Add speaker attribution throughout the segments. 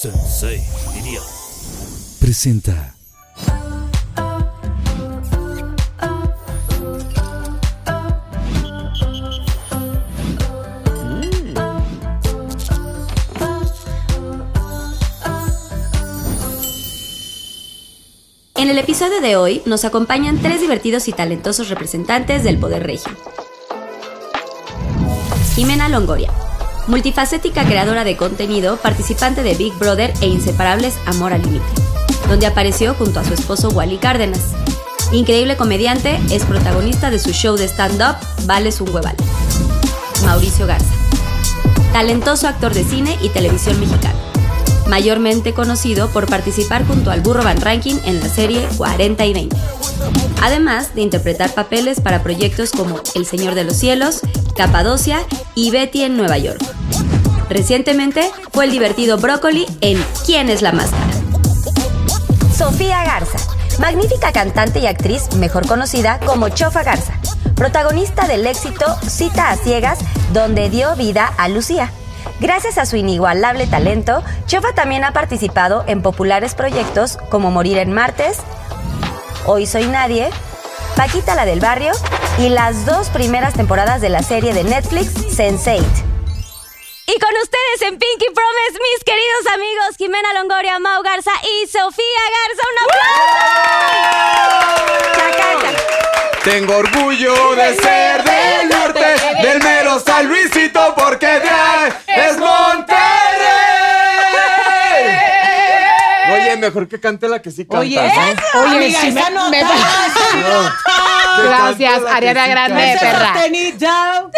Speaker 1: Sensei, diría.
Speaker 2: presenta
Speaker 3: En el episodio de hoy nos acompañan tres divertidos y talentosos representantes del Poder Regio. Jimena Longoria, multifacética creadora de contenido, participante de Big Brother e Inseparables Amor al Límite, donde apareció junto a su esposo Wally Cárdenas. Increíble comediante, es protagonista de su show de stand-up Vales un hueval. Mauricio Garza, talentoso actor de cine y televisión mexicano mayormente conocido por participar junto al Burro Van Ranking en la serie 40 y 20. Además de interpretar papeles para proyectos como El Señor de los Cielos, Capadocia y Betty en Nueva York. Recientemente fue el divertido Brócoli en ¿Quién es la máscara? Sofía Garza, magnífica cantante y actriz mejor conocida como Chofa Garza, protagonista del éxito Cita a Ciegas, donde dio vida a Lucía. Gracias a su inigualable talento, Chofa también ha participado en populares proyectos como Morir en Martes, Hoy Soy Nadie, Paquita la del Barrio y las dos primeras temporadas de la serie de Netflix Sense8. Y con ustedes en Pinky Promise, mis queridos amigos Jimena Longoria, Mau Garza y Sofía Garza. ¡Un aplauso! Chacacha.
Speaker 4: Tengo orgullo de ser del norte, del mero San Luisito, porque de ahí es Monterrey. Oye, mejor que cante la que sí canta.
Speaker 5: Oye,
Speaker 6: Oye,
Speaker 5: amiga,
Speaker 6: sí me-
Speaker 5: esa nota.
Speaker 6: me- Gracias, Ariana Grande,
Speaker 5: ese
Speaker 6: perra.
Speaker 5: sostenidao.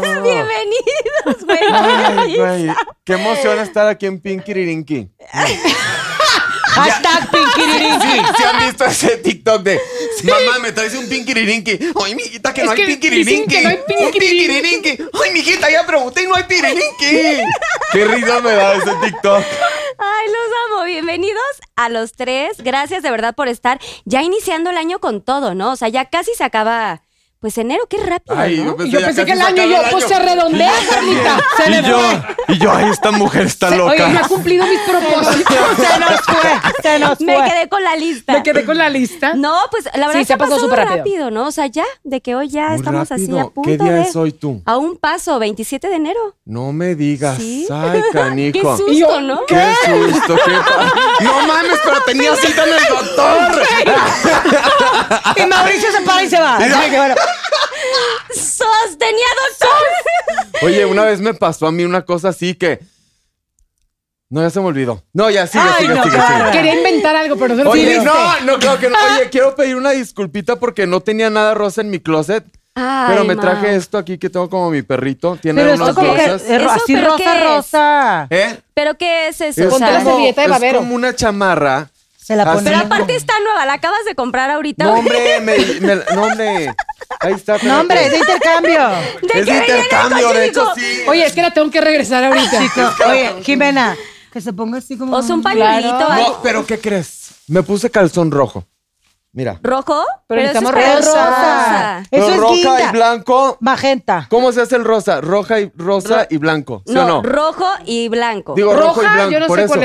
Speaker 3: Bienvenidos, güey.
Speaker 4: Ay, güey, qué emoción estar aquí en Pinkiririnki.
Speaker 6: Hashtag Pinkiririnki.
Speaker 4: Sí, sí han visto ese TikTok de Mamá, me traes un Pinkiririnki. Ay, mijita, que no
Speaker 6: Es
Speaker 4: hay
Speaker 6: que dicen
Speaker 4: Pinkiririnki.
Speaker 6: que no hay
Speaker 4: un Pinkiririnki. Ay, mijita, ya pregunté y no hay Piririnki. Qué risa me da ese TikTok.
Speaker 3: Ay, los amo. Bienvenidos a los tres. Gracias de verdad por estar ya iniciando el año con todo, ¿no? O sea, ya casi se acaba. Pues enero, qué rápido.
Speaker 4: Ay,
Speaker 3: ¿no?
Speaker 4: pensé,
Speaker 6: Yo
Speaker 4: ya
Speaker 6: pensé que el
Speaker 4: casi
Speaker 6: año
Speaker 4: se
Speaker 6: yo
Speaker 4: acaba el
Speaker 6: pues se
Speaker 4: año.
Speaker 6: redondea, Carlita. Se
Speaker 4: Y
Speaker 6: me
Speaker 4: yo,
Speaker 6: fue.
Speaker 4: y yo, ay, esta mujer está loca.
Speaker 6: Oye, ya ha cumplido mis propósitos.
Speaker 5: Se nos fue, se nos
Speaker 3: Me
Speaker 5: fue.
Speaker 3: quedé con la lista.
Speaker 6: Me quedé con la lista.
Speaker 3: No, pues la verdad
Speaker 6: Ah. Sí,
Speaker 3: es
Speaker 6: se
Speaker 3: que
Speaker 6: ha pasado súper rápido.
Speaker 3: ¿no? O sea, ya, de que hoy ya
Speaker 4: Muy
Speaker 3: estamos así a
Speaker 4: rápido.
Speaker 3: punto
Speaker 4: ¿Qué día
Speaker 3: de-
Speaker 4: es hoy tú?
Speaker 3: A un paso, 27 de enero.
Speaker 4: No me digas.
Speaker 3: ¿Sí?
Speaker 4: Ay,
Speaker 3: Qué
Speaker 4: canico.
Speaker 3: susto,
Speaker 6: Y yo-
Speaker 3: ¿no?
Speaker 4: Qué susto, qué pa- No mames, pero tenía cita en el doctor.
Speaker 5: Y Mauricio se para y se va. Así que bueno,
Speaker 3: ¡Sostenía doctor!
Speaker 4: Oye, una vez me pasó a mí una cosa así que. No, ya se me olvidó. No, ya sigue,
Speaker 5: Ay,
Speaker 4: sigue,
Speaker 5: no,
Speaker 4: sigue,
Speaker 5: claro.
Speaker 4: sigue.
Speaker 6: Quería inventar algo, pero no se lo
Speaker 4: Oye,
Speaker 6: pudiste.
Speaker 4: no, no, creo que no.
Speaker 5: Ah.
Speaker 4: Oye, quiero pedir una disculpita porque no tenía nada rosa en mi closet.
Speaker 3: Ay,
Speaker 4: Pero me
Speaker 3: ma.
Speaker 4: traje esto aquí que tengo como mi perrito. Tiene
Speaker 5: Pero
Speaker 4: unas
Speaker 5: esto como que
Speaker 4: rosas.
Speaker 5: eh,
Speaker 3: ¿Eso
Speaker 5: así
Speaker 3: pero qué
Speaker 5: rosa,
Speaker 3: es?
Speaker 5: rosa.
Speaker 4: ¿Eh?
Speaker 3: ¿Pero qué es eso?
Speaker 4: Es
Speaker 3: O sea,
Speaker 6: la
Speaker 4: como-
Speaker 6: servilleta de
Speaker 4: es
Speaker 6: babero.
Speaker 4: como una chamarra.
Speaker 5: Se la
Speaker 4: Así
Speaker 3: pero
Speaker 5: ponemos.
Speaker 3: aparte está nueva, la acabas de comprar ahorita.
Speaker 4: No, hombre, me, me- no, hombre. Ahí está. espérate.
Speaker 5: No, hombre, es de intercambio.
Speaker 3: ¿De
Speaker 4: es
Speaker 3: qué
Speaker 4: de
Speaker 3: venía en el
Speaker 4: intercambio,
Speaker 3: coche?
Speaker 4: de
Speaker 3: Digo,
Speaker 4: hecho, sí.
Speaker 6: Oye, es que la tengo que regresar ahorita.
Speaker 5: Oye, Jimena, que se ponga así como.
Speaker 3: O sea, un pañuelito
Speaker 6: Claro.
Speaker 3: algo.
Speaker 4: No, pero ¿qué crees? Me puse calzón rojo. Mira.
Speaker 3: rojo,
Speaker 6: Pero
Speaker 3: eso
Speaker 6: necesitamos
Speaker 3: es para
Speaker 5: Es
Speaker 6: rosa.
Speaker 3: rosa.
Speaker 5: Eso
Speaker 4: Pero
Speaker 5: es
Speaker 4: roja
Speaker 5: guinda.
Speaker 4: y blanco.
Speaker 5: Magenta.
Speaker 4: ¿Cómo se hace el rosa? Roja y rosa y blanco. ¿Sí
Speaker 3: No,
Speaker 4: o no?
Speaker 3: rojo y blanco.
Speaker 4: Digo rojo y
Speaker 6: Roja,
Speaker 4: blanco,
Speaker 6: yo no
Speaker 4: por
Speaker 6: sé
Speaker 4: eso.
Speaker 6: cuál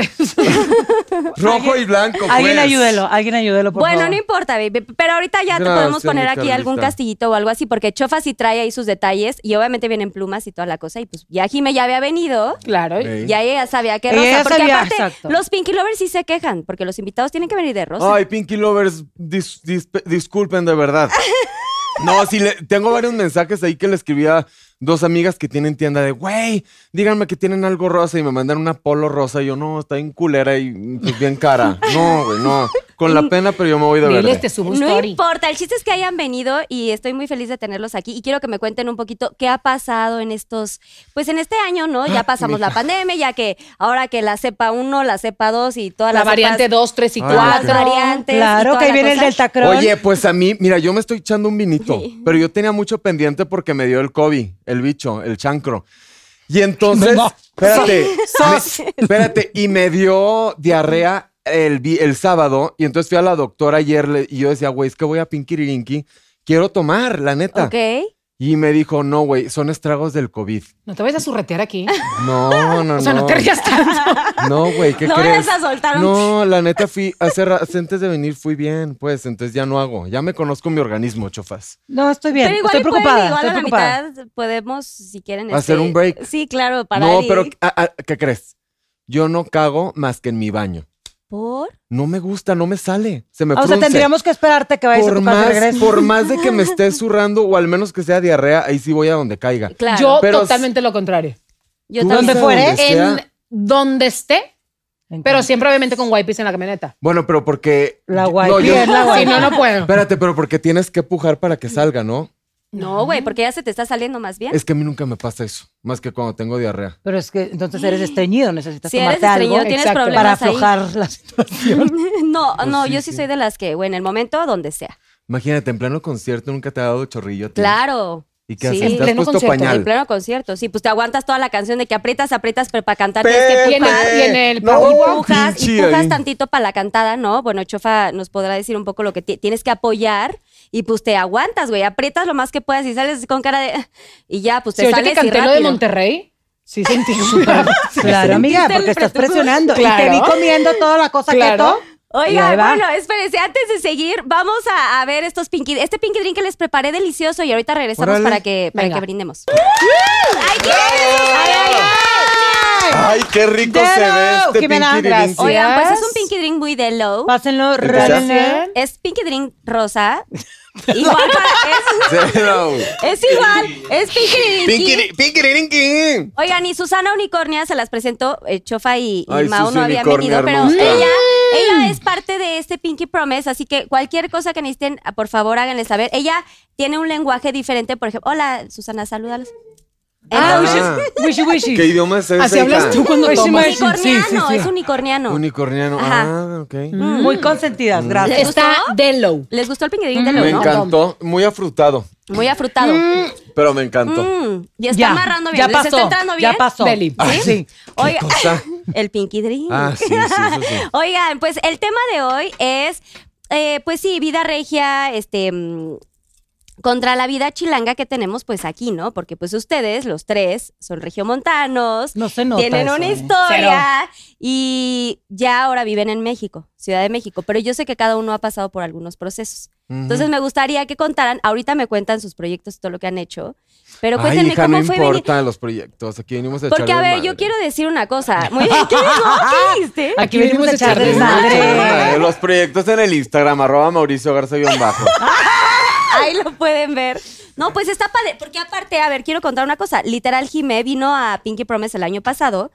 Speaker 6: es.
Speaker 4: Rojo y blanco.
Speaker 5: Alguien
Speaker 4: pues.
Speaker 5: ayúdelo, alguien ayúdelo, por
Speaker 3: bueno,
Speaker 5: favor.
Speaker 3: no importa, baby, pero ahorita ya te
Speaker 4: Gracias,
Speaker 3: podemos poner
Speaker 4: mi
Speaker 3: aquí
Speaker 4: Carlita.
Speaker 3: algún castillito o algo así, porque Chofa sí trae ahí sus detalles y obviamente vienen plumas y toda la cosa. Y pues ya Jime ya había venido,
Speaker 6: Claro.
Speaker 4: Ey.
Speaker 3: ya ella sabía que
Speaker 5: Ella
Speaker 3: rosa.
Speaker 5: ya
Speaker 3: Porque
Speaker 5: sabía,
Speaker 3: aparte,
Speaker 5: exacto.
Speaker 3: los Pinky Lovers sí se quejan, porque los invitados tienen que venir de rosa.
Speaker 4: Ay, Pinky Lovers, dis- dispe- disculpen de verdad. No, sí, le- tengo varios mensajes ahí que le escribí a dos amigas que tienen tienda de, güey, díganme que tienen algo rosa y me mandan una polo rosa. Y yo, no, está bien culera y pues, bien cara. No, güey, no. Con la pena, pero yo me voy de
Speaker 6: Diles, te
Speaker 4: verde.
Speaker 6: subo un
Speaker 3: No
Speaker 6: story.
Speaker 3: importa, el chiste es que hayan venido y estoy muy feliz de tenerlos aquí y quiero que me cuenten un poquito qué ha pasado en estos, pues en este año, ¿no? Ya pasamos la pandemia, ya que ahora que la cepa 1, la cepa 2 y todas
Speaker 6: La
Speaker 3: las
Speaker 6: variante
Speaker 3: cepas-
Speaker 6: 2, 3 y
Speaker 4: Ay,
Speaker 3: las
Speaker 6: 4.
Speaker 3: variantes. y
Speaker 5: Claro
Speaker 3: toda
Speaker 5: que ahí
Speaker 3: la
Speaker 5: viene el
Speaker 3: cosa.
Speaker 5: Delta Crohn.
Speaker 4: Oye, pues a mí, mira, yo me estoy echando un vinito, pero yo tenía mucho pendiente porque me dio el COVID, el bicho, el chancro. Y entonces,
Speaker 6: No, no.
Speaker 4: espérate, me- espérate, y me dio diarrea el, vi- el sábado, y entonces fui a la doctora ayer le- y yo decía, güey, es que voy a Pinkiririnki, quiero tomar, la neta.
Speaker 3: Ok.
Speaker 4: Y me dijo, no, güey, son estragos del COVID.
Speaker 6: No te vayas a surretear aquí.
Speaker 4: No, no,
Speaker 6: O sea, no,
Speaker 4: no.
Speaker 6: te rías tanto.
Speaker 4: No, güey, ¿qué
Speaker 3: No
Speaker 4: crees?
Speaker 3: vayas a soltar un-
Speaker 4: No, la neta fui, hace ra- antes de venir fui bien, pues, entonces ya no hago. Ya me conozco mi organismo, chofas.
Speaker 5: No, estoy bien.
Speaker 3: Pero igual,
Speaker 5: estoy
Speaker 3: y pueden,
Speaker 5: preocupada.
Speaker 3: igual
Speaker 5: estoy
Speaker 3: a la
Speaker 5: preocupada.
Speaker 3: mitad podemos, si quieren. este,
Speaker 4: Hacer un break.
Speaker 3: Sí, claro, para.
Speaker 4: No, pero a- a- ¿qué crees? Yo no cago más que en mi baño.
Speaker 3: ¿Por?
Speaker 4: No me gusta, no me sale. Se me
Speaker 5: Ah, o sea,
Speaker 4: frunce.
Speaker 5: tendríamos que esperarte que vayas a
Speaker 4: por
Speaker 5: tu casa de
Speaker 4: más,
Speaker 5: regreso.
Speaker 4: por más de que me esté zurrando o al menos que sea diarrea, ahí sí voy a donde caiga.
Speaker 3: Claro.
Speaker 6: Yo
Speaker 4: Pero-
Speaker 6: totalmente lo contrario.
Speaker 3: yo
Speaker 4: Tú
Speaker 5: ¿Dónde
Speaker 4: vas a
Speaker 5: fuere?
Speaker 4: sea.
Speaker 6: En donde esté, pero siempre obviamente con wipes en la camioneta.
Speaker 4: Bueno, pero porque
Speaker 5: La
Speaker 4: yo-
Speaker 5: guay.
Speaker 4: no, yo-
Speaker 5: Bien, la guay.
Speaker 6: Si no, no puedo.
Speaker 4: Espérate, pero porque tienes que pujar para que salga, ¿no?
Speaker 3: No, güey, porque ya se te está saliendo más bien.
Speaker 4: Es que a mí nunca me pasa eso, más que cuando tengo diarrea.
Speaker 5: Pero es que entonces eres estreñido, necesitas
Speaker 3: Si eres
Speaker 5: tomarte algo
Speaker 3: estreñido, tienes
Speaker 6: Exacto.
Speaker 5: para
Speaker 3: problemas ahí.
Speaker 5: aflojar la situación.
Speaker 3: No,
Speaker 4: Pues
Speaker 3: no,
Speaker 4: sí,
Speaker 3: yo sí,
Speaker 4: sí.
Speaker 3: soy de las que, güey, en el momento, donde sea.
Speaker 4: Imagínate, en pleno concierto nunca te ha dado chorrillo. a ti.
Speaker 3: Claro.
Speaker 4: ¿Y qué
Speaker 3: Sí.
Speaker 4: haces?
Speaker 6: En
Speaker 4: Te has
Speaker 6: pleno
Speaker 4: puesto
Speaker 6: concierto,
Speaker 3: En
Speaker 4: pañal.
Speaker 3: pleno concierto, sí, pues te aguantas toda la canción de que aprietas, aprietas, pero para cantar
Speaker 4: Pepe,
Speaker 3: tienes que
Speaker 6: Y en
Speaker 3: pujar.
Speaker 6: el- y en el
Speaker 4: no,
Speaker 6: power
Speaker 4: un
Speaker 3: Pujas, y
Speaker 4: pinche
Speaker 3: pujas
Speaker 4: ahí.
Speaker 3: tantito para la cantada, ¿no? Bueno, Chofa nos podrá decir un poco lo que ti- tienes que apoyar y pues te aguantas, güey, aprietas lo más que puedas y sales con cara de... Y ya, pues te
Speaker 6: Si ahorita
Speaker 3: sales
Speaker 6: que
Speaker 3: y
Speaker 6: canté lo de
Speaker 3: rápido.
Speaker 6: Monterrey, sí sentí.
Speaker 5: Claro, amiga, porque estás presionando. Y te vi
Speaker 6: Claro.
Speaker 5: comiendo toda la cosa
Speaker 6: Claro.
Speaker 5: keto. Y
Speaker 3: Oiga,
Speaker 5: ahí va.
Speaker 3: bueno, espérense, antes de seguir, vamos a, a ver estos Pinky... Este Pinky Drink que les preparé delicioso y ahorita regresamos
Speaker 4: Órale.
Speaker 3: para que para
Speaker 6: Venga.
Speaker 3: que brindemos. ¡Ay, qué! ¡Ay, ay, ay!
Speaker 4: Ay, qué rico se ve
Speaker 5: Dedo,
Speaker 4: este
Speaker 5: Jimena,
Speaker 4: pinky
Speaker 5: gracias.
Speaker 4: dirinky.
Speaker 3: Oigan, pues es
Speaker 6: Yes.
Speaker 3: un Pinky Drink muy de low.
Speaker 5: Pásenlo,
Speaker 4: Empezar.
Speaker 5: regálenle.
Speaker 3: Es Pinky Drink rosa. igual para... Es,
Speaker 4: Cero.
Speaker 3: Es igual, es Pinky
Speaker 4: Pinky
Speaker 3: Dinky.
Speaker 4: di- pinky dirinky.
Speaker 3: Oigan, y Susana Unicornia se las presentó, eh, Chofa y, y
Speaker 4: Ay,
Speaker 3: Mao
Speaker 4: Susi
Speaker 3: no habían
Speaker 4: Unicornia
Speaker 3: venido, pero
Speaker 4: hermosa.
Speaker 3: ella, ella es parte de este Pinky Promise, así que cualquier cosa que necesiten, ah, por favor háganle saber. Ella tiene un lenguaje diferente, por ejemplo, hola Susana, salúdalos.
Speaker 5: Ah,
Speaker 4: Ah.
Speaker 5: wishy, wishy.
Speaker 4: ¿Qué idioma es ese?
Speaker 6: Así hablas tú cuando
Speaker 5: Pues
Speaker 6: tomas.
Speaker 5: imagínate.
Speaker 3: unicorniano,
Speaker 5: sí, sí, Mm. sí.
Speaker 3: es unicorniano.
Speaker 4: Unicorniano.
Speaker 3: Ajá. Mm,
Speaker 4: Ah, ok.
Speaker 5: Muy consentidas,
Speaker 4: Mm.
Speaker 5: gracias.
Speaker 3: Está
Speaker 6: Está de low.
Speaker 3: ¿Les gustó el Pinky Drink de
Speaker 4: Me
Speaker 3: Leo, no?
Speaker 4: encantó. Muy afrutado,
Speaker 3: Muy afrutado.
Speaker 4: pero me encantó.
Speaker 3: Mm, y está amarrando bien,
Speaker 5: ya
Speaker 3: ¿les
Speaker 5: pasó,
Speaker 3: está entrando bien?
Speaker 5: Ya pasó.
Speaker 6: Deli.
Speaker 5: ¿Sí? sí.
Speaker 3: Oiga,
Speaker 4: cosa?
Speaker 3: el Pinky Drink.
Speaker 4: Ah, sí, sí, eso sí.
Speaker 3: Oigan, pues el tema de hoy es, eh, pues sí, vida regia, este, mm, contra la vida chilanga que tenemos pues aquí, ¿no? Porque pues ustedes, los tres, son regiomontanos,
Speaker 5: No se nota.
Speaker 3: tienen
Speaker 5: eso,
Speaker 3: una
Speaker 5: ¿eh?
Speaker 3: historia y ya ahora viven en México, Ciudad de México, pero yo sé que cada uno ha pasado por algunos procesos.
Speaker 4: Ujú.
Speaker 3: Entonces me gustaría que contaran, ahorita me cuentan sus proyectos, todo lo que han hecho, pero
Speaker 4: Ay,
Speaker 3: cuéntenme
Speaker 4: hija,
Speaker 3: cómo
Speaker 4: no
Speaker 3: fue venir.
Speaker 4: importa los proyectos. Aquí venimos a
Speaker 3: Porque, a
Speaker 4: echarle
Speaker 3: ver,
Speaker 4: madre.
Speaker 3: yo quiero decir una cosa. Muy bien, ¿qué dijo? ¿Qué dijiste?
Speaker 5: Aquí venimos a echar
Speaker 6: echarle
Speaker 5: desmadre.
Speaker 4: Madre. Los proyectos en el Instagram, arroba Mauricio Garza guión bajo.
Speaker 3: Ahí lo pueden ver. No, pues está padre. Porque aparte, a ver, quiero contar una cosa. Literal, Jimé vino a Pinky Promise el año pasado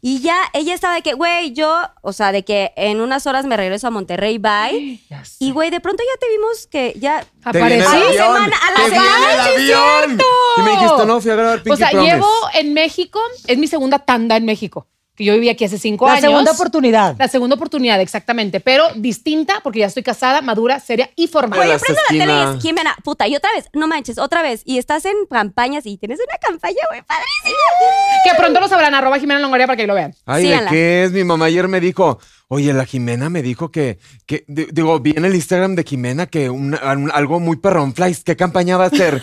Speaker 3: y ya ella estaba de que, güey, yo, o sea, de que en unas horas me regreso a Monterrey, bye. Y, güey, de pronto ya te vimos que ya.
Speaker 4: Te viene el
Speaker 3: A la
Speaker 6: Aparecí.
Speaker 4: avión,
Speaker 3: semana- a la
Speaker 4: te
Speaker 3: semana-
Speaker 4: viene el
Speaker 3: ¡Ay, sí es
Speaker 4: avión.
Speaker 3: cierto!
Speaker 4: Y me dijiste, no, fui a grabar Pinky
Speaker 6: O sea,
Speaker 4: Promise.
Speaker 6: llevo en México, es mi segunda tanda en México. Que yo viví aquí hace cinco
Speaker 5: La
Speaker 6: años.
Speaker 5: segunda oportunidad.
Speaker 6: La segunda oportunidad, exactamente. Pero distinta, porque ya estoy casada, madura, seria y formal.
Speaker 3: Güey,
Speaker 4: Pero
Speaker 3: yo
Speaker 4: esa
Speaker 3: prendo la tele y
Speaker 4: esquina.
Speaker 3: es Jimena, puta, y otra vez, no manches, otra vez. Y estás en campañas y tienes una campaña, güey, padrísima.
Speaker 6: Que pronto lo sabrán, arroba Jimena Longoria para que lo vean.
Speaker 4: Ay,
Speaker 3: Síganla.
Speaker 4: ¿de qué es? Mi mamá ayer me dijo, oye, la Jimena me dijo que, que di- digo, vi en el Instagram de Jimena que una- un- algo muy perrón flies, ¿qué campaña va a hacer?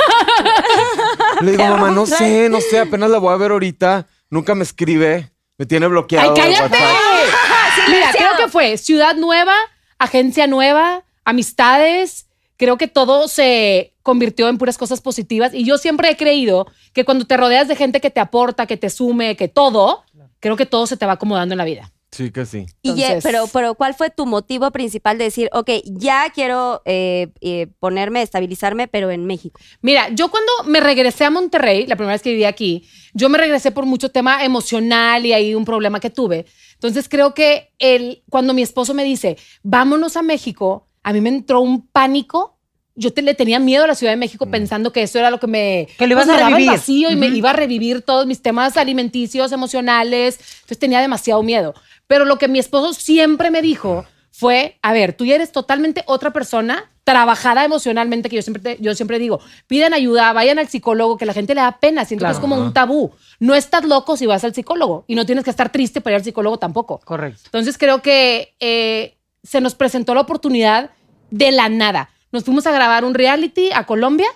Speaker 4: Le digo, mamá, no sé, no sé, apenas la voy a ver ahorita, nunca me escribe, me tiene
Speaker 6: ¡Ay,
Speaker 4: bloqueado. de
Speaker 6: cállate!
Speaker 4: WhatsApp.
Speaker 6: Mira,
Speaker 3: Silencio.
Speaker 6: creo que fue ciudad nueva, agencia nueva, amistades. Creo que todo se convirtió en puras cosas positivas. Y yo siempre he creído que cuando te rodeas de gente que te aporta, que te sume, que todo, creo que todo se te va acomodando en la vida.
Speaker 4: Sí, que sí.
Speaker 3: Y ye-
Speaker 6: Entonces-
Speaker 3: pero, pero, ¿cuál fue tu motivo principal de decir, ok, ya quiero eh, eh, ponerme, estabilizarme, pero en México?
Speaker 6: Mira, yo cuando me regresé a Monterrey, la primera vez que viví aquí, yo me regresé por mucho tema emocional y ahí un problema que tuve. Entonces creo que el, cuando mi esposo me dice, vámonos a México, a mí me entró un pánico. Yo te- le tenía miedo a la Ciudad de México pensando que eso era lo que me...
Speaker 5: Mm.
Speaker 6: pues,
Speaker 5: Que lo ibas
Speaker 6: me
Speaker 5: a
Speaker 6: daba el
Speaker 5: revivir.
Speaker 6: vacío y me iba a revivir todos mis temas alimenticios, emocionales. Entonces tenía demasiado miedo. Pero lo que mi esposo siempre me dijo fue, a ver, tú ya eres totalmente otra persona, trabajada emocionalmente, que yo siempre, te- yo siempre digo, pidan ayuda, vayan al psicólogo, que la gente le da pena, siento que es como un tabú. No estás loco si vas al psicólogo y no tienes que estar triste para ir al psicólogo tampoco.
Speaker 5: Correcto.
Speaker 6: Entonces creo que eh, se nos presentó la oportunidad de la nada. Nos fuimos a grabar un reality a Colombia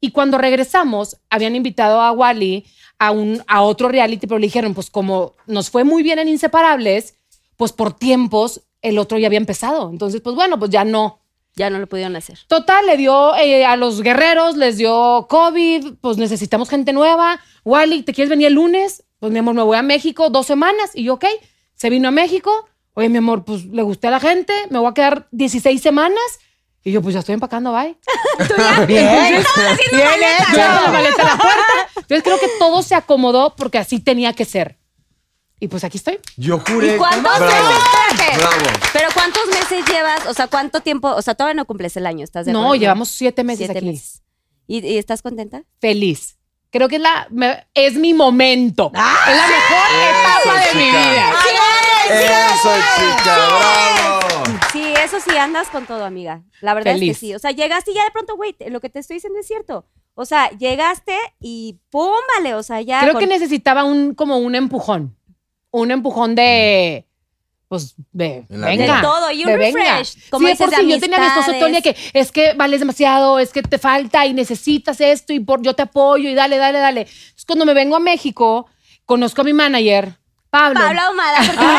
Speaker 6: Y cuando regresamos, habían invitado a Wally a, un, a otro reality, pero le dijeron, pues como nos fue muy bien en Inseparables, pues por tiempos el otro ya había empezado. Entonces, pues bueno, pues ya no.
Speaker 3: Ya no lo pudieron hacer.
Speaker 6: Total, le dio eh, a los guerreros, les dio COVID, pues necesitamos gente nueva. Wally, ¿te quieres venir el lunes? Pues mi amor, me voy a México dos semanas. Y yo, ok, se vino a México. Oye, mi amor, pues le gusté a la gente, me voy a quedar 16 semanas. Y yo, pues ya estoy empacando, bye.
Speaker 5: Bien, bien
Speaker 6: Ya con la
Speaker 5: hecho.
Speaker 6: maleta a la puerta. Entonces creo que todo se acomodó porque así tenía que ser. Y pues aquí estoy.
Speaker 4: Yo juré.
Speaker 3: ¿Y cuántos
Speaker 4: Bravo,
Speaker 3: meses? espérate?
Speaker 4: Bravo.
Speaker 3: Pero ¿cuántos meses llevas? O sea, ¿cuánto tiempo? O sea, todavía no cumples el año, ¿estás de
Speaker 6: No,
Speaker 3: acuerdo?
Speaker 6: llevamos siete meses
Speaker 3: Siete
Speaker 6: aquí.
Speaker 3: meses. ¿Y, y estás contenta?
Speaker 6: Feliz. Creo que es, la, me- es mi momento.
Speaker 3: Ah.
Speaker 6: es la mejor etapa
Speaker 4: Eso,
Speaker 6: de mi
Speaker 4: chica.
Speaker 6: vida.
Speaker 4: Eso, chica, bravo.
Speaker 3: Sí, eso sí, andas con todo, amiga. La verdad es
Speaker 6: Feliz.
Speaker 3: que sí. O sea, llegaste y ya de pronto, güey, te- lo que te estoy diciendo es cierto. O sea, llegaste y pum, vale, o sea, ya.
Speaker 6: Creo
Speaker 3: Ah, con-
Speaker 6: que necesitaba un, como un empujón. Un empujón de. Pues de.
Speaker 4: En la
Speaker 6: venga.
Speaker 4: vida.
Speaker 3: De todo, y un
Speaker 6: de
Speaker 3: refresh.
Speaker 6: venga.
Speaker 3: Como
Speaker 6: sí, de
Speaker 3: dices,
Speaker 6: por
Speaker 3: de
Speaker 6: sí, yo tenía a mi esposo todo el día que es que vales demasiado, es que te falta y necesitas esto y por, yo te apoyo y dale, dale, dale. Entonces, cuando me vengo a México, conozco a mi manager, Pablo.
Speaker 3: Pablo Ahumada, porque
Speaker 6: Ah,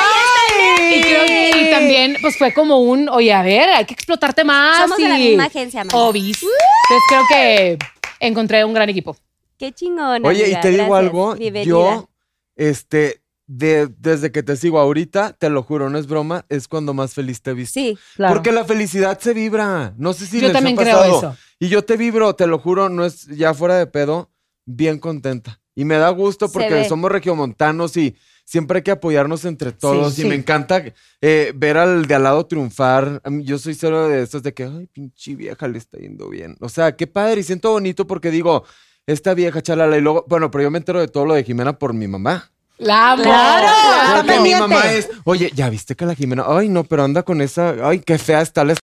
Speaker 6: Y, creo que- y también, pues fue como un, oye, a ver, hay que explotarte más.
Speaker 3: somos de la
Speaker 6: y-
Speaker 3: misma agencia, amiga.
Speaker 6: Obis. Entonces creo que encontré un gran equipo.
Speaker 3: Qué chingón.
Speaker 4: Oye,
Speaker 3: amiga,
Speaker 4: y te digo
Speaker 3: gracias.
Speaker 4: algo,
Speaker 3: Bienvenida.
Speaker 4: yo, este, de- desde que te sigo ahorita, te lo juro, no es broma, es cuando más feliz te he visto.
Speaker 3: Sí.
Speaker 5: Claro.
Speaker 4: Porque la felicidad se vibra. No sé si
Speaker 6: Yo
Speaker 4: les ha
Speaker 6: también creo
Speaker 4: pasado.
Speaker 6: eso.
Speaker 4: Y yo te vibro, te lo juro, no es ya fuera de pedo, bien contenta. Y me da gusto
Speaker 3: Se
Speaker 4: porque
Speaker 3: ve.
Speaker 4: somos regiomontanos y siempre hay que apoyarnos entre todos.
Speaker 6: Sí,
Speaker 4: y
Speaker 6: sí.
Speaker 4: me encanta eh, ver al de al lado triunfar. A mí- Yo soy cero de esos de que, ay, pinche vieja, le está yendo bien. O sea, qué padre. Y siento bonito porque digo, esta vieja chalala. Y luego, bueno, pero yo me entero de todo lo de Jimena por mi mamá.
Speaker 6: La amo.
Speaker 5: Claro.
Speaker 6: La
Speaker 5: Ah,
Speaker 4: Porque
Speaker 6: amo.
Speaker 4: mi
Speaker 5: pendiente.
Speaker 4: mamá es, oye, ya viste que la Jimena, ay, no, pero anda con esa, ay, qué fea está la. es-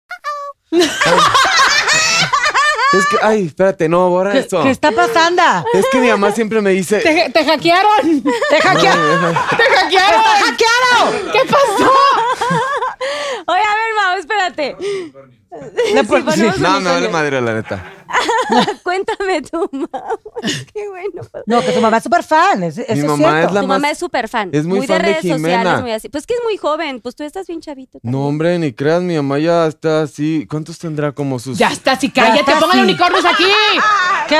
Speaker 4: Ay. es que, ay, espérate, no, borra esto.
Speaker 5: ¿Qué está pasando?
Speaker 4: Es que mi mamá siempre me dice.
Speaker 6: Te, te hackearon. Te
Speaker 4: "Ay,
Speaker 6: hackearon.
Speaker 4: ay, ay".
Speaker 6: Te hackearon.
Speaker 5: ¡Hackeado!
Speaker 6: ¿Qué pasó?
Speaker 3: Oye, a ver, Mau, espérate.
Speaker 5: Le pon-
Speaker 3: ponemos
Speaker 5: sí.
Speaker 4: No, me vale madre, la neta.
Speaker 3: Cuéntame tu Mau. Qué bueno.
Speaker 5: No, que tu mamá es súper fan. es- Eso
Speaker 4: Mi
Speaker 5: es
Speaker 4: mamá
Speaker 5: cierto.
Speaker 4: es la-
Speaker 3: Tu
Speaker 4: más-
Speaker 3: mamá es súper fan.
Speaker 4: es muy
Speaker 3: de
Speaker 4: fan de
Speaker 3: redes sociales,
Speaker 4: Jimena.
Speaker 3: muy así. Pues que es muy joven, pues tú estás bien chavito.
Speaker 4: No, hombre, ni creas, mi mamá ya está así. ¿Cuántos tendrá como sus.
Speaker 6: Ya está, sí, cállate.
Speaker 5: está,
Speaker 6: Pongan
Speaker 5: sí.
Speaker 6: unicornios aquí.
Speaker 5: ¡Qué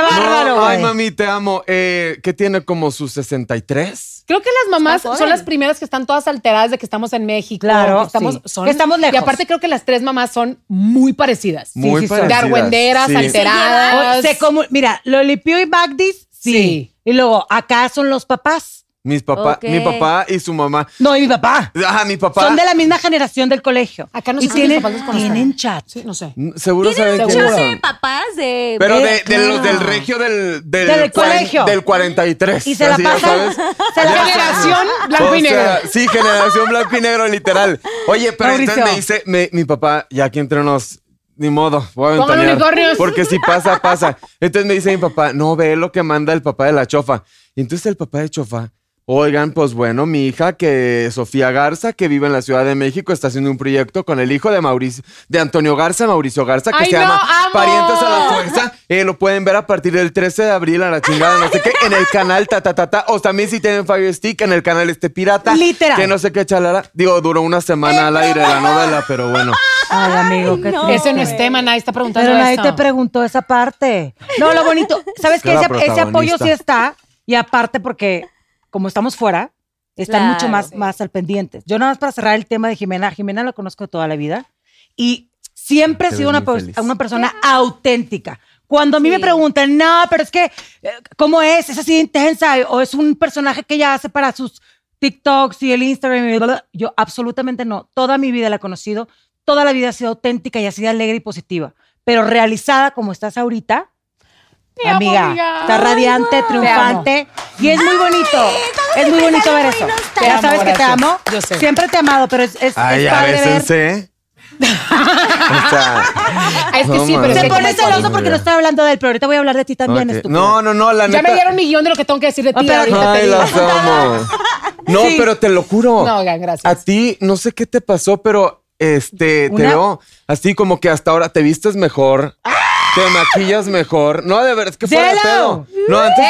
Speaker 4: No,
Speaker 5: bárbaro, güey!
Speaker 4: ay, mami, te amo. Eh, ¿Qué tiene como sus 63?
Speaker 6: Creo que las mamás
Speaker 3: Está joven.
Speaker 6: son las primeras que están todas alteradas de que estamos en México.
Speaker 5: Claro,
Speaker 6: que estamos,
Speaker 5: sí.
Speaker 6: son-
Speaker 5: Que estamos lejos.
Speaker 6: Y aparte creo que las tres mamás son muy parecidas.
Speaker 5: Sí,
Speaker 4: Muy
Speaker 5: sí, son.
Speaker 6: De
Speaker 4: parecidas.
Speaker 6: argüenderas,
Speaker 4: sí.
Speaker 5: Oye,
Speaker 6: alteradas.
Speaker 5: se comu- Mira, Lolipio y Magdis, Ah, sí.
Speaker 6: Sí.
Speaker 5: Y luego, acá son los papás.
Speaker 4: Mis papá,
Speaker 3: Ok.
Speaker 4: Mi papá y su mamá.
Speaker 5: No, y mi papá.
Speaker 4: Ajá, mi papá.
Speaker 5: Son de la misma generación del colegio.
Speaker 6: Acá no
Speaker 5: y
Speaker 6: sé si
Speaker 5: tienen,
Speaker 6: mis papás los conocen.
Speaker 5: tienen chat.
Speaker 6: Sí, no sé.
Speaker 4: Seguro saben
Speaker 6: un
Speaker 4: quiénes
Speaker 6: chance
Speaker 4: son.
Speaker 3: de papás de.
Speaker 4: Pero
Speaker 5: Eh,
Speaker 4: de, de los
Speaker 5: claro.
Speaker 4: del regio del, del, cuaren-
Speaker 5: Del colegio.
Speaker 4: Del 43.
Speaker 5: Y se la
Speaker 4: así, ya
Speaker 5: pasan-
Speaker 4: sabes.
Speaker 5: se la
Speaker 4: Ya
Speaker 5: pasan-
Speaker 6: Generación
Speaker 4: sabes.
Speaker 6: blanco y
Speaker 4: O
Speaker 6: negro.
Speaker 4: sea, sí, generación blanco y negro, literal. Oye, pero
Speaker 5: Mauricio.
Speaker 4: entonces me dice me- mi papá, ya aquí entre nos, ni modo, voy a
Speaker 6: Pongan
Speaker 4: ventanear,
Speaker 6: unicornios.
Speaker 4: Porque si pasa, pasa. Entonces me dice mi papá, no ve lo que manda el papá de la chofa. Y entonces el papá de chofa. Oigan, pues bueno, mi hija que Sofía Garza, que vive en la Ciudad de México, está haciendo un proyecto con el hijo de Mauricio, de Antonio Garza, Mauricio Garza, que
Speaker 6: ¡Ay,
Speaker 4: se
Speaker 6: no,
Speaker 4: llama
Speaker 6: amo!
Speaker 4: Parientes a la Fuerza. Eh, lo pueden ver a partir del 13 de abril a la chingada, no sé qué, en el canal ta ta ta ta. O también si tienen Fire Stick en el canal este pirata.
Speaker 5: Literal.
Speaker 4: Que no sé qué chalara. Digo, duró una semana al aire la novela, pero bueno.
Speaker 5: Ay, amigo, qué
Speaker 3: no.
Speaker 5: triste.
Speaker 6: Ese no es tema, nadie está preguntando
Speaker 5: Pero nadie
Speaker 6: eso.
Speaker 5: te preguntó esa parte. No, lo bonito. ¿Sabes
Speaker 4: Que
Speaker 5: que
Speaker 4: la
Speaker 5: ese, ese apoyo
Speaker 4: protagonista.
Speaker 5: sí está? Y aparte, porque como estamos fuera, están
Speaker 3: Claro,
Speaker 5: mucho más,
Speaker 3: sí.
Speaker 5: más al pendiente. Yo nada más para cerrar el tema de Jimena. Jimena lo conozco toda la vida y siempre
Speaker 4: Te
Speaker 5: he sido
Speaker 4: ves
Speaker 5: una,
Speaker 4: muy
Speaker 5: pers-
Speaker 4: feliz.
Speaker 5: una persona auténtica. Cuando a mí me
Speaker 3: Sí.
Speaker 5: preguntan, no, pero es que, eh, ¿cómo es? ¿Es así de intensa? ¿O es un personaje que ella hace para sus TikToks y el Instagram? y bla, bla? Yo absolutamente no. Toda mi vida la he conocido. Toda la vida ha sido auténtica y así de alegre y positiva. Pero realizada como estás ahorita,
Speaker 6: Te amo,
Speaker 5: amiga,
Speaker 6: amiga.
Speaker 5: está radiante, triunfante. Y es muy bonito. Es muy bonito ver eso.
Speaker 6: Te
Speaker 5: Ya
Speaker 6: amo,
Speaker 5: sabes que te
Speaker 6: gracias.
Speaker 5: amo.
Speaker 6: Yo sé.
Speaker 5: Siempre te he amado, pero es, es,
Speaker 4: Ay,
Speaker 5: es
Speaker 4: a
Speaker 5: padre ver.
Speaker 4: veces sé. O sea,
Speaker 6: Ah, Es que
Speaker 4: No,
Speaker 6: sí, pero
Speaker 4: madre.
Speaker 6: es
Speaker 5: Se
Speaker 4: Te
Speaker 6: que como
Speaker 5: pone
Speaker 6: es cuando-
Speaker 5: celoso porque no estoy hablando de él, pero ahorita voy a hablar de ti también,
Speaker 4: ok.
Speaker 5: estúpido.
Speaker 4: no, no, no, la
Speaker 6: Ya
Speaker 4: neta.
Speaker 6: me dieron mi guión de lo que tengo que decir de
Speaker 5: Ah,
Speaker 6: ti.
Speaker 5: pero
Speaker 6: ahorita te
Speaker 4: Ay,
Speaker 6: digo.
Speaker 4: las amo. No,
Speaker 5: Sí.
Speaker 4: pero te lo juro.
Speaker 6: No, oigan, gracias.
Speaker 4: A ti, no sé qué te pasó, pero este,
Speaker 5: Una-
Speaker 4: te veo así como que hasta ahora te vistes mejor. Te maquillas mejor. No, de verdad, es que fuera de
Speaker 5: ¡Delo!
Speaker 4: pedo. No, antes.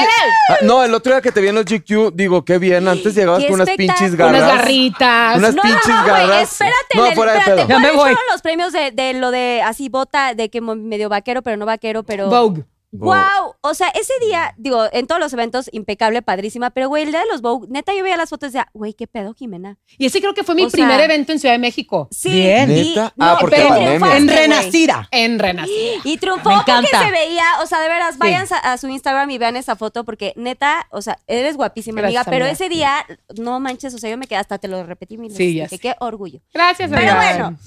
Speaker 4: Ah, no, el otro día que te vi en los GQ, digo, qué bien. Antes llegabas
Speaker 3: Qué
Speaker 4: con unas
Speaker 3: espectáculo.
Speaker 4: pinches garras.
Speaker 6: Unas garritas.
Speaker 4: Unas
Speaker 3: no,
Speaker 4: pinches
Speaker 3: no, no, güey,
Speaker 4: garras.
Speaker 3: espérate,
Speaker 4: No,
Speaker 3: Leli,
Speaker 4: fuera de
Speaker 3: espérate.
Speaker 4: pedo.
Speaker 5: Ya me
Speaker 3: ¿Cuáles
Speaker 5: voy.
Speaker 3: fueron los premios de, de lo de así bota, de que mo- medio vaquero, pero no vaquero, pero...
Speaker 6: Vogue.
Speaker 3: ¡Wow! O sea, ese día, digo, en todos los eventos, impecable, padrísima, pero güey, el día de los Vogue, neta, yo veía las fotos y decía, güey, qué pedo, Jimena.
Speaker 6: Y ese creo que fue mi
Speaker 3: O sea-
Speaker 6: primer evento en Ciudad de México.
Speaker 3: Sí,
Speaker 5: Bien.
Speaker 3: y-
Speaker 4: ¿Neta? Ah, porque
Speaker 3: pero
Speaker 4: pandemia.
Speaker 3: triunfaste,
Speaker 5: En
Speaker 3: Este güey.
Speaker 5: Renacida.
Speaker 6: En Renacida.
Speaker 3: Y triunfó
Speaker 5: Me
Speaker 3: porque
Speaker 5: encanta.
Speaker 3: se veía, o sea, de veras, vayan a, a su Instagram y vean esa foto porque neta, o sea, eres guapísima,
Speaker 6: Gracias,
Speaker 3: amiga, pero
Speaker 6: amiga.
Speaker 3: ese día, no manches, o sea, yo me quedé hasta, te lo repetí mil veces.
Speaker 6: Sí, ya
Speaker 3: dije,
Speaker 6: sé.
Speaker 3: qué orgullo.
Speaker 6: Gracias,
Speaker 3: Pero
Speaker 6: amiga.
Speaker 3: bueno,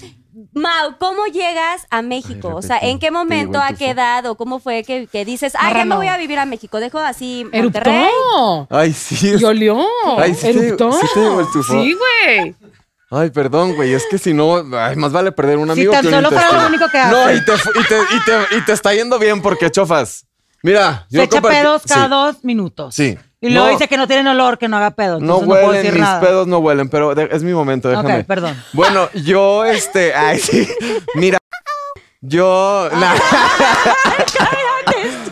Speaker 3: Mau, ¿cómo llegas a México?
Speaker 4: Ay,
Speaker 3: o sea, ¿en
Speaker 4: repetí,
Speaker 3: qué momento,
Speaker 4: digo,
Speaker 3: a
Speaker 4: en tu
Speaker 3: qué
Speaker 4: fo-
Speaker 3: edad o cómo fue que, que dices, ah, ya me
Speaker 6: Marrano.
Speaker 3: voy a vivir a México, dejo así Monterrey?
Speaker 6: Eruptó.
Speaker 4: Ay, sí.
Speaker 6: Y olió.
Speaker 4: Ay, sí te-
Speaker 6: Eruptó.
Speaker 4: sí te digo el tufo.
Speaker 6: Sí, güey.
Speaker 4: Ay, perdón, güey. Es que si no, ay, más vale perder un
Speaker 5: Si
Speaker 4: amigo
Speaker 5: tan
Speaker 4: que un
Speaker 5: solo fuera lo
Speaker 4: intestino.
Speaker 5: único que
Speaker 4: No,
Speaker 5: hace.
Speaker 4: y te, fu- y, te, y, te, y te está yendo bien porque chofas. Mira, yo
Speaker 5: Se echa
Speaker 4: compartí-
Speaker 5: pedos cada
Speaker 4: sí.
Speaker 5: dos minutos.
Speaker 4: Sí.
Speaker 5: Y luego
Speaker 4: No.
Speaker 5: dice que no tienen olor, que no haga pedos.
Speaker 4: No
Speaker 5: entonces puedo
Speaker 4: huelen,
Speaker 5: decir
Speaker 4: mis
Speaker 5: nada.
Speaker 4: pedos no huelen, pero de- es mi momento, déjame.
Speaker 5: Ok, perdón.
Speaker 4: Bueno, yo, este, ay, sí. Mira, yo. la-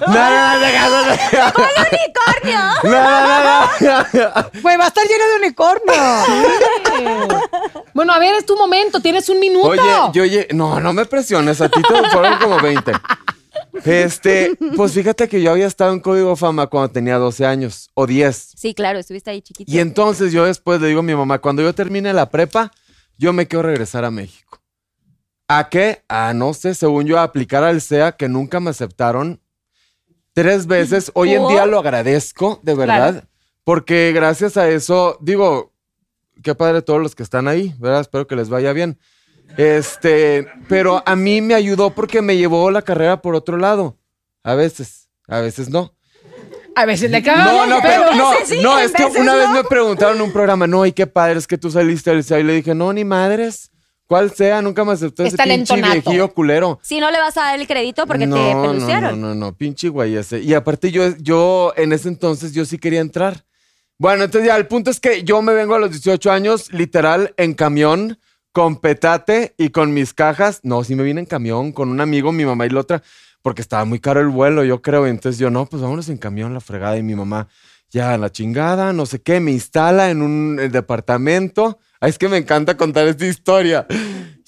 Speaker 4: No, no, no, deja, no, deja.
Speaker 3: ¡Unicornio!
Speaker 4: No, no, no, no.
Speaker 5: Güey, va a estar lleno de unicornio.
Speaker 6: Bueno, a ver, es tu momento. Tienes un minuto.
Speaker 4: Oye, yo oye, no, no me presiones, a ti te fueron como 20. Este, pues fíjate que yo había estado en Código Fama cuando tenía 12 años o 10.
Speaker 3: Sí, claro, estuviste ahí chiquito.
Speaker 4: Y entonces yo después le digo a mi mamá, cuando yo termine la prepa, yo me quiero regresar a México. ¿A qué? A no sé, según yo, a aplicar al SEA, que nunca me aceptaron tres veces. Hoy en
Speaker 3: ¿Por?
Speaker 4: día lo agradezco, de verdad, porque gracias a eso, digo, qué padre todos los que están ahí, ¿verdad? Espero que les vaya bien. Este, pero a mí me ayudó porque me llevó la carrera por otro lado. A veces, a veces no.
Speaker 6: A veces le cago.
Speaker 4: No, no, pero no,
Speaker 3: veces sí,
Speaker 4: no,
Speaker 3: en
Speaker 4: es que
Speaker 3: veces
Speaker 4: una vez
Speaker 3: no.
Speaker 4: me preguntaron en un programa, no, y qué padre es que tú saliste del SEA y le dije, no, ni madres, cuál sea, nunca me aceptó
Speaker 6: Es
Speaker 4: ese pinche
Speaker 6: talentonato.
Speaker 4: viejillo culero.
Speaker 3: Si no le vas a dar el crédito porque
Speaker 4: no,
Speaker 3: te
Speaker 4: no, no,
Speaker 3: pelucieron.
Speaker 4: no, no, pinche guayese. Y aparte yo, yo en ese entonces yo sí quería entrar. Bueno, entonces ya el punto es que yo me vengo a los 18 años, literal, en camión, con petate y con mis cajas. No, sí me vine en camión, con un amigo, mi mamá y la otra, porque estaba muy caro el vuelo, yo creo. Entonces yo, no, pues vámonos en camión, la fregada. Y mi mamá, ya, la chingada, no sé qué, me instala en un eh, departamento. Ay, es que me encanta contar esta historia.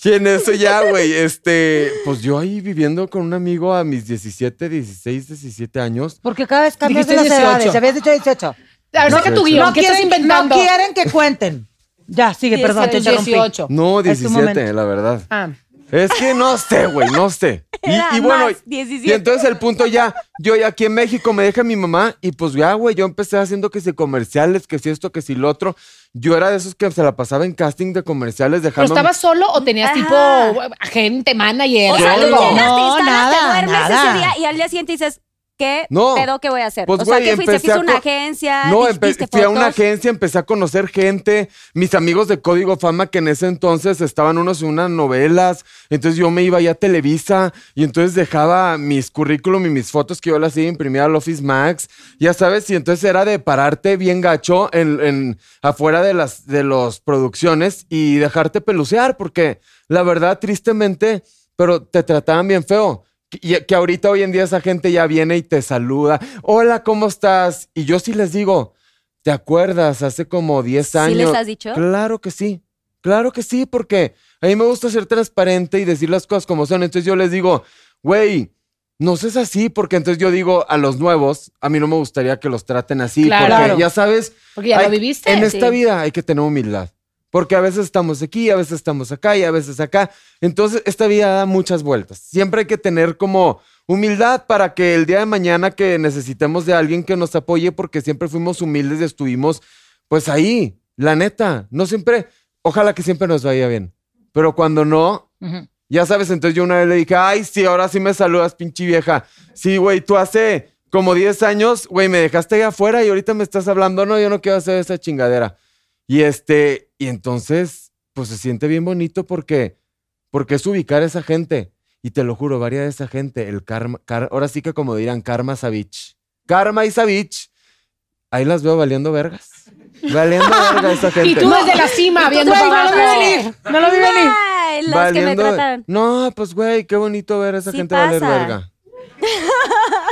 Speaker 4: Y en eso ya, güey, este, pues yo ahí viviendo con un amigo a mis 17, 16, 17 años.
Speaker 5: Porque cada vez cambias de las
Speaker 6: Dijiste 18.
Speaker 5: edades. Ya habías dicho 18.
Speaker 6: A ver,
Speaker 4: No,
Speaker 6: saca tu guión.
Speaker 5: No
Speaker 6: ¿Qué estás
Speaker 5: quieren,
Speaker 6: inventando?
Speaker 5: no quieren que cuenten. Ya, sigue, perdón, te interrumpí.
Speaker 6: 18.
Speaker 4: No,
Speaker 5: Es tu
Speaker 4: 17,
Speaker 5: momento.
Speaker 4: la verdad.
Speaker 6: Ah.
Speaker 4: Es que no sé, güey, no sé.
Speaker 3: Era
Speaker 4: Y, y bueno,
Speaker 3: más,
Speaker 4: y
Speaker 3: 17.
Speaker 4: entonces el punto ya, yo ya aquí en México me deja mi mamá y pues ya, güey, yo empecé haciendo que si comerciales, que si esto, que si lo otro. Yo era de esos que se la pasaba en casting de comerciales
Speaker 6: ¿Pero
Speaker 4: dejando...
Speaker 6: estabas solo o tenías
Speaker 3: Ajá.
Speaker 6: tipo agente, manager?
Speaker 3: O sea, tú
Speaker 4: Solo.
Speaker 3: llegaste,
Speaker 5: No,
Speaker 3: instalas, te
Speaker 5: nada,
Speaker 3: duermes
Speaker 5: nada.
Speaker 3: ese día y al día siguiente dices, ¿qué
Speaker 4: No.
Speaker 3: pedo que voy a hacer?
Speaker 4: Pues,
Speaker 3: o sea,
Speaker 4: güey,
Speaker 3: ¿qué fuiste?
Speaker 4: empecé a
Speaker 3: ¿Fuiste a una
Speaker 4: co-
Speaker 3: agencia?
Speaker 4: No,
Speaker 3: ¿Vis-
Speaker 4: empe-
Speaker 3: viste
Speaker 4: fui a una
Speaker 3: fotos?
Speaker 4: agencia, empecé a conocer gente, mis amigos de Código Fama que en ese entonces estaban unos en unas novelas, entonces yo me iba ya a Televisa y entonces dejaba mis currículum y mis fotos que yo las iba a imprimir al Office Max, ya sabes, y entonces era de pararte bien gacho en, en- afuera de las de los producciones y dejarte pelucear porque la verdad tristemente, pero te trataban bien feo. Y que ahorita hoy en día esa gente ya viene y te saluda. Hola, ¿cómo estás? Y yo sí les digo, ¿te acuerdas? Hace como 10
Speaker 3: ¿Sí
Speaker 4: años.
Speaker 3: les has dicho?
Speaker 4: Claro que sí. Claro que sí, porque a mí me gusta ser transparente y decir las cosas como son. Entonces yo les digo, güey, no seas así, porque entonces yo digo a los nuevos, a mí no me gustaría que los traten así,
Speaker 6: Claro.
Speaker 4: porque ya sabes,
Speaker 6: Porque ya
Speaker 4: hay-
Speaker 6: lo viviste.
Speaker 4: en esta
Speaker 3: sí.
Speaker 4: vida hay que tener humildad. Porque a veces estamos aquí, a veces estamos acá y a veces acá. Entonces, esta vida da muchas vueltas. Siempre hay que tener como humildad para que el día de mañana que necesitemos de alguien que nos apoye, porque siempre fuimos humildes y estuvimos, pues ahí, la neta. No siempre, ojalá que siempre nos vaya bien. Pero cuando no,
Speaker 6: Ujú.
Speaker 4: ya sabes, entonces yo una vez le dije, ay, sí, ahora sí me saludas, pinche vieja. Sí, güey, tú hace como 10 años, güey, me dejaste ahí afuera y ahorita me estás hablando, no, yo no quiero hacer esa chingadera. Y este, y entonces, pues se siente bien bonito porque, porque es ubicar a esa gente. Y te lo juro, varía de esa gente, el karma, car- ahora sí que como dirán, karma Savich. Karma y Savich. Ahí las veo valiendo vergas. Valiendo verga esa gente.
Speaker 6: Y tú desde la cima, viendo
Speaker 5: Güey,
Speaker 6: para
Speaker 5: no lo
Speaker 6: abajo.
Speaker 5: vi venir. No lo vi venir.
Speaker 3: Ay, las que me
Speaker 4: Valiendo-
Speaker 3: trataron.
Speaker 4: No, pues güey, qué bonito ver a esa
Speaker 3: Sí
Speaker 4: gente valer
Speaker 3: pasa.
Speaker 4: verga.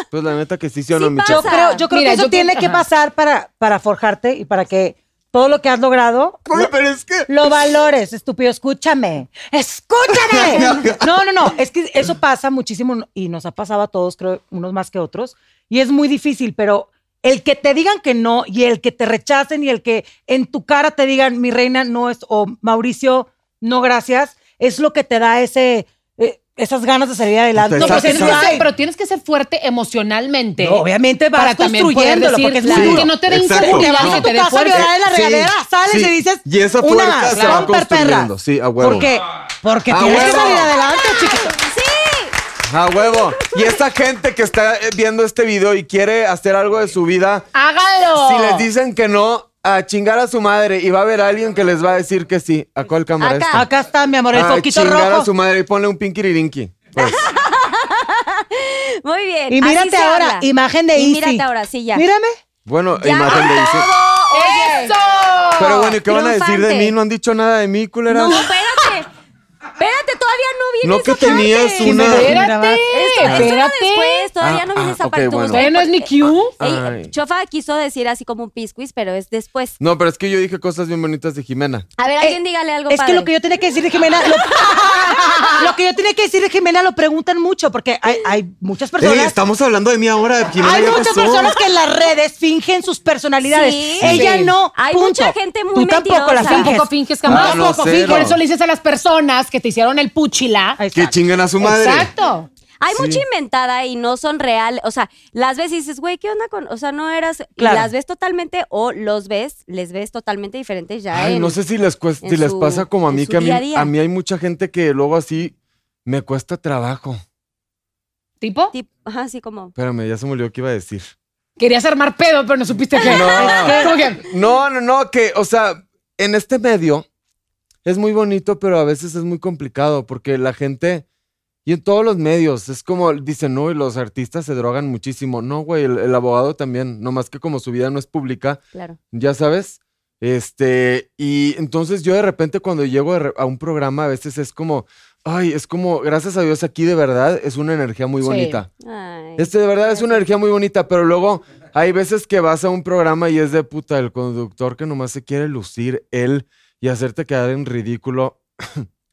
Speaker 4: Pues la neta que sí, sí o no,
Speaker 3: Sí
Speaker 4: mi
Speaker 3: pasa.
Speaker 5: Yo
Speaker 4: chavo.
Speaker 5: creo, yo creo
Speaker 6: Mira,
Speaker 5: que eso
Speaker 6: yo creo-
Speaker 5: tiene que
Speaker 6: ajá.
Speaker 5: pasar para, para forjarte y para que todo lo que has logrado
Speaker 4: Güey, pero es que.
Speaker 5: lo valores, estúpido. Escúchame. ¡Escúchame! No, no, no. Es que eso pasa muchísimo y nos ha pasado a todos, creo, unos más que otros. Y es muy difícil, pero el que te digan que no y el que te rechacen y el que en tu cara te digan, mi reina, no es, o Mauricio, no gracias, es lo que te da ese, eh, esas ganas de salir adelante.
Speaker 6: No,
Speaker 4: Exacto,
Speaker 6: pero
Speaker 5: Porque
Speaker 6: tienes,
Speaker 5: dices,
Speaker 6: que
Speaker 4: exacto.
Speaker 6: ser,
Speaker 5: "Ay,
Speaker 6: pero tienes que ser fuerte emocionalmente.
Speaker 5: No, obviamente vas
Speaker 6: para también poder
Speaker 5: construyéndolo,
Speaker 6: decir,
Speaker 5: porque es muy
Speaker 6: claro,
Speaker 5: duro.
Speaker 6: que no te dé
Speaker 4: Exacto.
Speaker 5: te
Speaker 6: inseguridad,
Speaker 5: vas
Speaker 4: No.
Speaker 6: que te
Speaker 5: a tu
Speaker 6: dé
Speaker 5: casa a
Speaker 6: fuerza.
Speaker 5: llorar en la
Speaker 4: Sí,
Speaker 5: regadera, sales
Speaker 4: sí.
Speaker 5: y dices,
Speaker 4: Y esa
Speaker 5: una
Speaker 4: fuerza se va
Speaker 5: romper,
Speaker 4: construyendo. Sí, a huevo.
Speaker 5: Porque, porque
Speaker 4: A
Speaker 5: tienes que
Speaker 4: huevo.
Speaker 5: salir adelante, chiquito.
Speaker 4: A huevo. Y esa gente que está eh, viendo este video y quiere hacer algo de su vida,
Speaker 3: Oh.
Speaker 6: Hágalo.
Speaker 4: si les dicen que no, a chingar a su madre y va a haber alguien que les va a decir que sí. ¿A cuál cámara
Speaker 3: Acá.
Speaker 4: está?
Speaker 5: Acá está, mi amor, el
Speaker 4: a
Speaker 5: foquito
Speaker 4: chingar a su
Speaker 5: rojo.
Speaker 4: madre y ponle un pinkiririnki. Pues,
Speaker 3: Muy bien.
Speaker 5: Y
Speaker 3: así
Speaker 5: mírate
Speaker 3: se
Speaker 5: ahora,
Speaker 3: habla.
Speaker 5: imagen de
Speaker 3: Y
Speaker 5: Izzy.
Speaker 3: mírate ahora, sí, ya.
Speaker 5: Mírame.
Speaker 4: bueno,
Speaker 3: Ya.
Speaker 4: imagen de Isis.
Speaker 3: Oye.
Speaker 6: ¡Eso!
Speaker 4: Pero bueno, ¿y qué van a decir de
Speaker 3: triunfante.
Speaker 4: mí? No han dicho nada de mí, culeras.
Speaker 3: No, espérate. Espérate, todavía no viene
Speaker 4: No,
Speaker 3: esa
Speaker 4: que
Speaker 3: parte.
Speaker 4: tenías una-
Speaker 5: Mira,
Speaker 6: Espérate.
Speaker 3: Esto, esto era después, todavía
Speaker 4: Ah,
Speaker 3: no viene
Speaker 4: ah,
Speaker 3: esa
Speaker 4: ok,
Speaker 3: parte.
Speaker 4: bueno.
Speaker 3: Tú-
Speaker 6: Bueno, es mi cue.
Speaker 3: Ey,
Speaker 4: Ay.
Speaker 3: Chofa quiso decir así como un piscuis, pero es después.
Speaker 4: No, pero es que yo dije cosas bien bonitas de Jimena.
Speaker 3: A ver, alguien
Speaker 5: Eh,
Speaker 3: dígale algo
Speaker 5: Es
Speaker 3: padre.
Speaker 5: que lo que yo tenía que decir de Jimena, lo, lo que yo tenía que decir de Jimena lo preguntan mucho porque hay, hay muchas
Speaker 4: Ey,
Speaker 5: personas.
Speaker 4: estamos hablando de mí ahora, Jimena.
Speaker 5: Hay
Speaker 4: ya
Speaker 5: muchas
Speaker 4: pasó.
Speaker 5: personas que en las redes fingen sus personalidades.
Speaker 3: Sí.
Speaker 5: Ella
Speaker 6: Sí.
Speaker 5: no.
Speaker 3: Hay
Speaker 5: punto.
Speaker 3: mucha gente muy
Speaker 5: Tú tampoco
Speaker 3: mentirosa.
Speaker 5: la finges.
Speaker 6: Tampoco finges, camarada.
Speaker 4: Ah, no,
Speaker 6: Tampoco
Speaker 4: cero.
Speaker 6: finges. Por eso le dices a las personas que te hicieron el puchila.
Speaker 5: Ahí está.
Speaker 4: Que chingan a su madre.
Speaker 6: Exacto.
Speaker 3: Hay mucha inventada y no son reales. O sea, las ves y dices, güey, ¿qué onda con...? O sea, no eras... y
Speaker 5: Claro.
Speaker 3: las ves totalmente o los ves, les ves totalmente diferentes ya
Speaker 4: Ay,
Speaker 3: en-
Speaker 4: no sé si les, cuesta,
Speaker 3: en
Speaker 4: si les
Speaker 3: su-
Speaker 4: pasa como a
Speaker 3: en
Speaker 4: mí,
Speaker 3: su
Speaker 4: que a mí,
Speaker 3: día a día.
Speaker 4: a mí hay mucha gente que luego así me cuesta trabajo.
Speaker 6: ¿Tipo?
Speaker 3: tip- ajá, así como...
Speaker 4: Espérame, ya se me olvidó qué iba a decir.
Speaker 6: Querías armar pedo, pero no supiste qué.
Speaker 4: No.
Speaker 6: ¿Cómo que?
Speaker 4: No, no, no, que, o sea, en este medio es muy bonito, pero a veces es muy complicado porque la gente, y en todos los medios, es como, dicen, no, y los artistas se drogan muchísimo. No, güey, el, el abogado también, nomás que como su vida no es pública,
Speaker 3: Claro.
Speaker 4: ya sabes. Este, y entonces yo de repente cuando llego de re- a un programa, a veces es como, ay, es como, gracias a Dios aquí de verdad es una energía muy
Speaker 6: Sí.
Speaker 4: bonita.
Speaker 3: Ay.
Speaker 4: Este de verdad es una energía muy bonita, pero luego hay veces que vas a un programa y es de puta el conductor que nomás se quiere lucir él y hacerte quedar en ridículo.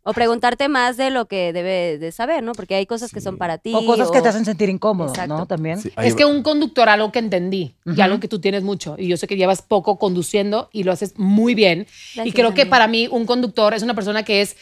Speaker 3: O preguntarte más de lo que debe de saber, ¿no? Porque hay cosas que son para ti.
Speaker 5: O cosas que te hacen sentir incómodo,
Speaker 3: Exacto.
Speaker 5: ¿no? También.
Speaker 4: Sí, ahí
Speaker 6: Es que
Speaker 4: va.
Speaker 6: un conductor, algo que entendí y algo que tú tienes mucho, y yo sé que llevas poco conduciendo y lo haces muy bien. y
Speaker 3: Gracias,
Speaker 6: creo que
Speaker 3: amiga.
Speaker 6: para mí un conductor es una persona que es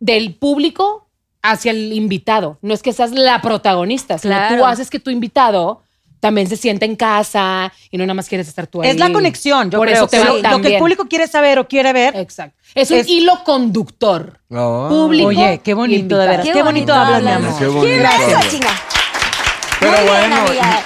Speaker 6: del público hacia el invitado. No es que seas la protagonista, sino
Speaker 3: Claro.
Speaker 6: tú haces que tu invitado también se sienta en casa y no nada más quieres estar tú ahí.
Speaker 5: Es la conexión, yo
Speaker 6: Por
Speaker 5: creo.
Speaker 6: eso te
Speaker 5: que
Speaker 6: va
Speaker 5: lo- lo,
Speaker 6: tan
Speaker 5: que el
Speaker 6: bien.
Speaker 5: público quiere saber o quiere ver.
Speaker 6: Exacto. Es un
Speaker 5: Es-
Speaker 6: hilo conductor.
Speaker 4: Ah,
Speaker 6: Público.
Speaker 5: Oye, qué bonito, de veras.
Speaker 3: Qué
Speaker 5: Qué,
Speaker 3: bonito
Speaker 5: bonito hablas, mi
Speaker 3: hablas.
Speaker 5: amor.
Speaker 4: Qué bonito.
Speaker 3: Eso, chinga.
Speaker 4: Pero
Speaker 3: Muy bien,
Speaker 4: bueno.
Speaker 3: amiga.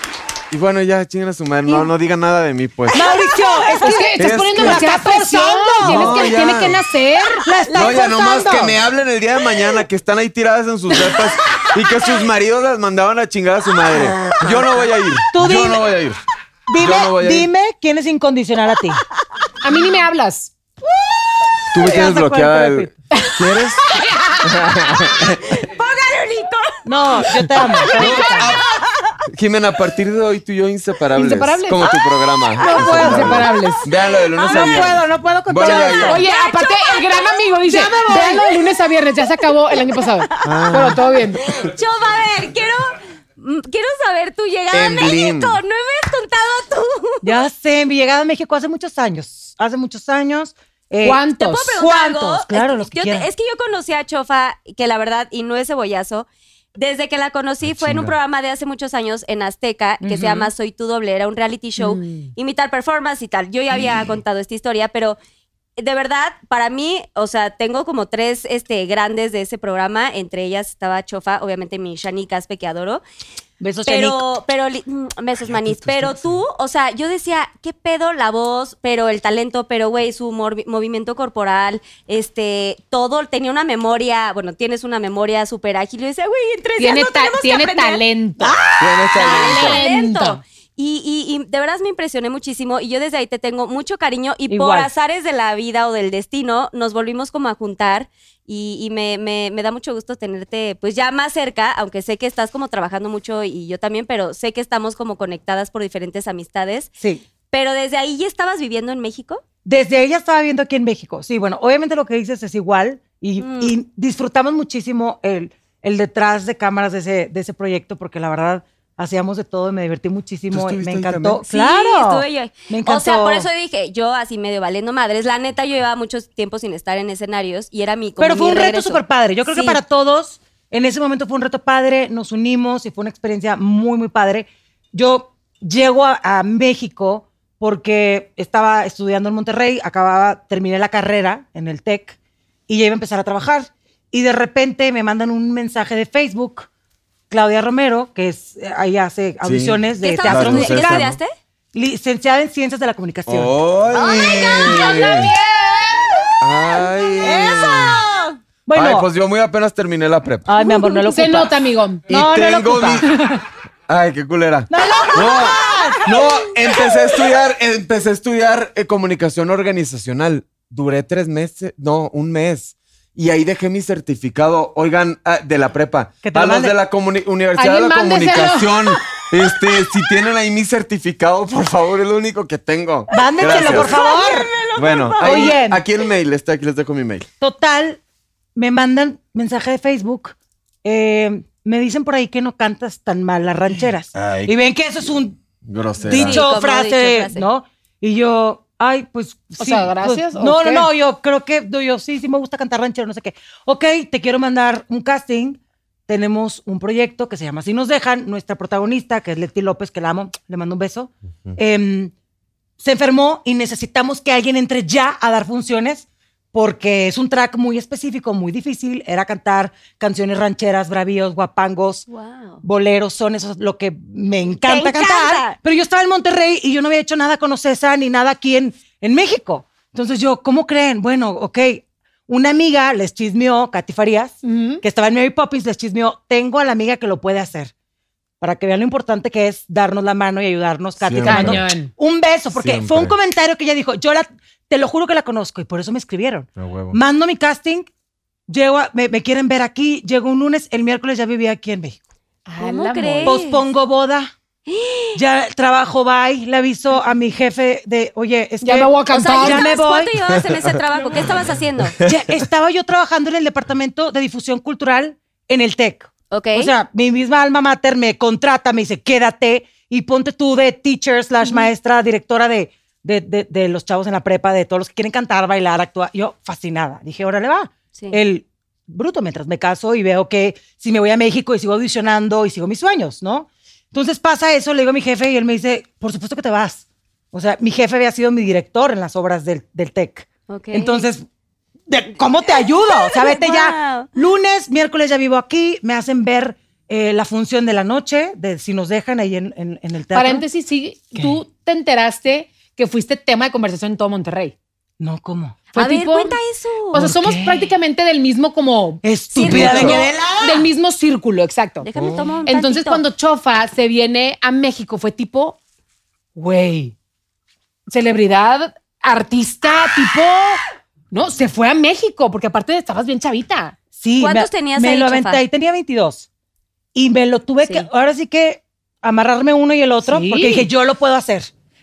Speaker 4: Y bueno, ya chingan a su madre. No, no digan nada de mí, pues.
Speaker 5: Mauricio, es que
Speaker 6: Es que estás
Speaker 4: Es
Speaker 6: poniendo
Speaker 4: que-
Speaker 6: demasiada
Speaker 5: Estás
Speaker 6: presión.
Speaker 5: forzando.
Speaker 6: Tienes
Speaker 4: No,
Speaker 6: que,
Speaker 4: ya.
Speaker 6: tiene que nacer.
Speaker 5: la estás
Speaker 4: No, ya nomás
Speaker 5: forzando.
Speaker 4: que me hablen el día de mañana que están ahí tiradas en sus depas y que sus maridos las mandaban a chingar a su madre. Yo no voy a ir.
Speaker 5: Tú
Speaker 4: Yo
Speaker 5: dime.
Speaker 4: no voy a ir.
Speaker 5: Dime,
Speaker 4: Yo no voy a ir.
Speaker 5: dime quién es incondicional a ti.
Speaker 6: A mí ni me hablas.
Speaker 4: Tú me
Speaker 5: Ya
Speaker 4: tienes
Speaker 5: se fue
Speaker 4: bloqueada
Speaker 5: el
Speaker 4: el. ¿Quieres?
Speaker 5: No, yo te amo. te amo.
Speaker 4: ah. Jimena, a partir de hoy tú y yo inseparables.
Speaker 6: Inseparables.
Speaker 4: Como tu
Speaker 5: Ah,
Speaker 4: programa.
Speaker 6: No puedo. Inseparables.
Speaker 4: Véanlo de lunes a
Speaker 5: No
Speaker 4: viernes.
Speaker 5: puedo, no puedo con
Speaker 4: Bueno,
Speaker 5: todo
Speaker 4: ya,
Speaker 5: esto.
Speaker 4: ya.
Speaker 6: Oye, aparte, el gran amigo dice, véanlo de lunes a viernes, ya se acabó el año pasado.
Speaker 5: Ah.
Speaker 6: Pero todo bien.
Speaker 3: Choma, a ver, quiero, mm, quiero saber tu llegada
Speaker 4: En
Speaker 3: a México.
Speaker 4: Blim.
Speaker 3: No me habías contado tú.
Speaker 5: Ya sé, mi llegada a México hace muchos años. Hace muchos años. eh,
Speaker 3: ¿Te
Speaker 6: ¿Cuántos?
Speaker 3: puedo preguntar algo?
Speaker 5: ¿Cuántos? Claro,
Speaker 3: Es-
Speaker 5: los que
Speaker 3: yo te-
Speaker 5: quieran.
Speaker 3: Es que yo conocí a Chofa, que la verdad, y no es cebollazo. Desde que la conocí fue en un programa de hace muchos años en Azteca que se llama Soy tu doble, era un reality
Speaker 5: Mm.
Speaker 3: show, imitar performance y tal. Yo ya había contado esta historia, pero de verdad, para mí, o sea, tengo como tres este, grandes de ese programa. Entre ellas estaba Chofa, obviamente mi Shani Caspe, que adoro.
Speaker 5: Besos, Shanique.
Speaker 3: Pero, pero, li- mm, besos manis. Pero tú, o sea, yo decía, ¿qué pedo la voz? Pero el talento, pero güey, su mor- movimiento corporal, este, todo, tenía una memoria, bueno, tienes una memoria súper ágil. Yo decía, güey, en tres días
Speaker 6: Tiene,
Speaker 3: no
Speaker 6: ta-
Speaker 3: tenemos que Ah,
Speaker 6: tiene
Speaker 3: aprender".
Speaker 4: este
Speaker 6: talento.
Speaker 4: Tienes talento.
Speaker 3: Talento.
Speaker 6: Talento.
Speaker 3: Y, y- y de verdad me impresioné muchísimo y yo desde ahí te tengo mucho cariño y por
Speaker 5: Igual.
Speaker 3: azares de la vida o del destino nos volvimos como a juntar y, y me, me- me da mucho gusto tenerte pues ya más cerca, aunque sé que estás como trabajando mucho y yo también, pero sé que estamos como conectadas por diferentes amistades.
Speaker 5: Sí.
Speaker 3: Pero desde ahí ya estabas viviendo en México.
Speaker 5: Desde ella estaba viendo aquí en México. Sí, bueno, obviamente lo que dices es igual y,
Speaker 3: Mm.
Speaker 5: y disfrutamos muchísimo el, el detrás de cámaras de ese, de ese proyecto porque la verdad hacíamos de todo y me divertí muchísimo y
Speaker 4: estuviste
Speaker 5: me
Speaker 4: ahí
Speaker 5: encantó.
Speaker 4: también?
Speaker 3: Sí,
Speaker 5: claro.
Speaker 3: estuve yo ahí.
Speaker 5: Me encantó.
Speaker 3: O sea, por eso dije, yo así medio valiendo madres. La neta, yo llevaba mucho tiempo sin estar en escenarios y era mi como
Speaker 5: Pero fue
Speaker 3: mi
Speaker 5: un reto
Speaker 3: regreso.
Speaker 5: súper padre. Yo creo
Speaker 3: Sí.
Speaker 5: que para todos, en ese momento fue un reto padre, nos unimos y fue una experiencia muy, muy padre. Yo llego a, a México porque estaba estudiando en Monterrey, acababa, terminé la carrera en el TEC y ya iba a empezar a trabajar. Y de repente me mandan un mensaje de Facebook, Claudia Romero, que es, eh, ahí hace audiciones
Speaker 3: ¿Qué,
Speaker 5: de
Speaker 3: estabas
Speaker 5: teatro
Speaker 4: Claro,
Speaker 3: estudi-
Speaker 4: musical.
Speaker 3: ¿Qué
Speaker 5: musical.
Speaker 3: estudiaste?
Speaker 5: Licenciada en Ciencias de la Comunicación.
Speaker 4: Oh. ¡Ay! ¡Ay!
Speaker 5: Bueno,
Speaker 4: Ay, pues uh, yo muy apenas terminé la prepa.
Speaker 5: ay, mi amor, no lo
Speaker 6: Se
Speaker 5: ocupa.
Speaker 6: nota, amigo.
Speaker 4: Y
Speaker 5: No, no lo
Speaker 4: tengo
Speaker 5: ocupa.
Speaker 4: mi- Ay, qué culera. No, no, empecé a estudiar, empecé a estudiar eh, comunicación organizacional. Duré tres meses, no, un mes. Y ahí dejé mi certificado, oigan, ah, de la prepa.
Speaker 5: Que te
Speaker 4: A
Speaker 5: lo
Speaker 4: los
Speaker 5: mande.
Speaker 4: de la comuni- Universidad de la
Speaker 6: Alguien mándeselo.
Speaker 4: Comunicación. Este, si tienen ahí mi certificado, por favor, es lo único que tengo.
Speaker 5: Mándenselo,
Speaker 4: Gracias.
Speaker 5: por favor.
Speaker 4: Bueno, ahí-
Speaker 5: Oye.
Speaker 4: aquí el mail, está aquí, les dejo mi mail.
Speaker 5: Total, me mandan mensaje de Facebook. eh, me dicen por ahí que no cantas tan mal las rancheras.
Speaker 4: Ay.
Speaker 5: y ven que eso es un
Speaker 4: Grosera.
Speaker 3: Sí, como
Speaker 5: dicho,
Speaker 3: dicho,
Speaker 5: frase,
Speaker 3: frase.
Speaker 5: ¿no? Y yo, ay, pues.
Speaker 6: O
Speaker 5: sí,
Speaker 6: sea,
Speaker 5: pues,
Speaker 6: gracias, ¿o
Speaker 5: no,
Speaker 6: qué?
Speaker 5: no, no, yo creo que no, yo sí, sí me gusta cantar ranchero, no sé qué. Ok, te quiero mandar un casting. Tenemos un proyecto que se llama Si nos dejan, nuestra protagonista, que es Leti López, que la amo, le mando un beso. em, se enfermó y necesitamos que alguien entre ya a dar funciones porque es un track muy específico, muy difícil. Era cantar canciones rancheras, bravíos, guapangos,
Speaker 3: Wow.
Speaker 5: boleros, son eso es lo que me
Speaker 3: ¡Te
Speaker 5: encanta cantar.
Speaker 3: encanta!
Speaker 5: Pero yo estaba en Monterrey y yo no había hecho nada con Ocesa ni nada aquí en, en México. Entonces yo, ¿cómo creen? Bueno, ok. Una amiga les chismeó, Katy Farías,
Speaker 6: Ujú.
Speaker 5: que estaba en Mary Poppins, les chismeó, tengo a la amiga que lo puede hacer. Para que vean lo importante que es darnos la mano y ayudarnos. Katy, te
Speaker 4: Siempre.
Speaker 5: mando
Speaker 6: Cañón.
Speaker 5: un beso, porque
Speaker 4: Siempre.
Speaker 5: fue un comentario que ella dijo, yo la, te lo juro que la conozco y por eso me escribieron.
Speaker 4: A huevo.
Speaker 5: Mando mi casting, llego a- me, me quieren ver aquí, llego un lunes, el miércoles ya vivía aquí en México.
Speaker 3: ¿Cómo crees?
Speaker 5: Pospongo boda, ya trabajo, bye, le aviso a mi jefe de, oye, es
Speaker 6: Ya
Speaker 5: que
Speaker 6: me voy a
Speaker 3: O sea,
Speaker 6: cantar.
Speaker 5: ya
Speaker 3: ¿ya
Speaker 5: me
Speaker 3: estabas-
Speaker 5: voy.
Speaker 3: ¿cuánto llevabas en ese trabajo? ¿Qué estabas haciendo?
Speaker 5: ya estaba yo trabajando en el departamento de difusión cultural en el TEC.
Speaker 3: Ok.
Speaker 5: O sea, mi misma alma mater me contrata, me dice, quédate y ponte tú de teacher slash maestra, directora de, de, de- de los chavos en la prepa, de todos los que quieren cantar, bailar, actuar. Yo fascinada. Dije, órale va.
Speaker 3: Sí.
Speaker 5: El bruto, mientras me caso y veo que si me voy a México y sigo audicionando y sigo mis sueños, ¿no? Entonces pasa eso, le digo a mi jefe y él me dice, por supuesto que te vas. O sea, mi jefe había sido mi director en las obras del, del TEC.
Speaker 3: Ok.
Speaker 5: Entonces, de- ¿cómo te ayudo? O sea, vete ya.
Speaker 3: Wow.
Speaker 5: Lunes, miércoles ya vivo aquí, me hacen ver eh, la función de la noche, de si nos dejan ahí en, en- en el teatro.
Speaker 6: Paréntesis, sí, tú te enteraste que fuiste tema de conversación en todo Monterrey.
Speaker 5: No, ¿cómo?
Speaker 6: Fue
Speaker 3: a ver,
Speaker 6: tipo-
Speaker 3: cuenta eso.
Speaker 6: O sea,
Speaker 5: ¿Por
Speaker 6: somos
Speaker 5: qué?
Speaker 6: prácticamente del mismo como
Speaker 5: Estúpida,
Speaker 4: Sí,
Speaker 5: de
Speaker 4: no.
Speaker 5: que de la-
Speaker 6: del mismo círculo, exacto.
Speaker 3: Déjame tomar un
Speaker 6: Entonces,
Speaker 3: tantito.
Speaker 6: cuando Chofa se viene a México, fue tipo, güey, celebridad,
Speaker 5: ¡Ah!
Speaker 6: artista, tipo, no, se fue a México, porque aparte estabas bien chavita.
Speaker 5: Sí,
Speaker 3: ¿Cuántos tenías
Speaker 5: me
Speaker 3: ahí,
Speaker 5: lo
Speaker 3: Chofar?
Speaker 5: aventé ahí, tenía 22. Y me lo tuve
Speaker 3: Sí.
Speaker 5: que, ahora sí que amarrarme uno y el otro,
Speaker 6: Sí.
Speaker 5: porque dije, yo lo puedo hacer.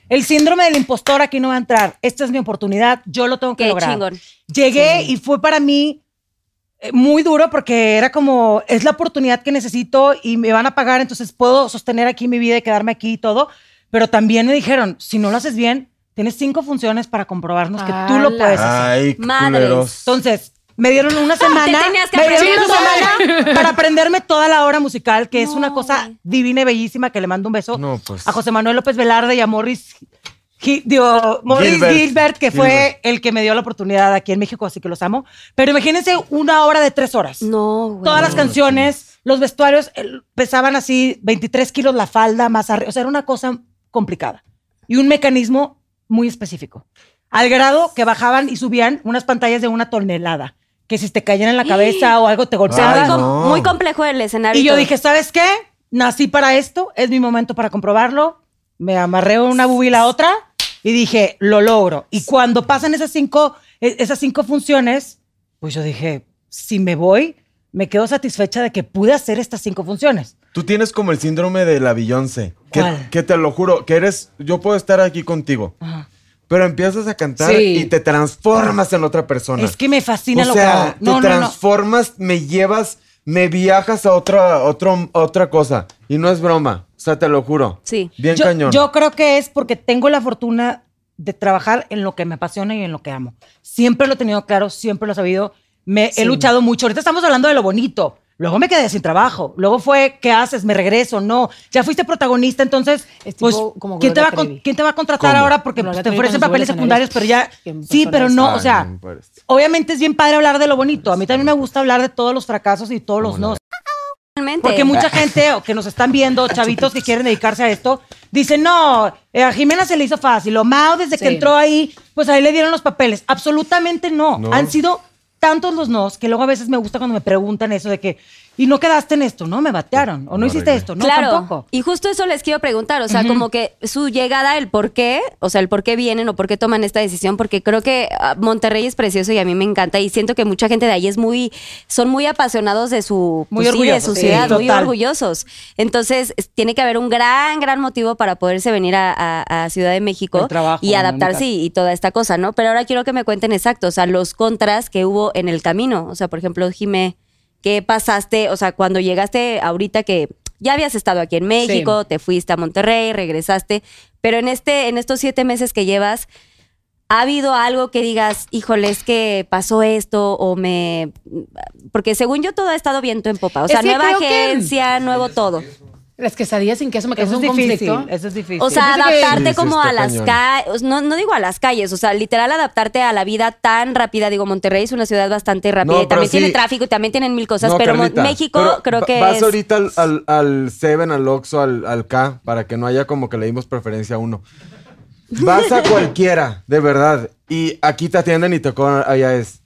Speaker 5: El síndrome del impostor aquí no va a entrar. Esta es mi oportunidad, yo lo tengo que
Speaker 3: Qué
Speaker 5: lograr.
Speaker 3: chingón.
Speaker 5: Llegué y fue para mí eh, muy duro porque era como, es la oportunidad que necesito y me van a pagar, entonces puedo sostener aquí mi vida y quedarme aquí y todo. Pero también me dijeron, si no lo haces bien, tienes cinco funciones para comprobarnos que tú
Speaker 6: ¡Hala!
Speaker 5: lo puedes hacer.
Speaker 4: Ay, qué
Speaker 3: Madres.
Speaker 4: culeros.
Speaker 5: Entonces, me dieron una
Speaker 3: Ah,
Speaker 5: semana,
Speaker 3: Te tenías que
Speaker 5: me dieron
Speaker 3: aprender
Speaker 5: una semana para aprenderme toda la obra musical, que es una
Speaker 3: No,
Speaker 5: cosa
Speaker 3: güey.
Speaker 5: divina y bellísima, que le mando un beso
Speaker 4: No, pues.
Speaker 5: a José Manuel López Velarde y a Morris, Gi- digo, Morris
Speaker 4: Gilbert.
Speaker 5: Gilbert, que
Speaker 4: Gilbert.
Speaker 5: fue el que me dio la oportunidad aquí en México, así que los amo. Pero imagínense una obra de tres horas.
Speaker 3: No, güey.
Speaker 5: Todas las canciones, los vestuarios el- pesaban así 23 kilos la falda, más arriba. O sea, era una cosa complicada. Y un mecanismo muy específico. Al grado que bajaban y subían unas pantallas de una tonelada. Que si te caían en la cabeza o algo te
Speaker 3: O sea, muy,
Speaker 5: golpeaba.
Speaker 3: com-
Speaker 4: no.
Speaker 3: muy complejo el escenario.
Speaker 5: Y yo
Speaker 3: todo.
Speaker 5: dije, ¿sabes qué? Nací para esto, es mi momento para comprobarlo. me amarré una bubi y la otra y dije, lo logro. Y cuando pasan esas cinco, e- esas cinco funciones, pues yo dije, si me voy, me quedo satisfecha de que pude hacer estas cinco funciones.
Speaker 4: Tú tienes como el síndrome de la Beyoncé. Que,
Speaker 5: ¿Cuál?
Speaker 4: que te lo juro, que eres. Yo puedo estar aquí contigo. Pero empiezas a cantar
Speaker 6: Sí.
Speaker 4: y te transformas en otra persona.
Speaker 5: Es que me fascina
Speaker 4: o
Speaker 5: lo que hago.
Speaker 4: sea,
Speaker 5: No,
Speaker 4: te
Speaker 5: no, no.
Speaker 4: transformas, me llevas, me viajas a otra, otro, a otra cosa. Y no es broma. O sea, te lo juro.
Speaker 3: Sí.
Speaker 4: Bien
Speaker 5: yo,
Speaker 4: cañón.
Speaker 5: yo creo que es porque tengo la fortuna de trabajar en lo que me apasiona y en lo que amo. Siempre lo he tenido claro, siempre lo he sabido. Me he luchado mucho. Ahorita estamos hablando de lo bonito. Luego me quedé sin trabajo. Luego fue, ¿qué haces? ¿Me regreso? No. Ya fuiste protagonista, entonces,
Speaker 6: Es tipo
Speaker 5: pues,
Speaker 6: como
Speaker 5: ¿quién, te va
Speaker 6: Gloria
Speaker 5: a con-
Speaker 6: Trevi.
Speaker 5: quién te va a contratar
Speaker 4: ¿Cómo?
Speaker 5: ahora? Porque
Speaker 6: Gloria
Speaker 5: pues, te
Speaker 6: Trevi
Speaker 5: ofrecen
Speaker 6: cuando
Speaker 5: papeles
Speaker 6: sube al
Speaker 5: secundarios, pero
Speaker 6: escenario,
Speaker 5: ya...
Speaker 6: ¿quién
Speaker 5: Sí,
Speaker 6: persona
Speaker 5: pero
Speaker 6: es?
Speaker 5: no,
Speaker 4: Ay,
Speaker 5: o sea,
Speaker 4: no pues. me parece.
Speaker 5: obviamente es bien padre hablar de lo bonito. A mí también me gusta hablar de todos los fracasos y todos los no.
Speaker 3: Realmente.
Speaker 5: Porque mucha gente o que nos están viendo, chavitos que quieren dedicarse a esto, dicen, no, eh, a Jimena se le hizo fácil. O Mao, desde que
Speaker 6: Sí.
Speaker 5: entró ahí, pues ahí le dieron los papeles. Absolutamente no.
Speaker 4: No.
Speaker 5: Han sido tantos los nos que luego a veces me gusta cuando me preguntan eso de que, y no quedaste en esto, no, me batearon, o no
Speaker 4: No
Speaker 5: hiciste
Speaker 4: arreglé.
Speaker 5: esto, no,
Speaker 3: claro.
Speaker 5: tampoco.
Speaker 3: Y justo eso les quiero preguntar, o sea, como que su llegada, el por qué, o sea, el por qué vienen o por qué toman esta decisión, porque creo que ah, Monterrey es precioso y a mí me encanta y siento que mucha gente de ahí es muy, son muy apasionados de su,
Speaker 5: Muy
Speaker 3: pues sí, de
Speaker 5: orgullosos,
Speaker 3: su
Speaker 5: sí,
Speaker 3: ciudad, muy
Speaker 5: total.
Speaker 3: orgullosos. Entonces, es- tiene que haber un gran, gran motivo para poderse venir a, a- a Ciudad de México
Speaker 5: El trabajo,
Speaker 3: y
Speaker 5: la
Speaker 3: adaptarse y, y toda esta cosa, ¿no? Pero ahora quiero que me cuenten exacto, o sea, los contras que hubo en el camino, o sea, por ejemplo, Jimé. ¿Qué pasaste? O sea, cuando llegaste ahorita que ya habías estado aquí en México, te fuiste a Monterrey, regresaste, pero en este, en estos siete meses que llevas, ¿ha habido algo que digas, híjole, es que pasó esto o me... Porque según yo todo ha estado viento en popa, o
Speaker 6: Es
Speaker 3: sea,
Speaker 6: que
Speaker 3: nueva
Speaker 6: creo que-
Speaker 3: agencia, nuevo todo.
Speaker 6: Las quesadillas sin queso me
Speaker 5: Eso
Speaker 6: causa
Speaker 5: es
Speaker 6: un
Speaker 5: difícil,
Speaker 6: conflicto.
Speaker 5: eso es difícil.
Speaker 3: O sea,
Speaker 6: Yo pensé que-
Speaker 3: adaptarte
Speaker 4: Sí, sí,
Speaker 3: como
Speaker 4: está
Speaker 3: a las
Speaker 4: cañón.
Speaker 3: calles, no, no digo a las calles, o sea, literal adaptarte a la vida tan rápida. Digo, Monterrey es una ciudad bastante rápida
Speaker 4: No,
Speaker 3: y también
Speaker 4: pero
Speaker 3: tiene
Speaker 4: sí.
Speaker 3: tráfico y también tienen mil cosas,
Speaker 4: No,
Speaker 3: pero Mon-
Speaker 4: Carlita,
Speaker 3: México
Speaker 4: pero
Speaker 3: creo
Speaker 4: va-
Speaker 3: que
Speaker 4: Vas
Speaker 3: es...
Speaker 4: ahorita al, al, al Seven, al Oxxo, al, al K, para que no haya como que le dimos preferencia a uno. Vas a cualquiera, de verdad. Y aquí te atienden y te cobran. Allá es.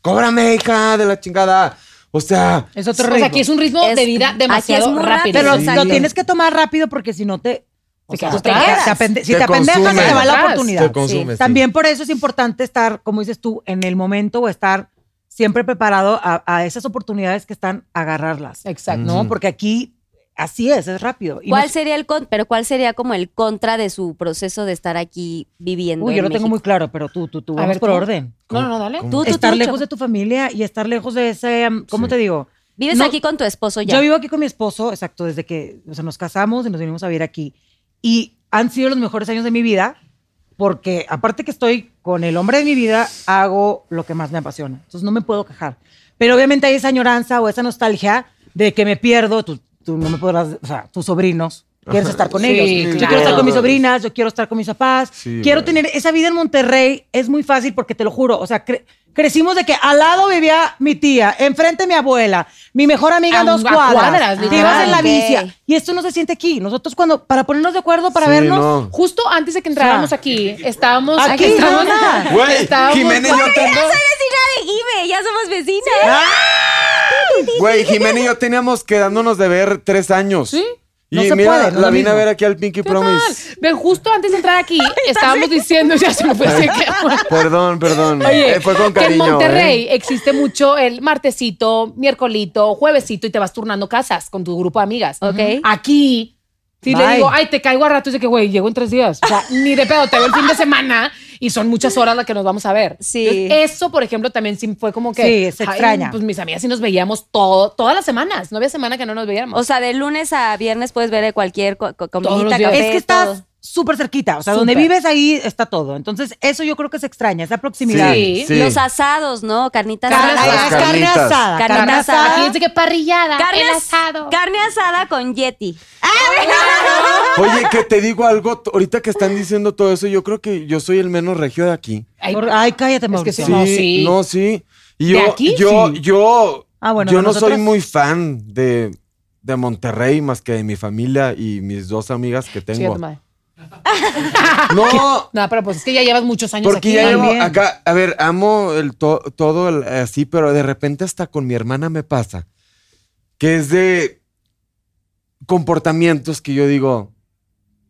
Speaker 4: ¡Cóbrame, hija de la chingada! O sea,
Speaker 5: es otro
Speaker 6: O sea,
Speaker 5: ritmo.
Speaker 6: aquí es un ritmo
Speaker 3: Es-
Speaker 6: de vida
Speaker 3: aquí
Speaker 6: demasiado
Speaker 3: es muy
Speaker 6: rápido.
Speaker 5: Pero
Speaker 3: Sí.
Speaker 5: lo tienes que tomar rápido porque si no te...
Speaker 6: O sea,
Speaker 5: pues,
Speaker 6: te
Speaker 5: te-
Speaker 6: quedas.
Speaker 5: te apende- si
Speaker 4: Te
Speaker 5: te apendejas, se
Speaker 4: consume.
Speaker 5: te va la
Speaker 6: Atrás.
Speaker 5: oportunidad.
Speaker 4: te consumes. Pues sí.
Speaker 5: También por eso es importante estar, como dices tú, en el momento o estar siempre preparado a, a esas oportunidades que están, agarrarlas.
Speaker 6: Exacto.
Speaker 5: ¿No? Porque aquí así es, es rápido. Y
Speaker 3: ¿Cuál
Speaker 5: nos-
Speaker 3: sería el con- pero cuál sería como el contra de su proceso de estar aquí viviendo?
Speaker 5: Uy, yo
Speaker 3: en
Speaker 5: lo tengo
Speaker 3: México?
Speaker 5: muy claro, pero tú, tú, tú,
Speaker 6: A
Speaker 5: vamos
Speaker 6: ver,
Speaker 5: por
Speaker 6: ¿cómo?
Speaker 5: orden.
Speaker 6: No, no, no, dale.
Speaker 4: ¿Cómo?
Speaker 3: Tú, tú,
Speaker 5: estar
Speaker 3: tú,
Speaker 5: lejos
Speaker 3: Cho.
Speaker 5: de tu familia y estar lejos de ese, um, ¿cómo
Speaker 4: Sí.
Speaker 5: te digo?
Speaker 3: Vives
Speaker 5: no.
Speaker 3: aquí con tu esposo ya.
Speaker 5: Yo vivo aquí con mi esposo, exacto, desde que o sea, nos casamos y nos vinimos a vivir aquí. Y han sido los mejores años de mi vida porque aparte que estoy con el hombre de mi vida, hago lo que más me apasiona. Entonces no me puedo quejar. Pero obviamente hay esa añoranza o esa nostalgia de que me pierdo, tú, tú no me podrás, o sea, tus sobrinos. Quieres estar con
Speaker 6: Sí,
Speaker 5: ellos.
Speaker 6: claro.
Speaker 5: Yo quiero estar con mis sobrinas, yo quiero estar con mis papás.
Speaker 4: Sí,
Speaker 5: quiero
Speaker 4: güey.
Speaker 5: tener esa vida en Monterrey. Es muy fácil porque te lo juro. O sea, cre- crecimos de que al lado vivía mi tía, enfrente mi abuela, mi mejor amiga
Speaker 6: a
Speaker 5: a dos
Speaker 6: un- a
Speaker 5: cuadras.
Speaker 6: cuadras,
Speaker 5: te ibas en la
Speaker 3: literal. Ok.
Speaker 5: bici. Y esto no se siente aquí. Nosotros cuando, para ponernos de acuerdo, para
Speaker 4: Sí,
Speaker 5: vernos,
Speaker 4: no.
Speaker 6: Justo antes de que entráramos aquí, estábamos.
Speaker 5: Aquí,
Speaker 6: estábamos,
Speaker 5: nada.
Speaker 4: Güey,
Speaker 6: estábamos-
Speaker 4: Jimena y yo teníamos.
Speaker 3: vecina de Jime, ya somos vecinas.
Speaker 4: Güey, Jimena y yo teníamos quedándonos de ver tres años. Sí. Y
Speaker 5: No se
Speaker 4: mira,
Speaker 5: puede, no es
Speaker 4: la
Speaker 5: lo
Speaker 4: vine a
Speaker 5: mismo.
Speaker 4: ver aquí al Pinky Promise.
Speaker 6: Ven, justo antes de entrar aquí, estábamos diciendo, ya se me fue así que-
Speaker 4: Perdón, perdón.
Speaker 6: Oye,
Speaker 4: Eh, fue con
Speaker 6: que en
Speaker 4: cariño. ¿eh?
Speaker 6: Monterrey existe mucho el martesito, miércolito, juevesito y te vas turnando casas con tu grupo de amigas.
Speaker 3: Ok.
Speaker 6: Aquí, si le
Speaker 5: Bye.
Speaker 6: digo, ay, te caigo a rato, dice que, güey, llego en tres días. O sea, ni de pedo, te veo el fin de semana y son muchas horas las que nos vamos a ver.
Speaker 3: Sí.
Speaker 6: Entonces, eso, por ejemplo, también sí fue como que.
Speaker 5: Sí, se
Speaker 6: ay,
Speaker 5: extraña.
Speaker 6: Pues mis amigas sí nos veíamos todo, todas las semanas. No había semana que no nos veíamos.
Speaker 3: O sea, de lunes a viernes puedes ver cualquier co- co-
Speaker 6: los
Speaker 3: comidita,
Speaker 6: días.
Speaker 3: café,
Speaker 5: es que
Speaker 3: todo.
Speaker 5: estás súper cerquita. O sea, donde
Speaker 6: Súper.
Speaker 5: vives ahí está todo. Entonces, eso yo creo que se extraña, esa proximidad.
Speaker 6: Sí.
Speaker 4: Sí.
Speaker 3: Los asados, ¿no? Carnitas
Speaker 5: Carne,
Speaker 6: Carne
Speaker 5: asada,
Speaker 3: asadas.
Speaker 4: asadas.
Speaker 5: carne
Speaker 4: Carnitas.
Speaker 5: asada.
Speaker 3: Carne
Speaker 5: carne
Speaker 3: asada.
Speaker 6: Aquí
Speaker 5: asada.
Speaker 6: dice que parrillada,
Speaker 3: Carne
Speaker 6: el
Speaker 3: as-
Speaker 6: asado.
Speaker 3: Carne asada con Yeti.
Speaker 4: Oye, que te digo algo, t- ahorita que están diciendo todo eso, yo creo que yo soy el menos regio de aquí.
Speaker 6: Ay,
Speaker 5: Por- Ay, cállate,
Speaker 6: que
Speaker 5: Mauricio.
Speaker 6: sí. No, sí.
Speaker 4: No, sí. Y
Speaker 6: ¿De
Speaker 4: yo,
Speaker 6: aquí?
Speaker 4: yo,
Speaker 6: Sí.
Speaker 4: yo,
Speaker 5: Ah, bueno,
Speaker 4: yo
Speaker 5: de
Speaker 4: no soy
Speaker 5: nosotros.
Speaker 4: muy fan de, de Monterrey más que de mi familia y mis dos amigas que
Speaker 6: Chinga
Speaker 4: tengo.
Speaker 6: tu madre.
Speaker 4: no,
Speaker 6: No, pero pues es que ya llevas muchos años
Speaker 4: porque
Speaker 6: aquí.
Speaker 4: ya
Speaker 6: ¿no?
Speaker 4: llevo
Speaker 5: también.
Speaker 4: acá, a ver, amo el to- todo el- así, pero de repente hasta con mi hermana me pasa que es de comportamientos que yo digo,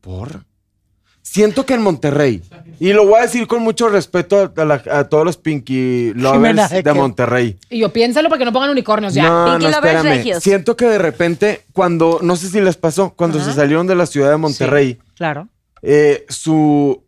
Speaker 4: ¿Por? Siento que en Monterrey, y lo voy a decir con mucho respeto a, la- a todos los Pinky
Speaker 5: Jimena
Speaker 4: Lovers
Speaker 5: Ecker.
Speaker 4: de Monterrey.
Speaker 6: Y yo piénsalo para que no pongan unicornios ya.
Speaker 4: No,
Speaker 3: Pinky
Speaker 4: no,
Speaker 3: Lovers
Speaker 4: espérame.
Speaker 3: regios.
Speaker 4: Siento que de repente, cuando, no sé si les pasó, cuando se salieron de la ciudad de Monterrey,
Speaker 5: Claro.
Speaker 4: eh, su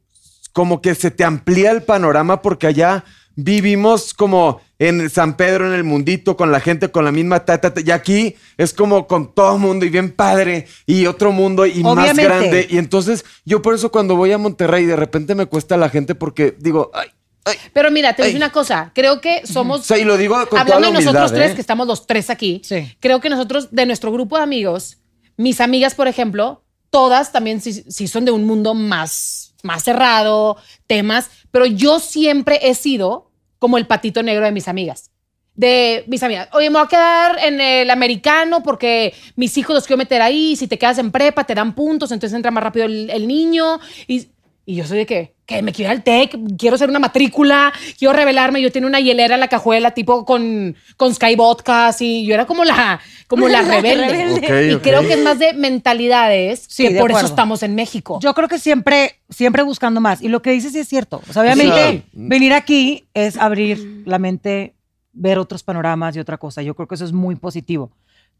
Speaker 4: como que se te amplía el panorama porque allá vivimos como en San Pedro en el mundito con la gente con la misma tata y aquí es como con todo mundo y bien padre y otro mundo y
Speaker 5: Obviamente.
Speaker 4: más grande y entonces yo por eso cuando voy a Monterrey de repente me cuesta la gente porque digo ay, ay.
Speaker 6: Pero mira, te voy a decir
Speaker 4: Ey.
Speaker 6: una cosa. Creo que somos.
Speaker 4: O sea, y lo digo con toda
Speaker 6: hablando
Speaker 4: la
Speaker 6: de nosotros
Speaker 4: humildad,
Speaker 6: tres,
Speaker 4: ¿eh?
Speaker 6: que estamos los tres aquí.
Speaker 5: Sí.
Speaker 6: Creo que nosotros, de nuestro grupo de amigos, mis amigas, por ejemplo, todas también sí, sí son de un mundo más, más cerrado, temas. Pero yo siempre he sido como el patito negro de mis amigas. De mis amigas, oye, me voy a quedar en el americano porque mis hijos los quiero meter ahí. Si te quedas en prepa, te dan puntos, entonces entra más rápido el, el niño. Y, y yo soy de que, que me quiero ir al TEC, quiero hacer una matrícula, quiero revelarme. Yo tenía una hielera en la cajuela, tipo con, con Sky Vodka, así. Yo era como la, como la rebelde.
Speaker 4: Rebelde.
Speaker 6: y
Speaker 4: Ok,
Speaker 6: creo
Speaker 4: ok.
Speaker 6: que es más de mentalidades
Speaker 5: Sí,
Speaker 6: que
Speaker 5: de
Speaker 6: por eso
Speaker 5: acuerdo.
Speaker 6: estamos en México.
Speaker 5: Yo creo que siempre, siempre buscando más. Y lo que dices sí es cierto. O sea, obviamente,
Speaker 4: Sí.
Speaker 5: venir aquí es abrir la mente, ver otros panoramas y otra cosa. Yo creo que eso es muy positivo.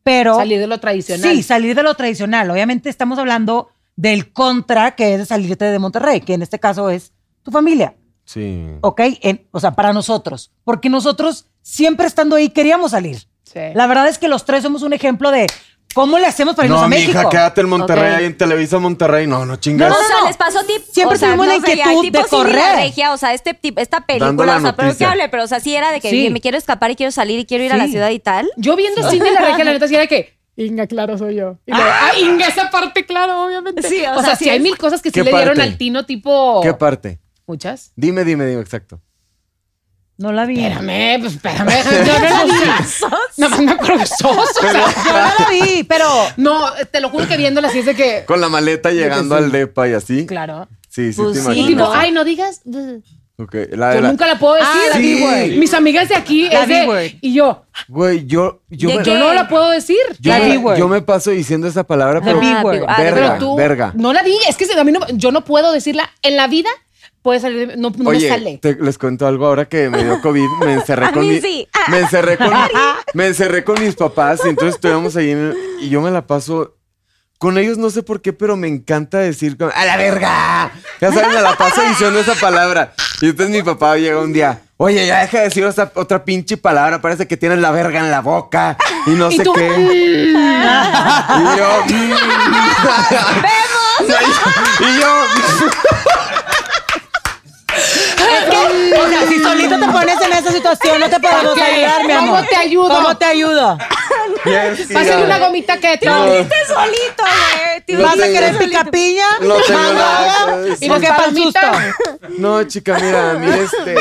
Speaker 5: Pero.
Speaker 6: Salir de lo tradicional.
Speaker 5: Sí, salir de lo tradicional. Obviamente estamos hablando del contra que es de salirte de Monterrey, que en este caso es tu familia,
Speaker 4: sí
Speaker 5: ¿ok? En- o sea, para nosotros, porque nosotros siempre estando ahí queríamos salir.
Speaker 6: Sí.
Speaker 5: La verdad es que los tres somos un ejemplo de cómo le hacemos para irnos
Speaker 4: no
Speaker 5: a
Speaker 4: mi
Speaker 5: México.
Speaker 4: hija quédate en Monterrey
Speaker 6: Ok.
Speaker 4: en Televisa Monterrey no no
Speaker 3: No,
Speaker 4: chingas
Speaker 5: No,
Speaker 3: o sea,
Speaker 5: no.
Speaker 3: les pasó tip.
Speaker 5: Siempre
Speaker 3: o sea,
Speaker 5: tuvimos la
Speaker 3: o sea,
Speaker 5: inquietud
Speaker 3: tipo
Speaker 5: de
Speaker 3: sí, mira,
Speaker 5: correr.
Speaker 3: regia, o sea, este tipo, esta
Speaker 4: Dando
Speaker 3: película,
Speaker 4: la
Speaker 3: o sea, pero que
Speaker 4: noticia.
Speaker 3: hable, pero o sea, sí era de que
Speaker 5: Sí.
Speaker 3: oye, me quiero escapar y quiero salir y quiero ir a la
Speaker 5: Sí.
Speaker 3: ciudad y tal.
Speaker 6: Yo viendo cine la regia, la neta, sí era que. Inga, claro, soy yo. Y luego, ah, Inga, esa parte, claro, obviamente.
Speaker 3: Sí, o
Speaker 6: o,
Speaker 3: sea,
Speaker 6: sea,
Speaker 3: sí
Speaker 6: sí, hay
Speaker 3: es.
Speaker 6: mil cosas que sí
Speaker 4: ¿Qué
Speaker 6: le dieron
Speaker 4: parte?
Speaker 6: al tino, tipo.
Speaker 4: qué parte
Speaker 6: Muchas.
Speaker 4: dime dime dime exacto
Speaker 5: No la vi.
Speaker 6: Espérame, pues, espérame. déjame- No, no, no, no. No, no, me acuerdo que sos, o sea,
Speaker 5: No la vi, pero
Speaker 6: No, te lo juro que viéndola así es de que.
Speaker 4: con la maleta llegando al depa y así
Speaker 6: Claro.
Speaker 4: sí sí
Speaker 3: Pues
Speaker 4: te
Speaker 3: sí,
Speaker 6: Y
Speaker 4: imagino.
Speaker 6: tipo,
Speaker 3: no.
Speaker 6: ay, no digas. Yo
Speaker 4: Ok, la de la-
Speaker 6: nunca la puedo decir.
Speaker 5: Ah,
Speaker 4: la vi, güey.
Speaker 6: Mis amigas de aquí
Speaker 5: La
Speaker 6: es
Speaker 5: vi,
Speaker 6: de-
Speaker 5: güey.
Speaker 6: Y yo,
Speaker 4: Güey, yo, yo,
Speaker 3: ¿De
Speaker 4: me,
Speaker 3: qué?
Speaker 6: yo no la puedo decir.
Speaker 4: yo,
Speaker 5: La
Speaker 4: me,
Speaker 5: B-word.
Speaker 4: yo me paso diciendo esa palabra,
Speaker 5: the
Speaker 4: pero
Speaker 5: B word.
Speaker 3: digo, ah,
Speaker 4: verga,
Speaker 6: Pero tú
Speaker 4: verga.
Speaker 6: no la digas. Es que se- a mí no- yo no puedo decirla en la vida. Puede salir, de- no, no me
Speaker 4: Oye,
Speaker 6: sale.
Speaker 4: te- les cuento algo ahora que me dio COVID, me encerré
Speaker 3: A
Speaker 4: con
Speaker 3: mí
Speaker 4: mi-
Speaker 3: sí.
Speaker 6: Ah,
Speaker 4: me encerré con me encerré con mis papás y entonces estuvimos ahí en- y yo me la paso con ellos no sé por qué, pero me encanta decir como, a la verga. Ya sabes, me la paso diciendo esa palabra. Y entonces mi papá llega un día, "Oye, ya deja de decir esa otra pinche palabra, parece que tienes la verga en la boca." Y no
Speaker 6: Y
Speaker 4: sé
Speaker 6: tú, "Mm".
Speaker 4: qué. Y yo. ¡Vemos! Y yo.
Speaker 5: o sea, si solito te pones en esa situación, no te podemos
Speaker 6: Ok,
Speaker 5: ayudar, mi
Speaker 6: ¿cómo
Speaker 5: amor.
Speaker 6: te ayudo?
Speaker 5: ¿Cómo te ayudo?
Speaker 4: Yes,
Speaker 6: Pásale
Speaker 4: mira.
Speaker 6: una gomita que te
Speaker 4: No.
Speaker 3: solito, güey. Te
Speaker 4: Lo
Speaker 5: ¿Vas a
Speaker 4: tengo.
Speaker 5: querer pica piña?
Speaker 4: No tengo nada.
Speaker 5: Y
Speaker 4: Sí.
Speaker 5: lo que para el susto.
Speaker 6: Palomita.
Speaker 4: No, chica, mira, a mí este.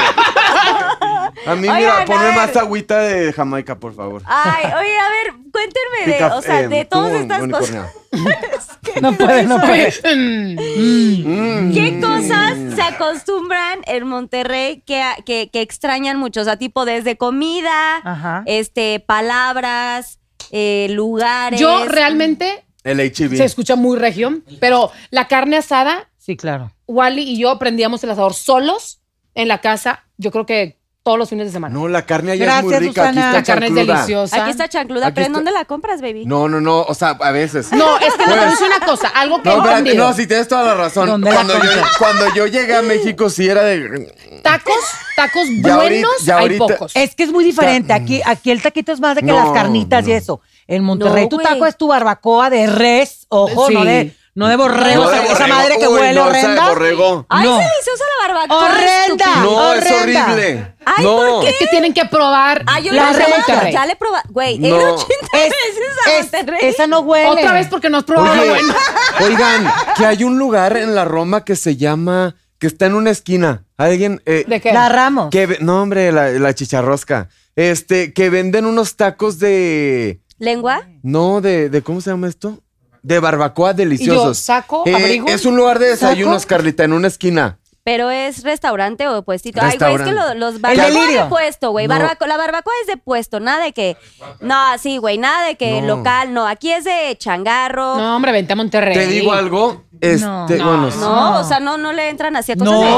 Speaker 4: A mí,
Speaker 3: Oigan,
Speaker 4: mira,
Speaker 3: a
Speaker 4: ponme
Speaker 3: ver.
Speaker 4: más agüita de Jamaica, por favor.
Speaker 3: Ay, oye, a ver, cuéntenme de,
Speaker 4: Pica-
Speaker 3: o sea,
Speaker 4: eh,
Speaker 3: de todas
Speaker 4: tubo
Speaker 3: estas
Speaker 4: unicornio.
Speaker 3: cosas. Es que
Speaker 5: No puede, no puede.
Speaker 4: Mm.
Speaker 5: Mm.
Speaker 3: ¿Qué cosas se acostumbran en Monterrey que, que, que extrañan mucho? O sea, tipo desde comida,
Speaker 5: Ajá.
Speaker 3: este, palabras, eh, lugares.
Speaker 6: Yo realmente
Speaker 4: El
Speaker 6: se
Speaker 4: HIV.
Speaker 6: escucha muy región, pero la carne asada,
Speaker 5: Sí, claro.
Speaker 6: Wally y yo prendíamos el asador solos en la casa, yo creo que todos los fines de semana.
Speaker 4: No, la carne allá es muy
Speaker 5: Gracias,
Speaker 4: rica. Aquí
Speaker 5: Susana.
Speaker 4: está
Speaker 6: la carne es
Speaker 4: chancluda.
Speaker 6: deliciosa.
Speaker 3: Aquí está chancluda,
Speaker 4: Aquí
Speaker 3: pero ¿en
Speaker 4: está-
Speaker 3: dónde la compras, baby?
Speaker 4: No, no, no. O sea, a veces.
Speaker 6: No, es que no te voy a
Speaker 4: Pues-
Speaker 6: decir una cosa, algo que
Speaker 4: No,
Speaker 6: he
Speaker 4: espérate,
Speaker 6: aprendido.
Speaker 4: no, si tienes toda la razón.
Speaker 5: ¿Dónde la
Speaker 4: Cuando yo,
Speaker 5: compras?
Speaker 4: cuando yo llegué a México, sí era de.
Speaker 6: Tacos, tacos
Speaker 4: Ya
Speaker 6: buenos,
Speaker 4: ahorita- ya
Speaker 6: hay
Speaker 4: ahorita- Eh,
Speaker 6: pocos.
Speaker 5: Es que es muy diferente. Aquí, aquí el taquito es más de que
Speaker 4: mm. No,
Speaker 5: las carnitas y
Speaker 4: no.
Speaker 5: eso. En Monterrey
Speaker 3: No,
Speaker 5: tu
Speaker 3: güey.
Speaker 5: taco es tu barbacoa de res, ojo,
Speaker 6: Sí.
Speaker 5: no de no de borrego,
Speaker 4: No, de
Speaker 5: esa- esa
Speaker 4: borrego.
Speaker 5: madre que
Speaker 4: Uy,
Speaker 5: huele
Speaker 4: no, esa de
Speaker 5: horrenda.
Speaker 4: borrego.
Speaker 3: ¡Ay,
Speaker 5: No.
Speaker 3: se deliciosa la barbacoa!
Speaker 5: ¡Horrenda!
Speaker 6: Ah,
Speaker 3: estúpida!
Speaker 4: No, es
Speaker 5: Horrenda.
Speaker 4: horrible.
Speaker 3: Ay,
Speaker 4: no.
Speaker 3: ¿por
Speaker 6: Es que tienen que probar
Speaker 3: Ah, yo
Speaker 5: La
Speaker 3: la he probado,
Speaker 5: renta.
Speaker 3: ya le he probado. Güey, he
Speaker 4: No.
Speaker 3: ido 80
Speaker 5: Es-
Speaker 3: veces a
Speaker 5: es-
Speaker 3: Monterrey.
Speaker 5: esa no huele.
Speaker 6: otra vez porque no has probado lo
Speaker 4: Oye,
Speaker 6: bueno.
Speaker 4: oigan, que hay un lugar en la Roma que se llama, que está en una esquina. Alguien, eh,
Speaker 6: ¿De qué?
Speaker 5: la Ramos.
Speaker 4: que ve- no hombre, la, la chicharrosca, este, que venden unos tacos de,
Speaker 3: ¿Lengua?
Speaker 4: no, de, de ¿cómo se llama esto? De barbacoa deliciosos. Eh,
Speaker 6: saco, abrigo.
Speaker 4: Es un lugar de desayunos, Carlita, en una esquina.
Speaker 3: Pero es restaurante o puestito. Ay, güey, es que lo-
Speaker 4: Restaurante.
Speaker 3: los barbacoa
Speaker 5: delirio.
Speaker 3: de puesto, güey.
Speaker 4: No.
Speaker 3: barbaco- la barbacoa es de puesto, nada de que. No, sí, güey, nada de que
Speaker 4: No.
Speaker 3: local, no. Aquí es de changarro. No,
Speaker 6: No, hombre, vente a Monterrey.
Speaker 4: Te digo algo. Este,
Speaker 5: No.
Speaker 4: bueno, sí.
Speaker 3: o sea, no, no le entran así a cosas
Speaker 5: No,
Speaker 3: de.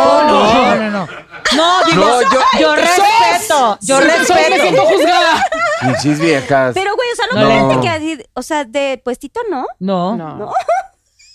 Speaker 5: no, no, no. No, digo,
Speaker 4: No,
Speaker 5: yo,
Speaker 4: yo-
Speaker 5: respeto, yo
Speaker 6: Soy-
Speaker 5: respeto.
Speaker 6: soy- me siento juzgada.
Speaker 4: Pinches viejas.
Speaker 3: Pero, güey, o sea,
Speaker 5: No.
Speaker 3: no, no. que así, o sea, de puestito no.
Speaker 5: No,
Speaker 6: No.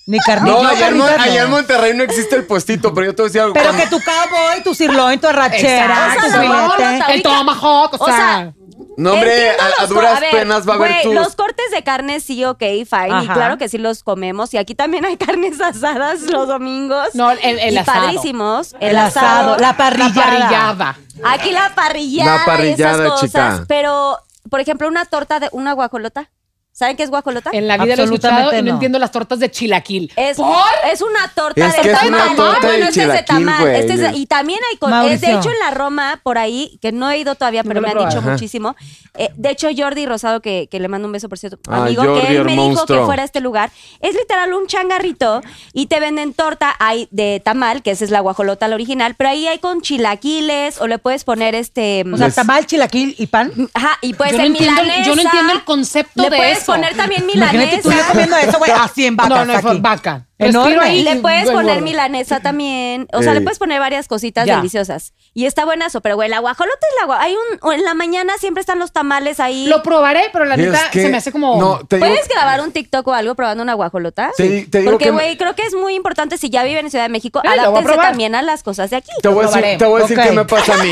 Speaker 5: ni carnita.
Speaker 4: No, allá, en, Mon- allá en Monterrey no existe el puestito, pero yo te decía algo.
Speaker 5: Pero
Speaker 4: cuando-
Speaker 5: que tu cowboy, tu sirloin, tu arrachera,
Speaker 3: Exacto.
Speaker 5: tu
Speaker 3: O sea, la
Speaker 5: filete.
Speaker 3: bolota.
Speaker 6: El tomahawk, o
Speaker 3: O
Speaker 6: sea.
Speaker 3: sea,
Speaker 4: No, hombre,
Speaker 3: Entiendo
Speaker 4: a, a
Speaker 3: los co-
Speaker 4: duras
Speaker 3: ver,
Speaker 4: penas va a haber
Speaker 3: güey,
Speaker 4: tus.
Speaker 3: Los cortes de carne sí, ok, fine. Y
Speaker 5: Ajá.
Speaker 3: claro que sí los comemos. Y aquí también hay carnes asadas los domingos.
Speaker 6: No, el- el
Speaker 3: Y
Speaker 6: asado.
Speaker 3: padrísimos.
Speaker 5: El asado, la parrillada.
Speaker 6: La parrillada.
Speaker 3: Aquí la parrillada,
Speaker 4: La parrillada,
Speaker 3: y esas cosas.
Speaker 4: chica.
Speaker 3: Pero, por ejemplo, una torta de una guajolota. ¿Saben qué es guajolota?
Speaker 6: En la vida lo he escuchado y
Speaker 5: Absolutamente
Speaker 6: no
Speaker 5: no.
Speaker 6: entiendo las tortas de chilaquil.
Speaker 3: Es, es una torta
Speaker 4: Es
Speaker 3: de
Speaker 4: que es una
Speaker 3: tamal.
Speaker 4: torta de
Speaker 3: bueno, este es de
Speaker 4: chilaquil,
Speaker 3: tamal.
Speaker 4: güey.
Speaker 3: Este es de- y también hay con,
Speaker 5: Mauricio.
Speaker 3: es de hecho en la Roma, por ahí, que no he ido todavía, pero
Speaker 6: lo
Speaker 3: me
Speaker 6: he
Speaker 3: han dicho
Speaker 4: probado. Ajá.
Speaker 3: muchísimo. Eh, de hecho, Jordi Rosado, que, que le mando un beso por cierto,
Speaker 4: Ah,
Speaker 3: amigo,
Speaker 4: Jordi,
Speaker 3: que él me
Speaker 4: el
Speaker 3: dijo que
Speaker 4: monstruo.
Speaker 3: fuera a este lugar. Es literal un changarrito y te venden torta hay de tamal, que esa es la guajolota la original, pero ahí hay con chilaquiles, o le puedes poner este.
Speaker 5: O sea, tamal, chilaquil y pan.
Speaker 3: ajá, y puede
Speaker 6: Yo no
Speaker 3: ser
Speaker 6: entiendo- yo no
Speaker 3: milanesa.
Speaker 6: entiendo el concepto
Speaker 3: Le
Speaker 6: de
Speaker 3: puedes
Speaker 6: eso.
Speaker 3: poner también
Speaker 5: Imagínate tú y yo
Speaker 3: milanesa.
Speaker 5: comiendo eso, güey, así en
Speaker 6: No,
Speaker 5: vacas
Speaker 6: no,
Speaker 5: aquí.
Speaker 6: vaca.
Speaker 5: Enorme.
Speaker 6: Respiro ahí.
Speaker 3: Le puedes
Speaker 6: engordo.
Speaker 3: poner milanesa también. O sea,
Speaker 4: Ey.
Speaker 3: le puedes poner varias cositas
Speaker 5: Ya.
Speaker 3: deliciosas. Y está buenazo, pero güey, la guajolota es la guajolota. Hay un, o en la mañana siempre están los tamales ahí.
Speaker 6: Lo probaré, pero la
Speaker 4: Es
Speaker 6: neta
Speaker 4: que-
Speaker 6: se me hace como.
Speaker 4: No, te digo-
Speaker 3: ¿Puedes grabar un TikTok o algo probando una guajolota?
Speaker 4: Te- te digo
Speaker 3: Porque,
Speaker 4: que-
Speaker 3: güey, creo que es muy importante si ya viven en Ciudad de México,
Speaker 6: Eh, lo voy a
Speaker 3: adáptense
Speaker 6: probar.
Speaker 3: también a las cosas de aquí.
Speaker 4: Te voy a decir,
Speaker 5: probaré.
Speaker 4: te voy a decir
Speaker 5: Ok.
Speaker 4: qué me pasa a mí.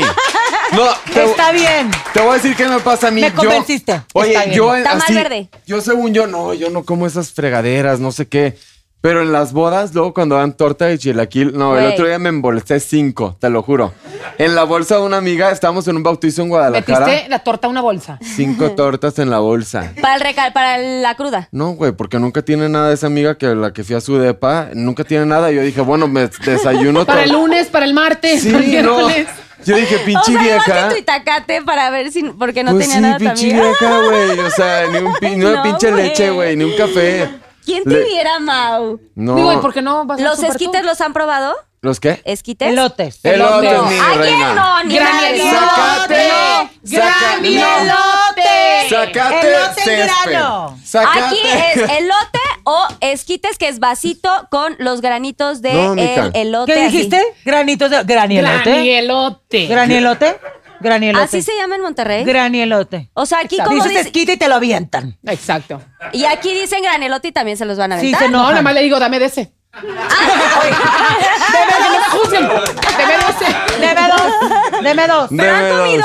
Speaker 4: No, te,
Speaker 5: Está bien.
Speaker 4: te voy a decir qué me pasa a mí.
Speaker 5: Me
Speaker 4: Yo-
Speaker 5: convenciste.
Speaker 4: oye,
Speaker 5: Está bien.
Speaker 4: yo en-
Speaker 3: Tamal
Speaker 4: así,
Speaker 3: verde.
Speaker 4: Yo según yo, no, yo no como esas fregaderas, no sé qué. Pero en las bodas, luego cuando dan torta de chilaquil, no, el
Speaker 3: Güey.
Speaker 4: otro día me embolsé cinco, te lo juro. En la bolsa de una amiga, estábamos en un bautizo en Guadalajara.
Speaker 6: Metiste la torta a una bolsa.
Speaker 4: Cinco tortas en la bolsa.
Speaker 3: Para, el recal, para la cruda.
Speaker 4: No, güey, porque nunca tiene nada esa amiga que la que fui a su depa, nunca tiene nada. Yo dije, bueno, me desayuno
Speaker 6: Para
Speaker 4: tor-
Speaker 6: el lunes, para el martes, para el
Speaker 4: Sí, no.
Speaker 6: miércoles.
Speaker 4: Yo dije,
Speaker 3: o
Speaker 4: pinche
Speaker 3: sea,
Speaker 4: vieja.
Speaker 3: llevaste tu itacate para ver si. Porque no
Speaker 4: pues
Speaker 3: tenía
Speaker 4: sí,
Speaker 3: nada
Speaker 4: pinche
Speaker 3: también.
Speaker 4: vieja, güey. O sea, ni, un pi- ni una
Speaker 3: No,
Speaker 4: pinche
Speaker 3: güey.
Speaker 4: leche, güey, ni un café.
Speaker 3: ¿Quién te
Speaker 4: Le-
Speaker 3: viera, Mau?
Speaker 4: No.
Speaker 6: Digo, ¿y por qué no vas a
Speaker 3: ¿Los
Speaker 6: super
Speaker 3: esquites
Speaker 6: tú?
Speaker 3: los han probado?
Speaker 4: ¿Los qué?
Speaker 3: ¿Esquites?
Speaker 5: Elotes.
Speaker 4: Elotes,
Speaker 6: Elote.
Speaker 4: mi
Speaker 3: ¿A quién
Speaker 4: reina.
Speaker 3: no? Ni
Speaker 6: Gran
Speaker 3: nadie.
Speaker 4: Sácate.
Speaker 5: ¡Gran
Speaker 4: Sácate.
Speaker 5: elote!
Speaker 4: Sácate
Speaker 5: ¡Elote en
Speaker 4: césped.
Speaker 5: grano!
Speaker 4: Sácate.
Speaker 3: Aquí es elote o esquites, que es vasito con los granitos de
Speaker 4: No, mija.
Speaker 3: el elote.
Speaker 5: ¿Qué
Speaker 3: así.
Speaker 5: dijiste? Granitos de... ¿Granielote?
Speaker 6: Granielote.
Speaker 5: ¿Granielote? ¿Granielote?
Speaker 3: Así se llama en Monterrey.
Speaker 5: Granielote.
Speaker 3: o sea, aquí como
Speaker 5: Dices
Speaker 3: dice,
Speaker 5: esquite y te lo avientan.
Speaker 6: Exacto.
Speaker 3: y aquí dicen granelote y también se los van a
Speaker 5: Sí,
Speaker 3: aventar.
Speaker 5: se
Speaker 6: Ah, No,
Speaker 5: enojan.
Speaker 6: nada más le digo, dame de ese. Deme, no me juzguen. Deme de ese.
Speaker 5: Deme dos. Deme dos.
Speaker 3: Pero han
Speaker 4: Deme dos.
Speaker 3: comido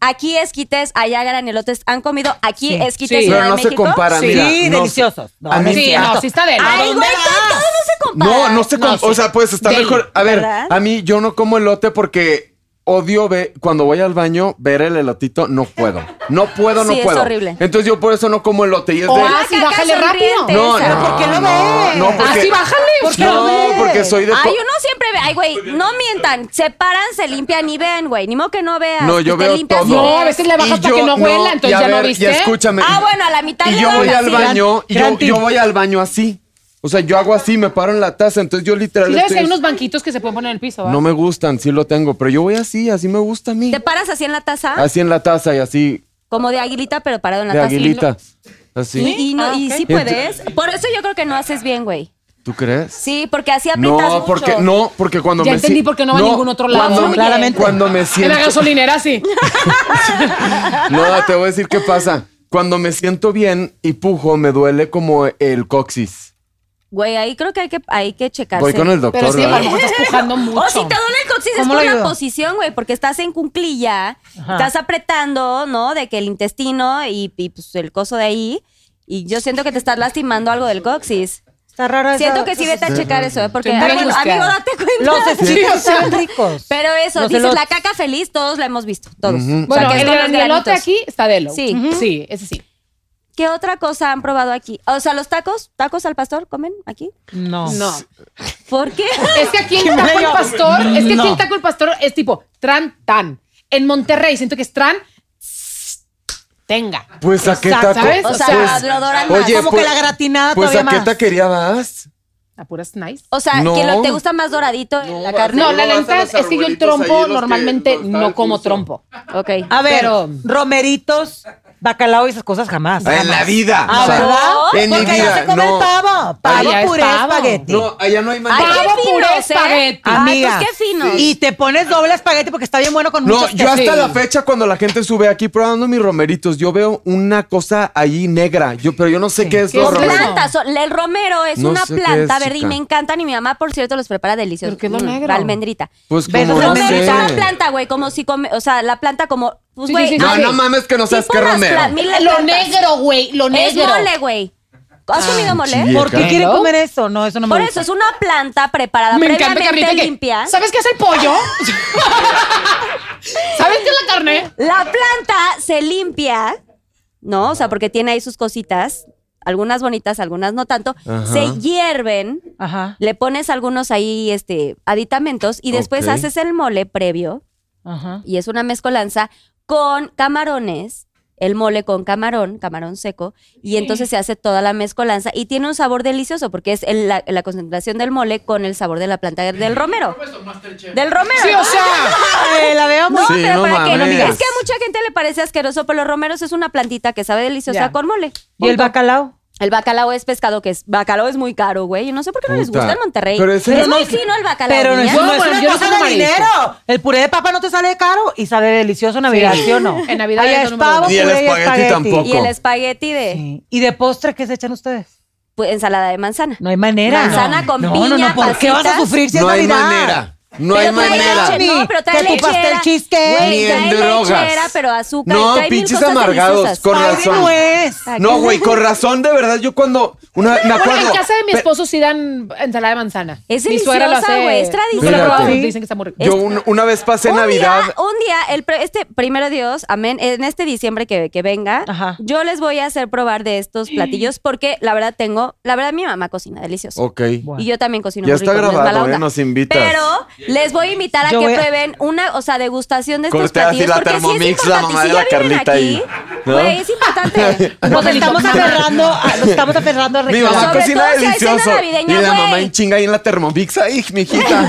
Speaker 3: aquí esquites, allá granelotes, han comido aquí esquites
Speaker 6: Sí.
Speaker 3: en
Speaker 4: Pero
Speaker 3: Ciudad
Speaker 4: no
Speaker 3: de
Speaker 4: se
Speaker 3: México.
Speaker 4: compara,
Speaker 6: Sí.
Speaker 4: mira.
Speaker 5: Sí,
Speaker 4: no-
Speaker 5: deliciosos. No,
Speaker 4: a mí-
Speaker 5: es
Speaker 6: Sí,
Speaker 5: cierto.
Speaker 6: no, sí está de.
Speaker 3: Ay, güey, todo, todo no se compara.
Speaker 4: No, no se com-
Speaker 6: No, sí.
Speaker 4: O sea, pues está
Speaker 6: Deli.
Speaker 4: mejor. A ver,
Speaker 3: ¿Verdad?
Speaker 4: a mí yo no como elote porque odio ve- cuando voy al baño ver el elotito, no puedo. No puedo, no
Speaker 3: Sí, es
Speaker 4: puedo.
Speaker 3: horrible.
Speaker 4: Entonces yo por eso no como elote. Y es
Speaker 6: O
Speaker 4: de.
Speaker 6: así,
Speaker 3: Caca
Speaker 6: bájale rápido.
Speaker 3: sonriente
Speaker 4: No,
Speaker 3: esa.
Speaker 4: no,
Speaker 5: ¿Por qué lo
Speaker 4: no,
Speaker 5: ves?
Speaker 4: no, porque,
Speaker 6: Así, bájale.
Speaker 4: no, porque soy de. co-
Speaker 3: Ay, uno siempre ve, ay, güey, no mientan, se paran, se limpian y ven, güey, ni modo que no veas.
Speaker 4: No, yo
Speaker 3: Te
Speaker 4: veo
Speaker 3: limpias y
Speaker 4: todo.
Speaker 6: No, a
Speaker 3: ves.
Speaker 6: veces le bajas
Speaker 4: Y
Speaker 6: para que
Speaker 4: yo
Speaker 6: no huela,
Speaker 4: y
Speaker 6: entonces
Speaker 4: a
Speaker 6: ya no
Speaker 4: ver,
Speaker 6: viste.
Speaker 4: Y escúchame.
Speaker 3: Ah, bueno, a la mitad
Speaker 4: Y
Speaker 3: le
Speaker 4: yo
Speaker 3: dan
Speaker 4: voy
Speaker 3: así.
Speaker 4: al baño, y
Speaker 5: gran
Speaker 4: yo,
Speaker 5: tip.
Speaker 4: yo voy al baño así. O sea, yo hago así, me paro en la taza, entonces yo literal
Speaker 6: Sí, sabes que
Speaker 4: estoy-
Speaker 6: hay unos banquitos que se pueden poner en el piso, ¿va?
Speaker 4: No me gustan, sí lo tengo, pero yo voy así, así me gusta a mí.
Speaker 3: Te paras así en la taza,
Speaker 4: Así en la taza y así
Speaker 3: como de aguilita, pero parado en la
Speaker 4: de
Speaker 3: taza.
Speaker 4: aguilita. Así.
Speaker 3: Y, y no,
Speaker 6: Ah,
Speaker 3: y
Speaker 6: ok.
Speaker 3: sí puedes. Por eso yo creo que no haces bien, güey.
Speaker 4: ¿Tú crees?
Speaker 3: Sí, porque así aprietas
Speaker 4: No,
Speaker 3: mucho.
Speaker 4: porque no, porque cuando
Speaker 6: Ya
Speaker 4: me
Speaker 6: entendí
Speaker 4: si-
Speaker 6: por qué no va a ningún otro lado.
Speaker 4: Cuando, me-
Speaker 5: Claramente.
Speaker 4: cuando me
Speaker 6: En
Speaker 4: siento
Speaker 6: la gasolinera, sí.
Speaker 4: No, te voy a decir qué pasa. Cuando me siento bien y pujo, me duele como el coxis.
Speaker 3: Güey, ahí creo que hay que, hay que checarse.
Speaker 4: Voy con el doctor.
Speaker 6: Pero sí, a lo
Speaker 4: ¿verdad?
Speaker 6: mejor estás pujando
Speaker 3: O si
Speaker 6: mucho.
Speaker 3: te duele el coxis es
Speaker 5: ¿Cómo
Speaker 3: por
Speaker 5: lo
Speaker 3: la
Speaker 5: ayudo?
Speaker 3: posición, güey, porque estás en cunclilla,
Speaker 5: Ajá.
Speaker 3: estás apretando, ¿no? De que el intestino y, y, pues, el coso de ahí. Y yo siento que te estás lastimando algo del coxis.
Speaker 5: Está raro eso.
Speaker 3: Siento que sí vete a checar eso, ¿eh? porque
Speaker 6: Estoy muy
Speaker 3: ay, bueno,
Speaker 6: angustiada.
Speaker 3: amigo, date cuenta.
Speaker 5: Los esquites
Speaker 6: Sí, o sea.
Speaker 5: están ricos.
Speaker 3: Pero eso,
Speaker 5: Los
Speaker 3: dices,
Speaker 5: elotes.
Speaker 3: la caca feliz, todos la hemos visto, todos.
Speaker 4: Ujú.
Speaker 3: O sea,
Speaker 6: Bueno,
Speaker 3: que es
Speaker 6: el
Speaker 3: con los
Speaker 6: granielote
Speaker 3: granitos.
Speaker 6: aquí está de lo.
Speaker 3: Sí.
Speaker 6: Sí, ese sí.
Speaker 3: ¿Qué otra cosa han probado aquí? O sea, los tacos, tacos al pastor, comen aquí.
Speaker 5: No.
Speaker 6: No.
Speaker 3: ¿Por qué?
Speaker 6: Es que aquí en Taco el
Speaker 5: bello.
Speaker 6: Pastor, es que aquí en
Speaker 5: No.
Speaker 6: Taco el Pastor es tipo tran tan. En Monterrey siento que es tran tenga.
Speaker 4: Pues a qué
Speaker 6: Sa-
Speaker 4: taco.
Speaker 6: ¿sabes?
Speaker 3: O sea,
Speaker 4: Pues,
Speaker 3: lo doran más.
Speaker 4: oye,
Speaker 5: Como
Speaker 4: pues,
Speaker 5: que la gratinada
Speaker 4: pues
Speaker 5: todavía
Speaker 4: a qué
Speaker 5: más.
Speaker 4: taquería vas?
Speaker 6: A puras nice.
Speaker 3: O sea,
Speaker 4: No.
Speaker 3: que lo- te gusta más doradito en la carne.
Speaker 6: No,
Speaker 4: luego vas
Speaker 6: la
Speaker 4: a
Speaker 6: neta
Speaker 4: los
Speaker 6: es que yo el
Speaker 4: arbolitos ahí,
Speaker 6: trompo
Speaker 4: los que-
Speaker 6: normalmente
Speaker 4: donde está el
Speaker 6: no como
Speaker 4: curso.
Speaker 6: trompo.
Speaker 3: Ok.
Speaker 4: Ah,
Speaker 5: A ver,
Speaker 6: Pero-
Speaker 5: romeritos, bacalao y esas cosas jamás.
Speaker 4: En la vida.
Speaker 5: Ah,
Speaker 4: O sea,
Speaker 5: ¿verdad?
Speaker 4: en mi
Speaker 5: Porque allá
Speaker 4: vida,
Speaker 5: se come
Speaker 4: no.
Speaker 5: el pavo. Pavo,
Speaker 6: Allá es
Speaker 5: puré,
Speaker 6: pavo.
Speaker 5: espagueti.
Speaker 4: No, allá no hay
Speaker 3: Ay,
Speaker 4: manera.
Speaker 6: Pavo,
Speaker 3: qué finos,
Speaker 6: puré,
Speaker 3: ¿eh?
Speaker 6: espagueti.
Speaker 5: Amiga.
Speaker 3: Ay, pues qué finos.
Speaker 5: Y te pones doble espagueti porque está bien bueno con
Speaker 4: No,
Speaker 5: muchos
Speaker 4: yo hasta
Speaker 5: quesos.
Speaker 4: la fecha cuando la gente sube aquí probando mis romeritos, yo veo una cosa allí negra, yo, pero yo no sé qué es
Speaker 6: ¿Qué
Speaker 4: lo
Speaker 6: es
Speaker 3: Son
Speaker 6: romero.
Speaker 4: romero.
Speaker 3: plantas. son- El romero es
Speaker 4: No
Speaker 3: una
Speaker 4: sé qué
Speaker 3: planta
Speaker 4: es,
Speaker 3: verde y
Speaker 4: chica.
Speaker 3: me encantan. Y mi mamá, por cierto, los prepara deliciosos.
Speaker 6: ¿Pero qué es lo
Speaker 3: Mm,
Speaker 6: negro?
Speaker 3: La almendrita.
Speaker 4: Pues
Speaker 5: Besos
Speaker 4: como no
Speaker 5: de
Speaker 3: Romero
Speaker 4: sé.
Speaker 3: es una planta, güey. Como si come. O sea, la planta como. Pues,
Speaker 6: Sí,
Speaker 3: güey.
Speaker 6: sí, sí,
Speaker 4: No,
Speaker 6: Ay,
Speaker 4: no mames que no sabes
Speaker 3: tipo
Speaker 4: qué
Speaker 3: unas
Speaker 4: romero.
Speaker 3: pla- mil de
Speaker 6: Lo
Speaker 3: plantas.
Speaker 6: negro, güey, Ah, lo
Speaker 3: Es
Speaker 6: negro.
Speaker 3: mole, güey. ¿Has comido mole?
Speaker 4: sí.
Speaker 5: ¿Por qué
Speaker 4: Claro.
Speaker 5: quieren comer eso? No, eso no me
Speaker 3: Por eso
Speaker 5: gusta.
Speaker 3: es una planta preparada
Speaker 6: Me encanta que
Speaker 3: previamente
Speaker 6: ahorita que-
Speaker 3: limpia.
Speaker 6: ¿Sabes qué es el pollo? ¿Sabes qué es la carne?
Speaker 3: La planta se limpia, ¿no? O sea, porque tiene ahí sus cositas, algunas bonitas, algunas no tanto.
Speaker 4: Ajá.
Speaker 3: Se hierven,
Speaker 5: Ajá.
Speaker 3: le pones algunos ahí este aditamentos y después
Speaker 4: Ok.
Speaker 3: haces el mole previo
Speaker 5: Ajá.
Speaker 3: y es una mezcolanza con camarones. El mole con camarón, camarón seco, y entonces se hace toda la mezcolanza y tiene un sabor delicioso porque es el- la, la concentración del mole con el sabor de la planta del romero. Del romero.
Speaker 6: Sí, o sea.
Speaker 5: Ay, la veo muy-
Speaker 3: No,
Speaker 4: Sí,
Speaker 3: pero
Speaker 4: no
Speaker 3: para que
Speaker 4: mames.
Speaker 3: Es que a mucha gente le parece asqueroso, pero los romeros es una plantita que sabe deliciosa
Speaker 6: Ya.
Speaker 3: con mole.
Speaker 5: ¿Y el bacalao?
Speaker 3: El bacalao es pescado, que es bacalao es muy caro, güey. Yo no sé por qué no les
Speaker 4: Puta.
Speaker 3: gusta en Monterrey.
Speaker 4: Pero ese-
Speaker 3: es
Speaker 4: Pero
Speaker 3: muy fino el bacalao.
Speaker 5: Pero no
Speaker 3: niña.
Speaker 5: es,
Speaker 6: Yo,
Speaker 5: no es
Speaker 6: bueno,
Speaker 5: una
Speaker 6: yo no
Speaker 5: cosa
Speaker 6: como
Speaker 5: de
Speaker 6: marisco.
Speaker 5: dinero. El puré de papa no te sale caro y sabe delicioso en Navidad,
Speaker 6: Sí.
Speaker 5: ¿sí o no?
Speaker 6: En Navidad
Speaker 5: Allá
Speaker 6: es
Speaker 5: es
Speaker 6: lo número
Speaker 5: pavo,
Speaker 6: uno.
Speaker 5: puré
Speaker 4: Y el espagueti tampoco.
Speaker 3: Y el espagueti de
Speaker 5: Sí. ¿Y de postre qué se echan ustedes?
Speaker 3: pues, ensalada de manzana.
Speaker 5: No hay manera.
Speaker 3: Manzana con
Speaker 5: no,
Speaker 3: piña,
Speaker 5: No, no, ¿por qué vas a
Speaker 3: pasitas?
Speaker 5: sufrir si
Speaker 4: No
Speaker 5: es
Speaker 4: hay
Speaker 5: Navidad?
Speaker 4: manera. No
Speaker 3: Pero
Speaker 4: hay
Speaker 3: trae
Speaker 4: manera.
Speaker 3: leche, no, pero trae
Speaker 5: Que tu
Speaker 3: lechera.
Speaker 5: pastel cheesecake.
Speaker 3: Güey,
Speaker 4: Ni en
Speaker 3: trae
Speaker 4: drogas.
Speaker 3: lechera, pero azúcar.
Speaker 4: No,
Speaker 3: y trae mil
Speaker 4: pinches
Speaker 3: cosas
Speaker 4: amargados,
Speaker 3: deliciosas.
Speaker 4: con
Speaker 5: Ay,
Speaker 4: razón.
Speaker 5: no es.
Speaker 4: No, güey, con razón, de verdad, yo cuando una, me
Speaker 6: Bueno,
Speaker 4: acuerdo.
Speaker 6: en casa de mi
Speaker 4: Pe-
Speaker 6: esposo sí dan ensalada de manzana.
Speaker 3: Es
Speaker 6: Mi suegra lo
Speaker 3: deliciosa,
Speaker 6: hace-
Speaker 3: güey, es
Speaker 6: Nunca la he
Speaker 4: tradición.
Speaker 6: probado,
Speaker 4: Fíjate.
Speaker 6: Dicen que está muy rico.
Speaker 4: Yo un- una vez pasé
Speaker 3: un
Speaker 4: Navidad.
Speaker 3: Día, un día, el, pre- este primero Dios, amén, en este diciembre que, que venga,
Speaker 5: Ajá.
Speaker 3: yo les voy a hacer probar de estos platillos porque la verdad tengo, la verdad mi mamá cocina delicioso.
Speaker 4: Ok.
Speaker 5: Bueno.
Speaker 3: Y yo también cocino
Speaker 4: Ya
Speaker 3: muy rico,
Speaker 4: está
Speaker 3: no es
Speaker 4: grabado,
Speaker 3: mala
Speaker 4: ¿eh?
Speaker 3: onda.
Speaker 4: Nos invitas.
Speaker 3: Pero les voy a invitar a
Speaker 5: Yo
Speaker 3: que
Speaker 5: voy a-
Speaker 3: prueben una, o sea, degustación de estos
Speaker 4: Corté así
Speaker 3: platillos
Speaker 4: la
Speaker 3: porque sí es
Speaker 4: Thermomix, la
Speaker 3: importante.
Speaker 4: mamá
Speaker 3: Si ya
Speaker 4: de la
Speaker 3: viven
Speaker 4: Carlita
Speaker 3: aquí,
Speaker 4: ahí, ¿no?
Speaker 3: güey, es importante.
Speaker 5: Nos estamos aferrando, a- nos estamos aferrando a
Speaker 4: Mi
Speaker 5: recordar.
Speaker 4: mamá
Speaker 3: Sobre
Speaker 4: cocina
Speaker 3: todo si hay cena
Speaker 4: delicioso.
Speaker 3: navideña,
Speaker 4: y la
Speaker 3: güey.
Speaker 4: mamá en chinga ahí en la Thermomix. Ay, mijita.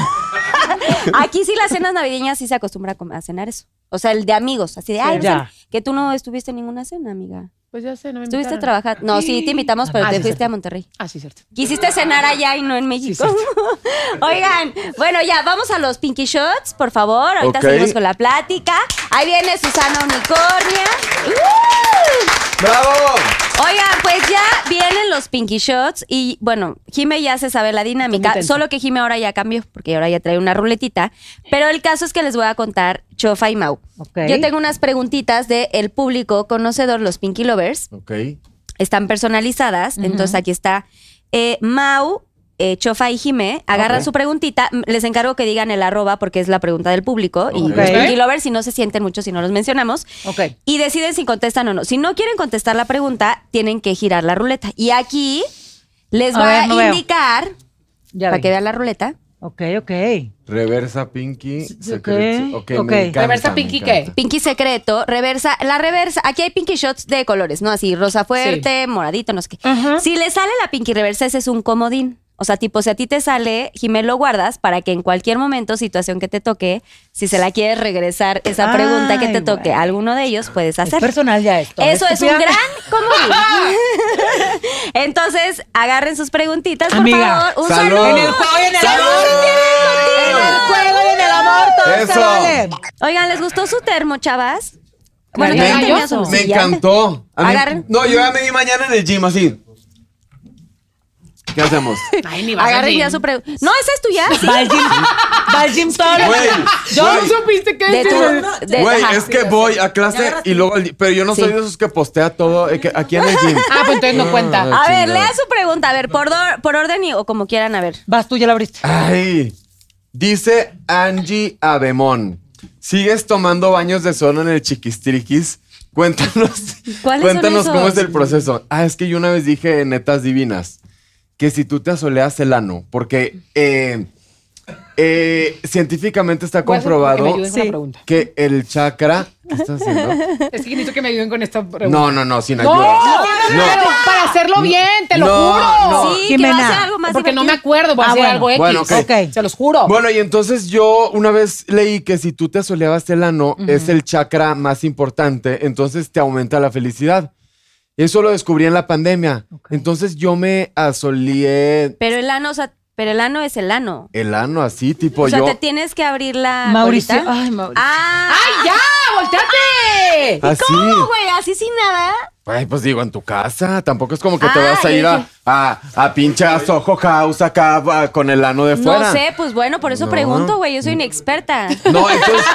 Speaker 3: Aquí sí las cenas navideñas sí se acostumbra a com- a cenar eso. O sea, el de amigos, así de, ay,
Speaker 5: Ya.
Speaker 3: no sé, que tú no estuviste en ninguna cena, amiga.
Speaker 6: Pues ya sé, no me
Speaker 3: Estuviste
Speaker 6: invitaron.
Speaker 3: trabajando. No, sí, te invitamos, pero
Speaker 6: Ah,
Speaker 3: te
Speaker 6: sí,
Speaker 3: fuiste
Speaker 6: cierto.
Speaker 3: a Monterrey.
Speaker 6: Ah, sí, cierto.
Speaker 3: Quisiste cenar allá y no en México.
Speaker 6: cierto.
Speaker 3: Oigan, bueno, ya, vamos a los Pinky Shots, por favor. Ahorita
Speaker 4: Ok.
Speaker 3: seguimos con la plática. Ahí viene Susana Unicornia. ¡Uh!
Speaker 4: ¡Bravo!
Speaker 3: Oigan, pues ya vienen los Pinky Shots y bueno, Jime ya se sabe la dinámica,
Speaker 6: tensa.
Speaker 3: solo que Jime ahora ya cambió, porque ahora ya trae una ruletita. Pero el caso es que les voy a contar Chofa y Mau.
Speaker 5: Ok.
Speaker 3: Yo tengo unas preguntitas del el público conocedor, los Pinky Lovers
Speaker 4: Ok.
Speaker 3: están personalizadas. Entonces aquí está eh, Mau, eh, Chofa y Jime. Agarran su preguntita. M- Les encargo que digan el arroba porque es la pregunta del público. Y
Speaker 4: Ok.
Speaker 3: los
Speaker 5: Ok.
Speaker 3: Pinky Lovers, si no se sienten mucho, si no los mencionamos.
Speaker 5: Ok.
Speaker 3: Y deciden si contestan o no. Si no quieren contestar la pregunta, tienen que girar la ruleta. Y aquí les
Speaker 5: A
Speaker 3: va
Speaker 5: ver,
Speaker 3: a
Speaker 5: no veo.
Speaker 3: indicar,
Speaker 5: Ya
Speaker 3: para
Speaker 5: vi.
Speaker 3: que vean la ruleta,
Speaker 5: Ok, ok.
Speaker 4: Reversa Pinky.
Speaker 5: Sí,
Speaker 4: secreto.
Speaker 5: ok.
Speaker 4: Ok, me
Speaker 5: Ok.
Speaker 4: encanta,
Speaker 6: Reversa
Speaker 4: me
Speaker 6: Pinky,
Speaker 4: encanta.
Speaker 6: ¿qué?
Speaker 3: Pinky secreto, reversa, la reversa, aquí hay Pinky shots de colores, ¿no? Así, rosa fuerte, moradito, no sé qué.
Speaker 5: Ajá.
Speaker 3: Si le sale la Pinky reversa, ese es un comodín. O sea, tipo, si a ti te sale, Jimé, lo guardas para que en cualquier momento, situación que te toque, si se la quieres regresar, esa
Speaker 5: Ay,
Speaker 3: pregunta que te
Speaker 5: güey.
Speaker 3: toque, a alguno de ellos puedes
Speaker 5: Es
Speaker 3: hacer.
Speaker 5: personal ya esto.
Speaker 3: Eso es un
Speaker 5: Estúpida.
Speaker 3: gran comodín. Entonces, agarren sus preguntitas, por
Speaker 5: Amiga,
Speaker 3: favor. Un
Speaker 4: salud.
Speaker 3: saludo.
Speaker 4: En el juego
Speaker 5: y en el
Speaker 4: ¡Salud!
Speaker 5: En el juego y en el amor todo se
Speaker 4: Eso.
Speaker 5: vale.
Speaker 3: Oigan, ¿les gustó su termo, chavas? Bueno,
Speaker 5: Bueno, yo
Speaker 3: yo
Speaker 5: ya
Speaker 4: Me,
Speaker 5: tenía
Speaker 3: tenía
Speaker 5: su
Speaker 3: su
Speaker 4: me encantó. A mí-
Speaker 3: Agarren.
Speaker 4: No, yo ya me di mañana en el gym así. ¿Qué hacemos?
Speaker 6: Ay, ni vas a
Speaker 3: Agarren
Speaker 6: ni-
Speaker 3: ya su pregunta. No, esa es tuya. sí.
Speaker 5: Va al gym. Va al gym todos los
Speaker 4: Güey,
Speaker 5: días.
Speaker 6: Yo no
Speaker 4: güey.
Speaker 6: supiste este qué
Speaker 3: De
Speaker 6: decir.
Speaker 3: tu. de-
Speaker 4: Güey,
Speaker 3: ajá.
Speaker 4: es que voy a clase y luego al- Pero yo no soy
Speaker 3: Sí.
Speaker 4: de esos que postea todo eh, que- aquí en el gym.
Speaker 6: Ah, pues entonces no cuenta.
Speaker 3: A ver,
Speaker 4: chingada.
Speaker 3: lea su pregunta. A ver, por, do- por orden y, o como quieran, a ver.
Speaker 5: Vas tú, ya la
Speaker 3: Ah,
Speaker 5: abriste.
Speaker 4: Ay. Dice Angie Abemón. ¿Sigues tomando baños de sol en el chiquistriquis? Cuéntanos.
Speaker 3: ¿Cuáles son
Speaker 4: cuéntanos cómo
Speaker 3: esos?
Speaker 4: es el proceso. Ah, es que yo una vez dije en netas divinas que si tú te asoleas el ano, porque eh, eh, científicamente está
Speaker 6: Voy a hacer como que me
Speaker 4: comprobado
Speaker 6: ayuden con la
Speaker 1: Sí.
Speaker 6: pregunta.
Speaker 4: que el chakra. ¿Qué estás haciendo?
Speaker 6: Es que necesito que me ayuden con esta pregunta.
Speaker 4: No, no, no, sin
Speaker 6: No,
Speaker 4: ayuda.
Speaker 6: pero para hacerlo bien, te lo
Speaker 4: No,
Speaker 6: juro.
Speaker 4: no.
Speaker 3: Sí, que va
Speaker 5: Jimena,
Speaker 3: a ser algo más
Speaker 6: Porque no me
Speaker 3: divertido.
Speaker 6: acuerdo, voy a
Speaker 5: Ah,
Speaker 6: hacer
Speaker 5: bueno.
Speaker 6: algo X.
Speaker 4: Bueno, ok.
Speaker 5: Ok.
Speaker 6: Se los
Speaker 3: Oh.
Speaker 6: juro.
Speaker 4: Bueno, y entonces yo una vez leí que si tú te asoleabas el ano, es el chakra más importante, entonces te aumenta la felicidad. Eso lo descubrí en la pandemia. Entonces yo me asoleé
Speaker 3: Pero el ano, o sea, pero el ano es el ano.
Speaker 4: el ano así, tipo
Speaker 3: O sea,
Speaker 4: yo.
Speaker 3: te tienes que abrir la.
Speaker 5: Mauricio.
Speaker 3: colita.
Speaker 5: Ay, Mauricio.
Speaker 3: Ah,
Speaker 6: ¡Ay, ya! ¡Volteate!
Speaker 4: Así.
Speaker 3: ¿Cómo, güey? Así sin nada.
Speaker 4: Ay, pues digo, en tu casa. Tampoco es como que te
Speaker 3: Ah,
Speaker 4: vas a ir
Speaker 3: dije.
Speaker 4: a, a, a pinchas ojo house acá a- con el ano de fuera.
Speaker 3: No sé, pues bueno, por eso
Speaker 4: No.
Speaker 3: pregunto, güey. Yo soy inexperta.
Speaker 4: No, entonces,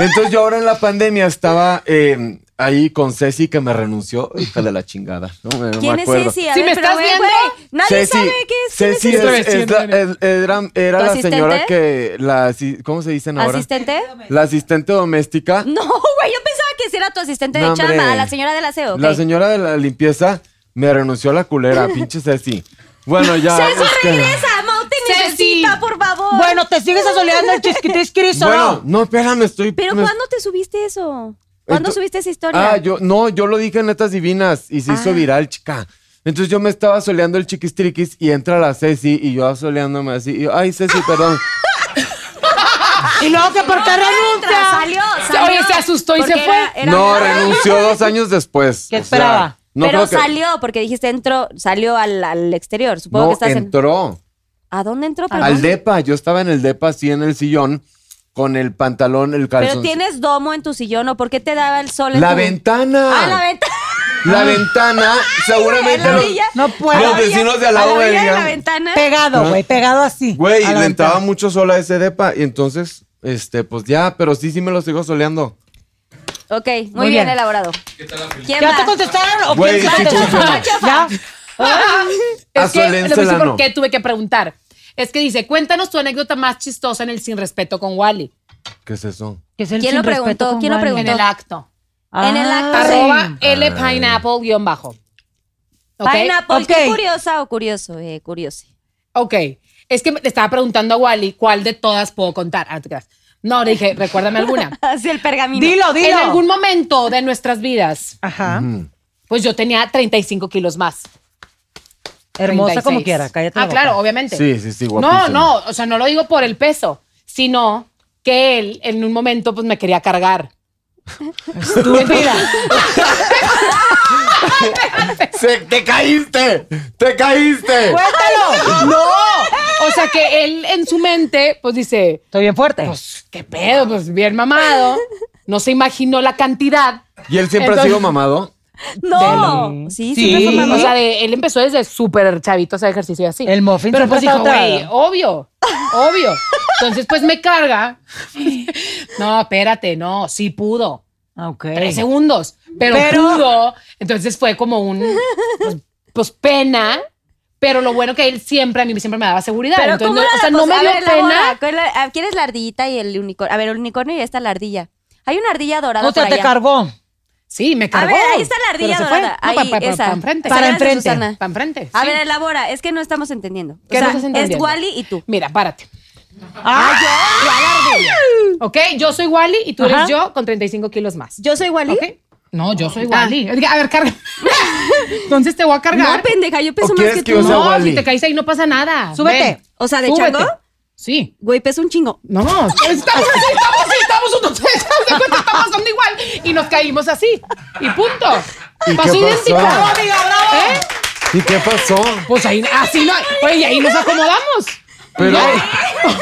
Speaker 4: entonces yo ahora en la pandemia estaba eh, ahí con Ceci que me renunció. Hija de la chingada. No, me, no me
Speaker 3: ¿Quién es
Speaker 4: acuerdo.
Speaker 3: Ceci? A
Speaker 6: Si
Speaker 3: ver,
Speaker 6: me
Speaker 3: pero,
Speaker 6: estás
Speaker 3: güey,
Speaker 6: viendo,
Speaker 3: güey, Nadie sabe qué es. quién es
Speaker 4: Ceci
Speaker 3: Ceci.
Speaker 4: es- es la- es- era, era
Speaker 3: ¿Tu
Speaker 4: la
Speaker 3: asistente?
Speaker 4: señora que la asi- ¿cómo se dicen ahora?
Speaker 3: ¿Asistente? Mm,
Speaker 4: La asistente doméstica.
Speaker 3: No, güey, yo pensaba que si era tu asistente
Speaker 4: No,
Speaker 3: de
Speaker 4: hombre.
Speaker 3: chamba, la señora del aseo. ok.
Speaker 4: La señora de la limpieza me renunció a la culera, pinche Ceci. Bueno, ya.
Speaker 3: Ceci,
Speaker 4: es que-
Speaker 3: regresa, Mau, te
Speaker 6: Ceci.
Speaker 3: necesita, por favor.
Speaker 5: Bueno, te sigues asoleando el chisquitisquiris o
Speaker 4: Bueno,
Speaker 5: no.
Speaker 4: no, espérame, estoy.
Speaker 3: Pero
Speaker 4: me-
Speaker 3: ¿cuándo te subiste eso? ¿Cuándo
Speaker 4: Ento-
Speaker 3: subiste esa historia?
Speaker 4: Ah, yo, no, yo lo dije en Netas Divinas y se
Speaker 3: Ah.
Speaker 4: hizo viral, chica. Entonces yo me estaba soleando el chiquistriquis y entra la Ceci y yo asoleándome así. y yo, Ay, Ceci, perdón.
Speaker 5: Y luego que por qué
Speaker 3: Entra,
Speaker 5: renuncia.
Speaker 3: salió, salió.
Speaker 6: Oye, se asustó y
Speaker 3: Porque
Speaker 6: se fue.
Speaker 3: era- era-
Speaker 4: no, renunció dos años después.
Speaker 5: ¿Qué
Speaker 4: O sea,
Speaker 5: esperaba?
Speaker 4: no
Speaker 3: pero
Speaker 4: creo que-
Speaker 3: salió, porque dijiste entró, salió al, al exterior. Supongo
Speaker 4: No,
Speaker 3: que estás en.
Speaker 4: entró.
Speaker 3: ¿A dónde entró?
Speaker 4: Al
Speaker 3: Perdón?
Speaker 4: depa. Yo estaba en el depa, así en el sillón, con el pantalón, el
Speaker 3: Pero
Speaker 4: calzón.
Speaker 3: tienes domo en tu sillón, ¿o por qué te daba el sol en
Speaker 4: La
Speaker 3: tu-
Speaker 4: ventana.
Speaker 3: Ah, la ventana.
Speaker 4: La ventana,
Speaker 3: En
Speaker 4: seguramente.
Speaker 3: la
Speaker 4: los-
Speaker 3: orilla.
Speaker 5: No puedo.
Speaker 3: A la
Speaker 4: Los
Speaker 3: orilla-
Speaker 4: vecinos de al lado
Speaker 3: a la orilla de
Speaker 4: veían.
Speaker 3: la ventana.
Speaker 5: Pegado, güey, pegado así.
Speaker 4: Güey,
Speaker 5: a la
Speaker 4: le entraba
Speaker 5: ventana.
Speaker 4: mucho sol a ese depa. Y entonces, este, pues ya, pero sí, sí me lo sigo soleando.
Speaker 3: Ok, muy,
Speaker 5: Muy
Speaker 3: bien.
Speaker 5: bien.
Speaker 3: elaborado. ¿Quién
Speaker 5: ¿Ya
Speaker 3: va?
Speaker 5: te contestaron o
Speaker 4: Güey,
Speaker 5: quién te
Speaker 4: sí
Speaker 5: contestó?
Speaker 4: funcionó.
Speaker 5: ¿Ya?
Speaker 6: Es que
Speaker 4: Azuelén
Speaker 6: no sé
Speaker 4: Ah, Celano.
Speaker 6: por qué tuve que preguntar. Es que dice, cuéntanos tu anécdota más chistosa en el sin respeto con Wally.
Speaker 4: ¿Qué es eso?
Speaker 5: Que es el
Speaker 3: ¿Quién lo
Speaker 5: sin respeto
Speaker 3: preguntó?
Speaker 5: con
Speaker 3: ¿Quién lo
Speaker 5: Wally.
Speaker 3: preguntó?
Speaker 6: En el acto.
Speaker 3: En el acto.
Speaker 5: Ah,
Speaker 6: Arroba L pineapple guión bajo. ¿Ok?
Speaker 3: Pineapple,
Speaker 5: Ok.
Speaker 3: ¿qué curiosa o curioso? Eh, curioso.
Speaker 6: Ok. Es que le estaba preguntando a Wally cuál de todas puedo contar. Ah, no te creas. No, le dije, recuérdame alguna.
Speaker 3: Así Ah, el pergamino.
Speaker 5: Dilo, dilo.
Speaker 6: En algún momento de nuestras vidas,
Speaker 5: Ajá.
Speaker 6: pues yo tenía 35 kilos más.
Speaker 5: Hermosa
Speaker 6: 36.
Speaker 5: como quiera, cállate.
Speaker 6: Ah,
Speaker 5: la boca.
Speaker 6: claro, obviamente.
Speaker 4: Sí, sí, sí,
Speaker 6: No,
Speaker 4: guapísimo.
Speaker 6: no, o sea, no lo digo por el peso, sino que él en un momento pues me quería cargar.
Speaker 5: Estúpida.
Speaker 4: Se- ¡Te caíste! ¡Te caíste!
Speaker 5: ¡Cuéntalo!
Speaker 6: No, o sea que él en su mente pues dice,
Speaker 5: Estoy bien fuerte.
Speaker 6: pues qué pedo, pues bien mamado. No se imaginó la cantidad.
Speaker 4: ¿Y él siempre
Speaker 6: Entonces-
Speaker 4: ha sido mamado?
Speaker 3: No.
Speaker 5: Delo.
Speaker 3: Sí,
Speaker 5: Sí.
Speaker 3: sí, siempre fue mamá.
Speaker 6: O sea, de- él empezó desde súper chavito a hacer ejercicio y así.
Speaker 5: El muffin
Speaker 6: Pero
Speaker 5: se
Speaker 6: pues
Speaker 5: puso
Speaker 6: dijo,
Speaker 5: otra.
Speaker 6: güey, obvio, obvio. Entonces pues me carga. No, espérate, no, sí pudo.
Speaker 5: Ah, Ok.
Speaker 6: tres segundos, pero,
Speaker 5: Pero-
Speaker 6: pudo. Entonces fue como un, pues, pues, pena, pero lo bueno que él siempre, a mí siempre me daba seguridad.
Speaker 3: Pero
Speaker 6: Entonces,
Speaker 3: ¿cómo
Speaker 6: no,
Speaker 3: era
Speaker 6: o
Speaker 3: la
Speaker 6: sea, no
Speaker 3: cosa?
Speaker 6: me
Speaker 3: A
Speaker 6: dio
Speaker 3: ver, elabora.
Speaker 6: pena.
Speaker 3: ¿Cuál era- ah, ¿Quieres la ardillita y el unicornio? A ver, el unicornio y esta la ardilla. Hay una ardilla dorada
Speaker 5: O sea,
Speaker 3: por
Speaker 5: te
Speaker 3: allá.
Speaker 5: cargó.
Speaker 6: Sí, me
Speaker 3: A
Speaker 6: cargó.
Speaker 3: ver, ahí está la ardilla
Speaker 6: pero se fue.
Speaker 3: dorada.
Speaker 6: No,
Speaker 3: Ahí,
Speaker 6: pa- pa- pa-
Speaker 3: esa.
Speaker 6: pa' enfrente.
Speaker 5: Para
Speaker 3: Salas de
Speaker 5: enfrente.
Speaker 3: Susana.
Speaker 6: Pa' enfrente,
Speaker 3: A
Speaker 6: sí.
Speaker 3: ver, elabora. Es que no estamos entendiendo. O
Speaker 6: ¿Qué no
Speaker 3: sea,
Speaker 6: estás entendiendo?
Speaker 3: Es Wally y tú.
Speaker 6: Mira, párate.
Speaker 5: ¡Ah!
Speaker 6: ¿Ok? Yo soy Wally y tú
Speaker 5: Ajá.
Speaker 6: eres yo con 35 kilos más.
Speaker 3: ¿Yo soy Wally?
Speaker 6: ¿Ok? No, yo soy Wally. Diga, A ver, carga. Entonces te voy a cargar.
Speaker 3: No, pendeja, yo peso
Speaker 4: ¿O
Speaker 3: más
Speaker 4: quieres
Speaker 3: que
Speaker 4: que yo
Speaker 3: tú.
Speaker 4: sea-
Speaker 6: No,
Speaker 4: Wall-E.
Speaker 6: si te caes ahí no pasa nada.
Speaker 5: Súbete.
Speaker 6: Ven.
Speaker 3: O sea, ¿de
Speaker 6: Súbete.
Speaker 3: chango?
Speaker 6: Sí.
Speaker 3: Güey, peso un chingo.
Speaker 6: No, estamos, estamos, estamos, estamos, estamos, estamos dando igual y nos caímos así y punto.
Speaker 4: ¿Y qué
Speaker 6: Pasó
Speaker 4: pasó?
Speaker 6: idéntico.
Speaker 4: Bravo,
Speaker 5: amiga, bravo.
Speaker 6: ¿Eh?
Speaker 4: ¿Y qué pasó?
Speaker 6: Pues ahí, así no, oye, y ahí nos acomodamos.
Speaker 4: Pero.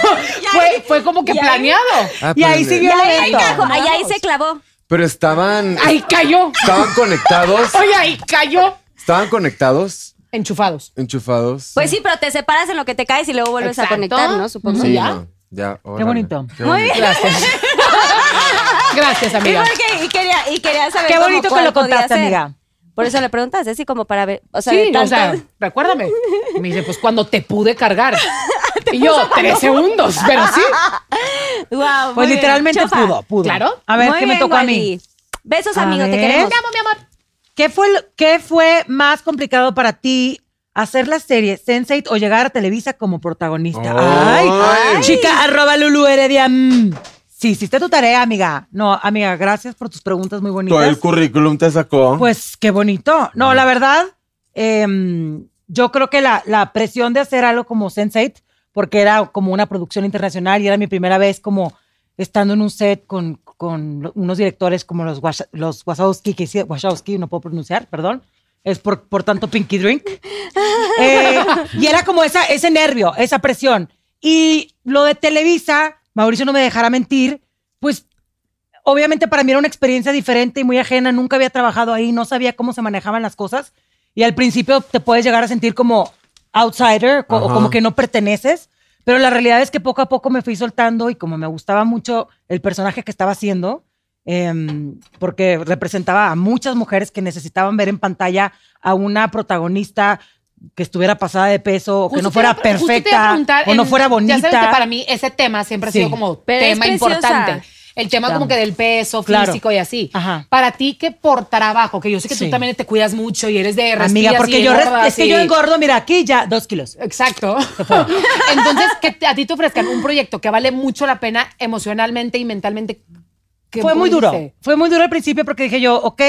Speaker 6: Fue, fue como que planeado.
Speaker 4: Ah,
Speaker 5: Y ahí
Speaker 4: pero-
Speaker 5: siguió el evento.
Speaker 3: Cajo, ahí, ahí se clavó.
Speaker 4: Pero estaban.
Speaker 6: Ahí cayó.
Speaker 4: Estaban conectados.
Speaker 6: Oye, ahí cayó.
Speaker 4: Estaban conectados,
Speaker 6: Enchufados.
Speaker 4: enchufados.
Speaker 3: Pues sí, pero te separas en lo que te caes y luego vuelves
Speaker 6: Exacto.
Speaker 3: a conectar, ¿no? Supongo.
Speaker 6: Ujú.
Speaker 4: Sí,
Speaker 6: ¿Ya?
Speaker 4: no, ya,
Speaker 5: Qué
Speaker 4: órale.
Speaker 5: bonito.
Speaker 4: Qué bonito.
Speaker 6: Gracias. Gracias,
Speaker 3: Y,
Speaker 6: amiga.
Speaker 3: porque- y quería, y quería saber
Speaker 5: Qué
Speaker 3: cómo-
Speaker 5: bonito que
Speaker 3: cuál
Speaker 5: lo
Speaker 3: podía
Speaker 5: contaste,
Speaker 3: ser.
Speaker 5: amiga.
Speaker 3: Por eso le preguntaste, así como para ver. O sea, de
Speaker 6: Sí,
Speaker 3: tanto-
Speaker 6: o sea, recuérdame. Y me dice, pues cuando te pude cargar. Y yo, tres segundos, pero sí.
Speaker 3: Wow, muy
Speaker 5: Pues
Speaker 3: bien.
Speaker 5: literalmente
Speaker 3: Chofa.
Speaker 5: pudo, pudo.
Speaker 6: Claro.
Speaker 5: A ver,
Speaker 3: Muy
Speaker 5: ¿qué me
Speaker 3: bien,
Speaker 5: tocó a
Speaker 3: Wally.
Speaker 5: mí?
Speaker 3: Besos,
Speaker 5: A
Speaker 3: amigo, te
Speaker 5: ver.
Speaker 3: queremos.
Speaker 6: Te amo, mi amor.
Speaker 5: ¿Qué fue, lo- ¿Qué fue más complicado para ti hacer la serie Sense8 o llegar a Televisa como protagonista.
Speaker 4: Ay.
Speaker 5: Ay, chica, arroba Lulu Heredia. mm. Sí, hiciste tu tarea, amiga. No, amiga, gracias por tus preguntas muy
Speaker 4: Todo
Speaker 5: bonitas.
Speaker 4: el currículum te sacó.
Speaker 5: Pues qué bonito. No, la verdad, em, yo creo que la, la presión de hacer algo como Sense8, porque era como una producción internacional y era mi primera vez como estando en un set con, con lo- unos directores como los, Wash- los Wazowski, que hici- Wachowski, no puedo pronunciar, perdón. Es por, por tanto Pinky Drink. Eh, y era como esa, ese nervio, esa presión. Y lo de Televisa, Mauricio no me dejará mentir, pues obviamente para mí era una experiencia diferente y muy ajena, nunca había trabajado ahí, no sabía cómo se manejaban las cosas y al principio te puedes llegar a sentir como outsider co- o
Speaker 4: Ajá.
Speaker 5: como que no perteneces, pero la realidad es que poco a poco me fui soltando y como me gustaba mucho el personaje que estaba haciendo, em, porque representaba a muchas mujeres que necesitaban ver en pantalla a una protagonista que estuviera pasada de peso, o que
Speaker 6: Justo
Speaker 5: no
Speaker 6: te iba
Speaker 5: fuera
Speaker 6: a pre- justo te iba a
Speaker 5: perfecta
Speaker 6: preguntar
Speaker 5: o no
Speaker 6: en-
Speaker 5: fuera bonita.
Speaker 6: Ya sabes que para mí ese tema siempre
Speaker 5: Sí.
Speaker 6: ha sido como
Speaker 3: Pero es
Speaker 6: tema
Speaker 3: preciosa.
Speaker 6: importante. El tema como que del peso
Speaker 5: Claro.
Speaker 6: físico y así.
Speaker 5: Ajá.
Speaker 6: Para ti que por trabajo, que yo sé que
Speaker 5: Sí.
Speaker 6: tú también te cuidas mucho y eres de
Speaker 5: Amiga,
Speaker 6: rastrillas
Speaker 5: porque
Speaker 6: y
Speaker 5: yo res-
Speaker 6: engordas
Speaker 5: es que
Speaker 6: y-
Speaker 5: yo engordo, mira, aquí ya dos kilos.
Speaker 6: Exacto. Entonces, que te- a ti te ofrezcan un proyecto que vale mucho la pena emocionalmente y mentalmente. ¿qué
Speaker 5: Fue muy duro.
Speaker 6: pudiste?
Speaker 5: Fue muy duro al principio porque dije yo, ok,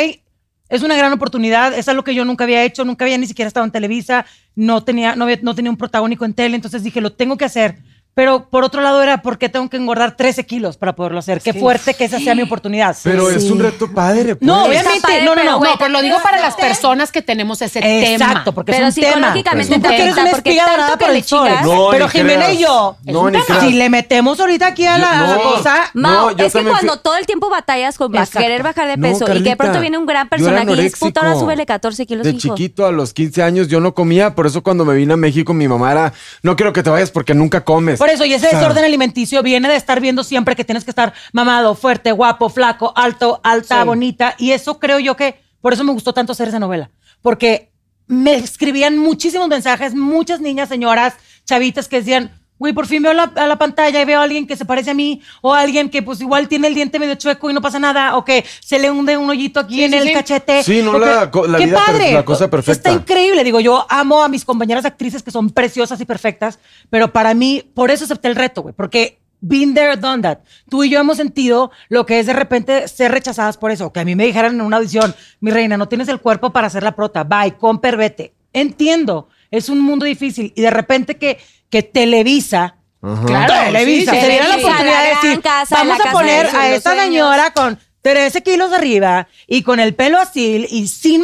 Speaker 5: es una gran oportunidad, es algo que yo nunca había hecho, nunca había ni siquiera estado en Televisa, no tenía, no, había- no tenía un protagónico en tele, entonces dije, lo tengo que hacer. Pero por otro lado era, ¿por qué tengo que engordar 13 kilos para poderlo hacer? Qué
Speaker 6: Sí.
Speaker 5: fuerte que esa sea mi oportunidad.
Speaker 4: Pero es un reto padre. Pues.
Speaker 5: No,
Speaker 3: Está
Speaker 5: obviamente,
Speaker 3: padre,
Speaker 5: no, no,
Speaker 3: pero
Speaker 5: no.
Speaker 3: güey,
Speaker 6: No, pero lo digo para las personas que tenemos ese tema.
Speaker 5: Exacto, porque
Speaker 3: Pero
Speaker 5: es un tema.
Speaker 3: psicológicamente
Speaker 5: Tú
Speaker 3: te
Speaker 5: porque eres
Speaker 3: afecta,
Speaker 5: una
Speaker 3: porque
Speaker 5: espiga
Speaker 3: tanto
Speaker 5: dorada
Speaker 3: que
Speaker 5: por
Speaker 3: le
Speaker 5: el sol.
Speaker 3: chicas-
Speaker 4: No,
Speaker 5: Pero
Speaker 4: ni
Speaker 5: Jimena
Speaker 4: creas.
Speaker 5: y yo,
Speaker 4: No, ni creas.
Speaker 5: si le metemos ahorita aquí a la, a la
Speaker 4: No.
Speaker 5: cosa,
Speaker 3: Mao,
Speaker 4: No, yo
Speaker 3: es que
Speaker 4: también fui-
Speaker 3: cuando todo el tiempo batallas con ba-
Speaker 5: Exacto.
Speaker 3: querer bajar de
Speaker 4: No,
Speaker 3: peso y que de
Speaker 4: Carlita,
Speaker 3: pronto viene un gran
Speaker 4: yo
Speaker 3: personaje
Speaker 4: era
Speaker 3: y es puta, ahora
Speaker 4: anoréxico.
Speaker 3: súbele 14 kilos,
Speaker 4: De
Speaker 3: hijo.
Speaker 4: chiquito a los 15 años yo no comía, por eso cuando me vine a México mi mamá era, no quiero que te vayas porque nunca comes.
Speaker 5: Por eso, y ese
Speaker 4: O sea,
Speaker 5: desorden alimenticio viene de estar viendo siempre que tienes que estar mamado, fuerte, guapo, flaco, alto, alta,
Speaker 6: Sí.
Speaker 5: bonita. Y eso creo yo que, por eso me gustó tanto hacer esa novela. Porque me escribían muchísimos mensajes, muchas niñas, señoras, chavitas que decían, güey, por fin veo la, a la pantalla y veo a alguien que se parece a mí, o a alguien que pues igual tiene el diente medio chueco y no pasa nada, o que se le hunde un hoyito aquí en
Speaker 6: sí,
Speaker 5: el
Speaker 6: sí.
Speaker 5: cachete.
Speaker 4: Sí, no,
Speaker 5: o que-
Speaker 4: la co- la
Speaker 5: ¡Qué
Speaker 4: vida per-
Speaker 5: padre!
Speaker 4: la cosa perfecta.
Speaker 5: Está increíble. Digo, yo amo a mis compañeras actrices que son preciosas y perfectas, pero para mí, por eso acepté el reto, güey, porque been there, done that. Tú y yo hemos sentido lo que es de repente ser rechazadas por eso. Que a mí me dijeran en una audición, mi reina, no tienes el cuerpo para hacer la prota, bye, comper, vete. Entiendo, es un mundo difícil y de repente que, que Televisa
Speaker 4: Ajá.
Speaker 6: Claro,
Speaker 5: Televisa.
Speaker 6: sí,
Speaker 5: se diera la
Speaker 6: Televisa,
Speaker 5: oportunidad
Speaker 3: la
Speaker 5: de
Speaker 3: gran
Speaker 5: decir,
Speaker 3: casa,
Speaker 5: vamos
Speaker 3: la
Speaker 5: a
Speaker 3: casa
Speaker 5: poner
Speaker 3: de los
Speaker 5: a esta
Speaker 3: sueños".
Speaker 5: señora con 13 kilos arriba y con el pelo así y sin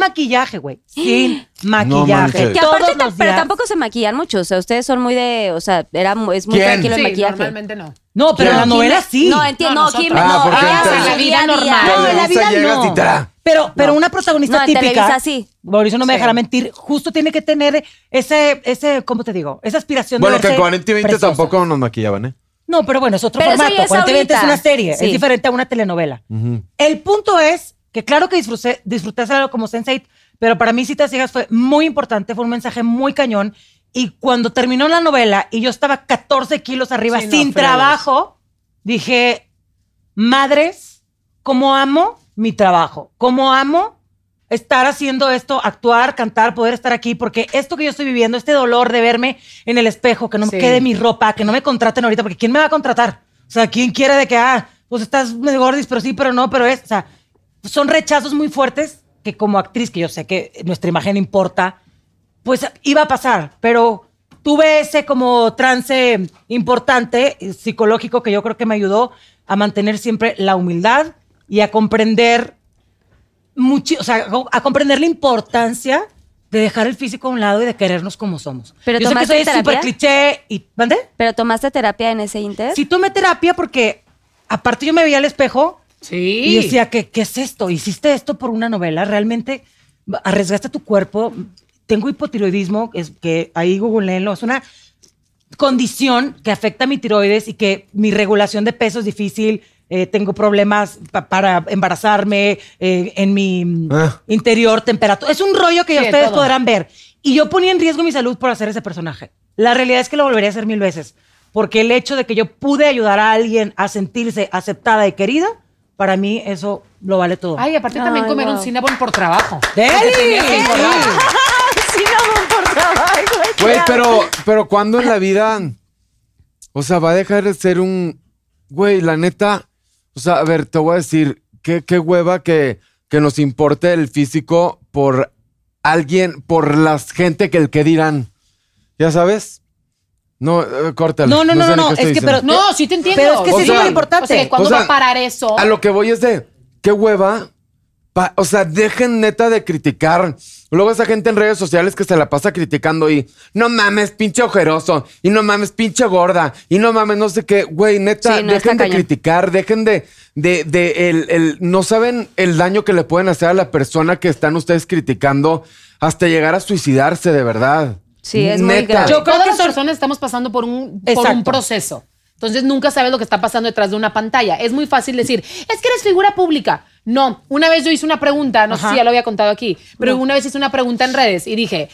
Speaker 5: maquillaje, güey. Sin maquillaje.
Speaker 4: manches.
Speaker 3: Que
Speaker 5: Todos
Speaker 3: aparte, ta-
Speaker 5: los
Speaker 3: pero
Speaker 5: días.
Speaker 3: tampoco se maquillan mucho, o sea, ustedes son muy de, o sea, era, mu- es muy
Speaker 4: ¿Quién?
Speaker 3: tranquilo el
Speaker 6: Sí,
Speaker 3: maquillaje.
Speaker 6: normalmente no.
Speaker 5: No, pero en la
Speaker 3: Kim-
Speaker 5: novela sí.
Speaker 3: No, entiendo,
Speaker 6: No,
Speaker 3: no, Kim,
Speaker 4: Ah,
Speaker 6: nosotros.
Speaker 3: no,
Speaker 4: porque
Speaker 3: ella
Speaker 4: en
Speaker 3: se
Speaker 4: Televisa-
Speaker 3: maquilla día a día.
Speaker 5: No, en la
Speaker 4: Televisa
Speaker 5: vida
Speaker 4: llegas
Speaker 5: no.
Speaker 4: y tará.
Speaker 5: Pero, pero una protagonista
Speaker 3: No, en
Speaker 5: típica.
Speaker 3: Televisa sí.
Speaker 5: Mauricio no me
Speaker 6: Sí.
Speaker 5: dejará mentir. Justo tiene que tener ese, ese, ¿cómo te digo? Esa aspiración
Speaker 4: Bueno,
Speaker 5: de
Speaker 4: que en
Speaker 5: verse
Speaker 4: 40 y 20
Speaker 5: preciosa.
Speaker 4: tampoco nos maquillaban, ¿eh?
Speaker 5: No, pero bueno, es otro
Speaker 3: Pero eso
Speaker 5: formato.
Speaker 3: ya es
Speaker 5: 40 y 20 es
Speaker 3: ahorita.
Speaker 5: una serie.
Speaker 3: Sí.
Speaker 5: Es diferente a una telenovela.
Speaker 4: Ujú.
Speaker 5: El punto es que claro que disfruté, disfruté hacerlo como Sense8, pero para mí Citas Ciegas fue muy importante, fue un mensaje muy cañón. Y cuando terminó la novela y yo estaba 14 kilos arriba
Speaker 6: Sí, no,
Speaker 5: sin
Speaker 6: fregados.
Speaker 5: trabajo, dije, madres, cómo amo mi trabajo, cómo amo estar haciendo esto, actuar, cantar, poder estar aquí, porque esto que yo estoy viviendo, este dolor de verme en el espejo, que no me
Speaker 6: Sí.
Speaker 5: quede mi ropa, que no me contraten ahorita, porque ¿quién me va a contratar? O sea, ¿quién quiere de que, ah, pues estás medio gordis, pero sí, pero no, pero es, o sea, son rechazos muy fuertes que como actriz, que yo sé que nuestra imagen importa, pues iba a pasar, pero tuve ese como trance importante eh, psicológico que yo creo que me ayudó a mantener siempre la humildad y a comprender muchi- o sea, co- a comprender la importancia de dejar el físico a un lado y de querernos como somos.
Speaker 3: ¿Pero
Speaker 5: yo sé que
Speaker 3: tomaste
Speaker 5: soy
Speaker 3: terapia?
Speaker 5: súper cliché y ¿mande?
Speaker 3: Pero tomaste terapia en ese inter.
Speaker 5: Sí tomé terapia porque aparte yo me veía al espejo
Speaker 6: Sí.
Speaker 5: y decía, ¿qué, ¿qué es esto? ¿Hiciste esto por una novela? ¿Realmente arriesgaste tu cuerpo? Tengo hipotiroidismo, es que ahí googleenlo, es una condición que afecta a mi tiroides y que mi regulación de peso es difícil, eh, tengo problemas pa- para embarazarme, eh, en mi mm,
Speaker 4: Ah.
Speaker 5: interior, temperatura. Es un rollo que
Speaker 6: Sí, de
Speaker 5: ustedes
Speaker 6: todo.
Speaker 5: podrán ver. Y yo ponía en riesgo mi salud por hacer ese personaje. La realidad es que lo volvería a hacer mil veces, porque el hecho de que yo pude ayudar a alguien a sentirse aceptada y querida, para mí eso lo vale todo.
Speaker 6: Ay, aparte también
Speaker 3: Ay,
Speaker 6: comer
Speaker 3: wow.
Speaker 6: un Cinnabon por trabajo.
Speaker 5: ¡Deli!
Speaker 6: Porque tenías que engordar.
Speaker 5: Sí. sí me comportaba, güey.
Speaker 4: Güey, pero, pero cuando en la vida, o sea, va a dejar de ser un, güey, la neta, o sea, a ver, te voy a decir, qué, qué hueva que, que nos importe el físico por alguien, por la gente que el que dirán, ya sabes, no, eh, córtalo.
Speaker 5: No, no, no,
Speaker 4: sé
Speaker 5: no,
Speaker 4: ni
Speaker 5: no,
Speaker 4: qué
Speaker 5: es
Speaker 4: estoy
Speaker 5: que, pero-
Speaker 4: diciendo.
Speaker 6: No, sí te entiendo.
Speaker 5: Pero es
Speaker 4: sí
Speaker 5: que
Speaker 4: es
Speaker 6: muy
Speaker 5: superimportante.
Speaker 6: O sea, ¿cuándo
Speaker 4: O sea,
Speaker 6: va a parar eso?
Speaker 4: A lo que voy es de, qué hueva. pa- o sea, dejen neta de criticar. Luego esa gente en redes sociales que se la pasa criticando y no mames, pinche ojeroso, y no mames, pinche gorda, y no mames, no sé qué, güey, neta,
Speaker 3: Sí, no, está
Speaker 4: dejen de
Speaker 3: cañón.
Speaker 4: criticar, dejen de, de, de el, el- no saben el daño que le pueden hacer a la persona que están ustedes criticando hasta llegar a suicidarse, de verdad.
Speaker 3: Sí, es muy
Speaker 4: Neta.
Speaker 3: grave.
Speaker 5: Yo creo
Speaker 6: Todas
Speaker 5: que
Speaker 6: las
Speaker 5: son-
Speaker 6: personas estamos pasando por un, por
Speaker 5: Exacto.
Speaker 6: un proceso. Entonces nunca sabes lo que está pasando detrás de una pantalla. Es muy fácil decir, es que eres figura pública. No, una vez yo hice una pregunta, no sé
Speaker 5: Ajá.
Speaker 6: si ya lo había contado aquí, pero una vez hice una pregunta en redes y dije,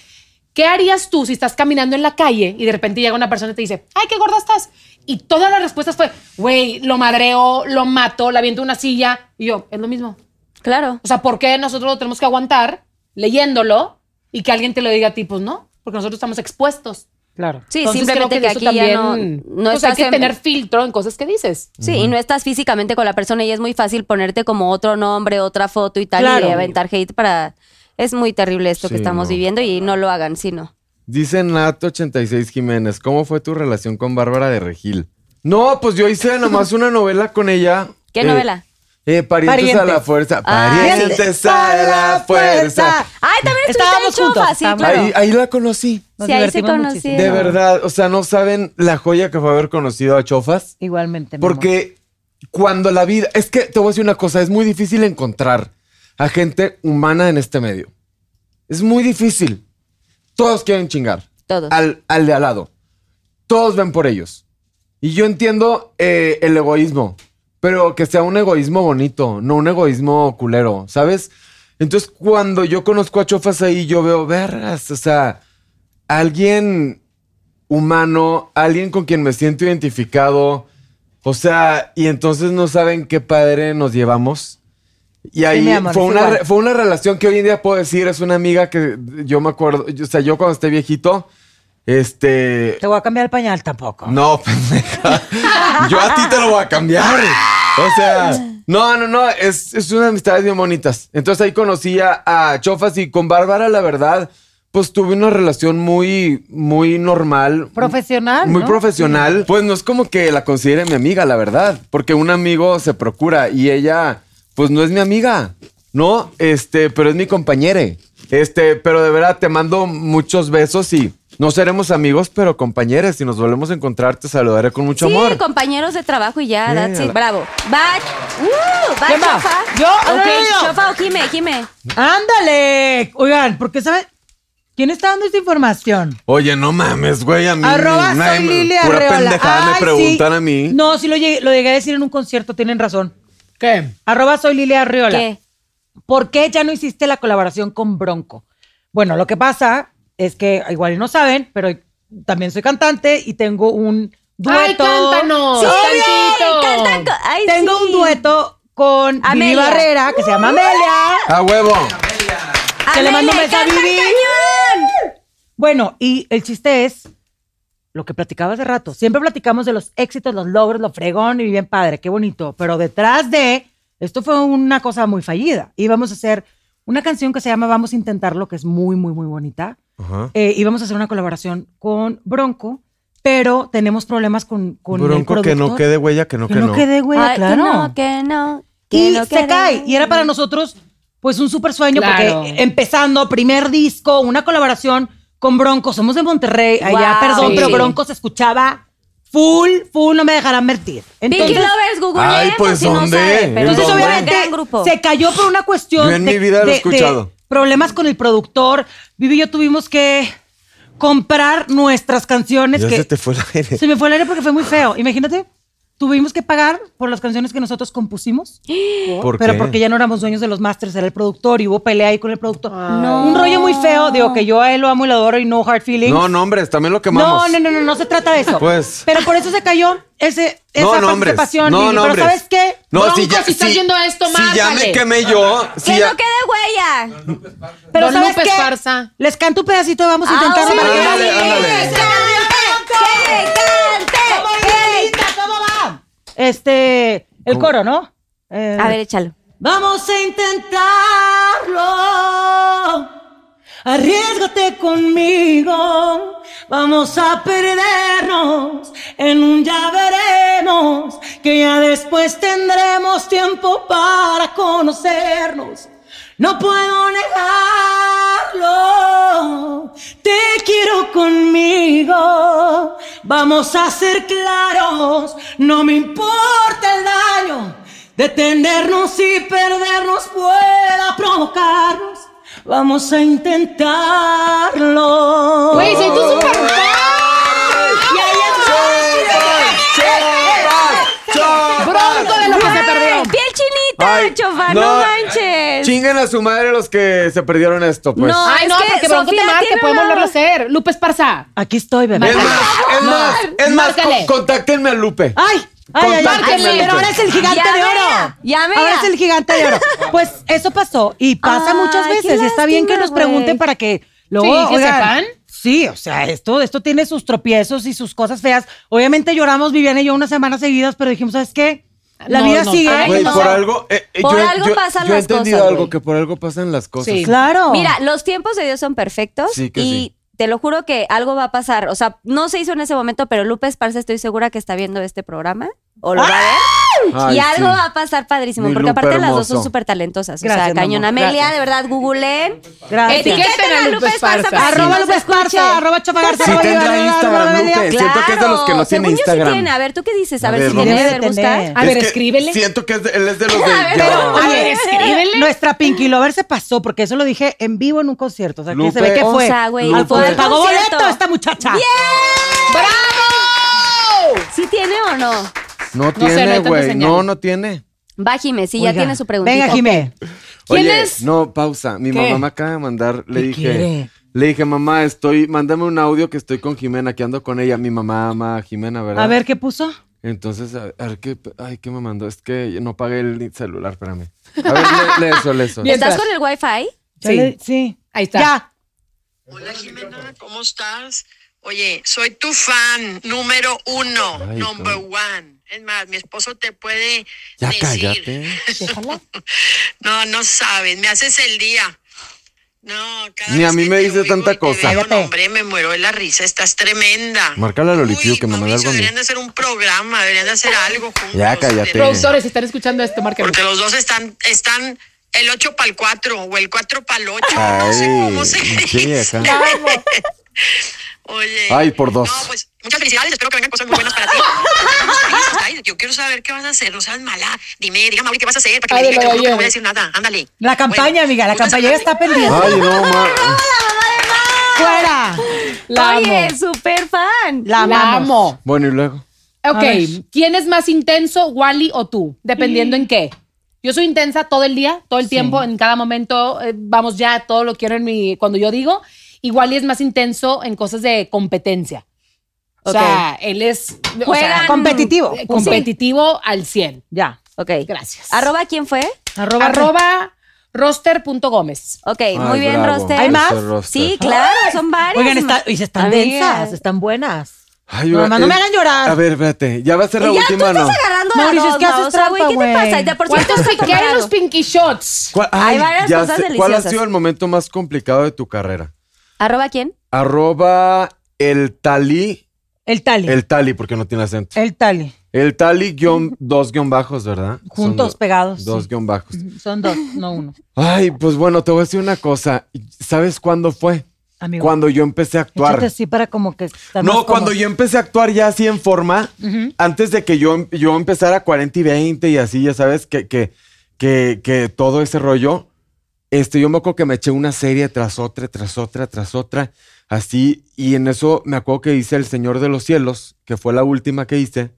Speaker 6: ¿qué harías tú si estás caminando en la calle y de repente llega una persona y te dice, ay, qué gorda estás? Y todas las respuestas fue, güey, lo madreo, lo mato, la aviento a una silla. Y yo, es lo mismo.
Speaker 3: Claro.
Speaker 6: O sea, ¿por qué nosotros lo tenemos que aguantar leyéndolo y que alguien te lo diga a ti? Pues no, porque nosotros estamos expuestos.
Speaker 5: Claro.
Speaker 3: Sí,
Speaker 6: Entonces,
Speaker 3: simplemente que
Speaker 6: creo
Speaker 3: aquí
Speaker 6: eso
Speaker 3: ya no,
Speaker 6: también,
Speaker 3: no
Speaker 6: pues, hay
Speaker 3: estás
Speaker 6: que
Speaker 3: en-
Speaker 6: tener filtro en cosas que dices.
Speaker 3: Sí, y no estás físicamente con la persona y es muy fácil ponerte como otro nombre, otra foto y tal
Speaker 5: Claro.
Speaker 3: y aventar hate para... Es muy terrible esto que
Speaker 4: Sí,
Speaker 3: estamos
Speaker 4: no.
Speaker 3: viviendo y no lo hagan, sí, no.
Speaker 4: Dice Nato86 Jiménez, ¿cómo fue tu relación con Bárbara de Regil? No, pues yo hice nomás una novela con ella.
Speaker 3: ¿Qué
Speaker 4: Eh,
Speaker 3: novela?
Speaker 4: Eh, parientes, a la
Speaker 5: Parientes.
Speaker 4: fuerza.
Speaker 3: Ah,
Speaker 4: parientes a la fuerza.
Speaker 3: Ay, también estuviste
Speaker 5: Estábamos
Speaker 3: en Chufa,
Speaker 5: juntos,
Speaker 3: sí,
Speaker 5: estábamos-
Speaker 3: claro.
Speaker 4: Ahí, ahí la conocí.
Speaker 5: Nos
Speaker 3: Sí, ahí se
Speaker 5: divertimos
Speaker 3: conocieron.
Speaker 5: muchísimo.
Speaker 4: De verdad, o sea, no saben la joya que fue haber conocido a Chofas.
Speaker 5: Igualmente. mi amor.
Speaker 4: Porque cuando la vida. Es que te voy a decir una cosa: es muy difícil encontrar a gente humana en este medio. Es muy difícil. Todos quieren chingar.
Speaker 3: Todos.
Speaker 4: Al, al de al lado. Todos ven por ellos. Y yo entiendo eh, el egoísmo, pero que sea un egoísmo bonito, no un egoísmo culero, ¿sabes? Entonces, cuando yo conozco a Chofas ahí, yo veo, vergas, o sea, alguien humano, alguien con quien me siento identificado. O sea, y entonces no saben qué padre nos llevamos. Y ahí
Speaker 5: mi amor,
Speaker 4: fue,
Speaker 5: es
Speaker 4: una,
Speaker 5: igual.
Speaker 4: re- fue una relación que hoy en día puedo decir, es una amiga que yo me acuerdo, yo- o sea, yo cuando esté viejito, este...
Speaker 5: Te voy a cambiar el pañal tampoco.
Speaker 4: No, pendeja. Yo a ti te lo voy a cambiar. O sea, no, no, no. Es, es unas amistades bien bonitas. Entonces ahí conocí a, a Chofas y con Bárbara, la verdad, pues tuve una relación muy, muy normal.
Speaker 5: Profesional,
Speaker 4: Muy
Speaker 5: ¿no?
Speaker 4: profesional. Pues no es como que la considere mi amiga, la verdad. Porque un amigo se procura y ella, pues no es mi amiga. No, este, pero es mi compañere. Este, pero de verdad te mando muchos besos y no seremos amigos, pero compañeros. Si nos volvemos a encontrar, te saludaré con mucho
Speaker 3: sí,
Speaker 4: amor.
Speaker 3: compañeros de trabajo y ya,
Speaker 4: Sí,
Speaker 3: that's
Speaker 4: a
Speaker 3: it.
Speaker 4: la-
Speaker 3: Bravo. Va, uh, va,
Speaker 5: ¿Quién va?
Speaker 3: Chofa.
Speaker 5: ¿Yo?
Speaker 3: Ok,
Speaker 5: No, no, no.
Speaker 3: Chofa o Jime, Jime.
Speaker 5: ¡Ándale! Oigan, porque ¿saben? ¿Quién está dando esta información?
Speaker 4: Oye, no mames, güey, a mí.
Speaker 5: Arroba
Speaker 4: nadie
Speaker 5: soy
Speaker 4: me-
Speaker 5: Lili
Speaker 4: em, Pura
Speaker 5: Arreola.
Speaker 4: pendejada me
Speaker 5: Ay,
Speaker 4: preguntan
Speaker 5: sí.
Speaker 4: a mí.
Speaker 5: No, sí lo llegué, lo llegué a decir en un concierto, tienen razón.
Speaker 6: ¿Qué?
Speaker 5: Arroba soy Lili Arreola.
Speaker 3: ¿Qué?
Speaker 5: ¿Por qué ya no hiciste la colaboración con Bronco? Bueno, lo que pasa es que igual y no saben, pero también soy cantante y tengo un dueto.
Speaker 6: ¡Ay, cántanos!
Speaker 5: Sí,
Speaker 6: ¡Tantito!
Speaker 3: Ay, canta- ay,
Speaker 5: Oh, Tengo
Speaker 3: sí.
Speaker 5: un dueto con Vivi
Speaker 3: Amelia.
Speaker 5: Barrera, que se llama Amelia.
Speaker 4: A huevo.
Speaker 5: Que le mando un
Speaker 3: Amelia,
Speaker 5: beso a
Speaker 3: canta
Speaker 5: Vivi.
Speaker 3: cañón.
Speaker 5: Bueno, y el chiste es lo que platicaba hace rato. Siempre platicamos de los éxitos, los logros, lo fregón y bien padre, qué bonito. Pero detrás de esto fue una cosa muy fallida. Íbamos a hacer una canción que se llama Vamos a intentarlo, que es muy, muy, muy bonita.
Speaker 4: Ajá.
Speaker 5: Eh, íbamos a hacer una colaboración con Bronco, pero tenemos problemas con, con el
Speaker 4: Bronco, que no
Speaker 5: productor.
Speaker 4: quede huella, que no,
Speaker 5: Que
Speaker 4: que,
Speaker 5: no
Speaker 4: no.
Speaker 5: quede, güey,
Speaker 3: Ay,
Speaker 5: claro.
Speaker 3: Que no, que no.
Speaker 5: Y
Speaker 3: que no,
Speaker 5: se
Speaker 3: que
Speaker 5: cae.
Speaker 3: no.
Speaker 5: Y era para nosotros, pues, un súper sueño,
Speaker 6: Claro.
Speaker 5: porque empezando, primer disco, una colaboración con Bronco. Somos de Monterrey, allá,
Speaker 3: Wow.
Speaker 5: perdón,
Speaker 6: Sí.
Speaker 5: pero Bronco se escuchaba full, full, no me dejarán mentir.
Speaker 3: Pinky
Speaker 5: Entonces,
Speaker 3: Lovers, Google.
Speaker 4: Ay, pues,
Speaker 3: si no
Speaker 4: ¿dónde?
Speaker 3: sabe, pero
Speaker 5: entonces
Speaker 4: ¿En dónde?
Speaker 5: obviamente,
Speaker 3: gran grupo.
Speaker 5: se cayó por una cuestión.
Speaker 4: Yo en mi vida lo he escuchado.
Speaker 5: problemas con el productor. Vivi y yo tuvimos que comprar nuestras canciones.
Speaker 4: Ya
Speaker 5: que
Speaker 4: se te fue el aire.
Speaker 5: se me fue el aire porque fue muy feo. Imagínate. Tuvimos que pagar por las canciones que nosotros compusimos,
Speaker 4: ¿Por
Speaker 5: pero
Speaker 4: qué?
Speaker 5: porque ya no éramos dueños de los masters, era el productor y hubo pelea ahí con el productor.
Speaker 6: No.
Speaker 5: Un rollo muy feo, digo que yo a él lo amo y lo adoro y no hard feelings.
Speaker 4: No, nombres, también lo
Speaker 5: No,
Speaker 4: quemamos.
Speaker 5: no, no, no, no se trata de eso.
Speaker 4: Pues.
Speaker 5: Pero por eso se cayó ese, esa
Speaker 4: No, nombres.
Speaker 5: participación.
Speaker 4: No,
Speaker 5: Lili.
Speaker 4: nombres.
Speaker 5: Pero ¿sabes qué?
Speaker 4: No, si
Speaker 6: Bronco,
Speaker 4: ya,
Speaker 6: si estás viendo esto,
Speaker 4: si ya
Speaker 6: márcale.
Speaker 4: me quemé yo, si
Speaker 3: ¡Que
Speaker 4: ya-
Speaker 3: no quede huella!
Speaker 5: Pero
Speaker 6: Don
Speaker 5: ¿sabes
Speaker 6: Lupe
Speaker 5: qué?
Speaker 6: Esparza. Ah,
Speaker 5: Les canto un pedacito, vamos a intentar
Speaker 3: Ahora
Speaker 5: marcar.
Speaker 4: Ándale,
Speaker 3: sí,
Speaker 4: ándale.
Speaker 3: ¡Que cante! ¡Que cante!
Speaker 5: Este, el coro, ¿no? Eh,
Speaker 3: A ver, échalo.
Speaker 5: Vamos a intentarlo. Arriesgate conmigo. Vamos a perdernos. En un ya veremos. Que ya después tendremos tiempo para conocernos. No puedo negarlo. Te quiero conmigo. Vamos a ser claros. No me importa el daño. Detenernos y perdernos pueda provocarnos. Vamos a intentarlo.
Speaker 6: Güey, soy tu
Speaker 5: Y ahí está.
Speaker 6: Bronco de lo
Speaker 5: pues,
Speaker 6: que se perdió.
Speaker 3: ¡Piel chinita,
Speaker 4: Ay,
Speaker 3: chofa!
Speaker 4: no.
Speaker 3: ¡No, manches!
Speaker 4: Chinguen a su madre los que se perdieron esto, pues.
Speaker 3: No,
Speaker 6: Ay,
Speaker 3: es
Speaker 6: no,
Speaker 3: que
Speaker 6: porque Bronco
Speaker 3: Sofía
Speaker 6: te marca,
Speaker 3: tiene
Speaker 6: podemos
Speaker 3: una-
Speaker 6: volverlo a hacer. Lupe Esparza.
Speaker 5: Aquí estoy, bebé.
Speaker 4: Es más, es más, es más, con-
Speaker 6: Márcale.
Speaker 4: contáctenme a Lupe.
Speaker 5: Ay, ay, ay, ay,
Speaker 6: Contáctenme,
Speaker 5: Pero ahora es el gigante
Speaker 3: Ya
Speaker 5: de
Speaker 3: me
Speaker 5: oro.
Speaker 3: ya, ya me
Speaker 5: ahora
Speaker 3: ya.
Speaker 5: es el gigante de oro. Pues eso pasó y pasa
Speaker 3: Ay,
Speaker 5: muchas
Speaker 3: qué
Speaker 5: veces. Y está bien que
Speaker 3: lástima,
Speaker 5: nos pregunten
Speaker 3: güey.
Speaker 5: para que lo
Speaker 6: Sí, que sepan.
Speaker 5: Sí, o sea, esto, esto tiene sus tropiezos y sus cosas feas. Obviamente lloramos Viviana y yo unas semanas seguidas, pero dijimos, ¿sabes qué? La
Speaker 6: No,
Speaker 5: vida
Speaker 6: no,
Speaker 5: sigue.
Speaker 6: ay,
Speaker 4: Güey,
Speaker 6: no.
Speaker 4: por algo. eh, eh,
Speaker 3: Por
Speaker 4: yo, he-
Speaker 3: algo
Speaker 4: yo-
Speaker 3: pasan
Speaker 4: yo he
Speaker 3: las
Speaker 4: entendido
Speaker 3: cosas,
Speaker 4: algo,
Speaker 3: güey.
Speaker 4: que por algo pasan las cosas.
Speaker 6: Sí.
Speaker 5: Claro.
Speaker 6: eh,
Speaker 3: Mira, los tiempos de Dios son perfectos
Speaker 4: Sí que
Speaker 3: y
Speaker 4: sí.
Speaker 3: te lo juro que algo va a pasar. O sea, no se hizo en ese momento, pero Lupe Esparza estoy segura que está viendo este programa o lo va a ver.
Speaker 4: Ay,
Speaker 3: y algo
Speaker 4: sí.
Speaker 3: va a pasar padrísimo,
Speaker 4: Mi
Speaker 3: porque
Speaker 4: Lupe
Speaker 3: aparte las dos
Speaker 4: hermoso.
Speaker 3: son súper talentosas. o
Speaker 5: Gracias,
Speaker 3: sea,
Speaker 5: mi
Speaker 3: cañón.
Speaker 5: amor.
Speaker 3: Amelia,
Speaker 5: Gracias.
Speaker 3: de verdad, googleen.
Speaker 5: Gracias.
Speaker 3: Etiqueten a Lupe Esparza. para que
Speaker 5: Arroba
Speaker 3: nos
Speaker 5: Lupe
Speaker 3: escuche.
Speaker 5: Esparza, arroba Chava Garza,
Speaker 4: Sí
Speaker 5: arroba
Speaker 4: tendrá
Speaker 5: Viviana, arroba
Speaker 4: Instagram,
Speaker 5: Belia.
Speaker 4: Lupe. Siento que es de los que
Speaker 3: Claro,
Speaker 4: no tiene
Speaker 3: según yo sí
Speaker 4: Instagram.
Speaker 3: tiene. A ver, ¿tú qué dices? A,
Speaker 4: A
Speaker 3: ver,
Speaker 4: ver,
Speaker 3: si
Speaker 4: vamos.
Speaker 3: tiene. A ver,
Speaker 5: Debe de
Speaker 3: busca.
Speaker 5: tener.
Speaker 6: A
Speaker 4: Es
Speaker 6: ver,
Speaker 4: que
Speaker 6: escríbele.
Speaker 4: Siento que es de- él es de los de.
Speaker 3: A ver,
Speaker 4: ya.
Speaker 3: pero-
Speaker 6: A ver, escríbele.
Speaker 5: Nuestra Pinky Lover se pasó, porque eso lo dije en vivo en un concierto. O sea, que se ve
Speaker 4: Lupe.
Speaker 5: que
Speaker 3: O
Speaker 5: fue.
Speaker 3: sea, güey,
Speaker 5: Al
Speaker 4: fue
Speaker 5: poder
Speaker 4: al
Speaker 5: pagó
Speaker 3: concierto.
Speaker 5: boleto esta muchacha.
Speaker 6: ¡Bravo!
Speaker 3: ¿Sí tiene o no?
Speaker 4: No
Speaker 6: sé, no hay
Speaker 4: tiene,
Speaker 6: tanta
Speaker 4: güey.
Speaker 6: señal.
Speaker 4: No, no tiene.
Speaker 3: Va, Jimé, sí, ya
Speaker 5: Oiga,
Speaker 3: tiene su preguntita.
Speaker 5: Venga, Jimé.
Speaker 6: ¿Quién
Speaker 4: Oye,
Speaker 6: es?
Speaker 4: No, pausa. Mi mamá me acaba de mandar, le
Speaker 5: ¿Qué
Speaker 4: dije,
Speaker 5: quiere?
Speaker 4: le dije, mamá, estoy, mándame un audio que estoy con Jimena, que ando con ella. Mi mamá ama a Jimena, ¿verdad?
Speaker 5: A ver, ¿qué puso?
Speaker 4: Entonces, a a ver qué, ay, ¿qué me mandó? Es que no pagué el celular, espérame. A ver, le, lee eso, lee eso.
Speaker 6: Bien.
Speaker 3: ¿Estás
Speaker 6: Mientras.
Speaker 3: con el wifi?
Speaker 5: Ya
Speaker 6: Sí.
Speaker 5: le- sí.
Speaker 6: Ahí está.
Speaker 5: Ya.
Speaker 1: Hola Jimena, ¿cómo estás? Oye, soy tu fan número uno,
Speaker 4: Ay,
Speaker 1: number
Speaker 4: cómo-
Speaker 1: one. Es más, mi esposo te puede
Speaker 4: Ya
Speaker 1: decir.
Speaker 4: cállate.
Speaker 1: No, no sabes, me haces el día. No, cada
Speaker 4: Ni a
Speaker 1: vez
Speaker 4: mí
Speaker 1: que
Speaker 4: me
Speaker 1: te
Speaker 4: dices
Speaker 1: oigo
Speaker 4: tanta
Speaker 1: y te
Speaker 4: cosa.
Speaker 1: veo, no,
Speaker 5: Cállate.
Speaker 1: hombre, me muero de la risa, estás tremenda.
Speaker 4: Márcale a Lolipio
Speaker 1: Uy,
Speaker 4: que me mande algo
Speaker 1: Mauricio,
Speaker 4: a mí.
Speaker 1: Deberían de hacer un programa, deberían de hacer algo juntos.
Speaker 4: Ya, cállate.
Speaker 1: De-
Speaker 6: Productores, si están escuchando esto, márquenme.
Speaker 1: Porque los dos están, están el 8 para el 4 o el 4 para el 8, no sé
Speaker 4: Ay,
Speaker 1: cómo se
Speaker 4: sí, acá.
Speaker 1: Oye.
Speaker 4: Ay, por dos.
Speaker 1: No, pues muchas felicidades. Espero que vengan cosas muy buenas para ti. Ay, Yo quiero saber qué vas a hacer. No seas mala. Dime, dígame, Mauri, qué vas a hacer para que
Speaker 6: Ay,
Speaker 1: me diga
Speaker 6: lo de
Speaker 1: que no, no te
Speaker 6: ayer.
Speaker 1: voy a decir nada. Ándale.
Speaker 5: La campaña,
Speaker 1: Bueno,
Speaker 5: amiga, la
Speaker 1: juntas
Speaker 5: campaña ya
Speaker 1: a-
Speaker 5: está pendiente.
Speaker 4: Ay, no, ma.
Speaker 5: Fuera.
Speaker 6: La
Speaker 3: Oye,
Speaker 6: amo.
Speaker 3: súper fan.
Speaker 5: La
Speaker 6: La
Speaker 5: amamos.
Speaker 6: amo.
Speaker 4: Bueno, y luego.
Speaker 5: A ver. Mm.
Speaker 6: Ok, ¿quién es más intenso, Wally o tú? Dependiendo en qué. Yo soy intensa todo el día, todo el tiempo, en cada momento, eh, vamos ya, todo lo quiero en mi, cuando yo digo. Y Wally es más intenso en cosas de competencia. O sea, él es o sea,
Speaker 3: Juegan.
Speaker 5: Competitivo.
Speaker 6: eh,
Speaker 5: Punto.
Speaker 6: competitivo al 100.
Speaker 5: Ya.
Speaker 3: Ok.
Speaker 6: Gracias.
Speaker 3: ¿Arroba quién fue?
Speaker 5: Arroba.
Speaker 6: Arroba roster.gómez.
Speaker 3: Ok,
Speaker 4: Ay,
Speaker 3: muy bien,
Speaker 4: bravo.
Speaker 3: Roster.
Speaker 5: ¿Hay más?
Speaker 4: Roster, roster.
Speaker 3: Sí, claro, son varios.
Speaker 5: Oigan, está- y se están
Speaker 3: Amiga.
Speaker 5: densas, están buenas.
Speaker 4: Ay,
Speaker 5: No,
Speaker 4: va-
Speaker 5: mamá, no
Speaker 4: eh,
Speaker 5: me hagan llorar.
Speaker 4: A ver, espérate. Ya va a ser la
Speaker 3: Y ya tú
Speaker 4: última,
Speaker 3: estás
Speaker 4: ¿no?
Speaker 3: agarrando la
Speaker 5: Mauricio, es que
Speaker 3: onda,
Speaker 5: haces
Speaker 3: o sea, güey, ¿qué
Speaker 5: trampa,
Speaker 3: te
Speaker 5: güey.
Speaker 3: pasa? De por sí
Speaker 6: ¿Cuántos
Speaker 3: estás
Speaker 6: piqué
Speaker 3: preparado.
Speaker 6: los pinky shots?
Speaker 4: ¿Cuál,
Speaker 3: Hay varias
Speaker 4: ya
Speaker 3: cosas
Speaker 4: ¿Cuál ha
Speaker 3: deliciosas.
Speaker 4: sido el momento más complicado de tu carrera?
Speaker 3: ¿Arroba quién?
Speaker 4: Arroba el talí.
Speaker 5: El tali. El,
Speaker 4: El tali, porque no tiene acento.
Speaker 5: tali.
Speaker 4: El tali, guión, dos guión bajos, ¿verdad? Son
Speaker 5: Juntos,
Speaker 4: do-
Speaker 5: pegados.
Speaker 4: Dos
Speaker 5: sí.
Speaker 4: guión bajos.
Speaker 5: Son dos, no uno.
Speaker 4: Ay, pues bueno, te voy a decir una cosa. ¿Sabes cuándo fue?
Speaker 5: Amigo.
Speaker 4: Cuando yo empecé a actuar.
Speaker 5: Échate así para como que. estar más
Speaker 4: No, cuando
Speaker 5: cómodo.
Speaker 4: yo empecé a actuar ya así en forma, antes de que yo, yo empezara 40 y 20 y así, ya sabes, que, que, que, que todo ese rollo, este, yo me acuerdo que me eché una serie tras otra, tras otra, tras otra, así, y en eso me acuerdo que hice El Señor de los Cielos, que fue la última que hice,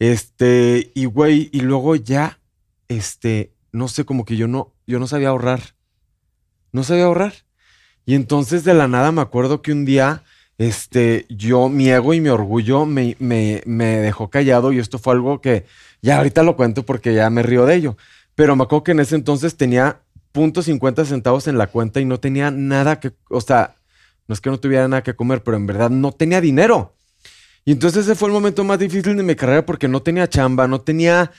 Speaker 4: Este, y güey, y luego ya, este, no sé, como que yo no, yo no sabía ahorrar. No sabía ahorrar. Y entonces de la nada me acuerdo que un día, este, yo, mi ego y mi orgullo me, me, me dejó callado y esto fue algo que ya ahorita lo cuento porque ya me río de ello. Pero me acuerdo que en ese entonces tenía punto .50 centavos en la cuenta y no tenía nada que, o sea, no es que no tuviera nada que comer, pero en verdad no tenía dinero. Y entonces ese fue el momento más difícil de mi carrera porque no tenía chamba, no tenía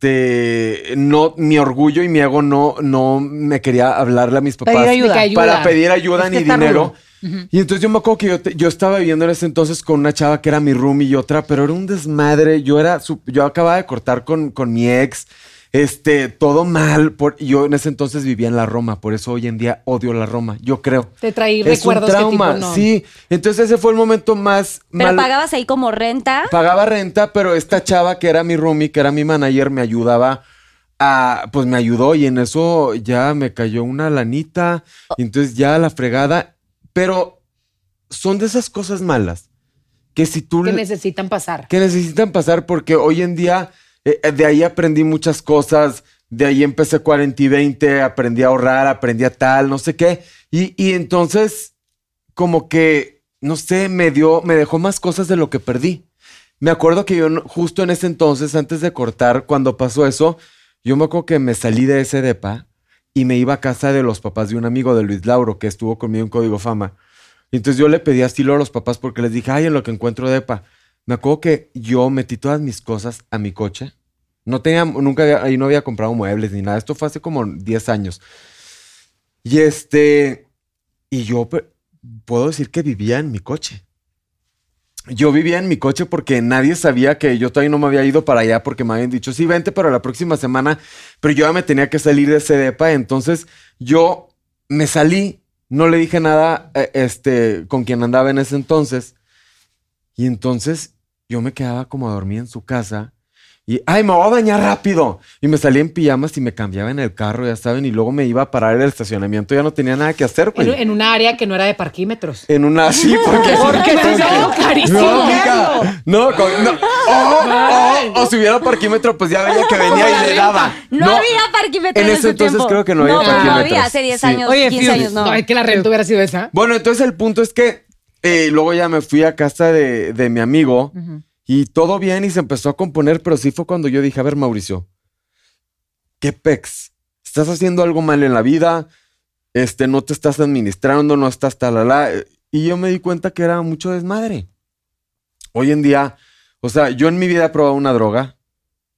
Speaker 4: este no mi orgullo y mi ego no no me quería hablarle a mis papás
Speaker 5: Pedir ayuda.
Speaker 6: Pedir
Speaker 4: para
Speaker 6: ayuda.
Speaker 4: pedir ayuda
Speaker 5: Es que
Speaker 4: ni
Speaker 5: está
Speaker 4: dinero.
Speaker 6: rudo. Ujú.
Speaker 4: Y entonces yo me acuerdo que yo, te- yo estaba viviendo en ese entonces con una chava que era mi room y otra, pero era un desmadre. Yo era su- yo acababa de cortar con, con mi ex. Este, todo mal. Por, y yo en ese entonces vivía en la Roma, por eso hoy en día odio la Roma, yo creo.
Speaker 6: Te traí
Speaker 4: es un
Speaker 6: recuerdos que
Speaker 4: trauma,
Speaker 6: tipo, no.
Speaker 4: sí. Entonces ese fue el momento más
Speaker 3: Pero
Speaker 4: mal-
Speaker 3: pagabas ahí como renta.
Speaker 4: Pagaba renta, pero esta chava que era mi roomie, que era mi manager, me ayudaba a. Pues me ayudó y en eso ya me cayó una lanita. Y entonces ya la fregada. Pero son de esas cosas malas que si tú.
Speaker 6: que
Speaker 4: le-
Speaker 6: necesitan pasar.
Speaker 4: que necesitan pasar porque hoy en día eh, eh, de ahí aprendí muchas cosas, de ahí empecé 40 y 20, aprendí a ahorrar, aprendí a tal, no sé qué. Y, y entonces, como que, no sé, me dio, me dejó más cosas de lo que perdí. Me acuerdo que yo no- justo en ese entonces, antes de cortar, cuando pasó eso, yo me acuerdo que me salí de ese depa y me iba a casa de los papás de un amigo de Luis Lauro que estuvo conmigo en Código Fama. Y entonces yo le pedí asilo a los papás porque les dije, ay, en lo que encuentro depa. Me acuerdo que yo metí todas mis cosas a mi coche. No tenía, nunca, había- ahí no había comprado muebles ni nada. Esto fue hace como 10 años. Y este, y yo pe- puedo decir que vivía en mi coche. Yo vivía en mi coche porque nadie sabía que yo todavía no me había ido para allá porque me habían dicho, sí, vente para la próxima semana, pero yo ya me tenía que salir de ese depa. Entonces yo me salí, no le dije nada eh, este, con quien andaba en ese entonces. Y entonces yo me quedaba como a dormir en su casa y, ay, me voy a bañar rápido. Y me salía en pijamas y me cambiaba en el carro, ya saben, y luego me iba a parar en el estacionamiento, ya no tenía nada que hacer,
Speaker 6: En,
Speaker 4: güey.
Speaker 6: en un área que no era de parquímetros.
Speaker 4: En una así, porque...
Speaker 6: Porque
Speaker 4: porque-
Speaker 6: si no, carísimo.
Speaker 4: No, mija, no, con- no. O, o- o si hubiera parquímetro, pues ya veía que venía y le daba.
Speaker 3: No, había parquímetro
Speaker 4: en
Speaker 3: en,
Speaker 4: ese entonces
Speaker 3: tiempo.
Speaker 4: creo que no había
Speaker 3: No
Speaker 4: parquímetros.
Speaker 3: había hace 10
Speaker 4: Sí.
Speaker 3: años,
Speaker 5: Oye,
Speaker 3: 15
Speaker 5: Fiu-
Speaker 3: años, no.
Speaker 6: No, es que la renta hubiera sido esa.
Speaker 4: Bueno, entonces el punto es que eh, luego ya me fui a casa de, de mi amigo y todo bien y se empezó a componer, pero sí fue cuando yo dije, a ver, Mauricio, ¿qué pex? ¿Estás haciendo algo mal en la vida? Este, no te estás administrando, no estás talala. Y yo me di cuenta que era mucho desmadre. Hoy en día, o sea, yo en mi vida he probado una droga.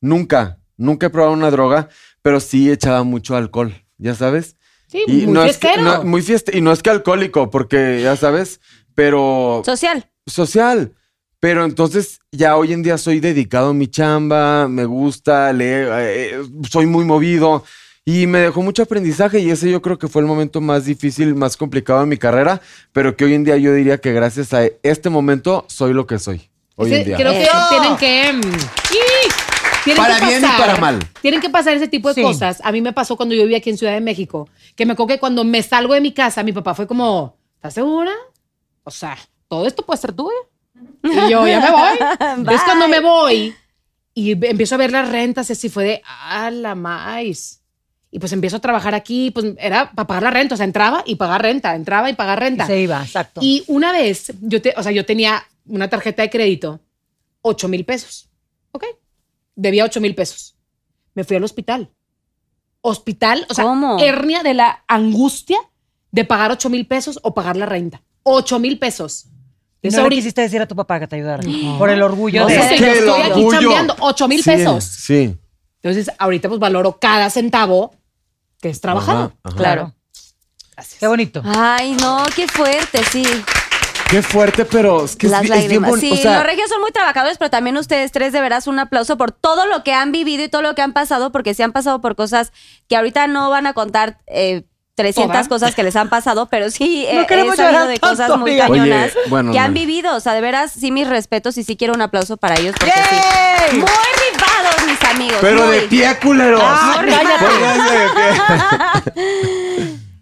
Speaker 4: Nunca, nunca he probado una droga, pero sí echaba mucho alcohol, ya sabes.
Speaker 6: Sí,
Speaker 4: Y
Speaker 6: muy
Speaker 4: no
Speaker 6: fiestero.
Speaker 4: Es que, no- muy fieste- y no es que alcohólico, porque ya sabes, pero
Speaker 3: Social.
Speaker 4: social. Pero entonces ya hoy en día soy dedicado a mi chamba, me gusta, leo, eh, soy muy movido y me dejó mucho aprendizaje y ese yo creo que fue el momento más difícil, más complicado de mi carrera, pero que hoy en día yo diría que gracias a este momento soy lo que soy. Hoy
Speaker 6: Ese-
Speaker 4: en día.
Speaker 6: Creo que
Speaker 3: Eso.
Speaker 6: tienen que. mm, ¡y! Tienen
Speaker 4: Para
Speaker 6: que
Speaker 4: bien y
Speaker 6: pasar-
Speaker 4: para mal.
Speaker 6: Tienen que pasar ese tipo de
Speaker 5: Sí.
Speaker 6: cosas. A mí me pasó cuando yo vivía aquí en Ciudad de México, que me acuerdo que cuando me salgo de mi casa, mi papá fue como, ¿estás segura? O sea, todo esto puede ser tuyo. Y yo, ya me voy. Entonces, cuando me voy y ve- empiezo a ver las rentas, y así fue de, ¡ah, la maíz! Y pues empiezo a trabajar aquí, pues era para pagar la renta. O sea, entraba y pagar renta, entraba y pagar
Speaker 5: Y
Speaker 6: renta.
Speaker 5: se iba, exacto.
Speaker 6: Y una vez, yo te, o sea, yo tenía una tarjeta de crédito, 8 mil pesos. ¿Ok? Debía 8 mil pesos. Me fui al hospital. Hospital, o sea,
Speaker 3: ¿Cómo?
Speaker 6: hernia de la angustia de pagar 8 mil pesos o pagar la renta. 8 mil pesos.
Speaker 5: Y
Speaker 6: Eso
Speaker 5: no le
Speaker 6: ahorita-
Speaker 5: quisiste decir a tu papá que te ayudara. Por el orgullo
Speaker 6: No,
Speaker 5: de...
Speaker 6: o sea,
Speaker 4: ¡Qué
Speaker 6: yo estoy aquí
Speaker 4: orgullo!
Speaker 6: chambeando, 8 mil
Speaker 4: Sí,
Speaker 6: pesos.
Speaker 4: Sí.
Speaker 6: Entonces, ahorita pues valoro cada centavo que es trabajado.
Speaker 4: Ajá, ajá.
Speaker 5: Claro.
Speaker 6: Gracias.
Speaker 5: Qué bonito.
Speaker 3: Ay, no, qué fuerte, sí.
Speaker 4: Qué fuerte, pero es que es
Speaker 3: Las
Speaker 4: bien- es, bien
Speaker 3: lágrimas.
Speaker 4: bonito.
Speaker 3: sí,
Speaker 4: o sea,
Speaker 3: los regios son muy trabajadores, pero también ustedes tres de veras un aplauso por todo lo que han vivido y todo lo que han pasado, porque se han pasado por cosas que ahorita no van a contar eh, 300
Speaker 6: Todas.
Speaker 3: cosas que les han pasado, pero sí
Speaker 5: No
Speaker 3: eh, he
Speaker 5: queremos
Speaker 3: sabido
Speaker 5: llorar
Speaker 3: de
Speaker 5: tanto,
Speaker 3: cosas muy
Speaker 5: amiga.
Speaker 3: cañonas
Speaker 4: Oye, bueno,
Speaker 3: que han
Speaker 4: no.
Speaker 3: vivido. O sea, de veras, sí, mis respetos y sí quiero un aplauso para ellos. Porque sí.
Speaker 5: ¡Yay!
Speaker 3: Muy rifados, mis amigos.
Speaker 4: pero
Speaker 3: muy.
Speaker 4: de pie, culeros.
Speaker 5: Ah, cállate.
Speaker 4: Pónganse de pie.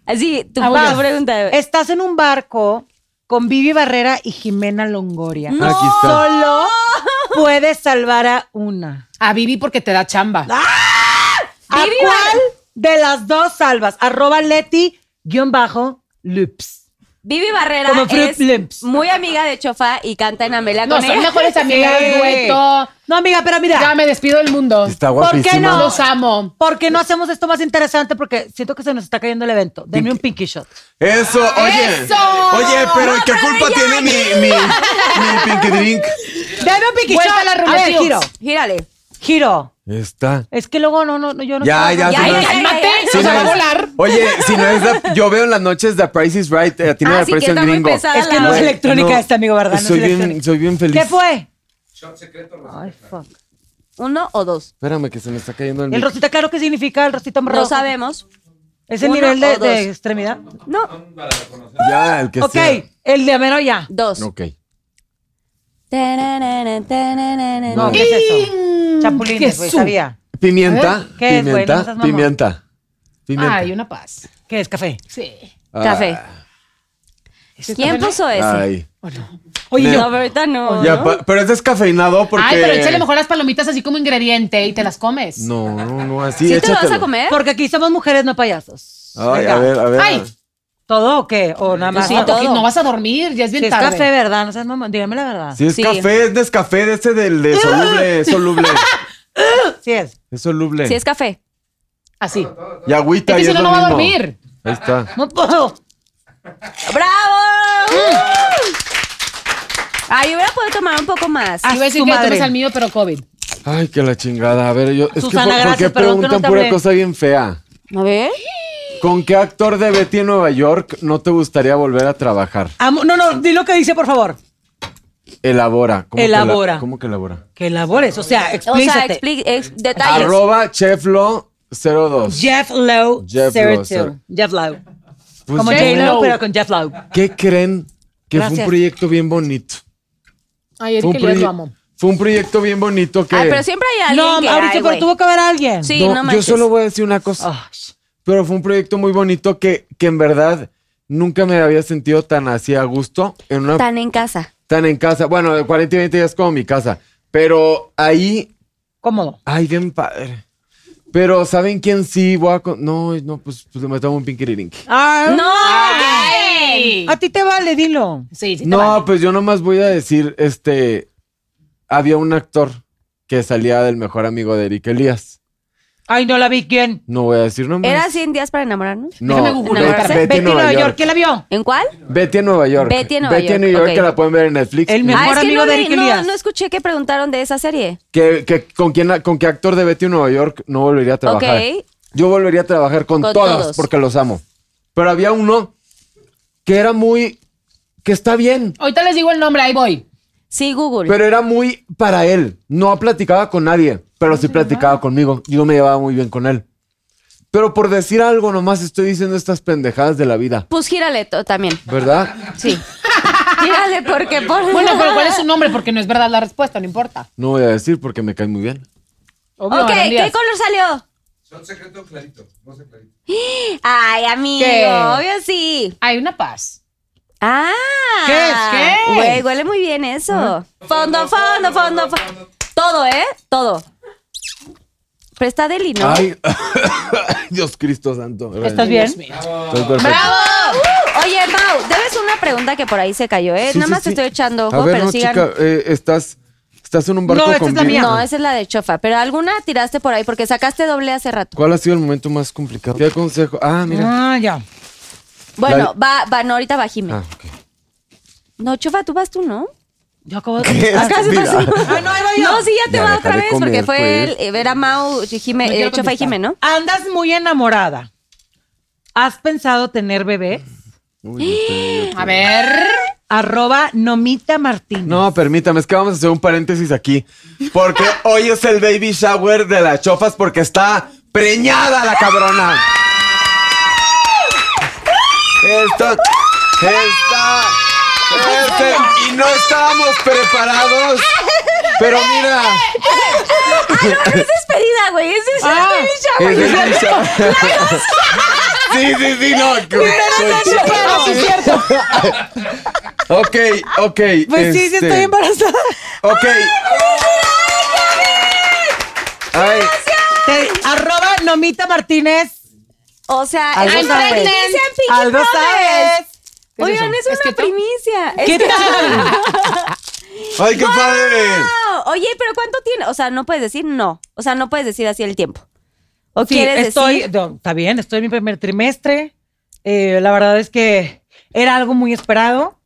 Speaker 3: Así, tu
Speaker 5: Ah, bueno.
Speaker 3: pregunta.
Speaker 5: Estás en un barco con Vivi Barrera y Jimena Longoria.
Speaker 3: No.
Speaker 4: Aquí está.
Speaker 5: Solo puedes salvar a una?
Speaker 6: A Vivi porque te da chamba.
Speaker 5: ¿A
Speaker 6: Vivi,
Speaker 5: cuál de las dos salvas? Arroba Leti, guión bajo, Lups.
Speaker 3: Vivi Barrera
Speaker 5: Como Fruit
Speaker 3: es
Speaker 5: Loops.
Speaker 3: muy amiga de Chofa y canta en Amelia
Speaker 6: No,
Speaker 3: con
Speaker 6: son
Speaker 3: ella.
Speaker 6: mejores amigas,
Speaker 5: Sí.
Speaker 6: dueto.
Speaker 5: No, amiga, pero mira.
Speaker 6: Ya me despido del mundo.
Speaker 4: Está
Speaker 5: ¿Por qué
Speaker 4: guapísima.
Speaker 5: no?
Speaker 6: Los amo.
Speaker 5: ¿Por qué no hacemos esto más interesante? Porque siento que se nos está cayendo el evento. Denme un pinky shot.
Speaker 4: Eso, oye.
Speaker 6: ¡Eso!
Speaker 4: Oye, pero ¿qué culpa tiene mi, mi, mi pinky drink?
Speaker 5: Denme un pinky
Speaker 6: Vuelta
Speaker 5: shot.
Speaker 6: a la
Speaker 5: a
Speaker 6: ruleta.
Speaker 5: ver, giro.
Speaker 3: Gírale.
Speaker 5: Giro.
Speaker 4: Está.
Speaker 5: Es que luego no, no, no, yo no.
Speaker 4: Ya, ya,
Speaker 5: quiero-
Speaker 3: Ya,
Speaker 4: si no
Speaker 3: ya,
Speaker 4: es-
Speaker 3: ya,
Speaker 6: Cálmate,
Speaker 3: ya, ya.
Speaker 6: se
Speaker 4: si no
Speaker 6: va a
Speaker 4: es-
Speaker 6: volar.
Speaker 4: Oye, si no es la, yo veo en las noches The Price is Right, eh, a ti no
Speaker 3: Ah,
Speaker 4: la
Speaker 3: sí,
Speaker 4: Price
Speaker 3: que
Speaker 4: el
Speaker 3: está muy
Speaker 4: gringo.
Speaker 3: pesada
Speaker 5: Es que no
Speaker 3: la-
Speaker 5: es electrónica este amigo, ¿verdad? No es
Speaker 4: soy, bien,
Speaker 5: electrónica.
Speaker 4: soy bien feliz.
Speaker 5: ¿Qué fue? Ay, fuck.
Speaker 3: ¿Uno o dos?
Speaker 4: Espérame que se me está cayendo el,
Speaker 5: El
Speaker 4: mic.
Speaker 5: rosita, claro, ¿qué significa el rosita rojo?
Speaker 3: No sabemos.
Speaker 5: ¿Es el
Speaker 3: Uno
Speaker 5: nivel
Speaker 3: o
Speaker 5: de,
Speaker 3: dos.
Speaker 5: de extremidad?
Speaker 3: No,
Speaker 4: Ya, el que
Speaker 5: ok, el de Amero ya.
Speaker 3: dos.
Speaker 4: sea. Ok.
Speaker 3: Tararara, tararara.
Speaker 5: No, ¿qué es eso? Chapulines, güey,
Speaker 6: Jesús.
Speaker 5: sabía.
Speaker 4: Pimienta,
Speaker 5: ¿Qué es, güey? No
Speaker 4: pimienta,
Speaker 5: seas mamón.
Speaker 4: pimienta. Pimienta.
Speaker 6: Ay, una paz.
Speaker 5: ¿Qué es café?
Speaker 6: Sí.
Speaker 4: Ah,
Speaker 3: Café. ¿Quién puso ese?
Speaker 4: Ay.
Speaker 5: Oye,
Speaker 3: No,
Speaker 5: yo,
Speaker 3: pero ahorita no.
Speaker 4: Ya,
Speaker 3: ¿no?
Speaker 4: pa- pero es descafeinado porque.
Speaker 6: Ay, pero échale mejor las palomitas así como ingrediente y te las comes.
Speaker 4: No, no, no, así.
Speaker 3: ¿Sí te lo vas a
Speaker 4: échatelo.
Speaker 3: comer?
Speaker 5: porque aquí somos mujeres, no payasos.
Speaker 4: Ay,
Speaker 5: Venga.
Speaker 4: a ver, a ver.
Speaker 6: Ay,
Speaker 5: ¿Todo o qué? ¿O nada más?
Speaker 3: Sí,
Speaker 6: no,
Speaker 3: todo.
Speaker 6: no vas a dormir, ya es bien
Speaker 5: Si es
Speaker 6: tarde.
Speaker 5: café, ¿verdad? No seas mamón, dígame la verdad.
Speaker 4: Si es
Speaker 3: Sí.
Speaker 4: café, es descafé de ese del de soluble, es soluble.
Speaker 5: Sí es.
Speaker 4: Es soluble.
Speaker 3: Si es café.
Speaker 6: Así.
Speaker 4: Y agüita.
Speaker 6: Es que
Speaker 4: y
Speaker 6: si
Speaker 4: lo
Speaker 6: no, no va
Speaker 4: mismo.
Speaker 6: a dormir.
Speaker 4: Ahí está.
Speaker 5: No puedo.
Speaker 3: ¡Bravo!
Speaker 5: Mm.
Speaker 3: Ay, hubiera podido tomar un poco más.
Speaker 5: Ah,
Speaker 6: Iba a decir
Speaker 5: su
Speaker 6: que le
Speaker 5: madre.
Speaker 6: tomes al mío, pero COVID.
Speaker 4: Ay, que la chingada. A ver, yo. Es
Speaker 5: Susana,
Speaker 4: que por-
Speaker 5: gracias,
Speaker 4: ¿por qué
Speaker 5: perdón que no
Speaker 4: preguntan
Speaker 5: te
Speaker 4: pura
Speaker 5: hablé.
Speaker 4: cosa bien fea?
Speaker 3: A ver.
Speaker 4: ¿Con qué actor de Betty en Nueva York no te gustaría volver a trabajar?
Speaker 5: Amo- no, no, di lo que dice, por favor.
Speaker 4: Elabora. ¿Cómo que la-
Speaker 5: Elabora.
Speaker 4: ¿Cómo que elabora?
Speaker 5: Que elabores, o sea,
Speaker 3: O sea,
Speaker 5: explícate.
Speaker 3: expli- ex- detalles.
Speaker 4: Arroba cheflo02.
Speaker 5: Jeff Lowe,
Speaker 4: Jeff
Speaker 5: Zero
Speaker 4: Lowe,
Speaker 5: Two.
Speaker 4: Zero.
Speaker 5: Jeff Lowe.
Speaker 4: Pues,
Speaker 5: Como
Speaker 4: ¿qué-
Speaker 5: J.
Speaker 6: Lowe.
Speaker 5: Lowe, pero con Jeff Lowe.
Speaker 4: ¿Qué creen? Que fue
Speaker 5: Gracias.
Speaker 4: un proyecto bien bonito.
Speaker 6: Ay,
Speaker 4: Fue
Speaker 6: Eric
Speaker 4: un,
Speaker 6: Elías
Speaker 4: proye-
Speaker 6: lo amo.
Speaker 4: fue un proyecto bien bonito que...
Speaker 3: Ay, pero siempre hay alguien
Speaker 5: No,
Speaker 3: que...
Speaker 5: ahorita,
Speaker 3: ay,
Speaker 5: pero
Speaker 3: güey.
Speaker 5: tuvo que haber alguien.
Speaker 3: Sí,
Speaker 4: No,
Speaker 3: no,
Speaker 4: yo
Speaker 3: manches.
Speaker 4: solo voy a decir una cosa.
Speaker 5: Ah, sh-
Speaker 4: Pero fue un proyecto muy bonito que, que en verdad nunca me había sentido tan así a gusto, en una, tan,
Speaker 3: Tan en casa.
Speaker 4: en casa. Bueno, de 40 y 20 días como mi casa, pero ahí,
Speaker 5: cómodo.
Speaker 4: ay, bien padre. Pero ¿saben quién sí? Voy a con- no, no, pues, pues me tomo un pinky drink.
Speaker 5: Ah,
Speaker 3: ¡No!
Speaker 5: A ti te vale, dilo.
Speaker 6: Sí, sí, te
Speaker 4: No,
Speaker 6: vale.
Speaker 4: pues yo nomás voy a decir, este, había un actor que salía del mejor amigo de Eric Elías.
Speaker 5: Ay, no la vi. ¿Quién?
Speaker 4: No voy a decir nombres.
Speaker 3: ¿Era 100 días para enamorarnos?
Speaker 4: No,
Speaker 6: Déjame googlear,
Speaker 4: Betty-
Speaker 6: espérate.
Speaker 4: Betty, Nueva, York.
Speaker 5: ¿Quién la vio?
Speaker 3: ¿En cuál?
Speaker 4: Betty en Nueva York.
Speaker 3: Betty en Nueva York, ok.
Speaker 4: que la pueden ver en Netflix.
Speaker 5: El mejor amigo
Speaker 3: Ah, no,
Speaker 5: de
Speaker 3: vi-
Speaker 5: Eric
Speaker 3: no-
Speaker 5: Elías.
Speaker 3: no escuché que preguntaron de esa serie.
Speaker 4: Que, que- con, quién, ¿Con qué actor de Betty en Nueva York no volvería a trabajar?
Speaker 3: Ok.
Speaker 4: Yo volvería a trabajar con,
Speaker 3: Con
Speaker 4: todos,
Speaker 3: todos.
Speaker 4: porque los amo. Pero había uno que era muy... que está bien,
Speaker 6: Ahorita les digo el nombre, ahí voy.
Speaker 3: Sí, Google.
Speaker 4: pero era muy para él. No platicaba con nadie, pero sí platicaba conmigo. Yo me llevaba muy bien con él. Pero por decir algo nomás estoy diciendo estas pendejadas de la vida,
Speaker 3: Pues gírale to- también.
Speaker 4: ¿verdad?
Speaker 3: Sí. gírale porque por...
Speaker 6: Bueno, pero ¿cuál es su nombre? Porque no es verdad la respuesta, no importa.
Speaker 4: No voy a decir porque me cae muy bien.
Speaker 6: Obvio,
Speaker 3: Ok,
Speaker 6: Alan Díaz.
Speaker 3: ¿qué color salió? Son secreto clarito, no sé clarito. Ay, amigo,
Speaker 6: ¿Qué?
Speaker 3: obvio sí.
Speaker 6: Hay una paz.
Speaker 3: Ah.
Speaker 6: ¿Qué es? ¿Qué es?
Speaker 3: Güey, huele muy bien eso. Fondo, fondo, fondo, fondo. Todo, ¿eh? Todo. Pero está deli, ¿no?
Speaker 4: Ay, Dios Cristo santo.
Speaker 5: ¿Estás bien?
Speaker 6: Dios mío.
Speaker 4: Estoy perfecto.
Speaker 6: ¡Bravo!
Speaker 3: Uh, oye, Mau, debes una pregunta que por ahí se cayó, ¿eh?
Speaker 4: Sí,
Speaker 3: Nada
Speaker 4: sí,
Speaker 3: más
Speaker 4: sí.
Speaker 3: te estoy echando ojo,
Speaker 4: A ver,
Speaker 3: pero
Speaker 4: no,
Speaker 3: sigan.
Speaker 4: chica, eh, estás, estás en un barco
Speaker 5: No, esta
Speaker 4: con
Speaker 5: es la
Speaker 4: vi-
Speaker 5: mía.
Speaker 3: No, esa es la de chofa. Pero alguna tiraste por ahí porque sacaste doble hace rato.
Speaker 4: ¿Cuál ha sido el momento más complicado? ¿Qué consejo? Ah, mira.
Speaker 5: Ah, ya.
Speaker 3: Bueno, va, va, no, ahorita va Jimé.
Speaker 4: Ah, ok.
Speaker 3: No, chofa, tú vas tú, ¿no?
Speaker 5: Yo acabo de.
Speaker 4: ¿Qué
Speaker 3: Acá se
Speaker 4: estúpida?
Speaker 3: está haciendo-
Speaker 5: Ah, no, ahí voy yo.
Speaker 3: No, sí, ya te
Speaker 4: Ya
Speaker 3: va
Speaker 4: deja
Speaker 3: otra
Speaker 4: de
Speaker 3: vez,
Speaker 4: comer,
Speaker 3: porque fue
Speaker 4: pues.
Speaker 3: el, eh, ver a Mau, Jime,
Speaker 6: No
Speaker 3: eh,
Speaker 6: quiero
Speaker 3: Chofa y
Speaker 6: contestar.
Speaker 3: Jime, ¿no?
Speaker 5: Andas muy enamorada. ¿Has pensado tener bebé?
Speaker 4: Uy,
Speaker 6: A ver.
Speaker 5: Arroba Nomita Martínez.
Speaker 4: No, permítame, es que vamos a hacer un paréntesis aquí. Porque hoy es el baby shower de las chofas porque está preñada la cabrona. Está. Está. este, y no estábamos preparados. Pero mira.
Speaker 3: Ah, No, no es despedida, güey. Es es-
Speaker 5: Ah.
Speaker 4: Es el baby shower. Sí, sí, sí, no.
Speaker 5: Ah, sí, es cierto.
Speaker 4: Ok, ok.
Speaker 5: Pues sí, sí,
Speaker 4: este,
Speaker 5: estoy embarazada.
Speaker 4: Ok. Ay,
Speaker 5: Te- arroba Nomita Martínez.
Speaker 3: O sea,
Speaker 5: Algo
Speaker 3: es una
Speaker 5: sabes.
Speaker 3: primicia en Pinky
Speaker 5: Algo
Speaker 3: Promise.
Speaker 5: sabes.
Speaker 3: Oigan, es una
Speaker 6: ¿Es keto?
Speaker 3: primicia. Es
Speaker 5: ¿Qué
Speaker 3: keto.
Speaker 5: tal?
Speaker 4: ay, qué padre.
Speaker 3: Wow. Oye, pero ¿cuánto tiene? O sea, no puedes decir no. O sea, no puedes decir así el tiempo. ¿O
Speaker 5: Sí,
Speaker 3: quieres
Speaker 5: estoy,
Speaker 3: decir?
Speaker 5: no, está bien, estoy en mi primer trimestre. Eh, la verdad es que era algo muy esperado.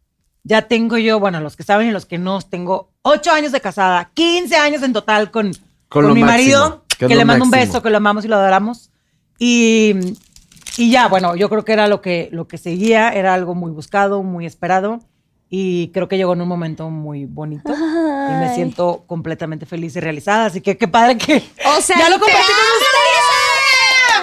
Speaker 5: Ya tengo yo, bueno, los que saben y los que no, tengo ocho años de casada, 15 años en total con, con
Speaker 4: lo
Speaker 5: mi
Speaker 4: máximo,
Speaker 5: marido,
Speaker 4: que
Speaker 5: que,
Speaker 4: es lo
Speaker 5: le mando un
Speaker 4: máximo.
Speaker 5: beso, que lo amamos y lo adoramos. Y, y ya, bueno, yo creo que era lo que, lo que seguía, era algo muy buscado, muy esperado. Y creo que llegó en un momento muy bonito. Y me
Speaker 3: Ay.
Speaker 5: siento completamente feliz y realizada. Así que qué padre que
Speaker 3: O sea,
Speaker 5: ya lo
Speaker 3: te
Speaker 5: compartí
Speaker 3: amo,
Speaker 5: con ustedes.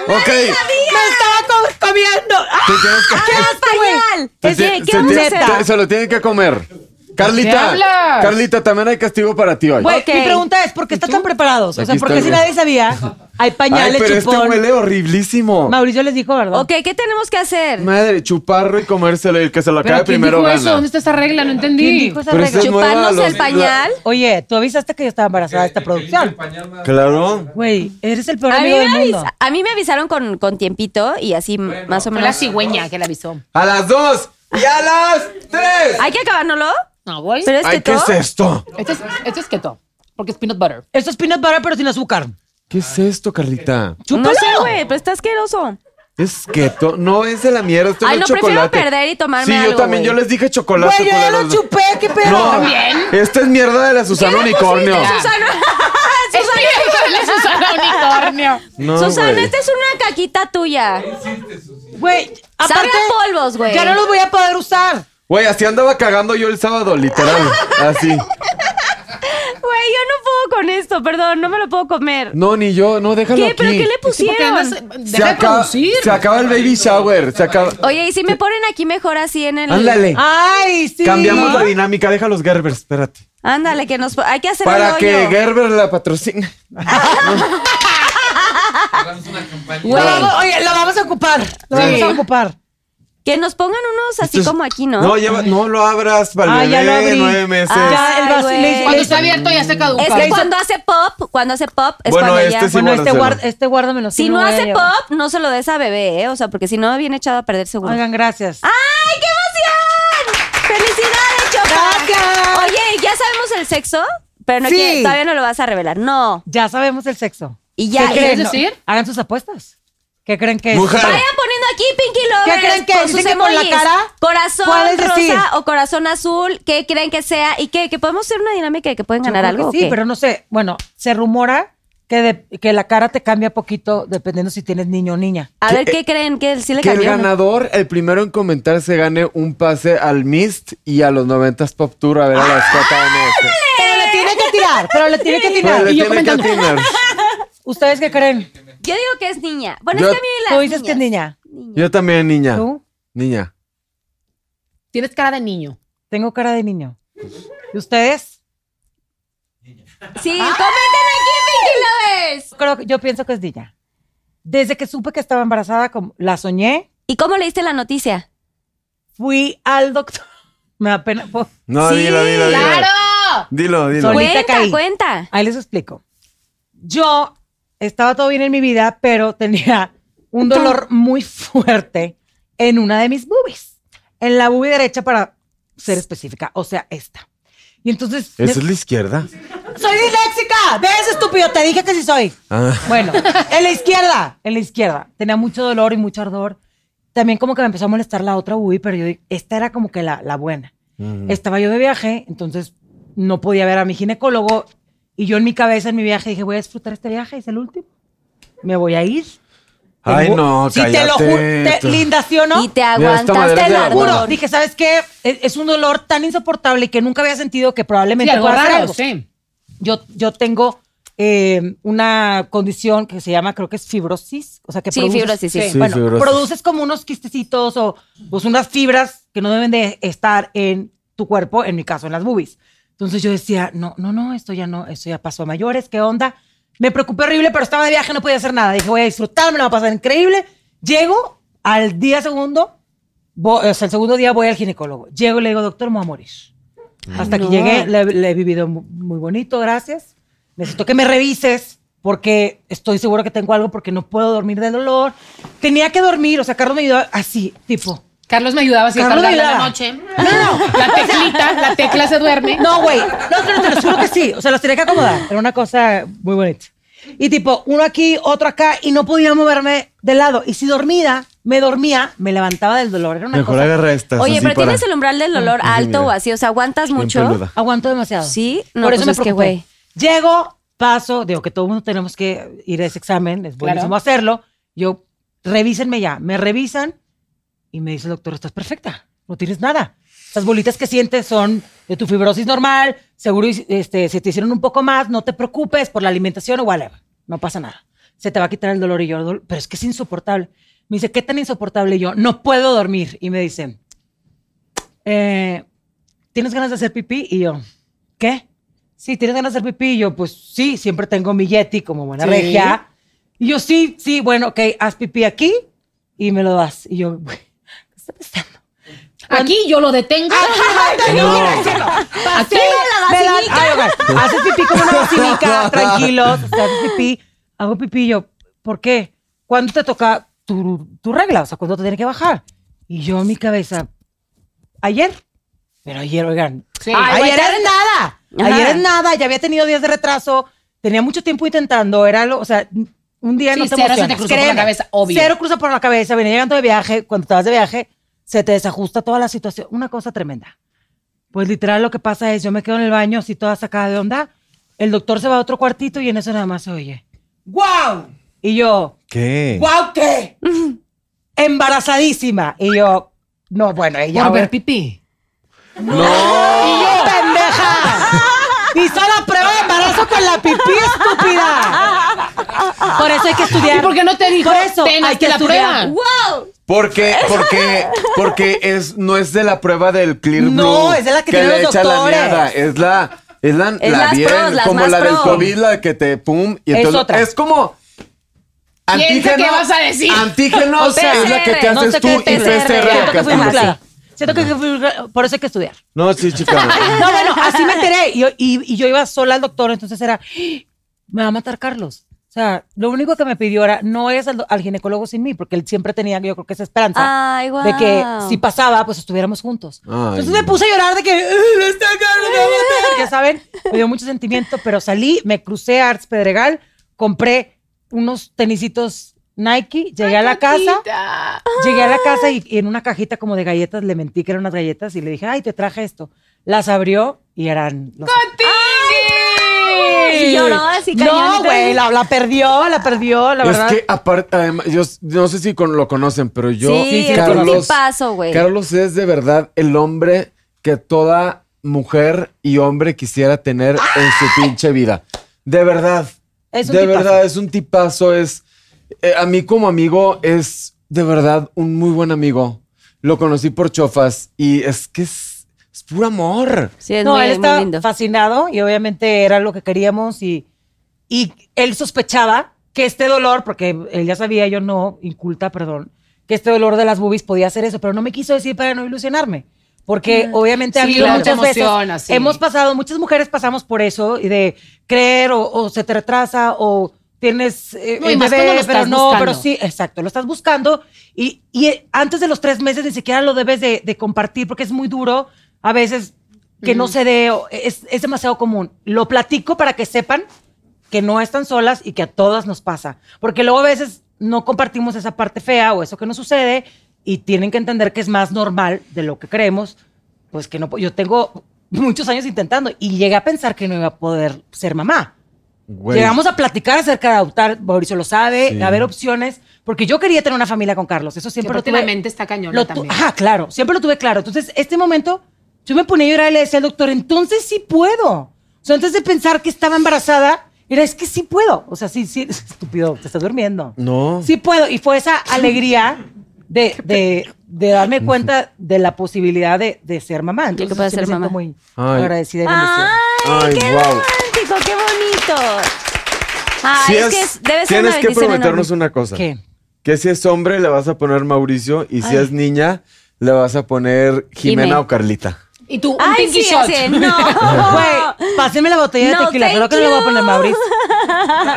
Speaker 4: Ok.
Speaker 5: ¡Me estaba co- comiendo! ¡Ah!
Speaker 4: Te tienes que-
Speaker 3: ¡Español!
Speaker 4: te-
Speaker 3: Es de,
Speaker 4: te-
Speaker 3: Pues ¿qué
Speaker 4: se
Speaker 3: vamos a
Speaker 4: te-
Speaker 3: hacer?
Speaker 4: te- Se lo tienen que comer. Carlita,
Speaker 6: hablas?
Speaker 4: Carlita, también hay castigo para ti hoy.
Speaker 5: Güey,
Speaker 3: Ok.
Speaker 5: mi pregunta es, ¿por qué están tan preparados? O
Speaker 4: Aquí
Speaker 5: sea,
Speaker 4: está
Speaker 5: porque
Speaker 4: el
Speaker 5: si
Speaker 4: güey.
Speaker 5: nadie sabía? Hay
Speaker 4: Ay,
Speaker 5: pañales,
Speaker 4: pero
Speaker 5: chupón.
Speaker 4: este huele horriblísimo.
Speaker 5: Mauricio les dijo, ¿verdad?
Speaker 3: Ok, ¿qué tenemos que hacer?
Speaker 4: Madre, chuparlo y comérselo y el que se lo
Speaker 6: ¿Pero
Speaker 4: acabe
Speaker 6: quién
Speaker 4: primero
Speaker 6: dijo
Speaker 4: gana.
Speaker 6: eso? ¿Dónde está esa regla? No entendí.
Speaker 5: ¿Quién dijo esa
Speaker 4: Pero
Speaker 5: regla?
Speaker 4: ese es nueva,
Speaker 3: ¿Chuparnos
Speaker 4: los-
Speaker 3: el pañal?
Speaker 5: Oye, tú avisaste que yo estaba embarazada de esta producción.
Speaker 4: Claro.
Speaker 5: Güey, eres el peor
Speaker 3: A mí,
Speaker 5: amigo
Speaker 3: me
Speaker 5: del mundo.
Speaker 3: avisa- a mí me avisaron con, con tiempito y así m- más o
Speaker 6: Fue la
Speaker 3: menos.
Speaker 6: cigüeña que la avisó.
Speaker 4: A las dos y a las tres.
Speaker 3: Hay que acabárnoslo.
Speaker 6: No, güey.
Speaker 3: Pero es
Speaker 4: Ay,
Speaker 3: que
Speaker 4: ¿qué
Speaker 3: todo.
Speaker 4: es esto?
Speaker 6: Este es, este es keto, porque es peanut butter.
Speaker 5: Esto es peanut butter, pero sin azúcar.
Speaker 4: ¿Qué es esto, Carlita?
Speaker 5: ¡Chúpalo!
Speaker 3: No sé, güey, pero está asqueroso.
Speaker 4: Es keto. No, es de la mierda. Esto
Speaker 3: Ay,
Speaker 4: no es
Speaker 3: no, prefiero
Speaker 4: chocolate.
Speaker 3: perder y tomarme
Speaker 4: Sí,
Speaker 3: algo,
Speaker 4: yo también.
Speaker 3: güey.
Speaker 4: Yo les dije chocolate.
Speaker 5: Güey, yo ya lo
Speaker 4: culeros.
Speaker 5: chupé, qué pedo.
Speaker 4: No,
Speaker 6: También.
Speaker 4: esta es mierda de la Susana Unicornio.
Speaker 3: Susana,
Speaker 6: ¡Es peanut butter, Susana Unicornio!
Speaker 4: No,
Speaker 3: Susana,
Speaker 4: güey.
Speaker 3: esta es una caquita tuya.
Speaker 5: Güey,
Speaker 3: Sabe
Speaker 5: aparte,
Speaker 3: a polvos, güey.
Speaker 5: ya no los voy a poder usar.
Speaker 4: Güey, así andaba cagando yo el sábado, literal. Así.
Speaker 3: Güey, yo no puedo con esto, perdón, no me lo puedo comer.
Speaker 4: No, ni yo. No, déjalo
Speaker 3: ¿Qué?
Speaker 4: aquí.
Speaker 3: ¿Pero qué le
Speaker 6: Sí, porque andas-
Speaker 3: pusieron?
Speaker 4: se,
Speaker 6: Deja de
Speaker 4: acaba,
Speaker 6: producir.
Speaker 4: se acaba el baby shower. Se acaba.
Speaker 3: Oye, y si me ponen aquí mejor así en el.
Speaker 4: Ándale.
Speaker 5: Ay, sí.
Speaker 4: Cambiamos la dinámica. Deja los Gerbers, espérate.
Speaker 3: Ándale, que nos. Hay que hacer
Speaker 4: Para
Speaker 3: el
Speaker 4: que
Speaker 3: hoyo.
Speaker 4: Gerber la patrocine.
Speaker 5: La vamos- Oye, la vamos a ocupar. La vamos a ocupar.
Speaker 3: Que nos pongan unos así
Speaker 4: Esto es-
Speaker 3: como aquí, ¿no?
Speaker 4: No, lleva- no lo abras para
Speaker 5: Ah,
Speaker 4: el
Speaker 5: ya lo
Speaker 4: bebé,
Speaker 5: abrí.
Speaker 4: nueve meses.
Speaker 3: Ah,
Speaker 5: Ya, el
Speaker 3: Ay,
Speaker 5: vaso-
Speaker 3: güey.
Speaker 5: le- le-
Speaker 6: Cuando está abierto ya se caduca.
Speaker 3: es que cuando hace pop, cuando hace pop, es
Speaker 4: Bueno,
Speaker 3: cuando
Speaker 4: este
Speaker 3: ya.
Speaker 4: sí
Speaker 5: Bueno, este,
Speaker 4: guárdaselo.
Speaker 5: guard, este guárdamelo.
Speaker 3: Si no
Speaker 5: lo voy a
Speaker 3: hace
Speaker 5: llevar.
Speaker 3: pop, no se lo des a bebé, ¿eh? O sea, porque si no, viene echado a perder seguro.
Speaker 5: Oigan, gracias.
Speaker 3: ¡Ay, qué emoción! ¡Felicidades, Chopa!
Speaker 5: Gracias.
Speaker 3: Oye, ¿ya sabemos el sexo? Pero no
Speaker 5: Sí.
Speaker 3: quiere- todavía no lo vas a revelar. No.
Speaker 5: Ya sabemos el sexo.
Speaker 3: Y ya.
Speaker 5: ¿Qué
Speaker 3: y-
Speaker 5: creen?
Speaker 6: ¿Quieres decir?
Speaker 5: Hagan sus apuestas. ¿Qué creen que es?
Speaker 4: Mujer.
Speaker 3: Vayan poniendo aquí Pinky Lovers.
Speaker 5: ¿Qué creen que
Speaker 3: con
Speaker 5: dicen
Speaker 3: sus
Speaker 5: que con la
Speaker 3: emojis.
Speaker 5: cara?
Speaker 3: Corazón
Speaker 5: ¿Puedes
Speaker 3: rosa
Speaker 5: decir?
Speaker 3: o corazón azul. ¿Qué creen que sea? ¿Y qué? ¿Que podemos hacer una dinámica de que pueden
Speaker 5: Yo
Speaker 3: ganar
Speaker 5: creo que
Speaker 3: algo? o
Speaker 5: Sí,
Speaker 3: qué?
Speaker 5: pero no sé. Bueno, se rumora que, de- que la cara te cambia poquito dependiendo si tienes niño o niña.
Speaker 3: A ver, ¿qué creen? ¿Que sí le
Speaker 4: Que el
Speaker 3: cambió? o no?
Speaker 4: ganador, el primero en comentar, se gane un pase al Mist y a los 90s Pop Tour a ver a las JMS.
Speaker 5: Pero le tiene que tirar, pero le tiene que
Speaker 4: Pues
Speaker 5: tirar.
Speaker 4: le
Speaker 6: Y yo
Speaker 4: tienen que
Speaker 6: comentando.
Speaker 4: atinar.
Speaker 5: ¿Ustedes qué creen?
Speaker 3: Yo digo que es niña. Bueno,
Speaker 4: Yo-
Speaker 3: es que a mí las
Speaker 5: Tú dices que es
Speaker 3: niñas-
Speaker 5: niña.
Speaker 4: Yo también, niña.
Speaker 5: ¿Tú?
Speaker 4: Niña.
Speaker 6: Tienes cara de niño.
Speaker 5: Tengo cara de niño. ¿Y ustedes?
Speaker 3: Sí,
Speaker 5: Ah.
Speaker 3: comenten aquí, Pinky Lovers.
Speaker 5: Yo Creo, que- yo pienso que es niña. Desde que supe que estaba embarazada, como- la soñé,
Speaker 3: ¿Y cómo leíste la noticia?
Speaker 5: fui al doctor. Me da pena. po-
Speaker 4: No,
Speaker 3: Sí,
Speaker 4: dilo, dilo, dilo.
Speaker 6: ¡Claro!
Speaker 4: Dilo, dilo.
Speaker 5: Solita
Speaker 3: Cuenta,
Speaker 5: caí.
Speaker 3: cuenta.
Speaker 5: Ahí les explico. Yo estaba todo bien en mi vida, pero tenía un dolor muy fuerte en una de mis boobies. En la boobie derecha, para ser específica, o sea, esta. Y entonces.
Speaker 4: Esa es la izquierda.
Speaker 5: ¡Soy disléxica! ¡Ves, estúpido! Te dije que sí soy.
Speaker 4: Ah.
Speaker 5: Bueno, en la izquierda, en la izquierda. Tenía mucho dolor y mucho ardor. También como que me empezó a molestar la otra boobie, pero yo dije, esta era como que la, la buena.
Speaker 4: Mm.
Speaker 5: Estaba yo de viaje, entonces no podía ver a mi ginecólogo. Y yo en mi cabeza, en mi viaje, dije, voy a disfrutar este viaje, es el último. Me voy a ir.
Speaker 4: Ay,
Speaker 5: Tengo-
Speaker 4: no,
Speaker 5: Sí, te lo
Speaker 4: cállate,
Speaker 5: juro. te-
Speaker 4: tú.
Speaker 5: Linda, ¿sí o no?
Speaker 3: Y te
Speaker 4: Mira, esta madre
Speaker 3: aguantaste el
Speaker 4: es de
Speaker 3: ardor.
Speaker 5: Juro, dije, ¿sabes qué? Es, es un dolor tan insoportable y que nunca había sentido que
Speaker 6: Sí,
Speaker 5: probablemente
Speaker 6: algo
Speaker 5: pueda hacer
Speaker 6: raro,
Speaker 5: algo.
Speaker 6: sí.
Speaker 5: Yo, yo tengo eh, una condición que se llama, creo que es fibrosis. O sea, que
Speaker 3: Sí,
Speaker 5: produces-
Speaker 3: fibrosis, sí.
Speaker 4: Sí,
Speaker 5: bueno,
Speaker 4: fibrosis.
Speaker 5: produces como unos quistecitos o pues, unas fibras que no deben de estar en tu cuerpo, en mi caso, en las boobies. Entonces yo decía, no, no, no, esto ya no, esto ya pasó a mayores, ¿qué onda? Me preocupé horrible, pero estaba de viaje, no podía hacer nada. Dije, voy a disfrutar, me lo va a pasar increíble. Llego al día segundo, voy- o sea, el segundo día voy al ginecólogo. Llego y le digo, doctor, me voy a morir. Hasta que llegué, le, le he vivido mu- muy bonito, gracias. Necesito que me revises porque estoy segura que tengo algo, porque no puedo dormir del dolor. Tenía que dormir, o sea, Carlos me ayudó así, tipo.
Speaker 6: Carlos me ayudaba si
Speaker 5: Carlos
Speaker 6: Carlos
Speaker 5: me
Speaker 6: la
Speaker 5: ayudaba.
Speaker 6: noche. La teclita, la tecla se duerme.
Speaker 5: No, güey. No, no, no, te lo juro que sí. O sea, los tenía que acomodar. Era una cosa muy bonita. Y tipo, uno aquí, otro acá, y no podía moverme de lado. Y si dormida, me dormía, me levantaba del dolor. Era una
Speaker 4: Mejor
Speaker 5: cosa.
Speaker 4: agarra estas.
Speaker 7: Oye,
Speaker 4: así
Speaker 7: pero
Speaker 4: para-
Speaker 7: tienes el umbral del dolor
Speaker 4: Así,
Speaker 7: alto
Speaker 4: mira.
Speaker 7: o así, o sea, aguantas
Speaker 4: Bien
Speaker 7: mucho.
Speaker 4: peluda.
Speaker 5: Aguanto demasiado.
Speaker 7: Sí, no,
Speaker 5: por eso
Speaker 7: pues
Speaker 5: me
Speaker 7: es que,
Speaker 5: preocupé.
Speaker 7: güey.
Speaker 5: Llego, paso, digo que todo el mundo tenemos que ir a ese examen, es buenísimo
Speaker 6: Claro.
Speaker 5: hacerlo. Yo, revísenme ya, me revisan y me dice el doctor, estás perfecta, no tienes nada. Estas bolitas que sientes son de tu fibrosis normal, seguro este, se te hicieron un poco más, no te preocupes por la alimentación o whatever, no pasa nada. Se te va a quitar el dolor y yo, "Dol- pero es que es insoportable. Me dice, ¿qué tan insoportable? Y yo, no puedo dormir. Y me dice, eh, ¿tienes ganas de hacer pipí? Y yo, ¿qué? Sí, ¿tienes ganas de hacer pipí? Y yo, pues sí, siempre tengo mi Yeti como buena
Speaker 6: Sí.
Speaker 5: regia. Y yo, sí, sí, bueno, ok, haz pipí aquí y me lo das. Y yo, güey, ¿qué está pensando?
Speaker 6: Aquí yo lo detengo. Aquí
Speaker 5: Me la- Ay, ok. Haces pipí como una vacinica, tranquilos. o sea, haces pipí, hago pipí. y yo, ¿por qué? ¿Cuándo te toca tu, tu regla? O sea, ¿cuándo te tiene que bajar? Y yo en mi cabeza, ayer. Pero ayer, oigan.
Speaker 6: Sí.
Speaker 5: Ay,
Speaker 7: güey,
Speaker 5: ayer
Speaker 7: te-
Speaker 5: es nada.
Speaker 7: Ajá.
Speaker 5: Ayer es nada. Ya había tenido días de retraso. Tenía mucho tiempo intentando. Era lo, o sea, un día
Speaker 6: Sí,
Speaker 5: no te
Speaker 6: cero se te
Speaker 5: emocionas,
Speaker 6: cruzó por la
Speaker 5: créeme.
Speaker 6: cabeza, obvio.
Speaker 5: Cero cruza por la cabeza. Venía llegando de viaje. Cuando te vas de viaje, se te desajusta toda la situación. Una cosa tremenda. Pues literal lo que pasa es, yo me quedo en el baño así toda sacada de onda, el doctor se va a otro cuartito y en eso nada más se oye. ¡Guau! Y yo,
Speaker 4: ¿Qué?
Speaker 5: ¿guau qué? Embarazadísima. Y yo, no, bueno, ella...
Speaker 6: Por ver
Speaker 5: ahora-
Speaker 6: pipí.
Speaker 5: ¡Y yo, pendeja! Hizo la prueba de embarazo con la pipí, estúpida. Por eso hay que estudiar.
Speaker 6: ¿Y por qué no te dijo?
Speaker 5: Por eso
Speaker 6: Ten,
Speaker 5: hay
Speaker 6: hazte
Speaker 5: que
Speaker 6: la
Speaker 5: estudiar.
Speaker 6: prueba.
Speaker 7: ¡Wow!
Speaker 4: Porque, porque, porque es, no es de la prueba del Clear Blue.
Speaker 5: No, es de la que tienen
Speaker 4: le
Speaker 5: los
Speaker 4: echa la
Speaker 5: doctores.
Speaker 4: mierda, Es la, es la,
Speaker 7: Es
Speaker 4: la
Speaker 7: las
Speaker 4: bien,
Speaker 7: pros, las
Speaker 4: como
Speaker 7: más
Speaker 4: la del
Speaker 7: pro.
Speaker 4: COVID, la que te pum. Y
Speaker 5: Es
Speaker 4: entonces,
Speaker 5: otra.
Speaker 4: Es como
Speaker 6: Piensa
Speaker 4: antígeno.
Speaker 6: qué vas a decir.
Speaker 4: Antígeno
Speaker 7: O PCR,
Speaker 4: es la que te
Speaker 7: no
Speaker 4: haces
Speaker 7: sé
Speaker 4: tú
Speaker 7: qué
Speaker 4: y PCR.
Speaker 7: PCR,
Speaker 5: Siento
Speaker 4: que
Speaker 5: que fui
Speaker 4: hacen
Speaker 5: muy
Speaker 4: así.
Speaker 5: clara. Siento que fui... Por eso hay que estudiar.
Speaker 4: No, sí, chica. no.
Speaker 5: No, bueno, así me enteré. Y yo, y- y yo iba sola al doctor, entonces era, "¡Ah! me va a matar Carlos. O sea, lo único que me pidió era, no vayas al, do- al ginecólogo sin mí, porque él siempre tenía, yo creo que esa esperanza.
Speaker 7: Ay,
Speaker 3: Ah,
Speaker 7: guau.
Speaker 5: De que si pasaba, pues estuviéramos juntos.
Speaker 4: Ay,
Speaker 5: Entonces
Speaker 4: no.
Speaker 5: Pues me puse a llorar de que, "Ay, no está Carlos, me va a matar". Ya saben, me dio mucho sentimiento, pero salí, me crucé a Arts Pedregal, compré unos tenisitos Nike, llegué a la casa.
Speaker 6: Tita.
Speaker 5: Llegué a la casa y, y en una cajita como de galletas le mentí que eran unas galletas y le dije, ay, te traje esto. Las abrió y eran... Los...
Speaker 7: Y lloró así
Speaker 5: No,
Speaker 7: cañón.
Speaker 5: güey, la, la perdió, la perdió, la
Speaker 4: es
Speaker 5: verdad.
Speaker 4: que aparte, además, yo s- no sé si con- lo conocen, pero yo,
Speaker 7: Sí, Sí, sí, es un tipazo, güey.
Speaker 4: Carlos es de verdad el hombre que toda mujer y hombre quisiera tener en su pinche vida. De verdad.
Speaker 5: Es un
Speaker 4: de
Speaker 5: tipazo.
Speaker 4: verdad, es un tipazo. Es eh, a mí como amigo es de verdad un muy buen amigo. Lo conocí por chofas y es que es, es puro amor.
Speaker 7: Sí, es
Speaker 5: no,
Speaker 7: muy,
Speaker 5: él
Speaker 7: muy
Speaker 5: estaba
Speaker 7: lindo.
Speaker 5: fascinado y obviamente era lo que queríamos y, y él sospechaba que este dolor, porque él ya sabía, yo no, inculta, perdón, que este dolor de las boobies podía hacer eso, pero no me quiso decir para no ilusionarme. Porque obviamente ha
Speaker 6: Sí,
Speaker 5: habido
Speaker 6: claro, te
Speaker 5: muchas veces,
Speaker 6: emociona, sí.
Speaker 5: hemos pasado, muchas mujeres pasamos por eso, y de creer o, o se te retrasa o tienes eh,
Speaker 6: No, y
Speaker 5: el
Speaker 6: más
Speaker 5: bebé,
Speaker 6: cuando lo
Speaker 5: pero
Speaker 6: estás
Speaker 5: no, pero
Speaker 6: buscando.
Speaker 5: sí, exacto, lo estás buscando y, y eh, antes de los tres meses ni siquiera lo debes de, de compartir porque es muy duro a veces que no se dé, o- es, es demasiado común. Lo platico para que sepan que no están solas y que a todas nos pasa, porque luego a veces no compartimos esa parte fea o eso que nos sucede y tienen que entender que es más normal de lo que creemos, pues que no, po- yo tengo muchos años intentando y llegué a pensar que no iba a poder ser mamá.
Speaker 4: Güey.
Speaker 5: Llegamos a platicar acerca de adoptar, Mauricio lo sabe,
Speaker 4: Sí.
Speaker 5: a ver opciones, porque yo quería tener una familia con Carlos, eso siempre lo
Speaker 6: Aparte,
Speaker 5: tuve.
Speaker 6: la mente está cañona
Speaker 5: lo tu-
Speaker 6: también.
Speaker 5: Ajá, claro, siempre lo tuve claro. Entonces, este momento, yo me ponía a llorar y le decía al doctor, entonces sí puedo. O sea, antes de pensar que estaba embarazada, era, es que sí puedo. O sea, sí, sí, estúpido, te estás durmiendo.
Speaker 4: No.
Speaker 5: Sí puedo. Y fue esa alegría de, de, de darme cuenta de la posibilidad de, de ser mamá. Entonces,
Speaker 7: que puedas
Speaker 5: sí me
Speaker 7: ser
Speaker 5: siento
Speaker 7: mamá. Ah.
Speaker 5: muy
Speaker 4: Ay.
Speaker 5: agradecida y bendecida.
Speaker 7: ¡Ay,
Speaker 4: Ay,
Speaker 7: qué
Speaker 4: guau.
Speaker 7: romántico! ¡Qué bonito! Ay,
Speaker 4: Si
Speaker 7: es,
Speaker 4: es-
Speaker 7: que es- debe ser
Speaker 4: tienes
Speaker 7: una
Speaker 4: que
Speaker 7: bendición
Speaker 4: prometernos
Speaker 7: enorme.
Speaker 4: una cosa.
Speaker 5: ¿Qué?
Speaker 4: Que si es hombre le vas a poner Mauricio y si
Speaker 7: Ay.
Speaker 4: es niña le vas a poner Jimena
Speaker 7: Jime.
Speaker 4: o Carlita.
Speaker 6: Y tú, un
Speaker 7: Ay,
Speaker 6: pinky
Speaker 7: sí,
Speaker 6: shot.
Speaker 7: así, no.
Speaker 5: Güey, pásenme la botella
Speaker 7: No,
Speaker 5: de tequila.
Speaker 7: thank
Speaker 5: Creo que no le voy a poner
Speaker 7: you.
Speaker 5: Mauricio.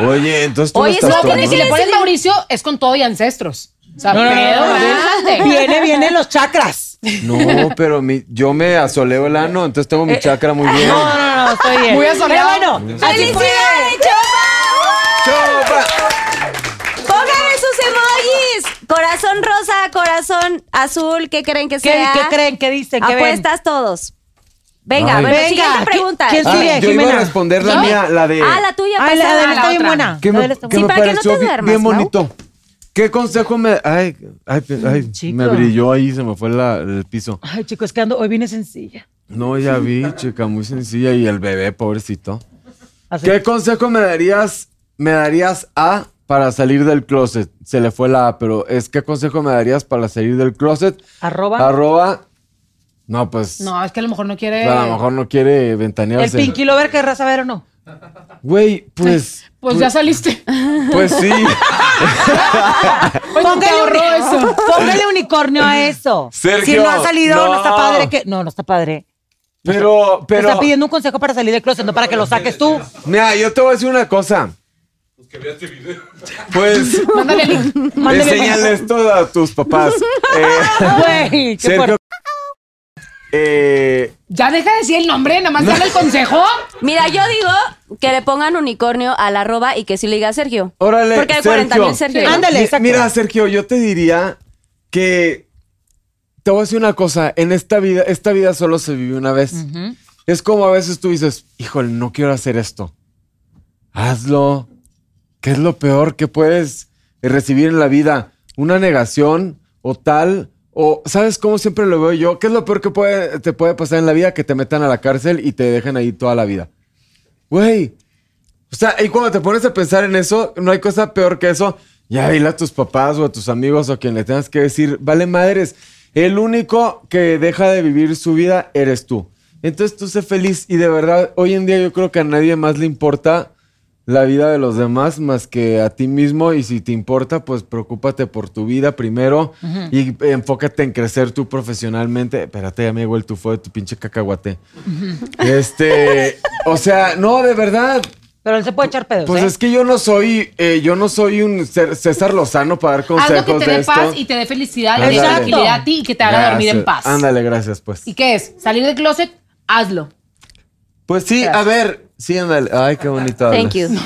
Speaker 8: Oye, entonces tú
Speaker 7: Oye,
Speaker 8: no
Speaker 7: ¿sabes
Speaker 8: estás
Speaker 7: qué
Speaker 6: Porque
Speaker 8: tomando.
Speaker 6: si le pones Mauricio, es con todo y ancestros. O sea,
Speaker 5: No, no, no,
Speaker 6: pedo
Speaker 5: no, no.
Speaker 6: grande.
Speaker 5: Viene, vienen los chakras.
Speaker 4: No, pero mi- yo me asoleo el ano, entonces tengo
Speaker 7: Eh,
Speaker 4: mi chakra muy bien.
Speaker 5: No, no, no, estoy bien.
Speaker 6: Muy asoleado.
Speaker 5: Pero bueno, así fue.
Speaker 7: ¡Felicidades, Chopa! Pónganme sus emojis. Corazón rosa, corazón azul, ¿qué creen que
Speaker 5: ¿Qué,
Speaker 7: sea?
Speaker 5: qué creen? ¿Qué dicen? ¿Qué ven?
Speaker 7: Apuestas todos. Venga,
Speaker 4: Ay.
Speaker 7: bueno,
Speaker 5: Venga,
Speaker 7: siguiente
Speaker 5: ¿qué-
Speaker 7: pregunta.
Speaker 5: quién
Speaker 4: Ah,
Speaker 5: sigue?
Speaker 4: yo iba a
Speaker 5: Jimena.
Speaker 4: responder la
Speaker 6: ¿Yo?
Speaker 4: mía, la de.
Speaker 7: Ah, la tuya
Speaker 5: Ay, la
Speaker 7: pasada.
Speaker 5: de él está bien
Speaker 6: otra.
Speaker 5: buena.
Speaker 4: que
Speaker 5: La
Speaker 4: me,
Speaker 5: de él está
Speaker 4: que
Speaker 7: Sí,
Speaker 4: me
Speaker 7: para que no
Speaker 4: pareció
Speaker 7: te
Speaker 4: bi-
Speaker 7: duermas,
Speaker 4: bien
Speaker 7: ¿no?
Speaker 4: bonito. ¿Qué consejo me.? Ay, ay, ay,
Speaker 5: chico.
Speaker 4: me brilló ahí, se me fue la- el piso.
Speaker 5: Ay, chicos, que ando, hoy vine sencilla.
Speaker 4: No, ya vi, chica, muy sencilla. Y el bebé, pobrecito.
Speaker 5: Así.
Speaker 4: ¿Qué consejo me darías? Me darías a para salir del closet. Se le fue la A, pero es ¿qué consejo me darías para salir del closet?
Speaker 5: Arroba. eh.
Speaker 4: Arroba. No, pues.
Speaker 6: No, es que a lo mejor no quiere.
Speaker 4: A lo mejor no quiere
Speaker 5: El
Speaker 4: ventanearse.
Speaker 5: Pinky Lover querrá saber o no.
Speaker 4: Güey, pues.
Speaker 6: Pues ya saliste.
Speaker 4: Pues sí.
Speaker 6: Oye, no te ahorró Pues eso.
Speaker 5: Póngale unicornio a eso.
Speaker 4: Sergio,
Speaker 5: si no ha salido, no,
Speaker 4: no.
Speaker 5: está padre que. No, no está padre.
Speaker 4: Pero,
Speaker 5: Te
Speaker 4: pero.
Speaker 5: está pidiendo un consejo para salir del closet, no para que lo saques tú.
Speaker 4: Mira, yo te voy a decir una cosa. Pues
Speaker 6: Mándale el link.
Speaker 5: Mándale el
Speaker 4: enséñales esto a tus papás. Eh,
Speaker 5: Güey, qué
Speaker 4: Sergio.
Speaker 5: fuerte.
Speaker 4: eh,
Speaker 6: Ya deja de decir el nombre, nada más dale el consejo.
Speaker 7: Mira, yo digo que le pongan unicornio al arroba y que sí le diga a Sergio.
Speaker 4: órale.
Speaker 7: Porque hay
Speaker 4: Sergio.
Speaker 7: 40 mil Sergio.
Speaker 6: Sí.
Speaker 7: ¿no?
Speaker 5: Ándale,
Speaker 4: Mi-
Speaker 5: exacto.
Speaker 4: Mira, Sergio, yo te diría que te voy a decir una cosa. En esta vida, esta vida solo se vive una vez. Es como a veces tú dices, híjole, no quiero hacer esto. Hazlo. ¿Qué es lo peor que puedes recibir en la vida? ¿Una negación o tal? O, ¿sabes cómo siempre lo veo yo? ¿Qué es lo peor que puede- te puede pasar en la vida? Que te metan a la cárcel y te dejen ahí toda la vida. Güey, o sea, y cuando te pones a pensar en eso, no hay cosa peor que eso. Ya dile a tus papás o a tus amigos o a quien le tengas que decir, vale madres, el único que deja de vivir su vida eres tú. Entonces tú sé feliz y de verdad, hoy en día yo creo que a nadie más le importa la vida de los demás más que a ti mismo y si te importa, pues preocúpate por tu vida primero y eh, enfócate en crecer tú profesionalmente. Espérate, ya me llegó el tufo de tu pinche cacahuate. Este, o sea, no, de verdad.
Speaker 5: Pero él se puede echar pedos.
Speaker 4: Pues
Speaker 5: ¿eh?
Speaker 4: es que yo no soy, eh, yo no soy un Cer- César Lozano para dar consejos
Speaker 6: Algo que te
Speaker 4: de
Speaker 6: dé
Speaker 4: esto.
Speaker 6: paz y te dé felicidad y te dé
Speaker 4: Ándale.
Speaker 6: tranquilidad a ti y que te haga dormir en
Speaker 4: Gracias.
Speaker 6: paz.
Speaker 4: Ándale, gracias, pues.
Speaker 6: ¿Y qué es? ¿Salir del closet? Hazlo.
Speaker 4: Pues sí, a ver, sí, ándale. Ay, qué bonito. hablas.
Speaker 7: Thank you.
Speaker 6: Voy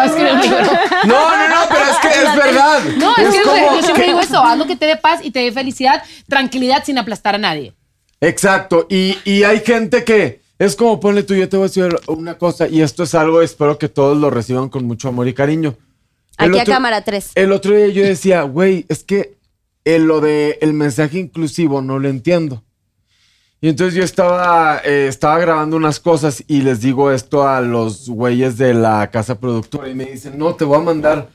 Speaker 6: a escribir un libro.
Speaker 4: No, no, no, pero es que es verdad.
Speaker 6: No, es, que
Speaker 4: como-
Speaker 6: yo siempre digo eso. Haz lo que te dé paz y te dé felicidad, tranquilidad sin aplastar a nadie.
Speaker 4: Exacto. Y, y hay gente que es como ponle tú, yo te voy a decir una cosa, y esto es algo, espero que todos lo reciban con mucho amor y cariño. El
Speaker 7: Aquí a
Speaker 4: otro-
Speaker 7: cámara 3.
Speaker 4: El otro día yo decía, güey, es que eh, lo de el mensaje inclusivo no lo entiendo. Y entonces yo estaba, eh, estaba grabando unas cosas y les digo esto a los güeyes de la casa productora y me dicen, no, te voy a mandar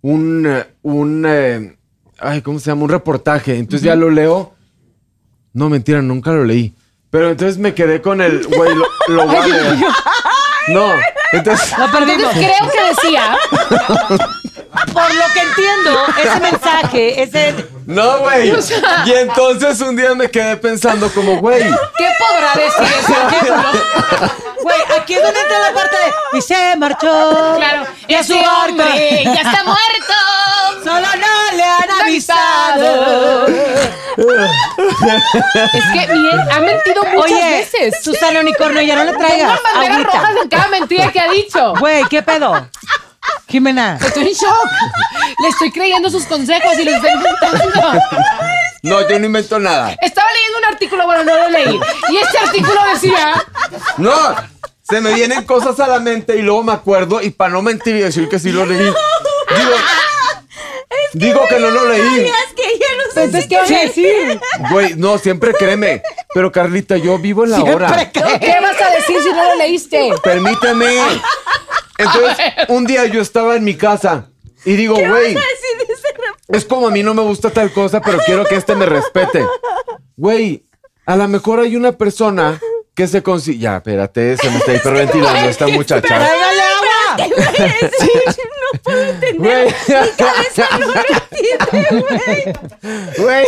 Speaker 4: un, eh, un, eh, ay, ¿cómo se llama? Un reportaje. Entonces ya lo leo. No, mentira, nunca lo leí. Pero entonces me quedé con el, güey, lo, lo voy a leer". No, entonces...
Speaker 5: Lo
Speaker 6: Entonces
Speaker 5: perdimos.
Speaker 6: creo que decía,
Speaker 5: Por lo que entiendo, ese mensaje, ese.
Speaker 4: No, güey. Y entonces un día me quedé pensando como, güey,
Speaker 6: ¿qué podrá decir ese artículo?
Speaker 5: Güey, aquí es donde entra la parte de. Y se marchó.
Speaker 6: Claro,
Speaker 5: Y a su
Speaker 6: ese
Speaker 5: barco.
Speaker 6: hombre ya está muerto.
Speaker 5: Solo no le han avisado.
Speaker 6: Es que bien, ha mentido muchas
Speaker 5: Oye,
Speaker 6: veces.
Speaker 5: Susana Unicornio, ya no le traigas.
Speaker 6: Pongan banderas
Speaker 5: Agüita.
Speaker 6: rojas en cada mentira que ha dicho.
Speaker 5: Güey, ¿qué pedo? Jimena.
Speaker 6: Estoy en shock. Le estoy creyendo sus consejos y les estoy inventando.
Speaker 4: no, yo no invento nada.
Speaker 6: Estaba leyendo un artículo, bueno, no lo leí. Y este artículo decía,
Speaker 4: No, se me vienen cosas a la mente y luego me acuerdo y para no mentir y decir que sí lo leí. Digo, digo que no lo leí.
Speaker 7: Es que yo no sé.
Speaker 6: entonces, ¿qué van a decir?
Speaker 4: Güey, no, siempre créeme. Pero Carlita, yo vivo en la hora.
Speaker 6: ¿Qué vas a decir si no lo leíste?
Speaker 4: Permíteme. Entonces, un día yo estaba en mi casa y digo, güey. Es como a mí no me gusta tal cosa, pero quiero que este me respete. Güey, a lo mejor hay una persona que se consigue. Ya, espérate, se me está hiperventilando esta muchacha.
Speaker 5: ¡Tráigale
Speaker 4: Ah.
Speaker 5: agua!
Speaker 7: No puedo entender.
Speaker 4: Güey.
Speaker 7: Mi cabeza no lo entiende, güey.
Speaker 4: Güey.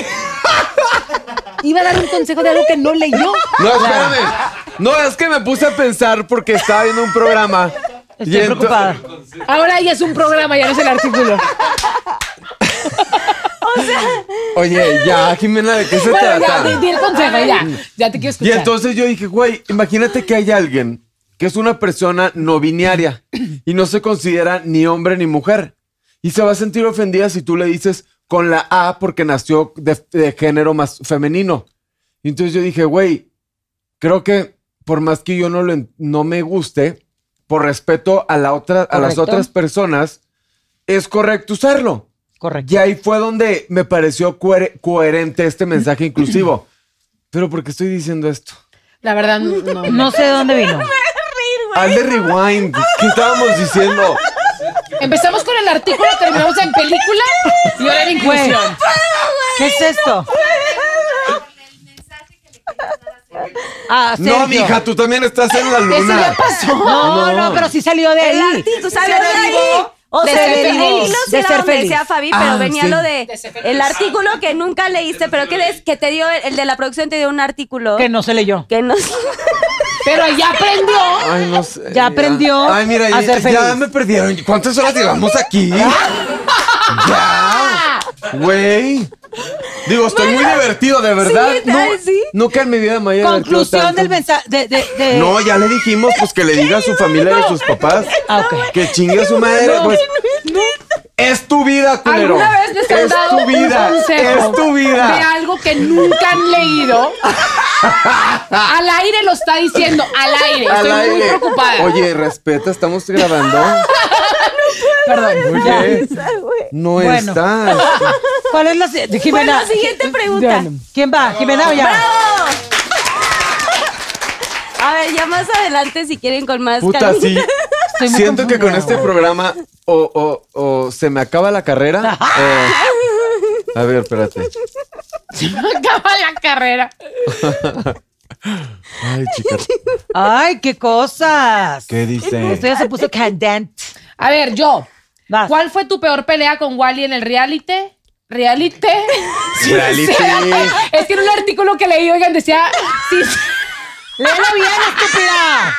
Speaker 6: Iba a dar un consejo de algo que no leyó.
Speaker 4: No, espérame. No, es que me puse a pensar porque estaba viendo un programa.
Speaker 5: Estoy
Speaker 4: y ento-
Speaker 5: preocupada.
Speaker 6: Ahora ya es un programa, ya no es el artículo.
Speaker 4: Oye, ya, Jimena, ¿de qué se
Speaker 6: Bueno, ya,
Speaker 4: trata?
Speaker 6: di, di el consejo, ya. Pues Ya te
Speaker 4: Y
Speaker 6: quiero escuchar.
Speaker 4: entonces yo dije, güey, imagínate que hay alguien que es una persona no binaria y no se considera ni hombre ni mujer. Y se va a sentir ofendida si tú le dices con la A porque nació de, de género más femenino. Y entonces yo dije, güey, creo que por más que yo no, lo en- no me guste, por respeto a, la otra, a las
Speaker 6: Correcto.
Speaker 4: otras personas, es correcto usarlo.
Speaker 5: Correcto.
Speaker 4: Y ahí fue donde me pareció coher- coherente este mensaje inclusivo. Pero ¿por qué estoy diciendo esto?
Speaker 6: La verdad, no.
Speaker 5: No sé de dónde vino.
Speaker 4: Hazle rewind. ¿Qué estábamos diciendo?
Speaker 6: Empezamos con el artículo, terminamos en película y ahora en
Speaker 5: Güey,
Speaker 6: inclusión.
Speaker 5: ¿qué es esto? Ah,
Speaker 4: No,
Speaker 5: Sergio.
Speaker 4: mija, tú también estás en la
Speaker 6: Eso
Speaker 4: luna.
Speaker 6: ya pasó.
Speaker 5: No, no, pero sí salió de
Speaker 7: El
Speaker 5: ahí.
Speaker 7: artista salió de ahí. O
Speaker 5: De
Speaker 7: sea,
Speaker 5: ser
Speaker 7: el
Speaker 5: feliz.
Speaker 7: hilo sí
Speaker 5: De
Speaker 7: era
Speaker 5: ser
Speaker 7: donde
Speaker 5: feliz.
Speaker 7: decía Fabi, pero
Speaker 4: Ah,
Speaker 7: venía
Speaker 4: sí.
Speaker 7: lo de,
Speaker 6: De ser feliz.
Speaker 7: el artículo
Speaker 5: Ah.
Speaker 7: que nunca leíste, pero que, des- que te dio, el, el de la producción te dio un artículo
Speaker 5: Que no se leyó.
Speaker 7: que nos...
Speaker 6: Pero ya aprendió.
Speaker 4: Ay, no sé.
Speaker 5: Ya aprendió
Speaker 4: Ay, mira,
Speaker 5: a
Speaker 4: ya,
Speaker 5: ser feliz.
Speaker 4: ya me perdieron. ¿Cuántas horas llevamos aquí? ya. Güey. Digo, estoy muy divertido, de verdad.
Speaker 7: sí,
Speaker 4: no,
Speaker 7: ay, sí.
Speaker 4: Nunca en mi vida me había divertido
Speaker 5: Conclusión
Speaker 4: tanto.
Speaker 5: del mensaje. De, de, de-
Speaker 4: No, ya le dijimos, pues que le diga a su familia y a sus papás
Speaker 5: Ah, ok.
Speaker 4: que chingue a su madre.
Speaker 5: No,
Speaker 4: pues, es tu vida, culero.
Speaker 6: ¿Alguna vez les han
Speaker 4: es
Speaker 6: dado
Speaker 4: tu vida.
Speaker 6: un consejo
Speaker 4: Es tu
Speaker 6: de
Speaker 4: vida.
Speaker 6: algo que nunca han leído? al aire lo está diciendo, al aire.
Speaker 4: Al
Speaker 6: Estoy muy
Speaker 4: aire.
Speaker 6: preocupada.
Speaker 4: Oye, respeta, estamos grabando.
Speaker 6: Perdón.
Speaker 4: Oye, no
Speaker 5: Bueno.
Speaker 4: estás.
Speaker 5: ¿Cuál es la, si- de Jimena?
Speaker 7: Bueno, siguiente pregunta.
Speaker 5: ¿Quién va? ¿Jimena o ya?
Speaker 7: ¡Bravo! A ver, ya más adelante si quieren con más
Speaker 4: Puta,
Speaker 7: calma.
Speaker 4: sí.
Speaker 5: Estoy muy
Speaker 4: Siento que con
Speaker 5: confundida.
Speaker 4: este programa o, o- o se me acaba la carrera. eh, a ver, espérate.
Speaker 6: Acaba la carrera.
Speaker 4: Ay, chicas,
Speaker 5: Ay, qué cosas.
Speaker 4: ¿qué
Speaker 5: Esto
Speaker 4: dice?
Speaker 5: ya se puso candente.
Speaker 6: A ver, yo.
Speaker 5: Vas.
Speaker 6: ¿Cuál fue tu peor pelea con Wally en el reality? ¿Reality?
Speaker 4: Reality.
Speaker 6: es que en un artículo que leí, oigan, decía... sí, sí.
Speaker 5: ¡Léelo bien, estúpida!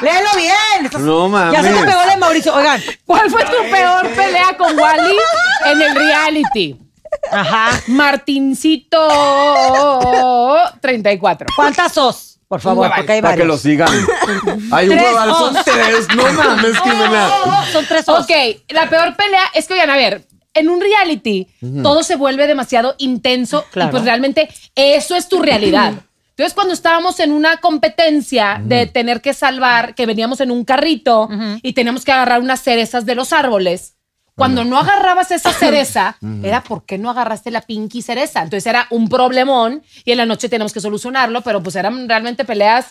Speaker 5: ¡Léelo bien! Estás-
Speaker 4: No
Speaker 5: Ya se te
Speaker 4: mames.
Speaker 5: pegó la de Mauricio. Oigan.
Speaker 6: ¿Cuál fue tu peor pelea con Wally en el reality?
Speaker 5: Ajá.
Speaker 6: Martincito 34.
Speaker 5: ¿Cuántas sos? Por favor, porque hay
Speaker 4: Para que lo
Speaker 5: varios.
Speaker 4: sigan. Hay un
Speaker 5: Tres Oh.
Speaker 4: hueval, son
Speaker 5: os.
Speaker 4: tres. No mames, Jimena.
Speaker 5: Son tres sos.
Speaker 6: Ok, la peor pelea es que, oigan, a ver, en un reality todo se vuelve demasiado intenso y
Speaker 5: Claro.
Speaker 6: pues realmente eso es tu realidad. Entonces, cuando estábamos en una competencia de tener que salvar, que veníamos en un carrito y teníamos que agarrar unas cerezas de los árboles, cuando no agarrabas esa cereza, era ¿por qué no agarraste la pinky cereza? Entonces era un problemón y en la noche teníamos que solucionarlo, pero pues eran realmente peleas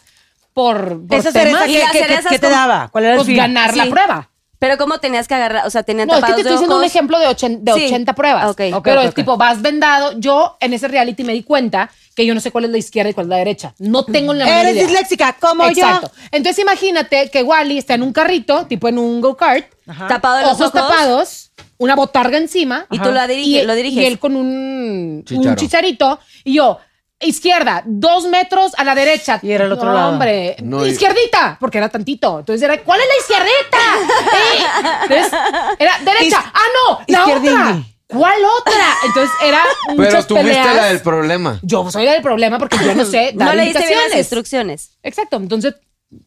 Speaker 6: por, por
Speaker 5: ¿Esa
Speaker 6: temas.
Speaker 5: cereza
Speaker 7: Y
Speaker 5: qué,
Speaker 7: las
Speaker 5: qué- qué-
Speaker 7: cerezas
Speaker 5: qué te
Speaker 7: como-
Speaker 5: daba? ¿Cuál era el
Speaker 6: Pues
Speaker 5: fin?
Speaker 6: ganar la
Speaker 7: Sí.
Speaker 6: prueba.
Speaker 7: Pero cómo tenías que agarrar, o sea, tenían
Speaker 6: No, es que
Speaker 7: tapados
Speaker 6: te estoy
Speaker 7: de
Speaker 6: diciendo un
Speaker 7: ojos.
Speaker 6: ejemplo de, ochen- de
Speaker 7: Sí.
Speaker 6: 80 pruebas.
Speaker 7: Ok. Ok,
Speaker 6: pero
Speaker 5: ok,
Speaker 6: es
Speaker 5: ok.
Speaker 6: tipo, vas vendado. Yo en ese reality me di cuenta que yo no sé cuál es la izquierda y cuál es la derecha. No tengo la menor
Speaker 5: Eres
Speaker 6: idea.
Speaker 5: disléxica, como
Speaker 6: Exacto. Entonces imagínate que Wally está en un carrito, tipo en un go-kart,
Speaker 7: Tapado de los
Speaker 6: ojos
Speaker 7: ojos.
Speaker 6: tapados, una botarga encima.
Speaker 7: Y tú
Speaker 6: Ajá.
Speaker 7: la diriges-
Speaker 6: Y-
Speaker 7: lo diriges.
Speaker 6: Y él con un,
Speaker 4: Chicharo.
Speaker 6: un chicharito. Y yo, izquierda, dos metros a la derecha.
Speaker 5: Y era el otro
Speaker 6: No,
Speaker 5: lado.
Speaker 6: hombre.
Speaker 4: No, y-
Speaker 6: Izquierdita, porque era tantito. Entonces era, ¿cuál es la izquierdita? Sí. Entonces, era derecha.
Speaker 5: Iz-
Speaker 6: ah, no, la
Speaker 5: izquierdini.
Speaker 6: otra. ¿Cuál otra? Entonces era
Speaker 4: Pero
Speaker 6: muchas
Speaker 4: tuviste
Speaker 6: peleas.
Speaker 4: la del problema.
Speaker 6: Yo soy la del problema porque yo no sé dar
Speaker 7: No leíste bien las
Speaker 6: indicaciones.
Speaker 7: instrucciones.
Speaker 6: Exacto. Entonces,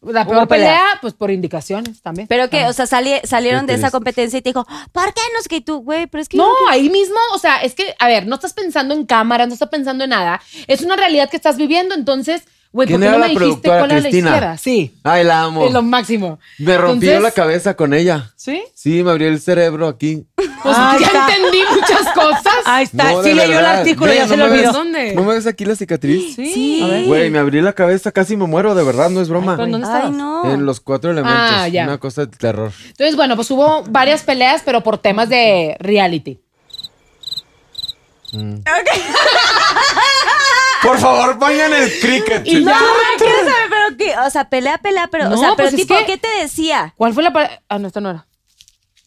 Speaker 6: la
Speaker 5: Hubo
Speaker 6: peor pelea,
Speaker 5: pelea.
Speaker 6: pues por indicaciones también.
Speaker 7: Pero que, o sea, sali- salieron
Speaker 4: Qué
Speaker 7: de esa
Speaker 4: triste.
Speaker 7: competencia y te dijo, ¿por qué no sé qué? Y tú, güey, pero es que... yo
Speaker 6: no,
Speaker 7: quiero-
Speaker 6: ahí mismo, o sea, es que, a ver, no estás pensando en cámaras, no estás pensando en nada. Es una realidad que estás viviendo, entonces, güey, ¿por
Speaker 4: ¿Quién
Speaker 6: qué no
Speaker 4: era
Speaker 6: me
Speaker 4: la
Speaker 6: dijiste
Speaker 4: productora,
Speaker 6: cuál era la izquierda?
Speaker 4: Cristina?
Speaker 6: Sí,
Speaker 4: Ay, la amo.
Speaker 6: es lo máximo.
Speaker 4: Me rompió
Speaker 6: Entonces,
Speaker 4: la cabeza con ella.
Speaker 6: ¿Sí?
Speaker 4: Sí, me abrió el cerebro aquí.
Speaker 6: Pues
Speaker 5: Ahí
Speaker 6: ya
Speaker 5: está.
Speaker 6: entendí muchas cosas.
Speaker 5: Ahí está.
Speaker 4: No,
Speaker 5: sí
Speaker 4: de
Speaker 5: leyó el
Speaker 4: verdad.
Speaker 5: artículo,
Speaker 4: Ve,
Speaker 5: ya se
Speaker 4: no
Speaker 5: le
Speaker 4: me
Speaker 5: olvidó.
Speaker 4: ves-
Speaker 6: ¿Dónde?
Speaker 4: ¿No me ves aquí la cicatriz?
Speaker 6: Sí.
Speaker 7: Sí.
Speaker 4: Güey, me abrí la cabeza, casi me muero, de verdad, no es broma.
Speaker 6: ¿Con dónde estabas?
Speaker 7: Ay, no.
Speaker 4: En los cuatro elementos.
Speaker 6: Ah, ya.
Speaker 4: Una cosa de terror.
Speaker 6: Entonces, bueno, pues hubo varias peleas, pero por temas de reality.
Speaker 4: Por favor, vayan el cricket.
Speaker 6: Y ya,
Speaker 7: Quiero saber, pero que, o sea, pelea, pelea, pero,
Speaker 6: No,
Speaker 7: o sea, pero
Speaker 6: pues es
Speaker 7: tipo,
Speaker 6: que-
Speaker 7: ¿qué te decía?
Speaker 6: ¿cuál fue la pelea? Ah, no, esta no era.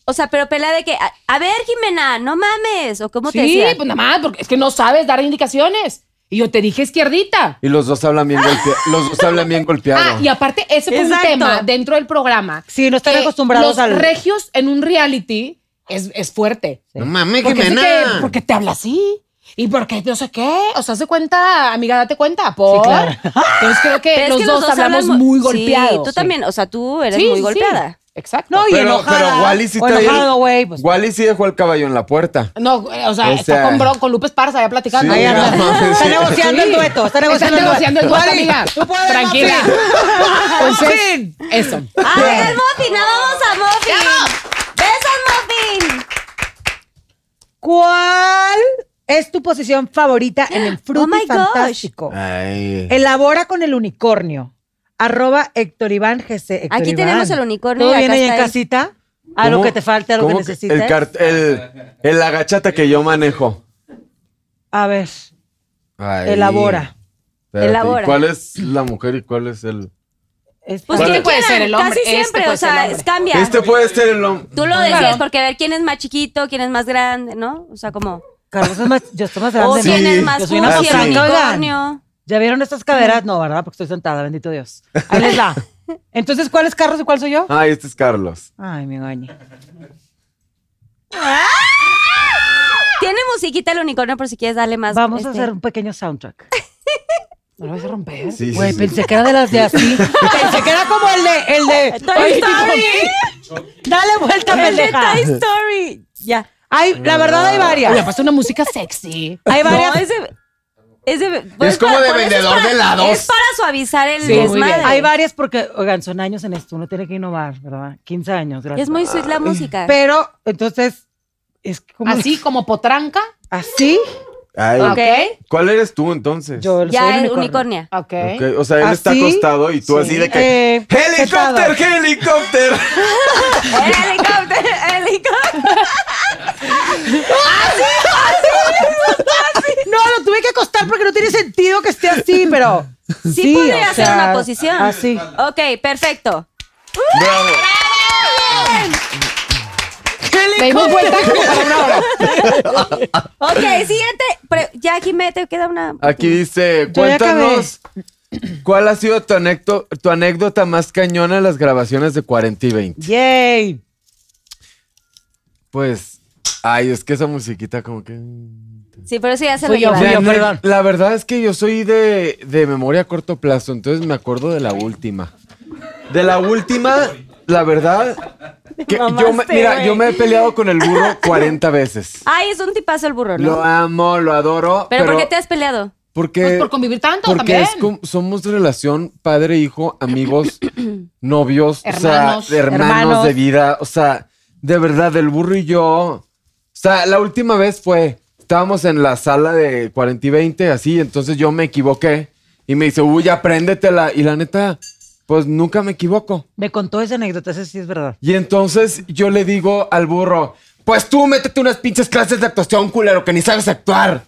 Speaker 7: O sea, pero pelea de que, a, a ver, Jimena, no mames, o cómo te
Speaker 6: sí,
Speaker 7: decía.
Speaker 6: pues nada más, porque es que no sabes dar indicaciones. Y yo te dije izquierdita.
Speaker 4: Y los dos hablan bien golpeados. Los dos hablan bien
Speaker 6: Ah,
Speaker 4: golpeados.
Speaker 6: y aparte, ese fue
Speaker 7: Exacto.
Speaker 6: un tema dentro del programa.
Speaker 5: Sí, no están
Speaker 6: que
Speaker 5: acostumbrados
Speaker 6: los
Speaker 5: al-
Speaker 6: regios en un reality es, es fuerte.
Speaker 8: No mames,
Speaker 6: Porque,
Speaker 8: Jimena.
Speaker 6: sí que- porque te habla así. Y porque no sé qué. O sea, se cuenta, amiga, date cuenta. Por.
Speaker 5: claro.
Speaker 6: Entonces creo que,
Speaker 7: Pero es
Speaker 6: los,
Speaker 7: que
Speaker 6: dos hablamos
Speaker 7: hablan
Speaker 6: muy
Speaker 7: sí,
Speaker 6: golpeados.
Speaker 7: tú también, o sea, tú eres
Speaker 6: Sí,
Speaker 7: muy
Speaker 6: sí.
Speaker 7: golpeada.
Speaker 6: Exacto.
Speaker 5: No, y
Speaker 4: Pero-
Speaker 5: enojada.
Speaker 4: pero Wally sí
Speaker 5: o
Speaker 4: trae-
Speaker 5: enojado, güey. Pues,
Speaker 4: Wally sí dejó el caballo en la puerta.
Speaker 6: No, eh, o sea,
Speaker 4: O
Speaker 6: está
Speaker 4: sea,
Speaker 6: con, Bro, con Lupe Esparza ya platicando.
Speaker 4: sí,
Speaker 6: Ahí
Speaker 4: no
Speaker 6: anda.
Speaker 4: mames,
Speaker 5: Está
Speaker 4: sí.
Speaker 5: negociando el dueto. Está
Speaker 6: Están
Speaker 5: negociando
Speaker 6: negociando el dueto,
Speaker 5: Wally,
Speaker 6: amiga.
Speaker 5: tú puedes,
Speaker 6: Tranquila.
Speaker 5: papi.
Speaker 6: Entonces, eso.
Speaker 7: ¡Ay, el Muffin! ¡No, vamos a Muffin! ¡Besos, Muffin!
Speaker 5: ¿Cuál es tu posición favorita en el
Speaker 7: Oh my
Speaker 5: Fruity
Speaker 7: gosh.
Speaker 5: Fantástico?
Speaker 8: Ay.
Speaker 5: Elabora con el unicornio. Arroba Héctor Iván GC. Héctor
Speaker 7: Aquí
Speaker 5: Iván.
Speaker 7: tenemos el unicornio y
Speaker 5: ¿Todo
Speaker 7: acá
Speaker 5: viene ya en
Speaker 7: está él.
Speaker 5: casita? A lo
Speaker 4: ¿Cómo-
Speaker 5: que te falte, a lo que
Speaker 4: cómo
Speaker 5: necesites.
Speaker 4: El, cart- el, el agachata que yo manejo.
Speaker 5: a ver,
Speaker 4: Ay.
Speaker 5: elabora.
Speaker 4: Espérate, ¿y
Speaker 7: Elabora.
Speaker 4: ¿Cuál es la mujer y cuál es el...?
Speaker 5: Es-
Speaker 7: Pues
Speaker 6: Bueno.
Speaker 7: ¿quién
Speaker 6: Este puede
Speaker 7: quieran?
Speaker 6: ser el hombre,
Speaker 7: Casi
Speaker 6: este
Speaker 7: siempre,
Speaker 6: puede
Speaker 7: o
Speaker 6: ser el
Speaker 7: sea,
Speaker 6: hombre.
Speaker 7: es- cambia.
Speaker 4: Este puede ser el hombre.
Speaker 7: Tú lo decías
Speaker 6: Claro.
Speaker 7: porque a ver quién es más chiquito, quién es más grande, ¿no? O sea, como.
Speaker 5: Carlos es más, yo estoy más
Speaker 7: O
Speaker 5: grande.
Speaker 4: Sí. Ah,
Speaker 5: ¿no?
Speaker 7: quién es más
Speaker 5: Yo soy una
Speaker 7: cursi, el
Speaker 5: mosca, oigan.
Speaker 7: unicornio.
Speaker 5: ¿Ya vieron estas caderas? No, ¿verdad? Porque estoy sentada, bendito Dios. Ahí les da. Entonces, ¿cuál es Carlos y cuál soy yo?
Speaker 4: Ay, este es Carlos.
Speaker 5: Ay, mi gaña.
Speaker 7: Tiene musiquita el unicornio por si quieres darle más.
Speaker 5: Vamos a
Speaker 7: este,
Speaker 5: hacer un pequeño soundtrack.
Speaker 6: No lo vas a romper.
Speaker 4: Sí, sí,
Speaker 5: Güey,
Speaker 4: sí.
Speaker 5: pensé que era de las de así. pensé que era como el de. El de
Speaker 7: Toy
Speaker 5: Oye,
Speaker 7: Story.
Speaker 5: tipo, Dale vuelta,
Speaker 7: El de
Speaker 5: pendeja.
Speaker 7: Toy Story. Ya.
Speaker 5: Ay, la verdad hay
Speaker 6: Oye,
Speaker 5: varias.
Speaker 6: pues una música sexy.
Speaker 5: Hay
Speaker 7: No,
Speaker 5: varias.
Speaker 7: es de. Es, de-
Speaker 8: Es como
Speaker 7: para-
Speaker 8: de
Speaker 7: por eso es
Speaker 8: vendedor
Speaker 7: para-
Speaker 8: de helados.
Speaker 7: Es para suavizar el
Speaker 6: Sí, muy
Speaker 7: desmadre.
Speaker 6: bien.
Speaker 5: Hay varias porque, oigan, son años en esto. Uno tiene que innovar, ¿verdad? 15 años, gracias.
Speaker 7: Es muy sweet la música.
Speaker 5: Pero, entonces, es que como.
Speaker 6: Así como potranca.
Speaker 5: Así.
Speaker 4: Ay,
Speaker 6: Ok.
Speaker 4: ¿Cuál eres tú entonces?
Speaker 5: Yo soy
Speaker 7: ya
Speaker 5: el
Speaker 7: es
Speaker 5: unicornio.
Speaker 7: unicornia.
Speaker 6: Ok.
Speaker 4: Ok, O sea, él está
Speaker 5: Así,
Speaker 4: acostado y tú
Speaker 5: sí.
Speaker 4: así de que...
Speaker 5: Eh,
Speaker 4: ¡Helicóptero,
Speaker 5: sentado.
Speaker 4: helicóptero!
Speaker 7: El helicóptero, el helicóptero.
Speaker 5: No, lo tuve que acostar porque no tiene sentido que esté así, pero.
Speaker 7: Sí, podría ser una posición. Ah,
Speaker 5: Así.
Speaker 7: Ok, perfecto. ¡Uh!
Speaker 4: ¡Bravo!
Speaker 6: Le dimos vuelta como para una hora.
Speaker 7: Ok, siguiente. pre- ya aquí me te queda una.
Speaker 4: Aquí dice,
Speaker 5: Yo ya acabé.
Speaker 4: cuéntanos... ¿Cuál ha sido tu anécdota, tu anécdota más cañona en las grabaciones de 40 y 20?
Speaker 5: Yay.
Speaker 4: Pues, ay, es que esa musiquita como que...
Speaker 7: Sí, pero eso ya se lo
Speaker 6: Fui yo,
Speaker 7: llevan.
Speaker 6: fui yo.
Speaker 4: La-
Speaker 5: perdón.
Speaker 4: La verdad es que yo soy de, de memoria a corto plazo, entonces me acuerdo de la última. De la última, la verdad, que yo me,
Speaker 7: mamaste,
Speaker 4: mira,
Speaker 7: güey.
Speaker 4: yo me he peleado con el burro 40 veces.
Speaker 7: Ay, es un tipazo el burro, ¿no?
Speaker 4: Lo amo, lo adoro.
Speaker 7: pero,
Speaker 4: Pero,
Speaker 7: ¿por qué te has peleado?
Speaker 4: porque-
Speaker 6: Pues por convivir tanto
Speaker 4: porque
Speaker 6: también.
Speaker 4: es como- somos relación padre, hijo, amigos, novios,
Speaker 6: Hermanos.
Speaker 4: o sea, hermanos,
Speaker 5: Hermanos.
Speaker 4: de vida. O sea, de verdad, el burro y yo. O sea, la última vez fue, estábamos en la sala de 40 y 20, así, entonces yo me equivoqué y me dice, uy, apréndetela. Y la neta, pues nunca me equivoco.
Speaker 5: Me contó esa anécdota, esa sí es verdad.
Speaker 4: Y entonces yo le digo al burro, pues tú métete unas pinches clases de actuación, culero, que ni sabes actuar.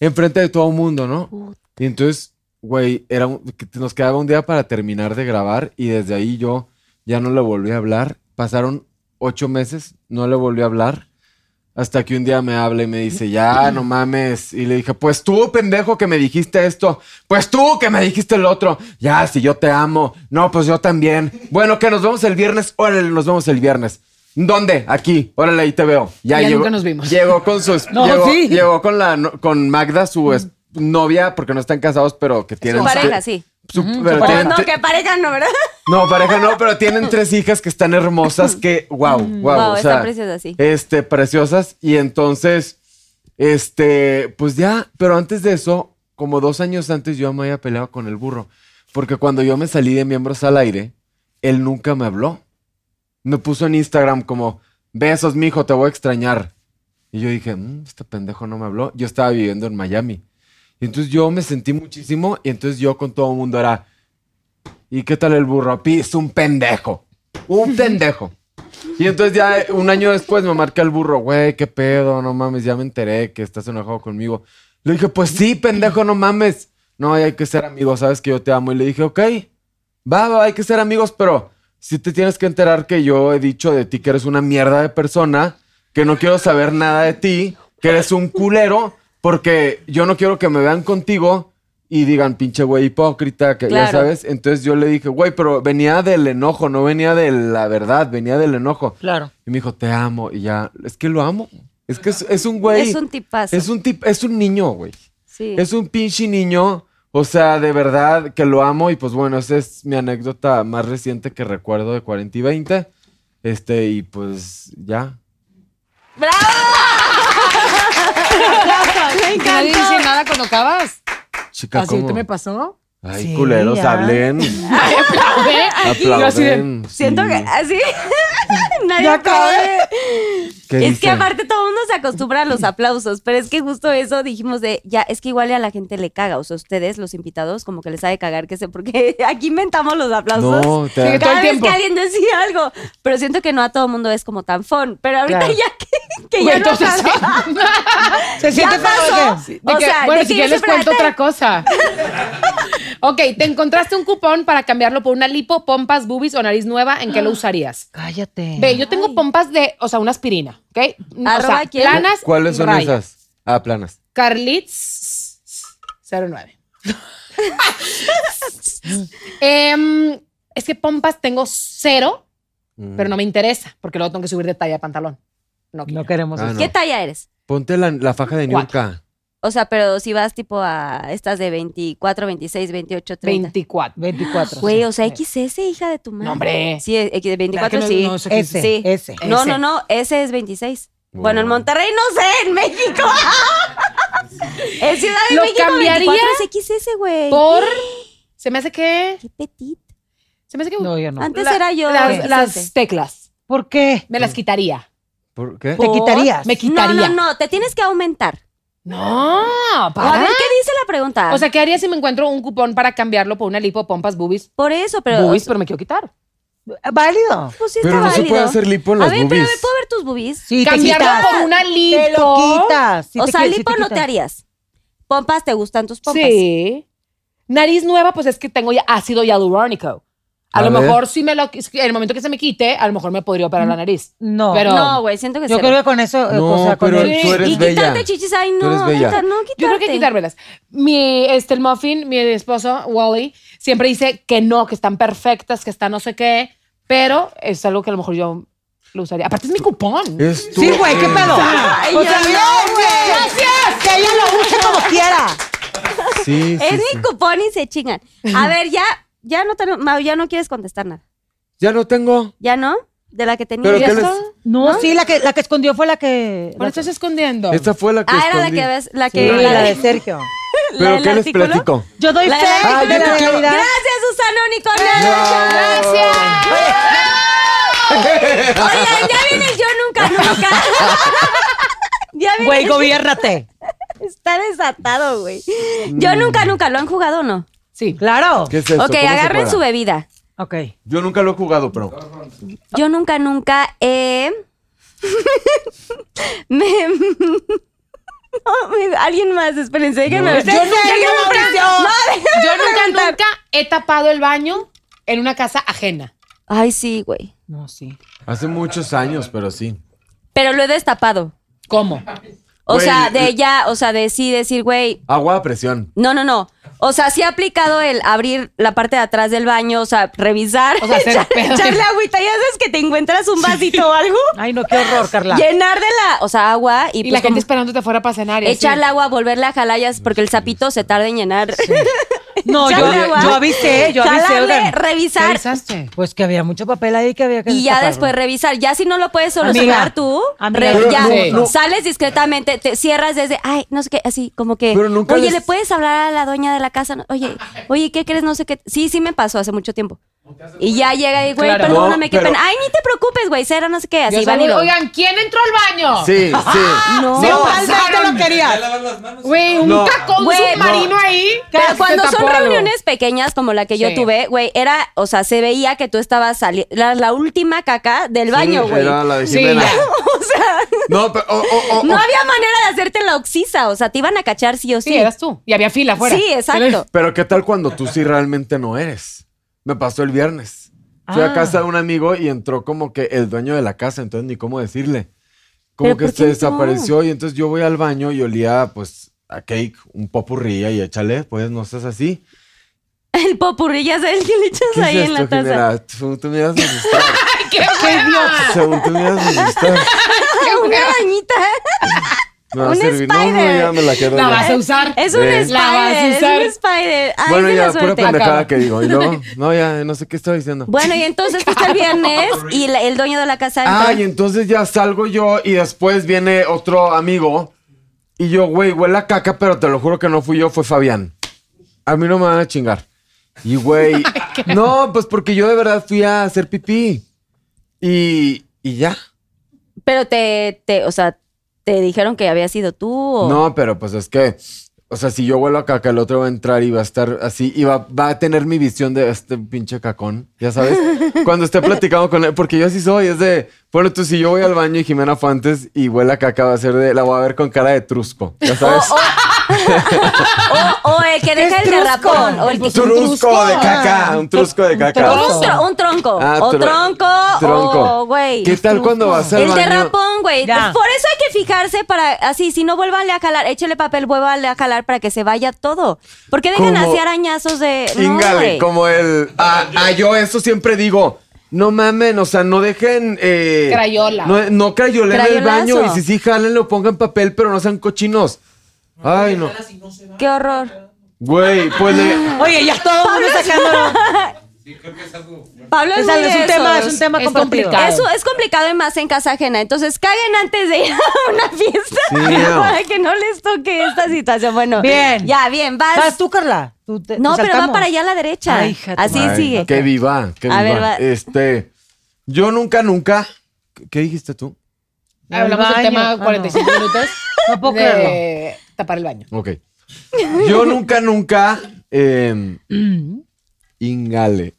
Speaker 4: Enfrente de todo el mundo, ¿no? Y entonces, güey, era un- que te- nos quedaba un día para terminar de grabar y desde ahí yo ya no le volví a hablar. Pasaron ocho meses, no le volví a hablar. Hasta que un día me habla y me dice, ya, no mames. Y le dije, pues tú, pendejo, que me dijiste esto. Pues tú, que me dijiste el otro. Ya, si yo te amo. No, pues yo también. Bueno, que nos vemos el viernes. Órale, nos vemos el viernes. ¿Dónde? Aquí. Órale, ahí te veo. Ya,
Speaker 6: Ya
Speaker 4: llegó.
Speaker 6: nunca nos vimos.
Speaker 4: Llegó con su... es-
Speaker 5: No,
Speaker 4: llegó,
Speaker 5: sí.
Speaker 4: llegó con, la, no- con Magda, su es- novia, porque no están casados, pero que tienen...
Speaker 7: Mm. Su pareja,
Speaker 4: que-
Speaker 7: sí.
Speaker 4: su- pero
Speaker 7: O
Speaker 4: tienen
Speaker 7: no,
Speaker 4: tre-
Speaker 7: que pareja no, ¿verdad?
Speaker 4: no, pareja no, pero tienen tres hijas que están hermosas, que wow, wow,
Speaker 7: Mm. Guau,
Speaker 4: o sea,
Speaker 7: están preciosas, sí.
Speaker 4: Este, preciosas y entonces este, pues ya, pero antes de eso, como dos años antes yo me había peleado con el burro, porque cuando yo me salí de miembros al aire, él nunca me habló. Me puso en Instagram como, "Besos, mijo, te voy a extrañar." Y yo dije, "Mm, este pendejo no me habló." Yo estaba viviendo en Miami. Y entonces yo me sentí muchísimo y entonces yo con todo el mundo era, ¿Y qué tal el burro? Pi, Es un pendejo. Un pendejo. Y entonces ya eh, un año después me marca el burro, güey, qué pedo, no mames, ya me enteré que estás enojado conmigo. Le dije, pues sí, pendejo, no mames. No, hay que ser amigos, sabes que yo te amo. Y le dije, ok, va, va, hay que ser amigos, pero si te tienes que enterar que yo he dicho de ti que eres una mierda de persona, que no quiero saber nada de ti, que eres un culero, Porque yo no quiero que me vean contigo y digan, pinche güey hipócrita, que ya
Speaker 3: Claro.
Speaker 4: sabes. Entonces yo le dije, güey, pero venía del enojo, no venía de la verdad, venía del enojo.
Speaker 5: Claro.
Speaker 4: Y me dijo, te amo. Y ya, es que lo amo. Es que es, es un güey.
Speaker 3: Es un tipazo.
Speaker 4: Es un, tip, es un niño, güey.
Speaker 3: Sí.
Speaker 4: Es un pinche niño. O sea, de verdad que lo amo. Y pues bueno, esa es mi anécdota más reciente que recuerdo de 40 y 20. Este, y pues ya.
Speaker 3: ¡Bravo!
Speaker 6: Me Nadie dice nada cuando acabas.
Speaker 4: Chica,
Speaker 6: Así
Speaker 4: ¿cómo?
Speaker 6: te me pasó.
Speaker 4: Ay,
Speaker 5: Sí,
Speaker 4: culeros,
Speaker 5: ya.
Speaker 4: hablen.
Speaker 6: Aplaude. Yo así de-
Speaker 4: Aplauden. sí.
Speaker 3: Siento que ah,
Speaker 7: ah,
Speaker 3: así nadie
Speaker 5: Ya acabé.
Speaker 3: aplaude.
Speaker 4: ¿Qué
Speaker 3: Es que
Speaker 4: dicen?
Speaker 3: aparte todo el mundo se acostumbra a los aplausos, pero es que justo eso dijimos de, ya, es que igual y a la gente le caga, o sea, ustedes, los invitados, como que les ha de cagar, que sé, porque aquí inventamos los aplausos.
Speaker 4: No, te-
Speaker 6: Sí, todo
Speaker 3: Cada
Speaker 6: el
Speaker 3: vez
Speaker 6: tiempo.
Speaker 3: que alguien decía algo, pero siento que no a todo el mundo es como tan fun, pero ahorita
Speaker 5: Claro.
Speaker 3: ya que, que
Speaker 6: Güey,
Speaker 3: ya no
Speaker 6: entonces,
Speaker 3: pasa.
Speaker 5: Se siente
Speaker 3: Ya
Speaker 5: feo,
Speaker 3: pasó.
Speaker 5: ¿o qué?
Speaker 6: De
Speaker 3: O
Speaker 6: que-
Speaker 3: sea,
Speaker 6: bueno,
Speaker 3: de
Speaker 6: si
Speaker 3: que
Speaker 6: ya
Speaker 3: yo
Speaker 6: les
Speaker 3: siempre
Speaker 6: cuento
Speaker 3: la
Speaker 6: otra cosa. ok, te encontraste un cupón para cambiarlo por una lipo, pompas, boobies o nariz nueva, ¿en qué lo usarías?
Speaker 5: Cállate.
Speaker 6: Ve, yo tengo pompas de, o sea, una aspirina, ¿ok? o
Speaker 3: Arroba
Speaker 6: sea,
Speaker 3: quién.
Speaker 6: planas.
Speaker 4: ¿Cuáles son
Speaker 6: raya.
Speaker 4: esas? Ah, planas.
Speaker 6: Carlitz 09. Em, es que pompas tengo cero,
Speaker 4: Mm.
Speaker 6: pero no me interesa, porque luego tengo que subir de talla de pantalón. No,
Speaker 5: No
Speaker 6: quiero.
Speaker 5: queremos
Speaker 4: Ah,
Speaker 5: eso.
Speaker 4: no.
Speaker 3: ¿Qué talla eres?
Speaker 4: Ponte la, la faja de
Speaker 6: Cuatro.
Speaker 4: Nurka.
Speaker 3: O sea, pero si vas tipo a estas de 24, 26, 28, 30.
Speaker 6: 24.
Speaker 5: 24.
Speaker 3: Güey, o sea,
Speaker 6: Sí.
Speaker 3: XS, hija de tu madre.
Speaker 6: No, hombre.
Speaker 3: Sí, eh, X- 24
Speaker 6: Claro que
Speaker 3: sí.
Speaker 6: no, no,
Speaker 5: sí. Ese,
Speaker 3: Sí.
Speaker 5: ese.
Speaker 3: No,
Speaker 6: Ese.
Speaker 3: no, no, ese es 26.
Speaker 4: Wow.
Speaker 3: Bueno, en Monterrey no sé, en México. en Ciudad de
Speaker 6: Lo
Speaker 3: México
Speaker 6: cambiaría
Speaker 3: 24 es XS, güey.
Speaker 6: Por. Se me hace que.
Speaker 3: Qué petit.
Speaker 6: Se me hace que.
Speaker 5: No, yo no.
Speaker 3: Antes
Speaker 6: La-
Speaker 3: era yo
Speaker 6: Las,
Speaker 3: XS.
Speaker 6: las teclas.
Speaker 5: ¿Por qué?
Speaker 6: Me las quitaría.
Speaker 4: ¿Por qué?
Speaker 5: ¿Te
Speaker 6: Por-
Speaker 5: quitarías?
Speaker 6: Me
Speaker 3: No, no,
Speaker 6: quitaría.
Speaker 3: no, te tienes que aumentar.
Speaker 6: no.
Speaker 3: A
Speaker 6: para.
Speaker 3: ver, ¿qué dice la pregunta?
Speaker 6: O sea, ¿qué haría si me encuentro un cupón para cambiarlo por una lipo, pompas, boobies?
Speaker 3: por eso, pero
Speaker 6: boobies, pero me quiero quitar.
Speaker 5: ¿Válido?
Speaker 3: pues sí está
Speaker 4: Pero no se
Speaker 3: válido.
Speaker 4: puede hacer lipo en
Speaker 3: a
Speaker 4: las
Speaker 3: ver, pero a ver,
Speaker 4: boobies.
Speaker 3: ¿puedo ver tus boobies?
Speaker 5: Sí, te
Speaker 6: cambiarlo
Speaker 5: quitas.
Speaker 6: por una lipo.
Speaker 5: Te lo quitas. Sí
Speaker 3: o
Speaker 5: te
Speaker 3: sea,
Speaker 5: qui- sí
Speaker 3: lipo no te
Speaker 5: quitas.
Speaker 3: harías. Pompas, ¿te gustan tus pompas?
Speaker 6: Sí. Nariz nueva, pues es que tengo ya ácido hialurónico. A,
Speaker 4: A
Speaker 6: lo
Speaker 4: ver.
Speaker 6: mejor si me lo en el momento que se me quite, a lo mejor me podría operar la nariz.
Speaker 5: No.
Speaker 6: Pero-
Speaker 3: No, güey, siento que
Speaker 5: yo
Speaker 3: cero.
Speaker 5: creo que con eso. eh,
Speaker 4: No,
Speaker 5: o sea, con
Speaker 4: pero
Speaker 5: el-
Speaker 4: tú eres
Speaker 3: y
Speaker 4: bella.
Speaker 3: quitarte chichis, ay
Speaker 4: Tú eres
Speaker 3: no,
Speaker 4: bella.
Speaker 3: quita- no,
Speaker 6: Yo creo que
Speaker 3: quitarte.
Speaker 6: quitármelas. Mi, este, el muffin, mi esposo, Wally, siempre dice que no, que están perfectas, que están no sé qué, pero es algo que a lo mejor yo lo usaría. Aparte es mi cupón.
Speaker 4: Es tu- eh,
Speaker 5: Sí, güey, ¿qué pedo?
Speaker 3: Ay,
Speaker 5: o sea,
Speaker 3: ya
Speaker 5: no, güey. Gracias. Que ella lo use como quiera.
Speaker 4: Sí, sí,
Speaker 3: Es
Speaker 4: sí.
Speaker 3: mi cupón y se chingan. A ver, ya, ya no te- Mau, ya no quieres contestar nada.
Speaker 4: Ya no tengo.
Speaker 3: ¿Ya no? De la que tenía.
Speaker 4: Pero
Speaker 6: ¿Y
Speaker 4: ¿qué
Speaker 6: esto?
Speaker 4: les-
Speaker 5: No, sí, la que, la que escondió fue la que.
Speaker 6: Por
Speaker 5: la-
Speaker 6: eso estás escondiendo.
Speaker 4: Esta fue la que
Speaker 3: ah, era la
Speaker 4: escondí.
Speaker 3: que ves, la
Speaker 5: Sí,
Speaker 3: que. la
Speaker 5: la
Speaker 3: de-
Speaker 5: de Sergio.
Speaker 3: la
Speaker 4: ¿Pero
Speaker 3: del
Speaker 4: qué les
Speaker 3: artículo.
Speaker 4: platico?
Speaker 5: Yo doy
Speaker 3: La-
Speaker 5: fe
Speaker 3: la-
Speaker 5: de
Speaker 4: yo
Speaker 5: la
Speaker 4: te quiero-
Speaker 5: realidad.
Speaker 3: Gracias, Susana Unicornio.
Speaker 4: ¡Gracias!
Speaker 3: Oigan, ya viene el yo nunca, nunca. ya viene.
Speaker 5: Güey, gobiérnate.
Speaker 3: Está desatado, güey. Yo nunca, nunca. ¿Lo han jugado o no?
Speaker 6: Sí.
Speaker 5: Claro.
Speaker 4: Mm. ¿Qué es eso?
Speaker 3: ok,
Speaker 4: ¿Cómo se
Speaker 3: agarren
Speaker 4: juega?
Speaker 3: su bebida.
Speaker 5: Ok.
Speaker 4: Yo nunca lo he jugado, pero.
Speaker 3: Yo nunca, nunca eh, me... No, me- Alguien más, espérense, déjenme ver.
Speaker 5: Yo nunca,
Speaker 3: Déjenme pre-
Speaker 5: Mauricio.
Speaker 3: No, déjenme
Speaker 6: Yo nunca,
Speaker 3: preguntar.
Speaker 6: nunca he tapado el baño en una casa ajena.
Speaker 3: Ay, sí, güey.
Speaker 5: No, sí.
Speaker 4: Hace muchos años, pero sí.
Speaker 3: Pero lo he destapado.
Speaker 6: ¿Cómo?
Speaker 3: O
Speaker 4: Güey,
Speaker 3: sea, de
Speaker 4: eh.
Speaker 3: ya, o sea, de sí decir, güey,
Speaker 4: Agua a presión.
Speaker 3: no, no, no. O sea, sí he aplicado el abrir la parte de atrás del baño, o sea, revisar,
Speaker 6: O sea, hacer
Speaker 3: echar-
Speaker 6: pedo.
Speaker 3: echarle agüita. Ya sabes que te encuentras un vasito o algo,
Speaker 5: Ay, no, qué horror, Carla.
Speaker 3: llenar de la, o sea, agua y,
Speaker 6: Y,
Speaker 3: pues
Speaker 6: la gente
Speaker 3: como
Speaker 6: esperándote afuera para cenar. y así.
Speaker 3: echarle agua, volverla a jalar, ya es- porque el sapito se tarda en llenar.
Speaker 5: No, yo,
Speaker 3: Echarle agua.
Speaker 5: yo avisé, yo avisé.
Speaker 3: Jalarle,
Speaker 5: oigan.
Speaker 6: ¿Qué
Speaker 3: revisar
Speaker 6: avisaste?
Speaker 5: Pues que había mucho papel ahí que había que
Speaker 3: y ya
Speaker 5: destaparlo.
Speaker 3: después revisar. Ya si no lo puedes solucionar
Speaker 5: Amiga,
Speaker 3: tú,
Speaker 5: amiga,
Speaker 3: re-
Speaker 5: Pero
Speaker 3: ya
Speaker 6: no, no.
Speaker 3: sales discretamente, te cierras desde, ay, no sé qué, así como que,
Speaker 4: Pero nunca
Speaker 3: oye,
Speaker 4: les-
Speaker 3: ¿le puedes hablar a la doña de la casa? No, Oye, oye, ¿qué crees? No sé qué. Sí, sí me pasó hace mucho tiempo. Y ya llega y, güey,
Speaker 6: Claro.
Speaker 3: perdóname,
Speaker 4: No,
Speaker 3: qué
Speaker 4: pero-
Speaker 3: pena. Ay, ni te preocupes, güey, cera, no sé qué,
Speaker 6: Yo
Speaker 3: así,
Speaker 6: salgo y,
Speaker 3: válido.
Speaker 6: Oigan, ¿quién entró al
Speaker 3: Ah.
Speaker 6: baño?
Speaker 4: Sí, sí.
Speaker 3: No.
Speaker 5: Sí, totalmente lo quería.
Speaker 6: Güey, un
Speaker 4: No.
Speaker 6: cacón
Speaker 3: Güey,
Speaker 6: submarino ahí.
Speaker 3: Pero
Speaker 6: Se
Speaker 3: cuando
Speaker 6: tapó
Speaker 3: son
Speaker 6: algo.
Speaker 3: reuniones pequeñas como la que yo
Speaker 6: Sí.
Speaker 3: tuve, güey, era, o sea, se veía que tú estabas saliendo, la, la última caca del baño,
Speaker 4: Sí,
Speaker 3: güey.
Speaker 4: Era la de
Speaker 6: Sí,
Speaker 4: Jimena.
Speaker 6: ya.
Speaker 3: O sea,
Speaker 4: No, pero. oh, oh, oh,
Speaker 3: no
Speaker 4: oh.
Speaker 3: había manera de hacerte la oxisa, o sea, te iban a cachar sí o sí.
Speaker 6: Sí, eras tú. Y había fila afuera.
Speaker 3: Sí, exacto.
Speaker 4: Pero ¿qué tal cuando tú sí realmente no eres? Me pasó el viernes. Fui a
Speaker 5: Ah.
Speaker 4: casa de un amigo y entró como que el dueño de la casa, entonces ni cómo decirle. Como
Speaker 3: ¿Pero
Speaker 4: que
Speaker 3: por
Speaker 4: se
Speaker 3: qué entró?
Speaker 4: desapareció y entonces yo voy al baño y olía pues a cake, un popurrí y échale, pues no seas así.
Speaker 3: El popurrí, ya sabes que le echas ahí en la taza.
Speaker 4: Jimena? Tú, tú me ibas a asustar.
Speaker 6: ¡Qué idiota!
Speaker 4: Según tú me ibas a asustar.
Speaker 3: Una arañita.
Speaker 4: Me va a
Speaker 3: Un
Speaker 4: servir. No, no,
Speaker 3: spider.
Speaker 4: ya me la quedo.
Speaker 6: La
Speaker 4: ya.
Speaker 6: vas a usar.
Speaker 3: Es un
Speaker 4: Ven.
Speaker 3: spider.
Speaker 6: La vas a
Speaker 3: es
Speaker 6: usar.
Speaker 3: un spider. Ay,
Speaker 4: bueno,
Speaker 3: de
Speaker 4: ya,
Speaker 3: la
Speaker 4: pura
Speaker 3: suerte.
Speaker 4: pendejada
Speaker 6: Acaba.
Speaker 4: que digo. Y luego, no, ya, no sé qué estaba diciendo.
Speaker 3: Bueno, y entonces fuiste el viernes y la- el dueño de la casa entra.
Speaker 4: Ay, entonces ya salgo yo y después viene otro amigo y yo, güey, huele a caca, pero te lo juro que no fui yo, fue Fabián. A mí no me van a chingar. Y, güey, no, pues porque yo de verdad fui a hacer pipí. Y, y ya.
Speaker 3: Pero te, te, o sea, te dijeron que había sido tú o...
Speaker 4: No, pero pues es que, o sea, si yo huelo a caca, el otro va a entrar y va a estar así, y va, va a tener mi visión de este pinche cacón, ya sabes, cuando esté platicando con él, porque yo así soy, es de, bueno, tú si yo voy al baño y Jimena Fuentes y huele a caca, va a ser de, la voy a ver con cara de trusco,
Speaker 3: Oh,
Speaker 4: ya sabes.
Speaker 3: O, o el que deja el derrapón. O el que...
Speaker 4: trusco de caca, un trusco de caca.
Speaker 3: Como un, tro- un tronco.
Speaker 4: Ah,
Speaker 3: o
Speaker 4: tro-
Speaker 3: tronco, o güey.
Speaker 4: ¿Qué tal cuando vas al
Speaker 3: El
Speaker 4: baño?
Speaker 3: derrapón, güey. Por
Speaker 5: Ya.
Speaker 3: eso hay que fijarse para, así, si no vuelvanle a jalar, échele papel, vuélvanle a jalar para que se vaya todo. Porque dejan
Speaker 4: Como-
Speaker 3: así arañazos de. no,
Speaker 4: Íngale,
Speaker 3: güey.
Speaker 4: como el. Ah, ah, yo eso siempre digo. No mamen, o sea, no dejen. eh,
Speaker 6: Crayola.
Speaker 4: No, no crayolen el
Speaker 3: Crayolazo.
Speaker 4: baño. Y si sí, jálenlo, pongan papel, pero no sean cochinos. Ay, no.
Speaker 3: Qué horror.
Speaker 4: Güey, pues le-
Speaker 5: Oye, ya todo el mundo sacándolo.
Speaker 3: Pablo es,
Speaker 5: Es, algo-
Speaker 3: muy
Speaker 5: es un
Speaker 3: de
Speaker 5: tema, es
Speaker 3: esos.
Speaker 5: un tema
Speaker 6: Es
Speaker 5: compartido.
Speaker 6: complicado.
Speaker 3: Eso es complicado y más en casa ajena. Entonces caguen antes de ir a una fiesta
Speaker 4: Sí, no.
Speaker 3: para que no les toque esta situación. Bueno,
Speaker 5: Bien.
Speaker 3: Ya, bien, vas.
Speaker 5: Vas tú, Carla. Tú te-
Speaker 3: no,
Speaker 5: te
Speaker 3: pero va
Speaker 5: saltamos.
Speaker 3: para allá a la derecha.
Speaker 5: Ay, hija de tu
Speaker 3: Así
Speaker 4: Ay,
Speaker 3: sigue.
Speaker 4: Que viva, que
Speaker 3: A
Speaker 4: viva.
Speaker 3: ver, va.
Speaker 4: Este. Yo nunca, nunca. ¿Qué dijiste tú?
Speaker 6: Hablamos
Speaker 5: El
Speaker 6: del tema
Speaker 4: Ah,
Speaker 5: baño.
Speaker 6: 45 minutos.
Speaker 5: No puedo
Speaker 6: de
Speaker 5: creerlo.
Speaker 6: tapar el baño.
Speaker 4: Ok. Yo nunca, nunca. eh, ingale.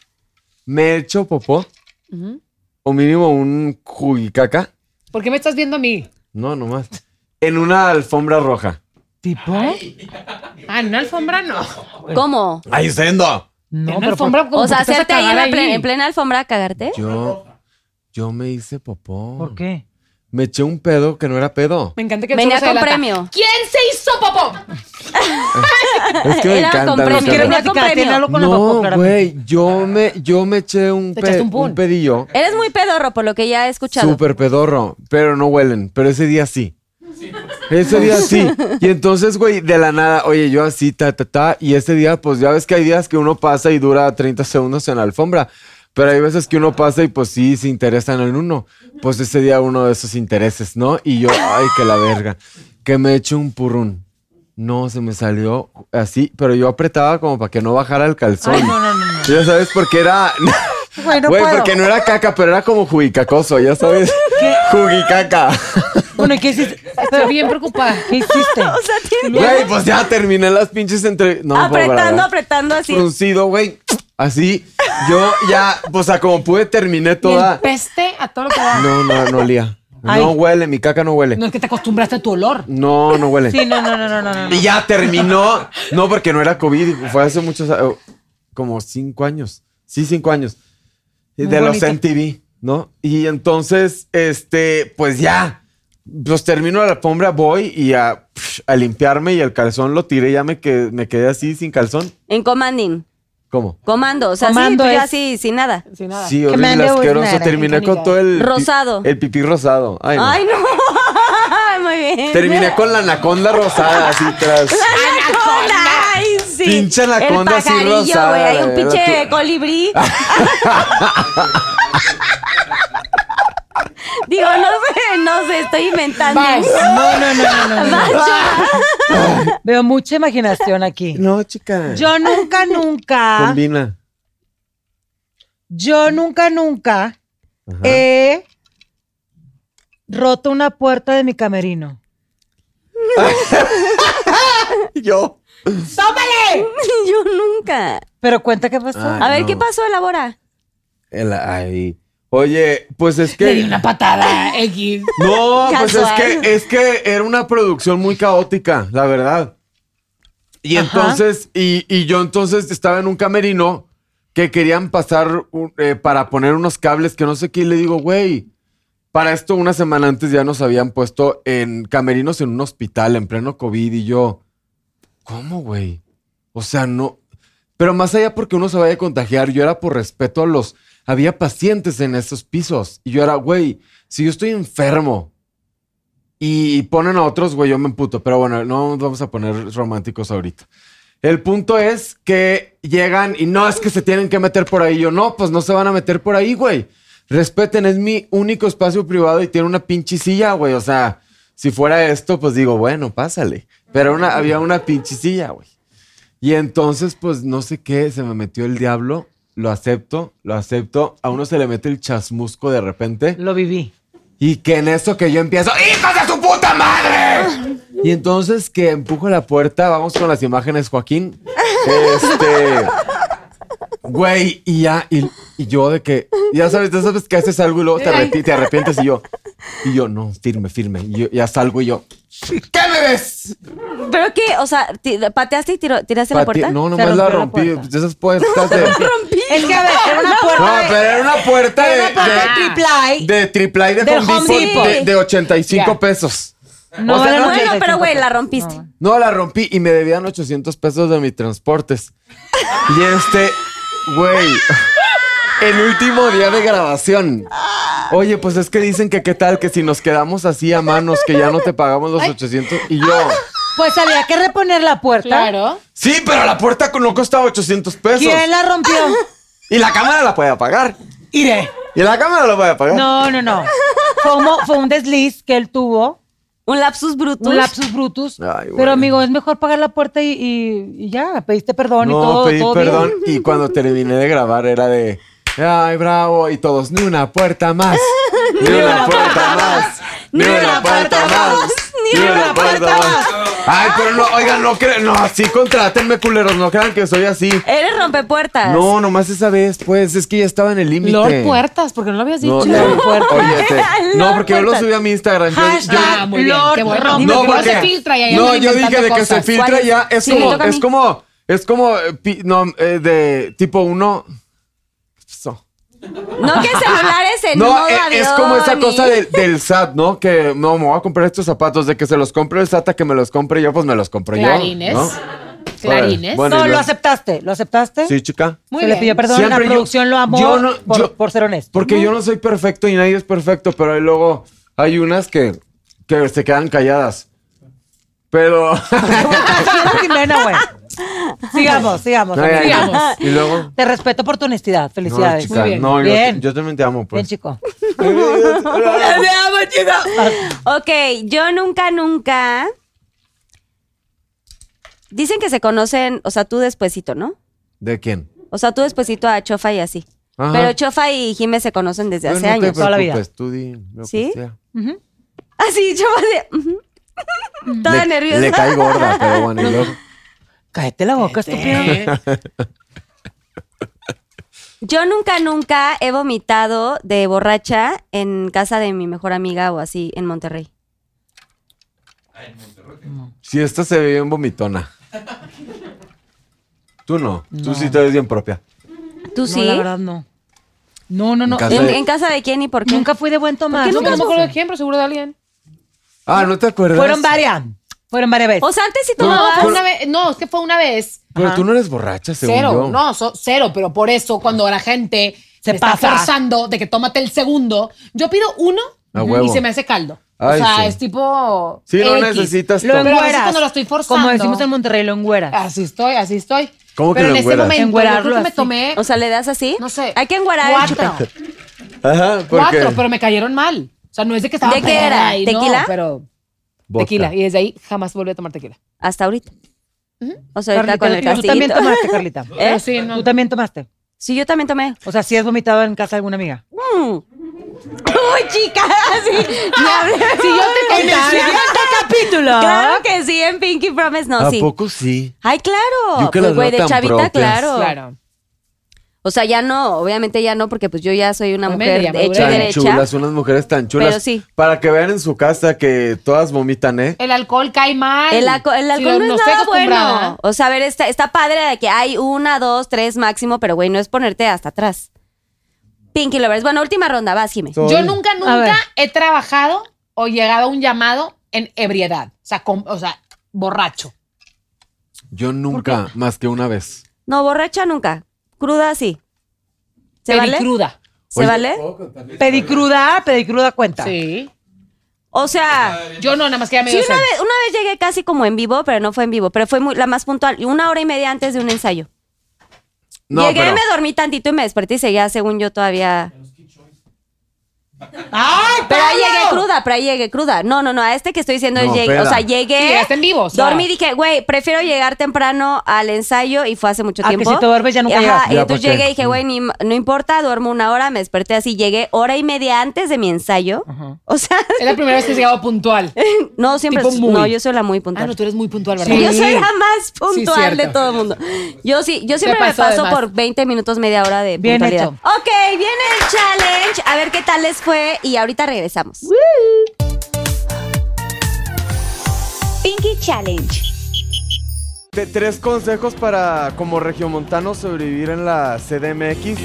Speaker 4: Me echo popó. O mínimo un jugicaca.
Speaker 6: ¿Por qué me estás viendo a mí?
Speaker 4: No, nomás. En una alfombra roja.
Speaker 5: ¿Tipo?
Speaker 6: Ah, en una alfombra no.
Speaker 3: ¿Cómo?
Speaker 9: ¡Ay, sendo!
Speaker 6: No, en una
Speaker 5: pero
Speaker 6: alfombra como
Speaker 3: O sea,
Speaker 6: que te vas a
Speaker 3: hacerte ahí en,
Speaker 6: cagar
Speaker 3: la plen- en plena alfombra a cagarte.
Speaker 4: Yo, yo me hice popó.
Speaker 5: ¿Por qué?
Speaker 4: Me eché un pedo que no era pedo.
Speaker 6: Me encanta que el
Speaker 3: Venía
Speaker 6: chavo
Speaker 3: con
Speaker 6: se delata.
Speaker 3: premio.
Speaker 6: ¿Quién se hizo popó?
Speaker 4: Es que me
Speaker 3: Era
Speaker 4: encanta.
Speaker 3: con
Speaker 4: me
Speaker 3: premio.
Speaker 4: encanta.
Speaker 5: ¿Quieres
Speaker 3: Venía con
Speaker 5: platicar? Tiene
Speaker 3: premio.
Speaker 5: algo con la popó,
Speaker 4: No,
Speaker 5: claramente.
Speaker 4: güey, yo me, yo me eché un,
Speaker 6: Te
Speaker 4: pe-
Speaker 6: echaste un
Speaker 4: un,
Speaker 6: pun.
Speaker 4: pedillo
Speaker 3: Eres muy pedorro, por lo que ya he escuchado.
Speaker 4: súper pedorro, pero no huelen, pero ese día sí. Ese día sí. Y entonces, güey, de la nada, oye, yo así, ta, ta, ta. Y ese día, pues ya ves que hay días que uno pasa y dura 30 segundos en la alfombra. Pero hay veces que uno pasa y pues sí se interesan en uno. Pues ese día uno de esos intereses, ¿no? Y yo, ay, que la verga. Que me eche un purrún. No, se me salió así, pero yo apretaba como para que no bajara el calzón.
Speaker 5: Ay, no, no, no, no.
Speaker 4: Ya sabes, porque era.
Speaker 5: Güey, no
Speaker 4: Güey,
Speaker 5: puedo.
Speaker 4: porque no era caca, pero era como jugicacoso, ya sabes. Jugicaca.
Speaker 5: Bueno, ¿y qué hiciste?
Speaker 6: Estoy bien preocupada.
Speaker 5: ¿Qué hiciste?
Speaker 3: O sea, tiene-
Speaker 4: Güey, pues ya terminé las pinches entre. No, Pues,
Speaker 3: apretando,
Speaker 4: apretando,
Speaker 3: apretando así.
Speaker 4: Fruncido, güey. Así. Yo ya, o sea, como pude, terminé toda.
Speaker 6: El peste a todo lo que da.
Speaker 4: No, no, no olía.
Speaker 5: Ay.
Speaker 4: No huele, mi caca no huele.
Speaker 6: No es que te acostumbraste a tu olor.
Speaker 4: No, no huele.
Speaker 5: Sí, no, no, no, no, no, no.
Speaker 4: Y ya terminó. No, porque no era COVID, fue hace muchos, eh, como cinco años. Sí, cinco años. Y
Speaker 5: Muy
Speaker 4: de
Speaker 5: bonito.
Speaker 4: los MTV, ¿no? Y entonces, este, pues ya, los termino la alfombra, voy y a, psh, a limpiarme y el calzón lo tiré, ya me, que, me quedé así sin calzón.
Speaker 3: En commanding.
Speaker 4: ¿Cómo?
Speaker 3: Comando. O sea,
Speaker 5: Comando
Speaker 3: sí, tú ya
Speaker 5: es-
Speaker 3: así, sin nada.
Speaker 6: Sin nada.
Speaker 4: Sí,
Speaker 5: me
Speaker 4: horrible,
Speaker 5: ando
Speaker 4: asqueroso.
Speaker 5: vulnerable,
Speaker 4: Terminé
Speaker 6: Antonio.
Speaker 4: con todo el... pi-
Speaker 3: Rosado.
Speaker 4: El pipí rosado. Ay, no.
Speaker 3: Ay, no. Muy bien.
Speaker 4: Terminé con la anaconda rosada, así tras...
Speaker 3: Anaconda. Ay, sí.
Speaker 4: Pinche anaconda
Speaker 3: El
Speaker 4: así
Speaker 3: pajarillo,
Speaker 4: rosada,
Speaker 3: güey. Hay un
Speaker 4: güey, la
Speaker 3: pinche
Speaker 4: tu-
Speaker 3: colibrí. Digo, no sé, no sé, estoy inventando.
Speaker 6: Vas.
Speaker 5: No, no, no, no, no, no. Veo mucha imaginación aquí.
Speaker 4: No, chica.
Speaker 5: Yo ah. nunca, nunca,
Speaker 4: Combina.
Speaker 5: yo nunca, nunca
Speaker 4: Ajá.
Speaker 5: he roto una puerta de mi camerino.
Speaker 4: Yo.
Speaker 6: ¡Tómale!
Speaker 3: Yo nunca.
Speaker 5: Pero cuenta qué pasó.
Speaker 4: Ah.
Speaker 3: A ver,
Speaker 4: no.
Speaker 3: ¿qué pasó, elabora?
Speaker 4: El- ay. Oye, pues es que.
Speaker 6: Le di una patada, X.
Speaker 4: No, pues es
Speaker 3: Casual.
Speaker 4: que, es que era una producción muy caótica, la verdad. Y entonces, y, y yo entonces estaba en un camerino que querían pasar un- eh, para poner unos cables que no sé qué, y le digo, güey, para esto una semana antes ya nos habían puesto en camerinos en un hospital en pleno COVID, y yo, ¿Cómo, güey? O sea, no. Pero más allá porque uno se vaya a contagiar, yo era por respeto a los. Había pacientes en esos pisos. Y yo era, güey, si yo estoy enfermo y ponen a otros, güey, yo me emputo. Pero bueno, no nos vamos a poner románticos ahorita. El punto es que llegan y no es que se tienen que meter por ahí. Yo no, pues no se van a meter por ahí, güey. Respeten, es mi único espacio privado y tiene una pinche silla, güey. O sea, si fuera esto, pues digo, bueno, pásale. Pero una- había una pinche silla, güey. Y entonces, pues no sé qué, se me metió el diablo. Lo acepto, lo acepto. A uno se le mete el chasmusco de repente.
Speaker 5: Lo viví.
Speaker 4: Y que en eso que yo empiezo, ¡hijos de su puta madre! Y entonces que empujo la puerta, vamos con las imágenes, Joaquín. Este. Güey, y ya, y, y yo de que, ya sabes, ya sabes que haces algo y luego te, arrepi- te arrepientes y yo, y yo, no, firme, firme. Y yo ya salgo y yo, ¿qué me ves?
Speaker 3: ¿Pero qué? O sea, ti- ¿pateaste y tiro- tiraste la
Speaker 4: Pati-
Speaker 3: puerta?
Speaker 4: no,
Speaker 5: Se
Speaker 4: nomás la
Speaker 5: rompió la
Speaker 4: rompí.
Speaker 5: puerta.
Speaker 4: de esas puertas de.
Speaker 5: Es que a ver, era una
Speaker 4: No,
Speaker 5: puerta.
Speaker 4: pero era una puerta de.
Speaker 5: Era una puerta de
Speaker 4: de-
Speaker 5: triple
Speaker 4: De triple A y de
Speaker 5: Del
Speaker 4: Home
Speaker 5: Home
Speaker 4: Depot de,
Speaker 5: Depot.
Speaker 4: de 85
Speaker 6: Ya.
Speaker 4: pesos.
Speaker 5: No,
Speaker 4: O sea,
Speaker 5: era
Speaker 4: no,
Speaker 3: Bueno,
Speaker 5: una puerta de
Speaker 3: pero güey,
Speaker 5: triple.
Speaker 3: la rompiste.
Speaker 4: No, la rompí y me debían 800 pesos de mis transportes. Y este, güey, el último día de grabación. Oye, pues es que dicen que qué tal, que si nos quedamos así a manos, que ya no te pagamos los 800. Y yo,
Speaker 5: Pues había que reponer la puerta.
Speaker 6: Claro.
Speaker 4: sí, pero la puerta no costaba 800 pesos.
Speaker 5: ¿Quién la rompió?
Speaker 4: Y la cámara la puede apagar.
Speaker 5: Iré.
Speaker 4: Y la cámara la puede apagar.
Speaker 5: No, no, no. Fue un, mo- fue un desliz que él tuvo,
Speaker 3: Un lapsus brutus.
Speaker 5: un lapsus brutus.
Speaker 4: Ay, güey.
Speaker 5: pero amigo, es mejor pagar la puerta y, y- y ya, pediste perdón y
Speaker 4: No,
Speaker 5: todo.
Speaker 4: pedí
Speaker 5: todo bien.
Speaker 4: perdón. Y cuando terminé de grabar era de, ay, bravo. Y todos, ni una puerta más. Ni una puerta más. Ni una puerta más. Ni una puerta más. Ay, pero no, oigan, no crean, no, sí, contrátenme, culeros, no crean que soy así.
Speaker 3: Eres rompepuertas.
Speaker 4: No, nomás esa vez, pues, es que ya estaba en el límite.
Speaker 6: Lord Puertas, porque no lo habías
Speaker 4: No,
Speaker 6: dicho.
Speaker 4: no, oye, te- no,
Speaker 3: Lord
Speaker 4: porque yo lo
Speaker 3: Puertas.
Speaker 4: subí a mi Instagram. Yo, yo-
Speaker 6: Ah, muy bien,
Speaker 5: Lord
Speaker 6: qué bueno.
Speaker 5: Romero.
Speaker 6: Dime
Speaker 4: no,
Speaker 6: que no
Speaker 4: porque-
Speaker 6: se filtra y ahí
Speaker 4: no,
Speaker 6: andan
Speaker 4: yo dije de
Speaker 6: inventando
Speaker 4: que se
Speaker 6: cosas.
Speaker 4: filtra
Speaker 3: ¿Cuál es?
Speaker 4: ya. Es
Speaker 3: Sí, me
Speaker 4: como,
Speaker 3: toca a
Speaker 4: es
Speaker 3: mí.
Speaker 4: como, es como, eh, pi- no, eh, de tipo uno. ¿Qué pasó?
Speaker 3: No que celulares en
Speaker 4: No,
Speaker 3: modo
Speaker 4: eh, es,
Speaker 3: avión
Speaker 4: como esa
Speaker 3: y-
Speaker 4: cosa del- del SAT, ¿no? Que no, me voy a comprar estos zapatos, de que se los compre el SAT a que me los compre yo, pues me los compro
Speaker 6: Clarines.
Speaker 4: yo. ¿no?
Speaker 6: Clarines.
Speaker 4: Bueno,
Speaker 5: No,
Speaker 4: y
Speaker 5: lo
Speaker 4: lo-
Speaker 5: aceptaste, lo aceptaste.
Speaker 4: Sí, chica.
Speaker 6: Muy
Speaker 5: Se le
Speaker 6: bien.
Speaker 5: pidió perdón a
Speaker 4: Siempre
Speaker 5: la
Speaker 4: yo-
Speaker 5: producción, lo amó
Speaker 4: yo no-
Speaker 5: por,
Speaker 4: yo-
Speaker 5: por ser honesto.
Speaker 4: Porque yo no soy perfecto y nadie es perfecto, pero ahí luego hay unas que, que se quedan calladas. Pero.
Speaker 5: Tranquila, Jimena, güey. Sigamos, sigamos.
Speaker 4: Ay, ay,
Speaker 5: sigamos.
Speaker 6: sigamos.
Speaker 4: Y luego.
Speaker 5: Te respeto por tu honestidad.
Speaker 4: No,
Speaker 5: Felicidades.
Speaker 4: chica,
Speaker 6: Muy bien.
Speaker 4: no, yo-
Speaker 5: Bien.
Speaker 4: Yo, también te amo,
Speaker 5: Bien,
Speaker 4: pues.
Speaker 5: chico.
Speaker 3: Ok, yo nunca, nunca. Dicen que se conocen, o sea, tú despuesito, ¿no?
Speaker 4: ¿De quién?
Speaker 3: O sea, tú despuesito a Chofa y así.
Speaker 4: Ajá.
Speaker 3: Pero Chofa y Jimé se conocen desde
Speaker 4: Pues
Speaker 3: hace
Speaker 4: no te
Speaker 3: años.
Speaker 5: toda la vida.
Speaker 4: preocupes, tú di lo que
Speaker 3: ¿Sí?
Speaker 4: sea.
Speaker 3: Así, Chofa de. ujú. Toda
Speaker 4: Le-
Speaker 3: nerviosa.
Speaker 4: Le cae gorda, pero bueno, y luego.
Speaker 5: Cállate la boca, estúpido.
Speaker 3: Yo nunca, nunca he vomitado de borracha en casa de mi mejor amiga o así en Monterrey.
Speaker 4: Si esta se ve bien vomitona. Tú no, tú sí te ves bien propia.
Speaker 3: ¿Tú sí?
Speaker 5: No, la verdad, no. No, no, no.
Speaker 4: casa
Speaker 3: ¿En,
Speaker 4: de-
Speaker 3: en casa de quién y por qué?
Speaker 5: Nunca fui de buen tomar.
Speaker 6: No me acuerdo de quién, pero seguro de alguien.
Speaker 4: Ah, ¿no te acuerdas?
Speaker 5: Fueron varias. Fueron varias veces.
Speaker 3: O sea, antes sí
Speaker 6: No,
Speaker 3: tomabas.
Speaker 6: fue una vez. No, es que fue una vez.
Speaker 4: Pero tú no eres borracha, según
Speaker 6: Cero,
Speaker 4: yo.
Speaker 6: no, so- cero, pero por eso cuando la gente
Speaker 5: Se
Speaker 6: se
Speaker 5: pasa.
Speaker 6: está forzando de que tómate el segundo, yo pido uno
Speaker 4: A huevo.
Speaker 6: y se me hace caldo.
Speaker 4: Ay,
Speaker 6: o sea,
Speaker 4: sí.
Speaker 6: es tipo.
Speaker 4: Sí, no
Speaker 6: X.
Speaker 4: necesitas
Speaker 5: lo
Speaker 4: tomar.
Speaker 6: Pero a
Speaker 5: engueras.
Speaker 6: veces cuando lo estoy forzando. Ah,
Speaker 5: Como decimos en Monterrey, lo engueras.
Speaker 6: Así estoy, así estoy.
Speaker 4: ¿Cómo que
Speaker 6: pero
Speaker 4: lo
Speaker 6: en ese
Speaker 4: engueras?
Speaker 6: momento yo creo
Speaker 5: Enguerarlo
Speaker 6: que me
Speaker 5: así.
Speaker 6: tomé,
Speaker 3: O sea, le das así.
Speaker 6: no sé.
Speaker 3: Hay que enguarar. el-
Speaker 6: Cuatro.
Speaker 4: Ajá, porque.
Speaker 6: Cuatro, pero me cayeron mal. O sea, no es de que estaba
Speaker 3: ¿De qué era?
Speaker 6: peda y no,
Speaker 3: ¿Tequila?
Speaker 6: pero
Speaker 4: Vodka.
Speaker 6: tequila. Y desde ahí jamás volví a tomar tequila.
Speaker 3: Hasta ahorita. O sea, ahorita
Speaker 5: Carlita,
Speaker 3: con el
Speaker 5: tú también
Speaker 3: castillito.
Speaker 5: tomaste, Carlita.
Speaker 6: Pero sí, no.
Speaker 5: Tú también tomaste.
Speaker 3: Sí, yo también tomé.
Speaker 5: O sea, si has vomitado en casa de alguna amiga.
Speaker 3: Mm. Uy, chicas, sí. ni hablemos.
Speaker 6: Si yo te contara.
Speaker 5: capítulo.
Speaker 3: Claro que sí, en Pinky Promise no,
Speaker 4: ¿A
Speaker 3: sí.
Speaker 4: poco sí?
Speaker 3: Ay, claro.
Speaker 4: Yo que
Speaker 3: Pues,
Speaker 4: las
Speaker 3: güey,
Speaker 4: veo
Speaker 3: de
Speaker 4: tan eh.
Speaker 3: chavita,
Speaker 4: propias.
Speaker 3: claro.
Speaker 6: Claro.
Speaker 3: O sea, ya no, obviamente ya no, porque pues yo ya soy una
Speaker 6: Muy
Speaker 3: mujer
Speaker 6: media,
Speaker 3: hecha
Speaker 6: madura.
Speaker 3: y
Speaker 4: Tan
Speaker 3: derecha.
Speaker 4: chulas, unas mujeres tan chulas.
Speaker 3: Pero sí.
Speaker 4: Para que vean en su casa que todas vomitan, ¿eh?
Speaker 6: El alcohol cae mal.
Speaker 3: El, alco- el
Speaker 6: Si
Speaker 3: alcohol no, es
Speaker 6: estoy
Speaker 3: nada
Speaker 6: acostumbrada.
Speaker 3: bueno. O sea, a ver, está, está padre de que hay una, dos, tres máximo, pero güey, no es ponerte hasta atrás. Pinky Lovers. Bueno, última ronda, vas, Jimé.
Speaker 4: Soy-
Speaker 6: Yo nunca,
Speaker 5: ver.
Speaker 6: nunca he trabajado o llegado a un llamado en ebriedad. O sea, con- o sea borracho.
Speaker 4: Yo nunca, más que una vez.
Speaker 3: No, borracha nunca. Cruda sí. ¿Se vale?
Speaker 6: Pericruda.
Speaker 3: ¿Se
Speaker 4: Oye, oh.
Speaker 3: vale?
Speaker 5: Pedicruda, pedicruda cuenta.
Speaker 6: Sí.
Speaker 3: O
Speaker 4: Ah,
Speaker 3: sea,
Speaker 6: Yo no, nada más que ya me
Speaker 3: sí,
Speaker 6: dio
Speaker 3: una
Speaker 6: sed.
Speaker 3: vez, una vez llegué casi como en vivo, pero no fue en vivo, pero fue muy, la más puntual, y una hora y media antes de un ensayo.
Speaker 4: No,
Speaker 3: llegué,
Speaker 4: pero-
Speaker 3: me dormí tantito y me desperté y seguía, según yo, todavía.
Speaker 5: ¡Ay,
Speaker 3: Pero ahí
Speaker 5: Pablo!
Speaker 3: llegué cruda, pero ahí llegué cruda. No, no, no, a este que estoy diciendo es
Speaker 10: No,
Speaker 3: llegué, o
Speaker 10: peda.
Speaker 3: sea, llegué.
Speaker 6: Sí, llegaste en vivo, o sea.
Speaker 3: Dormí y dije, güey, prefiero llegar temprano al ensayo y fue hace mucho
Speaker 5: Ah, que
Speaker 3: tiempo.
Speaker 5: si te duermes ya nunca
Speaker 3: Ajá,
Speaker 5: llegas.
Speaker 3: y
Speaker 4: Ya,
Speaker 3: entonces
Speaker 4: ¿pa' qué?
Speaker 3: llegué y dije, güey, ni- no importa, duermo una hora, me desperté así, llegué hora y media antes de mi ensayo. O sea,
Speaker 6: Es la primera vez que has llegado puntual.
Speaker 3: no siempre,
Speaker 6: Tipo muy.
Speaker 3: no, yo soy la muy
Speaker 6: Ah,
Speaker 3: puntual.
Speaker 6: no, tú eres muy puntual, ¿verdad?
Speaker 5: Sí.
Speaker 3: Yo soy la más puntual de
Speaker 6: cierto.
Speaker 3: todo el mundo. Yo sí, yo siempre me
Speaker 6: pasó,
Speaker 3: paso
Speaker 6: además.
Speaker 3: por 20 minutos, media hora de
Speaker 5: Bien
Speaker 3: puntualidad.
Speaker 5: hecho.
Speaker 3: Ok, viene el challenge. A ver qué tal les fue y ahorita regresamos. Pinky Challenge.
Speaker 4: Te- tres consejos para como regiomontano sobrevivir en la CDMX.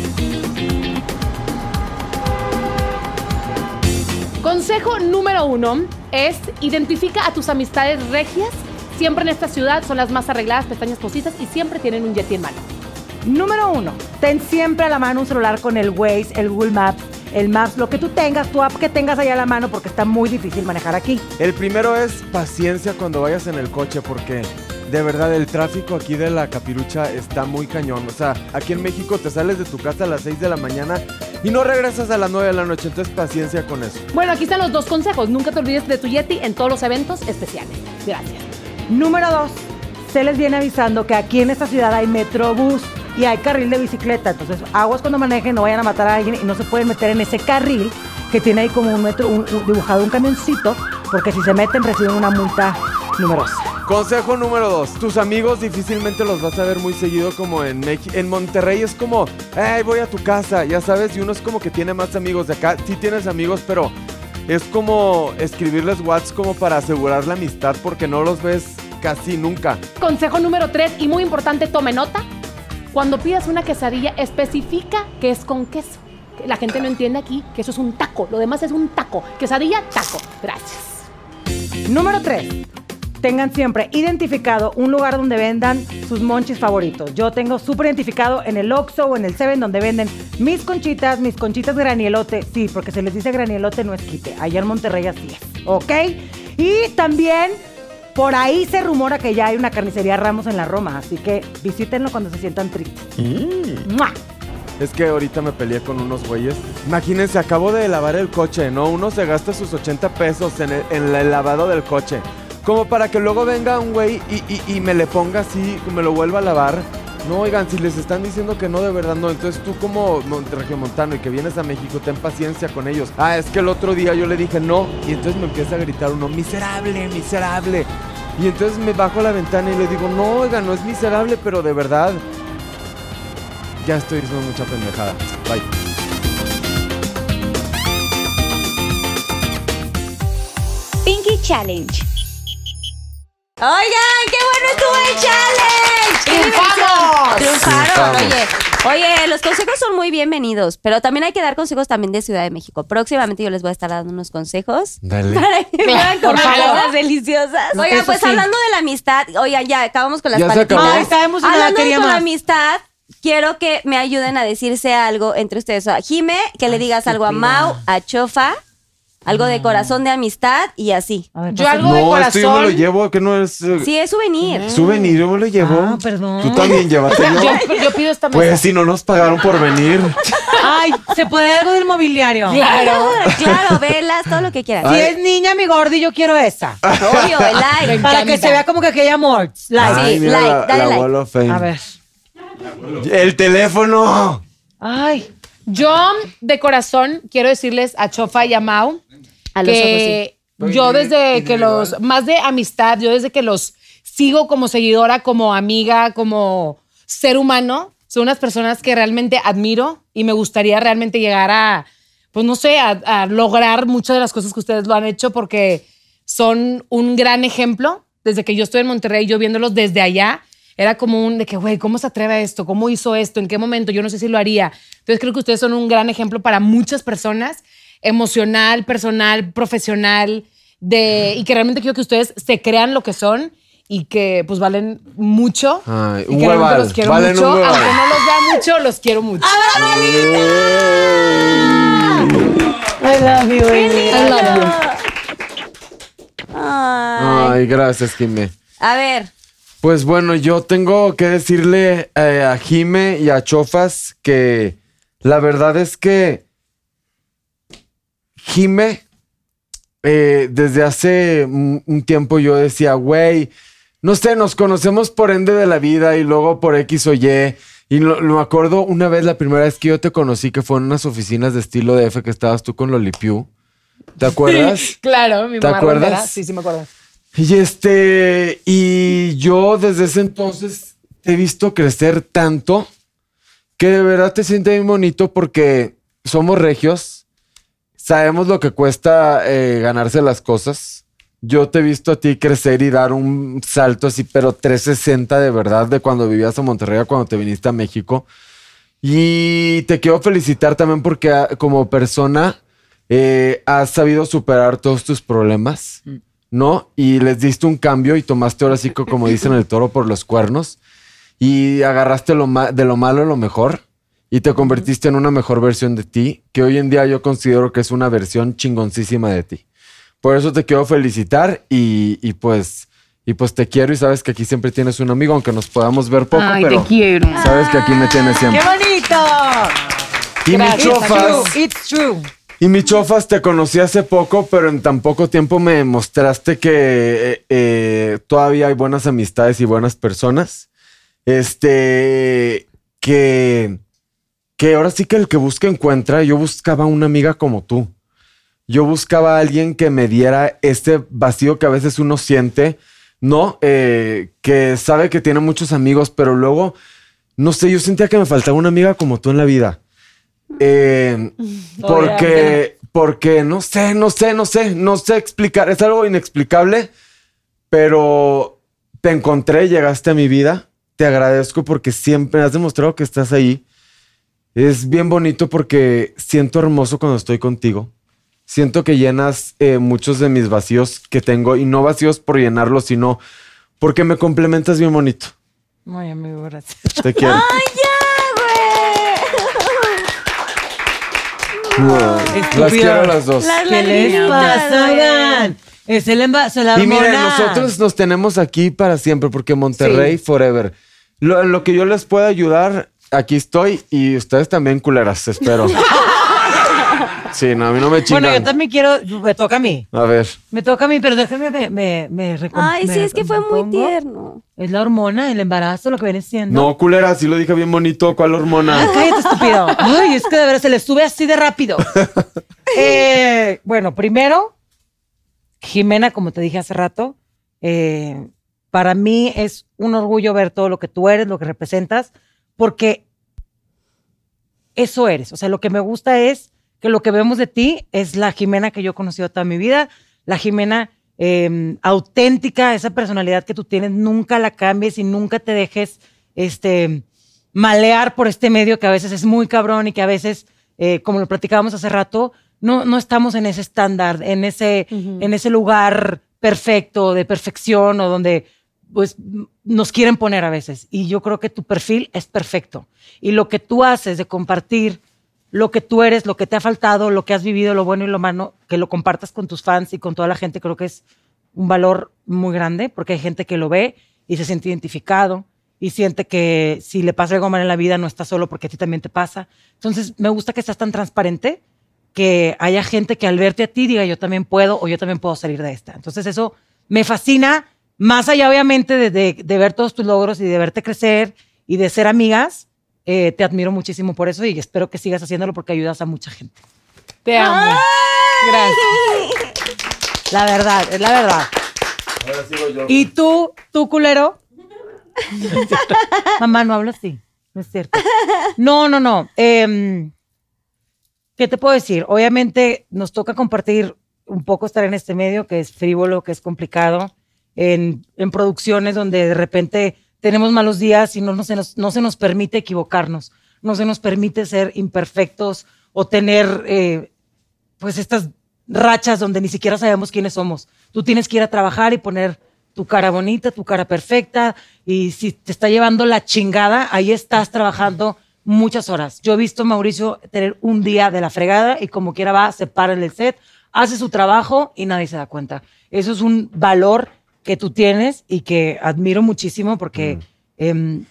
Speaker 6: Consejo número uno es identifica a tus amistades regias. Siempre en esta ciudad son las más arregladas, pestañas postizas y siempre tienen un yeti en mano.
Speaker 5: Número uno, ten siempre a la mano un celular con el Waze, el Google Maps, el Maps, lo que tú tengas, tu app que tengas allá a la mano, porque está muy difícil manejar aquí.
Speaker 4: El primero es paciencia cuando vayas en el coche porque de verdad el tráfico aquí de la capirucha está muy cañón. O sea, aquí en México te sales de tu casa a las 6 de la mañana y no regresas a las 9 de la noche. Entonces paciencia con eso.
Speaker 6: Bueno, aquí están los dos consejos. Nunca te olvides de tu yeti en todos los eventos especiales. Gracias.
Speaker 5: Número dos, se les viene avisando que aquí en esta ciudad hay metrobús y hay carril de bicicleta. Entonces, aguas cuando manejen, no vayan a matar a alguien y no se pueden meter en ese carril que tiene ahí como un metro, un- un- dibujado un camioncito, porque si se meten reciben una multa numerosa.
Speaker 4: Consejo número 2. Tus amigos difícilmente los vas a ver muy seguido como en México. En Monterrey es como, hey, voy a tu casa, ya sabes, y uno es como que tiene más amigos de acá. Sí tienes amigos, pero es como escribirles WhatsApp como para asegurar la amistad porque no los ves casi nunca.
Speaker 6: Consejo número tres y muy importante, tome nota. Cuando pidas una quesadilla, especifica que es con queso. La gente no entiende aquí que eso es un taco. Lo demás es un taco. Quesadilla, taco. Gracias.
Speaker 5: Número 3. Tengan siempre identificado un lugar donde vendan sus monchis favoritos. Yo tengo súper identificado en el Oxxo o en el Seven donde venden mis conchitas, mis conchitas granielote. Sí, porque se les dice granielote no es quite. Allá en Monterrey así es. ¿Ok? Y también por ahí se rumora que ya hay una carnicería Ramos en la Roma. Así que visítenlo cuando se sientan tristes. ¡Mua!
Speaker 4: Es que ahorita me peleé con unos güeyes. Imagínense, acabo de lavar el coche, ¿no? Uno se gasta sus 80 pesos en el, en el lavado del coche. Como para que luego venga un güey y, y- y me le ponga así, me lo vuelva a lavar. No, oigan, si les están diciendo que no, de verdad no. Entonces tú como mon- regiomontano y que vienes a México, ten paciencia con ellos. Ah, es que el otro día yo le dije no. Y entonces me empieza a gritar uno, miserable, miserable. Y entonces me bajo a la ventana y le digo, no, oigan, no es miserable, pero de verdad, ya estoy diciendo mucha pendejada. Bye.
Speaker 3: Pinky Challenge. Oigan, qué bueno estuvo el challenge. ¡Qué diversión!
Speaker 6: ¡Triunfamos!
Speaker 3: Triunfaron,
Speaker 4: Triunfamos.
Speaker 3: oye. Oye, los consejos son muy bienvenidos, pero también hay que dar consejos también de Ciudad de México. Próximamente yo les voy a estar dando unos consejos
Speaker 4: Dale.
Speaker 3: para que puedan
Speaker 5: por
Speaker 3: comer
Speaker 5: favor.
Speaker 3: cosas deliciosas. Oigan,
Speaker 5: Eso
Speaker 3: pues
Speaker 5: sí.
Speaker 3: hablando de la amistad, oigan, ya acabamos con las
Speaker 4: Ya se
Speaker 3: paletitas.
Speaker 4: acabó.
Speaker 5: Ay, estaba emocionada,
Speaker 3: Hablando de
Speaker 5: quería
Speaker 3: con la
Speaker 5: más.
Speaker 3: amistad, quiero que me ayuden a decirse algo entre ustedes. O sea, Jime, que le digas algo a Mau, a Chofa, algo
Speaker 5: Ah.
Speaker 3: de corazón de amistad y así.
Speaker 5: A ver,
Speaker 6: Yo
Speaker 5: pasa-
Speaker 6: algo de
Speaker 4: Ah, No, esto yo me lo
Speaker 6: corazón.
Speaker 4: llevo, que no es. eh,
Speaker 3: Sí, es souvenir.
Speaker 4: Souvenir, yo me lo llevo.
Speaker 5: Ah, perdón.
Speaker 4: Tú también llevaste yo.
Speaker 6: Yo, yo pido esta mesa.
Speaker 4: Pues si no nos pagaron por venir.
Speaker 5: Ay, ¿se puede algo del mobiliario? Si
Speaker 6: claro.
Speaker 3: claro, velas, todo lo que quieras.
Speaker 5: es niña, mi gordi, yo quiero esa.
Speaker 3: Obvio, el like.
Speaker 5: Para que se vea como que aquí hay amor. Like.
Speaker 3: Ay, sí, like,
Speaker 4: la,
Speaker 3: dale
Speaker 4: la
Speaker 3: like.
Speaker 4: Wall of Fame.
Speaker 5: A ver.
Speaker 4: El teléfono.
Speaker 5: Ay.
Speaker 6: Yo de corazón quiero decirles a Chofa y a Mau
Speaker 3: A los
Speaker 6: que yo desde que los, más de amistad, yo desde que los sigo como seguidora, como amiga, como ser humano, son unas personas que realmente admiro y me gustaría realmente llegar a, pues no sé, a, a lograr muchas de las cosas que ustedes lo han hecho porque son un gran ejemplo. Desde que yo estoy en Monterrey, yo viéndolos desde allá, era como un de que, güey, ¿cómo se atreve a esto? ¿Cómo hizo esto? ¿En qué momento? Yo no sé si lo haría. Entonces creo que ustedes son un gran ejemplo para muchas personas, emocional, personal, profesional, de, y que realmente quiero que ustedes se crean lo que son y que pues valen mucho.
Speaker 4: Ay,
Speaker 6: Y
Speaker 4: un
Speaker 6: que realmente
Speaker 4: hueval,
Speaker 6: los quiero
Speaker 4: valen un
Speaker 6: mucho.
Speaker 4: hueval.
Speaker 6: Aunque no los vea mucho, los quiero mucho.
Speaker 5: I love you, Amy.
Speaker 6: I love you.
Speaker 7: Ay.
Speaker 4: Ay, gracias, Jimé.
Speaker 7: A ver,
Speaker 4: Pues bueno, yo tengo que decirle eh, a Jime y a Chofas que la verdad es que Jime, eh, desde hace un un tiempo yo decía, güey, no sé, nos conocemos por ende de la vida y luego por X o Y. Y lo, lo acuerdo una vez, la primera vez que yo te conocí, que fue en unas oficinas de estilo de F que estabas tú con Lolipiu. ¿Te acuerdas?
Speaker 6: Claro, mi
Speaker 4: ¿Te
Speaker 6: mamá
Speaker 4: acuerdas?
Speaker 6: rompera. Sí, sí me acuerdo.
Speaker 4: Y este, y yo desde ese entonces te he visto crecer tanto que de verdad te siente bien bonito porque somos regios, sabemos lo que cuesta eh, ganarse las cosas. Yo te he visto a ti crecer y dar un salto así, pero 360 de verdad, de cuando vivías a Monterrey a cuando te viniste a México. Y te quiero felicitar también porque ah, como persona eh, has sabido superar todos tus problemas. ¿no? Y les diste un cambio y tomaste ahora sí que, como dicen el toro por los cuernos y agarraste lo ma- de lo malo lo mejor y te convertiste en una mejor versión de ti que hoy en día yo considero que es una versión chingoncísima de ti. Por eso te quiero felicitar y, y pues y pues te quiero y sabes que aquí siempre tienes un amigo aunque nos podamos ver poco, pero
Speaker 5: quiero.
Speaker 4: sabes que aquí me tienes
Speaker 5: ¡Qué
Speaker 4: siempre.
Speaker 5: bonito!
Speaker 4: Y mi
Speaker 5: It's
Speaker 4: chofas.
Speaker 5: true, It's true.
Speaker 4: Y mi chofas, te conocí hace poco, pero en tan poco tiempo me mostraste que eh, eh, todavía hay buenas amistades y buenas personas. Este, que, que ahora sí que el que busca encuentra. Yo buscaba una amiga como tú. Yo buscaba a alguien que me diera este vacío que a veces uno siente, ¿no? Eh, que sabe que tiene muchos amigos, pero luego, no sé, yo sentía que me faltaba una amiga como tú en la vida. Eh, porque, porque no sé, no sé, no sé, no sé explicar. Es algo inexplicable, pero te encontré, llegaste a mi vida. Te agradezco porque siempre has demostrado que estás ahí. Es bien bonito porque siento hermoso cuando estoy contigo. Siento que llenas eh, muchos de mis vacíos que tengo y no vacíos por llenarlos, sino porque me complementas bien bonito.
Speaker 5: Muy amigo, gracias.
Speaker 4: Te quiero. Las
Speaker 5: Estúpida.
Speaker 4: quiero a las dos.
Speaker 5: ¿Qué les pasa, oigan? Es el embarazo, la
Speaker 4: Y miren,
Speaker 5: hormona.
Speaker 4: nosotros nos tenemos aquí para siempre, porque Monterrey forever. Lo, en lo que yo les pueda ayudar, aquí estoy y ustedes también culeras, espero. sí, no, a mí no me chingan.
Speaker 5: Bueno, yo también quiero, me toca a mí.
Speaker 4: A ver,
Speaker 5: Me toca a mí, pero déjenme, me, me, me recom-
Speaker 7: Ay,
Speaker 5: me
Speaker 7: sí, es que fue muy
Speaker 5: recompongo.
Speaker 7: tierno.
Speaker 5: Es la hormona, el embarazo, lo que viene siendo.
Speaker 4: no, culeras, sí lo dije bien bonito, ¿cuál hormona?
Speaker 5: Ah, cállate, estúpido. Ay, es que de verdad se le sube así de rápido. Eh, bueno, primero, Jimena, como te dije hace rato, eh, para mí es un orgullo ver todo lo que tú eres, lo que representas, porque eso eres. O sea, lo que me gusta es que lo que vemos de ti es la Jimena que yo he conocido toda mi vida, la Jimena eh, auténtica, esa personalidad que tú tienes, nunca la cambies y nunca te dejes este, malear por este medio que a veces es muy cabrón y que a veces, eh, como lo platicábamos hace rato, no, no estamos en ese estándar, en ese, en ese lugar perfecto, de perfección o donde pues m- nos quieren poner a veces. Y yo creo que tu perfil es perfecto. Y lo que tú haces de compartir lo que tú eres, lo que te ha faltado, lo que has vivido, lo bueno y lo malo, que lo compartas con tus fans y con toda la gente, creo que es un valor muy grande, porque hay gente que lo ve y se siente identificado y siente que si le pasa algo mal en la vida no está solo porque a ti también te pasa. Entonces, me gusta que seas tan transparente que haya gente que al verte a ti diga yo también puedo o yo también puedo salir de esta. Entonces eso me fascina, más allá obviamente de, de- de ver todos tus logros y de verte crecer y de ser amigas, eh, te admiro muchísimo por eso y espero que sigas haciéndolo porque ayudas a mucha gente.
Speaker 6: Te amo. Gracias.
Speaker 5: La verdad, es la verdad. Y tú, tú culero. Mamá, no hablo así. No es cierto. No, no, no. Em, ¿Qué te puedo decir? Obviamente nos toca compartir un poco estar en este medio que es frívolo, que es complicado, en, en producciones donde de repente tenemos malos días y no, no se nos, no se nos permite equivocarnos, no se nos permite ser imperfectos o tener eh, pues estas rachas donde ni siquiera sabemos quiénes somos. Tú tienes que ir a trabajar y poner tu cara bonita, tu cara perfecta, y si te está llevando la chingada, ahí estás trabajando muchas horas. Yo he visto a Mauricio tener un día de la fregada y como quiera va, se para en el set, hace su trabajo y nadie se da cuenta. Eso es un valor que tú tienes y que admiro muchísimo porque em,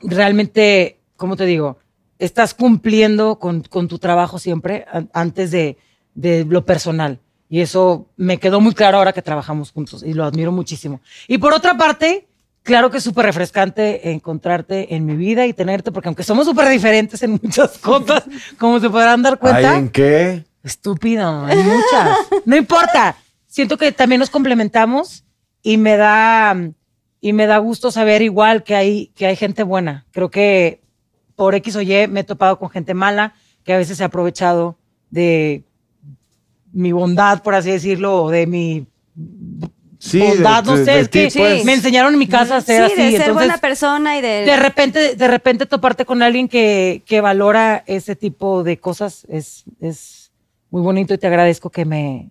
Speaker 5: realmente, ¿cómo te digo? Estás cumpliendo con, con tu trabajo siempre an- antes de, de lo personal. Y eso me quedó muy claro ahora que trabajamos juntos y lo admiro muchísimo. Y por otra parte, claro que es súper refrescante encontrarte en mi vida y tenerte, porque aunque somos súper diferentes en muchas cosas, como se podrán dar
Speaker 4: ¿Ay,
Speaker 5: cuenta.
Speaker 4: en qué?
Speaker 5: Estúpido, hay muchas. No importa. Siento que también nos complementamos y me da y me da gusto saber igual que hay que hay gente buena. Creo que por X o Y me he topado con gente mala que a veces se ha aprovechado de mi bondad, por así decirlo, o de mi
Speaker 4: Sí, de-
Speaker 5: bondad, no
Speaker 4: de-
Speaker 5: sé,
Speaker 4: de
Speaker 5: es
Speaker 4: ti,
Speaker 5: que
Speaker 4: pues.
Speaker 5: me enseñaron en mi casa a ser
Speaker 3: sí,
Speaker 5: así,
Speaker 3: de ser
Speaker 5: entonces
Speaker 3: buena persona y de...
Speaker 5: de repente, de repente toparte con alguien que, que valora ese tipo de cosas es, es muy bonito y te agradezco que me,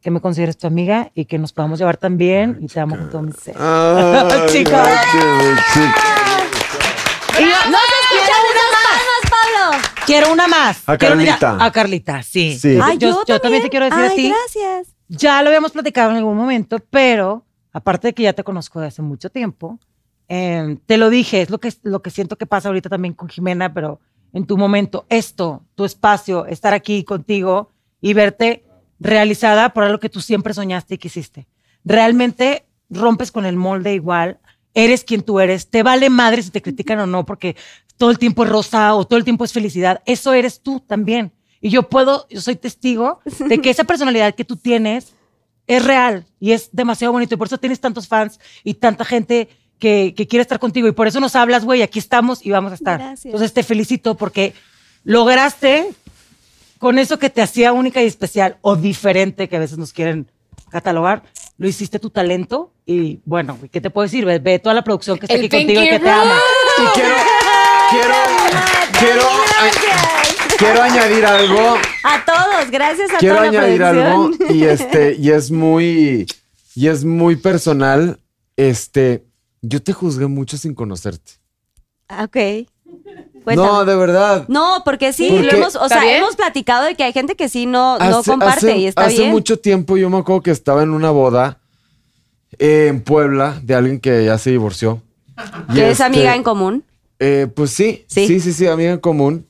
Speaker 5: que me consideres tu amiga y que nos podamos llevar tan bien y te amo con todo mi ser.
Speaker 4: Ah. Ay,
Speaker 5: Chicos.
Speaker 4: gracias, chicos.
Speaker 3: ¡No se escuchan esas palmas, Pablo!
Speaker 5: Quiero una más.
Speaker 4: A
Speaker 5: Quiero una-
Speaker 4: Carlita.
Speaker 5: a Carlita, sí.
Speaker 4: Sí.
Speaker 3: Ay,
Speaker 5: yo,
Speaker 3: yo,
Speaker 5: yo también te quiero decir
Speaker 3: Ay,
Speaker 5: a ti.
Speaker 3: gracias.
Speaker 5: Ya lo habíamos platicado en algún momento, pero aparte de que ya te conozco de hace mucho tiempo, eh, te lo dije, es lo que, lo que siento que pasa ahorita también con Jimena, pero en tu momento, esto, tu espacio, estar aquí contigo y verte realizada por algo que tú siempre soñaste y quisiste. Realmente rompes con el molde igual, eres quien tú eres, te vale madre si te critican o no, porque todo el tiempo es rosa o todo el tiempo es felicidad, eso eres tú también. Y yo puedo, yo soy testigo de que esa personalidad que tú tienes es real y es demasiado bonito. Y por eso tienes tantos fans y tanta gente que, que quiere estar contigo. Y por eso nos hablas, güey, aquí estamos y vamos a estar.
Speaker 3: Gracias.
Speaker 5: Entonces te felicito porque lograste con eso que te hacía única y especial o diferente, que a veces nos quieren catalogar, lo hiciste tu talento y bueno, güey, ¿qué te puedo decir? Ve, ve toda la producción que está
Speaker 6: El
Speaker 5: aquí contigo y
Speaker 6: Pinky
Speaker 5: que te ama.
Speaker 4: Y quiero, quiero, quiero,
Speaker 3: Gracias.
Speaker 4: quiero añadir algo.
Speaker 3: A todos, gracias a
Speaker 4: Quiero
Speaker 3: toda la
Speaker 4: añadir
Speaker 3: producción.
Speaker 4: algo y este y es muy y es muy personal. Este, yo te juzgué mucho sin conocerte.
Speaker 3: Ah, Ok. Cuéntame.
Speaker 4: No, de verdad.
Speaker 3: No, porque sí,
Speaker 4: Porque-
Speaker 3: lo hemos, o sea,
Speaker 6: ¿Está bien?
Speaker 3: hemos platicado de que hay gente que sí no, no
Speaker 4: Hace-
Speaker 3: comparte
Speaker 4: hace-
Speaker 3: y está
Speaker 4: hace
Speaker 3: bien.
Speaker 4: mucho tiempo yo me acuerdo que estaba en una boda eh, en Puebla de alguien que ya se divorció. Y
Speaker 3: que es
Speaker 4: este,
Speaker 3: amiga en común.
Speaker 4: eh, pues sí,
Speaker 3: Sí.
Speaker 4: sí, sí, sí, amiga en común.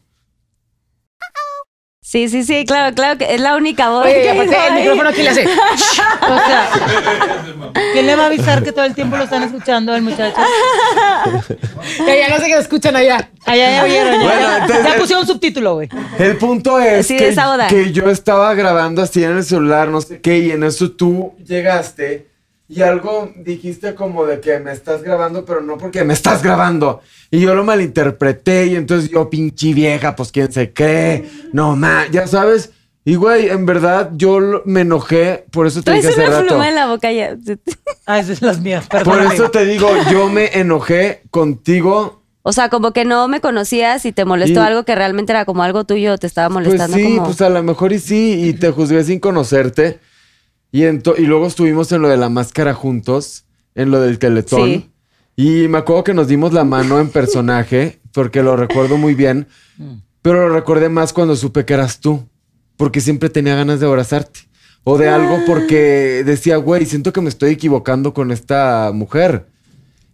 Speaker 3: Sí, sí, sí, claro, claro que es la única voz.
Speaker 6: Oye, que
Speaker 3: que
Speaker 6: aparte
Speaker 3: no
Speaker 6: el
Speaker 3: hay.
Speaker 6: micrófono aquí le hace.
Speaker 5: O sea, ¿quién le va a avisar que todo el tiempo lo están escuchando el muchacho?
Speaker 6: Que ya no sé qué escuchan allá.
Speaker 5: Allá ya vieron, ya,
Speaker 4: Bueno,
Speaker 5: ya-
Speaker 4: entonces-
Speaker 5: ya pusieron subtítulo, güey.
Speaker 4: El punto es
Speaker 3: Sí, de
Speaker 4: que,
Speaker 3: esa boda.
Speaker 4: que yo estaba grabando así en el celular, no sé qué, y en eso tú llegaste y algo dijiste como de que me estás grabando, pero no porque me estás grabando. Y yo lo malinterpreté y entonces yo, pinche vieja, pues quién se cree, no ma, ya sabes. Y güey, en verdad yo lo- me enojé, por eso te
Speaker 3: Traes
Speaker 4: dije hace
Speaker 3: una
Speaker 4: rato.
Speaker 3: pluma en la boca ya.
Speaker 5: Ah, esas son las mías, perdón.
Speaker 4: Por
Speaker 5: amigo.
Speaker 4: eso te digo, yo me enojé contigo
Speaker 3: O sea, como que no me conocías y te molestó
Speaker 4: Y-
Speaker 3: algo que realmente era como algo tuyo, te estaba
Speaker 4: Pues
Speaker 3: molestando
Speaker 4: sí,
Speaker 3: como.
Speaker 4: pues a lo mejor y sí, y te juzgué sin conocerte. Y, ento- y luego estuvimos en lo de la máscara juntos, en lo del teletón.
Speaker 3: Sí.
Speaker 4: Y me acuerdo que nos dimos la mano en personaje, porque lo recuerdo muy bien, pero lo recordé más cuando supe que eras tú, porque siempre tenía ganas de abrazarte. O de
Speaker 3: Ah.
Speaker 4: algo porque decía, güey, siento que me estoy equivocando con esta mujer.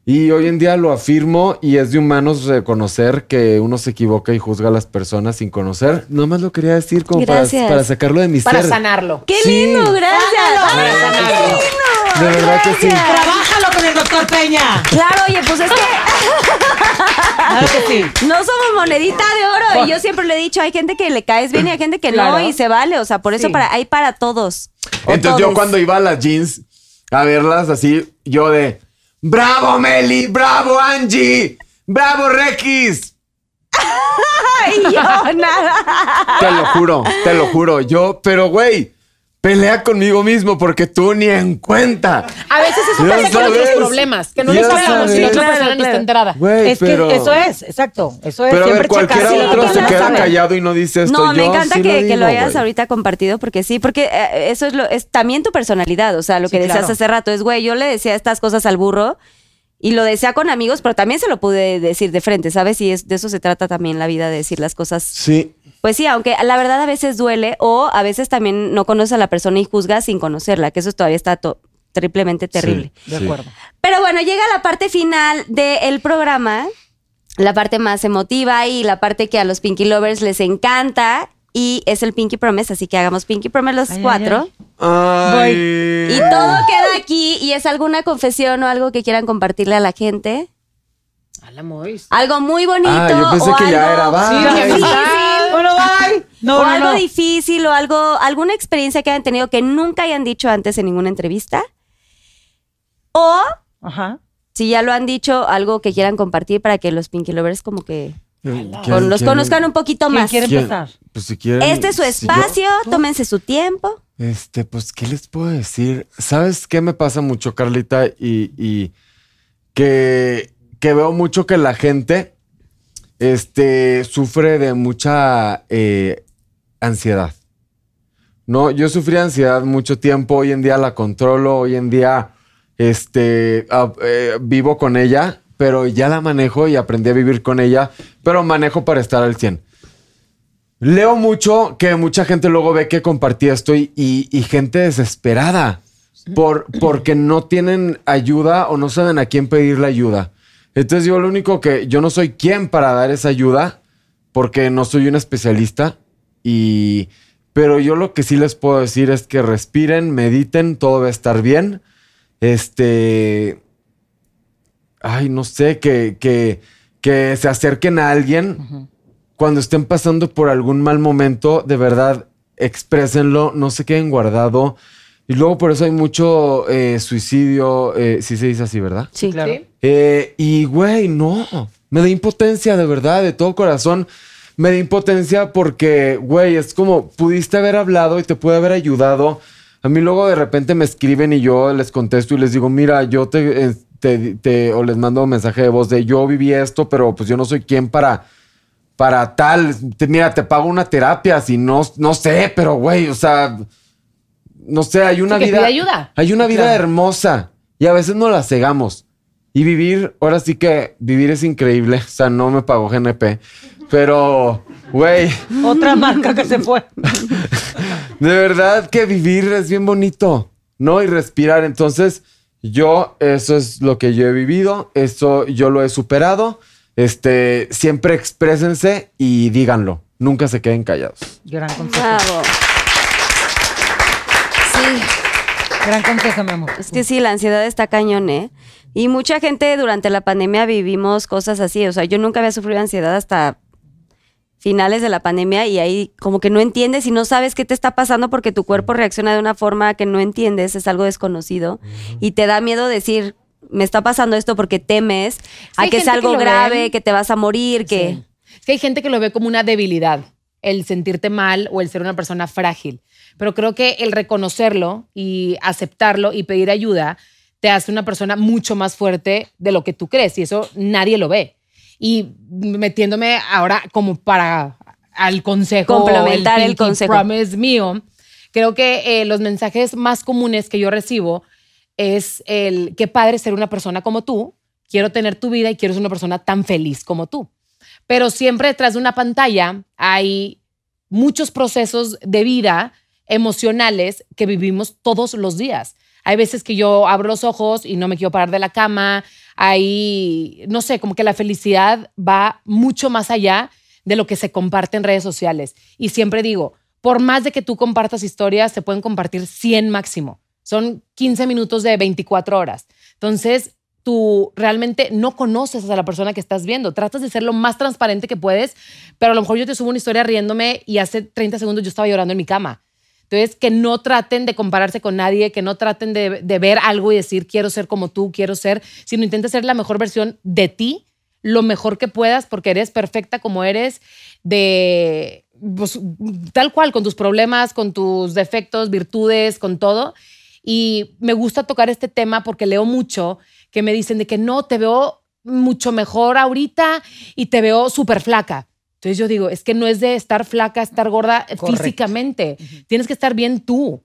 Speaker 4: Y hoy en día lo afirmo y es de humanos reconocer que uno se equivoca y juzga a las personas sin conocer. Nomás lo quería decir como para,
Speaker 3: Gracias.
Speaker 4: para sacarlo de mi
Speaker 6: Para
Speaker 4: ser.
Speaker 6: sanarlo.
Speaker 3: ¡Qué
Speaker 4: Sí.
Speaker 3: lindo! ¡Gracias!
Speaker 4: Para
Speaker 3: ¡Ay, qué
Speaker 4: sanarlo.
Speaker 3: lindo!
Speaker 4: De verdad que sí.
Speaker 3: Gracias.
Speaker 5: ¡Trabájalo con el doctor Peña!
Speaker 3: Claro, oye, pues es que
Speaker 5: Claro que sí.
Speaker 3: no somos monedita de oro. Y yo siempre le he dicho, hay gente que le caes bien y hay gente que
Speaker 6: Claro.
Speaker 3: no, y se vale. O sea, por eso
Speaker 6: Sí.
Speaker 3: para, hay para todos. O
Speaker 4: Entonces yo
Speaker 3: todes.
Speaker 4: cuando iba a las jeans a verlas así, yo de ¡Bravo, Meli! ¡Bravo, Angie! ¡Bravo, Rex!
Speaker 3: Ay, yo, nada.
Speaker 4: Te lo juro, te lo juro. Yo, pero güey, Pelea conmigo mismo porque tú ni en cuenta.
Speaker 6: A veces eso
Speaker 4: Ya
Speaker 6: pasa con otros
Speaker 4: sabes.
Speaker 6: problemas, que no
Speaker 4: Ya
Speaker 6: lo sabemos si la otra
Speaker 5: sabes.
Speaker 6: persona ni está enterada.
Speaker 4: Güey,
Speaker 5: es
Speaker 4: pero...
Speaker 5: que eso es, exacto. Eso es.
Speaker 4: Pero a ver,
Speaker 5: Siempre
Speaker 4: cualquiera
Speaker 5: checar si la
Speaker 4: otro se
Speaker 5: persona
Speaker 4: queda
Speaker 5: sabe.
Speaker 4: callado y no dice esto.
Speaker 3: No, me
Speaker 4: Yo
Speaker 3: encanta
Speaker 4: sí
Speaker 3: que, que
Speaker 4: digo,
Speaker 3: lo hayas
Speaker 4: güey.
Speaker 3: ahorita compartido porque sí, porque eh, eso es lo es también tu personalidad, o sea, lo que
Speaker 5: Sí,
Speaker 3: decías
Speaker 5: claro.
Speaker 3: hace rato es, güey, yo le decía estas cosas al burro y lo decía con amigos, pero también se lo pude decir de frente, ¿sabes? Y es, de eso se trata también la vida, de decir las cosas.
Speaker 4: Sí.
Speaker 3: Pues sí, aunque la verdad a veces duele o a veces también no conoces a la persona y juzgas sin conocerla, que eso todavía está to- triplemente terrible.
Speaker 5: De acuerdo.
Speaker 3: Pero bueno, llega la parte final del programa, la parte más emotiva y la parte que a los Pinky Lovers les encanta. Y es el Pinky Promise, así que hagamos Pinky Promise los
Speaker 5: Ay, ay,
Speaker 3: cuatro.
Speaker 4: Ay.
Speaker 3: Y todo queda aquí. ¿Y es alguna confesión o algo que quieran compartirle a la gente?
Speaker 6: A la Mois.
Speaker 3: Algo muy bonito.
Speaker 4: Ah, yo pensé
Speaker 3: o
Speaker 4: que ya
Speaker 3: algo-
Speaker 4: era. va.
Speaker 6: Sí, ya
Speaker 3: difícil.
Speaker 5: Bueno, bye. No,
Speaker 3: o
Speaker 5: no,
Speaker 3: algo
Speaker 5: no.
Speaker 3: difícil o algo, alguna experiencia que hayan tenido que nunca hayan dicho antes en ninguna entrevista. O
Speaker 5: Ajá.
Speaker 3: si ya lo han dicho, algo que quieran compartir para que los Pinky Lovers como que
Speaker 4: ¿Quién-
Speaker 3: con- los
Speaker 4: quién-
Speaker 3: conozcan un poquito
Speaker 5: ¿Quién
Speaker 3: más.
Speaker 5: quiere
Speaker 4: ¿Quién?
Speaker 5: empezar?
Speaker 4: Pues si quieren.
Speaker 3: Este es su
Speaker 4: si yo-
Speaker 3: espacio, tómense su tiempo.
Speaker 4: Este, pues, ¿qué les puedo decir? ¿Sabes qué me pasa mucho, Carlita? Y, y que, que veo mucho que la gente este, sufre de mucha eh, ansiedad. No, yo sufrí ansiedad mucho tiempo, hoy en día la controlo, hoy en día este, a- eh, vivo con ella, pero ya la manejo y aprendí a vivir con ella, pero manejo para estar al 100. Leo mucho que mucha gente luego ve que compartí esto y, y- y gente desesperada por, porque no tienen ayuda o no saben a quién pedir la ayuda. Entonces yo lo único que yo no soy quien para dar esa ayuda porque no soy un especialista y pero yo lo que sí les puedo decir es que respiren, mediten, todo va a estar bien. Este ay, no sé, que que que se acerquen a alguien cuando estén pasando por algún mal momento, de verdad, exprésenlo, no se queden guardado. Y luego por eso hay mucho eh, suicidio, eh, sí se dice así, ¿verdad?
Speaker 3: Sí,
Speaker 5: Claro.
Speaker 4: Eh, y güey, no, me da impotencia, de verdad, de todo corazón. Me da impotencia porque, güey, es como pudiste haber hablado y te pude haber ayudado. A mí luego de repente me escriben y yo les contesto y les digo, mira, yo te, eh, te- te- o les mando un mensaje de voz de yo viví esto, pero pues yo no soy quien para, para tal. Te- mira, te pago una terapia, si no, no sé, pero güey, o sea, no sé, hay una
Speaker 6: Sí, que
Speaker 4: vida.
Speaker 6: pida ayuda.
Speaker 4: Hay una vida hermosa y a veces no la cegamos. Y vivir, ahora sí que vivir es increíble. O sea, no me pagó GNP. Pero, güey,
Speaker 5: Otra marca que se fue.
Speaker 4: de verdad que vivir es bien bonito, ¿no? Y respirar. Entonces, yo, eso es lo que yo he vivido. Eso yo lo he superado. Este, siempre exprésense y díganlo. Nunca se queden callados.
Speaker 5: Gran consejo.
Speaker 3: bravo. Sí,
Speaker 5: Gran consejo, mi amor.
Speaker 3: es que sí, la ansiedad está cañón, ¿eh? Y mucha gente durante la pandemia vivimos cosas así. O sea, yo nunca había sufrido ansiedad hasta finales de la pandemia y ahí como que no entiendes y no sabes qué te está pasando porque tu cuerpo reacciona de una forma que no entiendes, es algo desconocido y te da miedo decir, me está pasando esto porque temes a
Speaker 6: hay
Speaker 3: que es
Speaker 6: gente que
Speaker 3: algo
Speaker 6: lo
Speaker 3: grave,
Speaker 6: ven.
Speaker 3: que te vas a morir, que...
Speaker 6: Sí. Es que hay gente que lo ve como una debilidad, el sentirte mal o el ser una persona frágil. Pero creo que el reconocerlo y aceptarlo y pedir ayuda te hace una persona mucho más fuerte de lo que tú crees y eso nadie lo ve. Y metiéndome ahora como para al consejo,
Speaker 3: Complementar el
Speaker 6: Pinky
Speaker 3: consejo.
Speaker 6: Promise mío, creo que eh, los mensajes más comunes que yo recibo es el qué padre ser una persona como tú, quiero tener tu vida y quiero ser una persona tan feliz como tú pero siempre detrás de una pantalla hay muchos procesos de vida emocionales que vivimos todos los días. Hay veces que yo abro los ojos y no me quiero parar de la cama, hay, no sé, como que la felicidad va mucho más allá de lo que se comparte en redes sociales. Y siempre digo, por más de que tú compartas historias, se pueden compartir 100 máximo. Son 15 minutos de 24 horas. Entonces, tú realmente no conoces a la persona que estás viendo. Tratas de ser lo más transparente que puedes, pero a lo mejor yo te subo una historia riéndome y hace 30 segundos yo estaba llorando en mi cama. Entonces, que no traten de compararse con nadie, que no traten de, de ver algo y decir, quiero ser como tú, quiero ser, sino intenta ser la mejor versión de ti, lo mejor que puedas porque eres perfecta como eres, de pues, tal cual, con tus problemas, con tus defectos, virtudes, con todo. Y me gusta tocar este tema porque leo mucho que me dicen de que no, te veo mucho mejor ahorita y te veo súper flaca. Entonces yo digo, es que no es de estar flaca, estar gorda eh,
Speaker 5: Correcto.
Speaker 6: físicamente. Tienes que estar bien tú.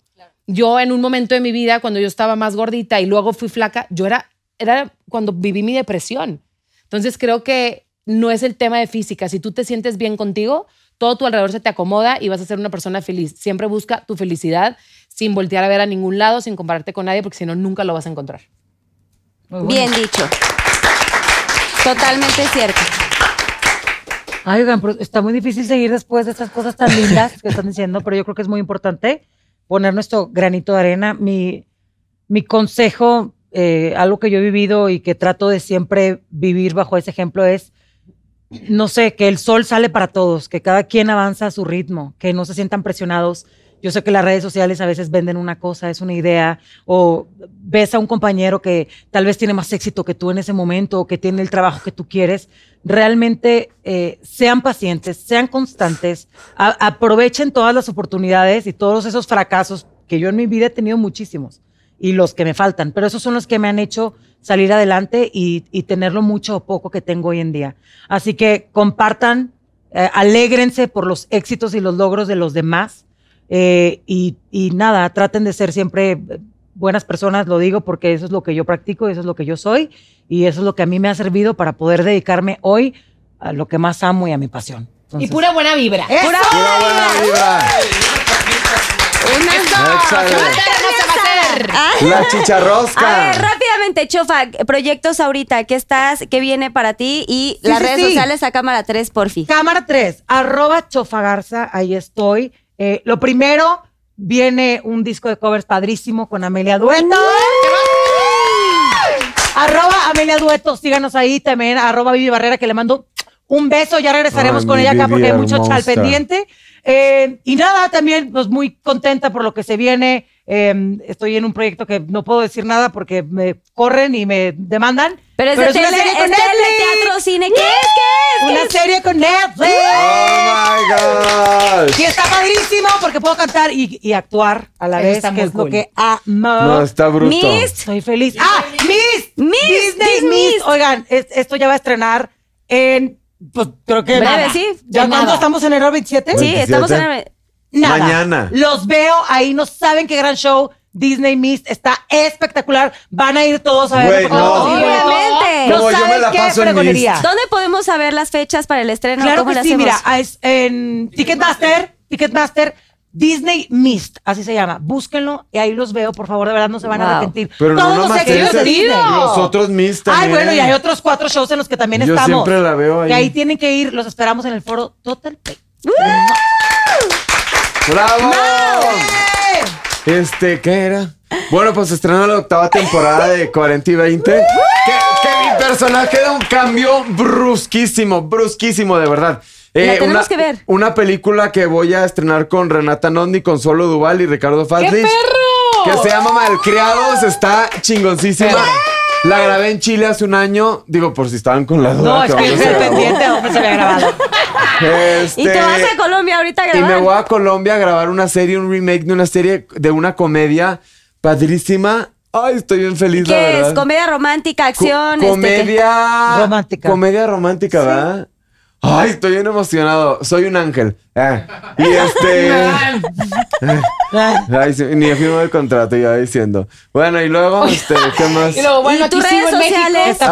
Speaker 6: Yo en un momento de mi vida, cuando yo estaba más gordita y luego fui flaca, yo era, era cuando viví mi depresión. Entonces creo que no es el tema de física. Si tú te sientes bien contigo, todo tu alrededor se te acomoda y vas a ser una persona feliz. Siempre busca tu felicidad sin voltear a ver a ningún lado, sin compararte con nadie, porque si no, nunca lo vas a encontrar.
Speaker 5: Muy bueno.
Speaker 3: Bien dicho. Totalmente cierto.
Speaker 5: Ay, oigan, pero está muy difícil seguir después de estas cosas tan lindas que están diciendo, pero yo creo que es muy importante poner nuestro granito de arena. Mi, mi consejo, eh, algo que yo he vivido y que trato de siempre vivir bajo ese ejemplo es, no sé, que el sol sale para todos, que cada quien avanza a su ritmo, que no se sientan presionados. Yo sé que las redes sociales a veces venden una cosa, es una idea, o ves a un compañero que tal vez tiene más éxito que tú en ese momento, o que tiene el trabajo que tú quieres. Realmente eh, sean pacientes, sean constantes, a- aprovechen todas las oportunidades y todos esos fracasos que yo en mi vida he tenido muchísimos y los que me faltan, pero esos son los que me han hecho salir adelante y, y tener lo mucho o poco que tengo hoy en día. Así que compartan, eh, alégrense por los éxitos y los logros de los demás eh, y, y nada, traten de ser siempre eh, buenas personas, lo digo porque eso es lo que yo practico, eso es lo que yo soy y eso es lo que a mí me ha servido para poder dedicarme hoy a lo que más amo y a mi pasión.
Speaker 6: Y
Speaker 5: Entonces,
Speaker 6: pura buena vibra.
Speaker 5: ¡Pura
Speaker 4: Pura buena vibra.
Speaker 6: ¿Qué va a
Speaker 4: Échale.
Speaker 6: hacer? No se va a hacer.
Speaker 3: Ah,
Speaker 4: La chicharrosca.
Speaker 3: A ver, rápidamente, Chofa, proyectos ahorita, ¿qué estás? ¿Qué viene para ti? Y
Speaker 5: Sí,
Speaker 3: las
Speaker 5: sí,
Speaker 3: redes
Speaker 5: sí.
Speaker 3: sociales a cámara 3, porfi.
Speaker 5: Cámara 3, arroba chofagarza, ahí estoy. Eh, lo primero, viene un disco de covers padrísimo con Amelia Dueto. Arroba Amelia Dueto, síganos ahí también, arroba Vivi Barrera, que le mando un beso, ya regresaremos
Speaker 4: Ay,
Speaker 5: con
Speaker 4: mi
Speaker 5: ella acá
Speaker 4: Vivi
Speaker 5: porque hay mucho
Speaker 4: hermosa.
Speaker 5: chal pendiente. Eh, y nada, también pues muy contenta por lo que se viene. Eh, estoy en un proyecto que no puedo decir nada porque me corren y me demandan.
Speaker 3: Pero es de
Speaker 5: una
Speaker 3: tele,
Speaker 5: serie con
Speaker 3: es tele,
Speaker 5: Netflix.
Speaker 3: teatro, cine. ¿Qué es? ¿Qué es?
Speaker 5: Una serie con Netflix.
Speaker 4: Oh my
Speaker 5: Y
Speaker 4: gosh.
Speaker 5: está padrísimo porque puedo cantar y, y actuar a la
Speaker 6: Eso
Speaker 5: vez,
Speaker 6: está
Speaker 5: que
Speaker 6: muy
Speaker 5: es lo
Speaker 6: cool.
Speaker 5: que amo.
Speaker 4: No, está bruto.
Speaker 3: Mist.
Speaker 5: Soy feliz. ¡Ah! ¡Miss!
Speaker 3: Miss,
Speaker 5: Disney
Speaker 3: Disney
Speaker 5: Miss.
Speaker 3: Miss.
Speaker 5: Oigan, es- esto ya va a estrenar en. Pues creo que.
Speaker 3: Breve,
Speaker 5: nada.
Speaker 3: sí,
Speaker 5: ¿Ya
Speaker 3: de
Speaker 5: cuándo
Speaker 3: nada.
Speaker 5: estamos en enero 27?
Speaker 3: Sí,
Speaker 4: 27.
Speaker 3: estamos en la-
Speaker 5: Nada.
Speaker 4: Pues Mañana.
Speaker 5: Los veo ahí, no saben qué gran show. Disney Mist está espectacular. Van a ir todos a ver.
Speaker 4: Güey,
Speaker 5: por favor,
Speaker 4: no.
Speaker 5: Oh, sí, güey.
Speaker 3: Obviamente.
Speaker 5: No
Speaker 4: Como yo me
Speaker 5: saben
Speaker 4: la
Speaker 5: qué
Speaker 4: paso en
Speaker 5: fregonería.
Speaker 3: ¿Dónde podemos saber las fechas para el estreno?
Speaker 5: Claro
Speaker 3: ¿Cómo
Speaker 5: que
Speaker 3: le
Speaker 5: sí,
Speaker 3: hacemos?
Speaker 5: mira, ah, es en Ticketmaster, Ticketmaster, Disney Mist, así se llama. Búsquenlo y ahí los veo, por favor, de verdad no se van
Speaker 3: Wow.
Speaker 5: a arrepentir.
Speaker 4: Pero no
Speaker 5: Todos los
Speaker 4: nomás
Speaker 5: éxitos de
Speaker 4: ese,
Speaker 5: Disney.
Speaker 4: los otros Miss
Speaker 5: Ay,
Speaker 4: también.
Speaker 5: bueno, y hay otros cuatro shows en los que también
Speaker 4: Yo
Speaker 5: estamos.
Speaker 4: siempre la veo ahí.
Speaker 5: Que ahí tienen que ir, los esperamos en el foro Total Play.
Speaker 3: Uh,
Speaker 4: ¡Bravo!
Speaker 3: ¡Oh!
Speaker 4: Este, ¿qué era? Bueno, pues estrenó la octava temporada de 40 y 20. Que, que mi personaje da un cambio brusquísimo, brusquísimo, de verdad. Eh,
Speaker 3: La tenemos
Speaker 4: una,
Speaker 3: que ver.
Speaker 4: Una película que voy a estrenar con Renata Nondi, Consuelo Duval y Ricardo Fazlich. Que se llama Malcriados, está chingoncísima. La grabé en Chile hace un año. Digo, por si estaban con la duda.
Speaker 5: No, es
Speaker 4: que
Speaker 5: que yo
Speaker 4: aún no se
Speaker 5: estoy
Speaker 4: grabó.
Speaker 5: pendiente, hombre, se había grabado.
Speaker 4: Este,
Speaker 3: Y te vas a Colombia ahorita a
Speaker 4: y
Speaker 3: grabar.
Speaker 4: me voy a Colombia a grabar una serie, un remake de una serie, de una comedia padrísima. Ay, estoy bien feliz, la
Speaker 3: ¿Qué
Speaker 4: verdad.
Speaker 3: es? ¿Comedia romántica,
Speaker 4: Co-
Speaker 3: acción? este, qué?
Speaker 4: comedia
Speaker 5: Romántica.
Speaker 4: Comedia romántica, ¿verdad? Ay, estoy bien emocionado. Soy un ángel. Ah, y este. Ay, sí, ni he firmado el contrato, ya diciendo. Bueno, y luego, este, ¿qué más?
Speaker 6: Y luego, bueno,
Speaker 3: ¿Y
Speaker 6: aquí
Speaker 3: tus
Speaker 6: sigo
Speaker 3: redes
Speaker 6: en México.
Speaker 3: sociales? Ah.
Speaker 5: Está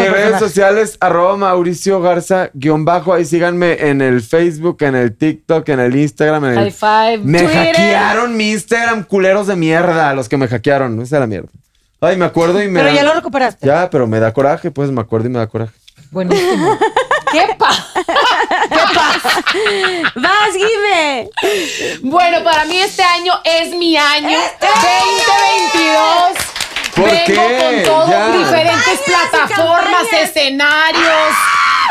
Speaker 4: Ah, Mis
Speaker 5: el
Speaker 4: redes
Speaker 5: personaje.
Speaker 4: sociales, arroba Mauricio Garza, guión bajo. Ahí síganme en el Facebook, en el TikTok, en el Instagram. En el-
Speaker 6: High five,
Speaker 4: Me
Speaker 6: Twitter.
Speaker 4: hackearon mi Instagram, culeros de mierda, los que me hackearon. Esa es la mierda. Ay, me acuerdo y me.
Speaker 5: Pero
Speaker 4: da-
Speaker 5: ya lo recuperaste.
Speaker 4: Ya, pero me da coraje, pues me acuerdo y me da coraje.
Speaker 5: Buenísimo.
Speaker 6: ¡Qué pa!
Speaker 3: ¡Vas, Guime!
Speaker 6: Bueno, para mí este año es mi año.
Speaker 3: ¡Este!
Speaker 6: 2022.
Speaker 4: ¿Por
Speaker 6: Vengo
Speaker 4: qué?
Speaker 6: con todo,
Speaker 4: Ya.
Speaker 6: diferentes
Speaker 3: Campañas y
Speaker 6: plataformas,
Speaker 3: campañas.
Speaker 6: escenarios.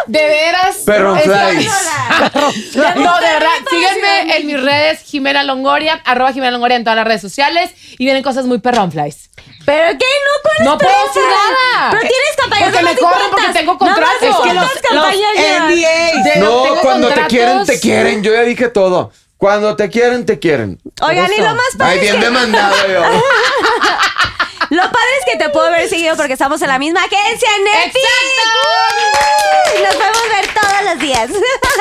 Speaker 6: De veras.
Speaker 4: Perro
Speaker 6: Esta-
Speaker 4: flies.
Speaker 6: No, de verdad, síguenme en mis redes, Jimena Longoria, arroba Jimena Longoria en todas las redes sociales y vienen cosas muy perronflies.
Speaker 3: Pero qué no con
Speaker 6: No puedo
Speaker 3: experiencia?
Speaker 6: decir nada.
Speaker 3: Pero tienes campañas.
Speaker 6: Porque
Speaker 3: no
Speaker 6: me
Speaker 3: las
Speaker 6: corren
Speaker 3: inventas.
Speaker 6: porque tengo
Speaker 3: No más
Speaker 6: contratos. Es que
Speaker 3: inventas
Speaker 6: los-
Speaker 3: campañas llevas.
Speaker 6: De-
Speaker 4: No,
Speaker 6: tengo
Speaker 4: cuando
Speaker 6: contratos.
Speaker 4: te quieren, te quieren. Yo ya dije todo. Cuando te quieren, te quieren.
Speaker 3: Oigan, y lo más padre Pues
Speaker 4: Ay,
Speaker 3: es
Speaker 4: bien
Speaker 3: que-
Speaker 4: demandado yo.
Speaker 3: Lo padre es que te puedo haber seguido porque estamos en la misma agencia Netflix.
Speaker 6: ¡Exacto!
Speaker 3: Y Nos podemos ver todos los días.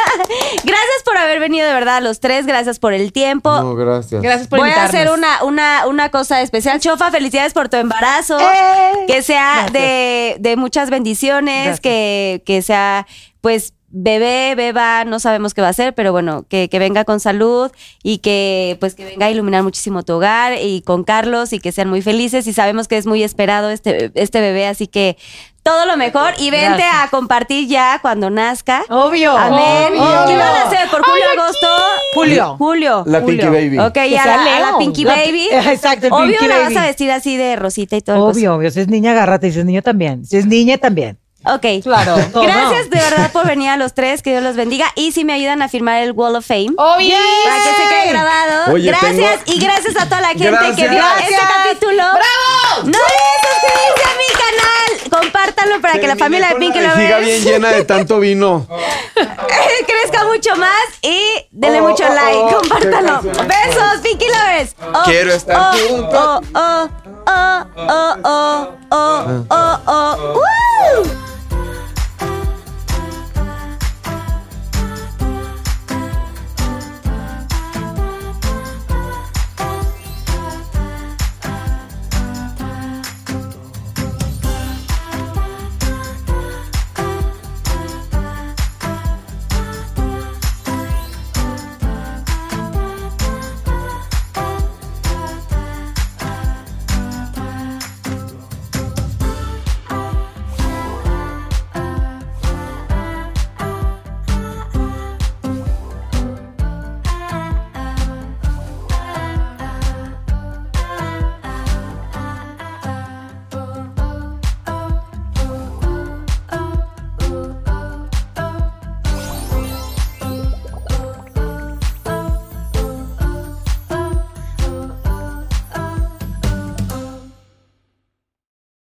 Speaker 3: gracias por haber venido de verdad a los tres, gracias por el tiempo.
Speaker 4: No, gracias.
Speaker 6: Gracias por
Speaker 3: Voy a
Speaker 6: invitarnos.
Speaker 3: hacer una, una, una cosa especial. Chofa, felicidades por tu embarazo. que sea de, de muchas bendiciones,
Speaker 5: Gracias.
Speaker 3: que, que sea pues bebé, beba, no sabemos qué va a ser, pero bueno, que, que venga con salud y que pues que venga a iluminar muchísimo tu hogar y con Carlos y que sean muy felices y sabemos que es muy esperado este, este bebé, así que todo lo mejor y vente
Speaker 5: Gracias. Oh,
Speaker 3: a compartir ya cuando nazca.
Speaker 5: Obvio.
Speaker 3: Amén.
Speaker 5: Obvio.
Speaker 3: ¿Qué van a hacer? ¿Por julio, agosto?
Speaker 5: Julio.
Speaker 3: Julio.
Speaker 4: La Pinky Baby.
Speaker 3: Ok,
Speaker 6: Que
Speaker 3: a
Speaker 6: sea
Speaker 3: la, a la
Speaker 6: Leo.
Speaker 3: Pinky
Speaker 5: La-
Speaker 3: Baby.
Speaker 5: Exacto, el
Speaker 3: Obvio
Speaker 5: Pinky
Speaker 3: la
Speaker 5: Baby.
Speaker 3: vas a vestir así de rosita y todo. el
Speaker 5: Obvio, obvio. Si es niña, agárrate. Y si es niño, también. Si es niña, también.
Speaker 3: Ok.
Speaker 5: Claro. todo.
Speaker 3: Gracias de verdad por venir a los tres, que Dios los bendiga. Y si me ayudan a firmar el Wall of Fame.
Speaker 6: Obvio.
Speaker 3: Para que se quede grabado.
Speaker 4: Oye,
Speaker 3: gracias y gracias a toda la gente que
Speaker 4: Gracias.
Speaker 3: vio este
Speaker 4: Gracias.
Speaker 3: capítulo. ¡Bravo! No olviden suscribirse a mi canal. Compártanlo para que la
Speaker 4: Terminé
Speaker 3: familia de
Speaker 4: con
Speaker 3: Pinky
Speaker 4: la vejiga
Speaker 3: Lovers
Speaker 4: bien llena de tanto vino.
Speaker 3: crezca mucho más y denle
Speaker 4: Oh,
Speaker 3: mucho
Speaker 4: oh,
Speaker 3: like.
Speaker 4: oh,
Speaker 3: compártanlo.
Speaker 4: qué canción.
Speaker 3: Besos, Pinky Lovers. Oh,
Speaker 4: Quiero estar juntos. Ah.
Speaker 3: Oh, oh, oh, oh, oh, oh, oh, oh, oh. ¡Woo!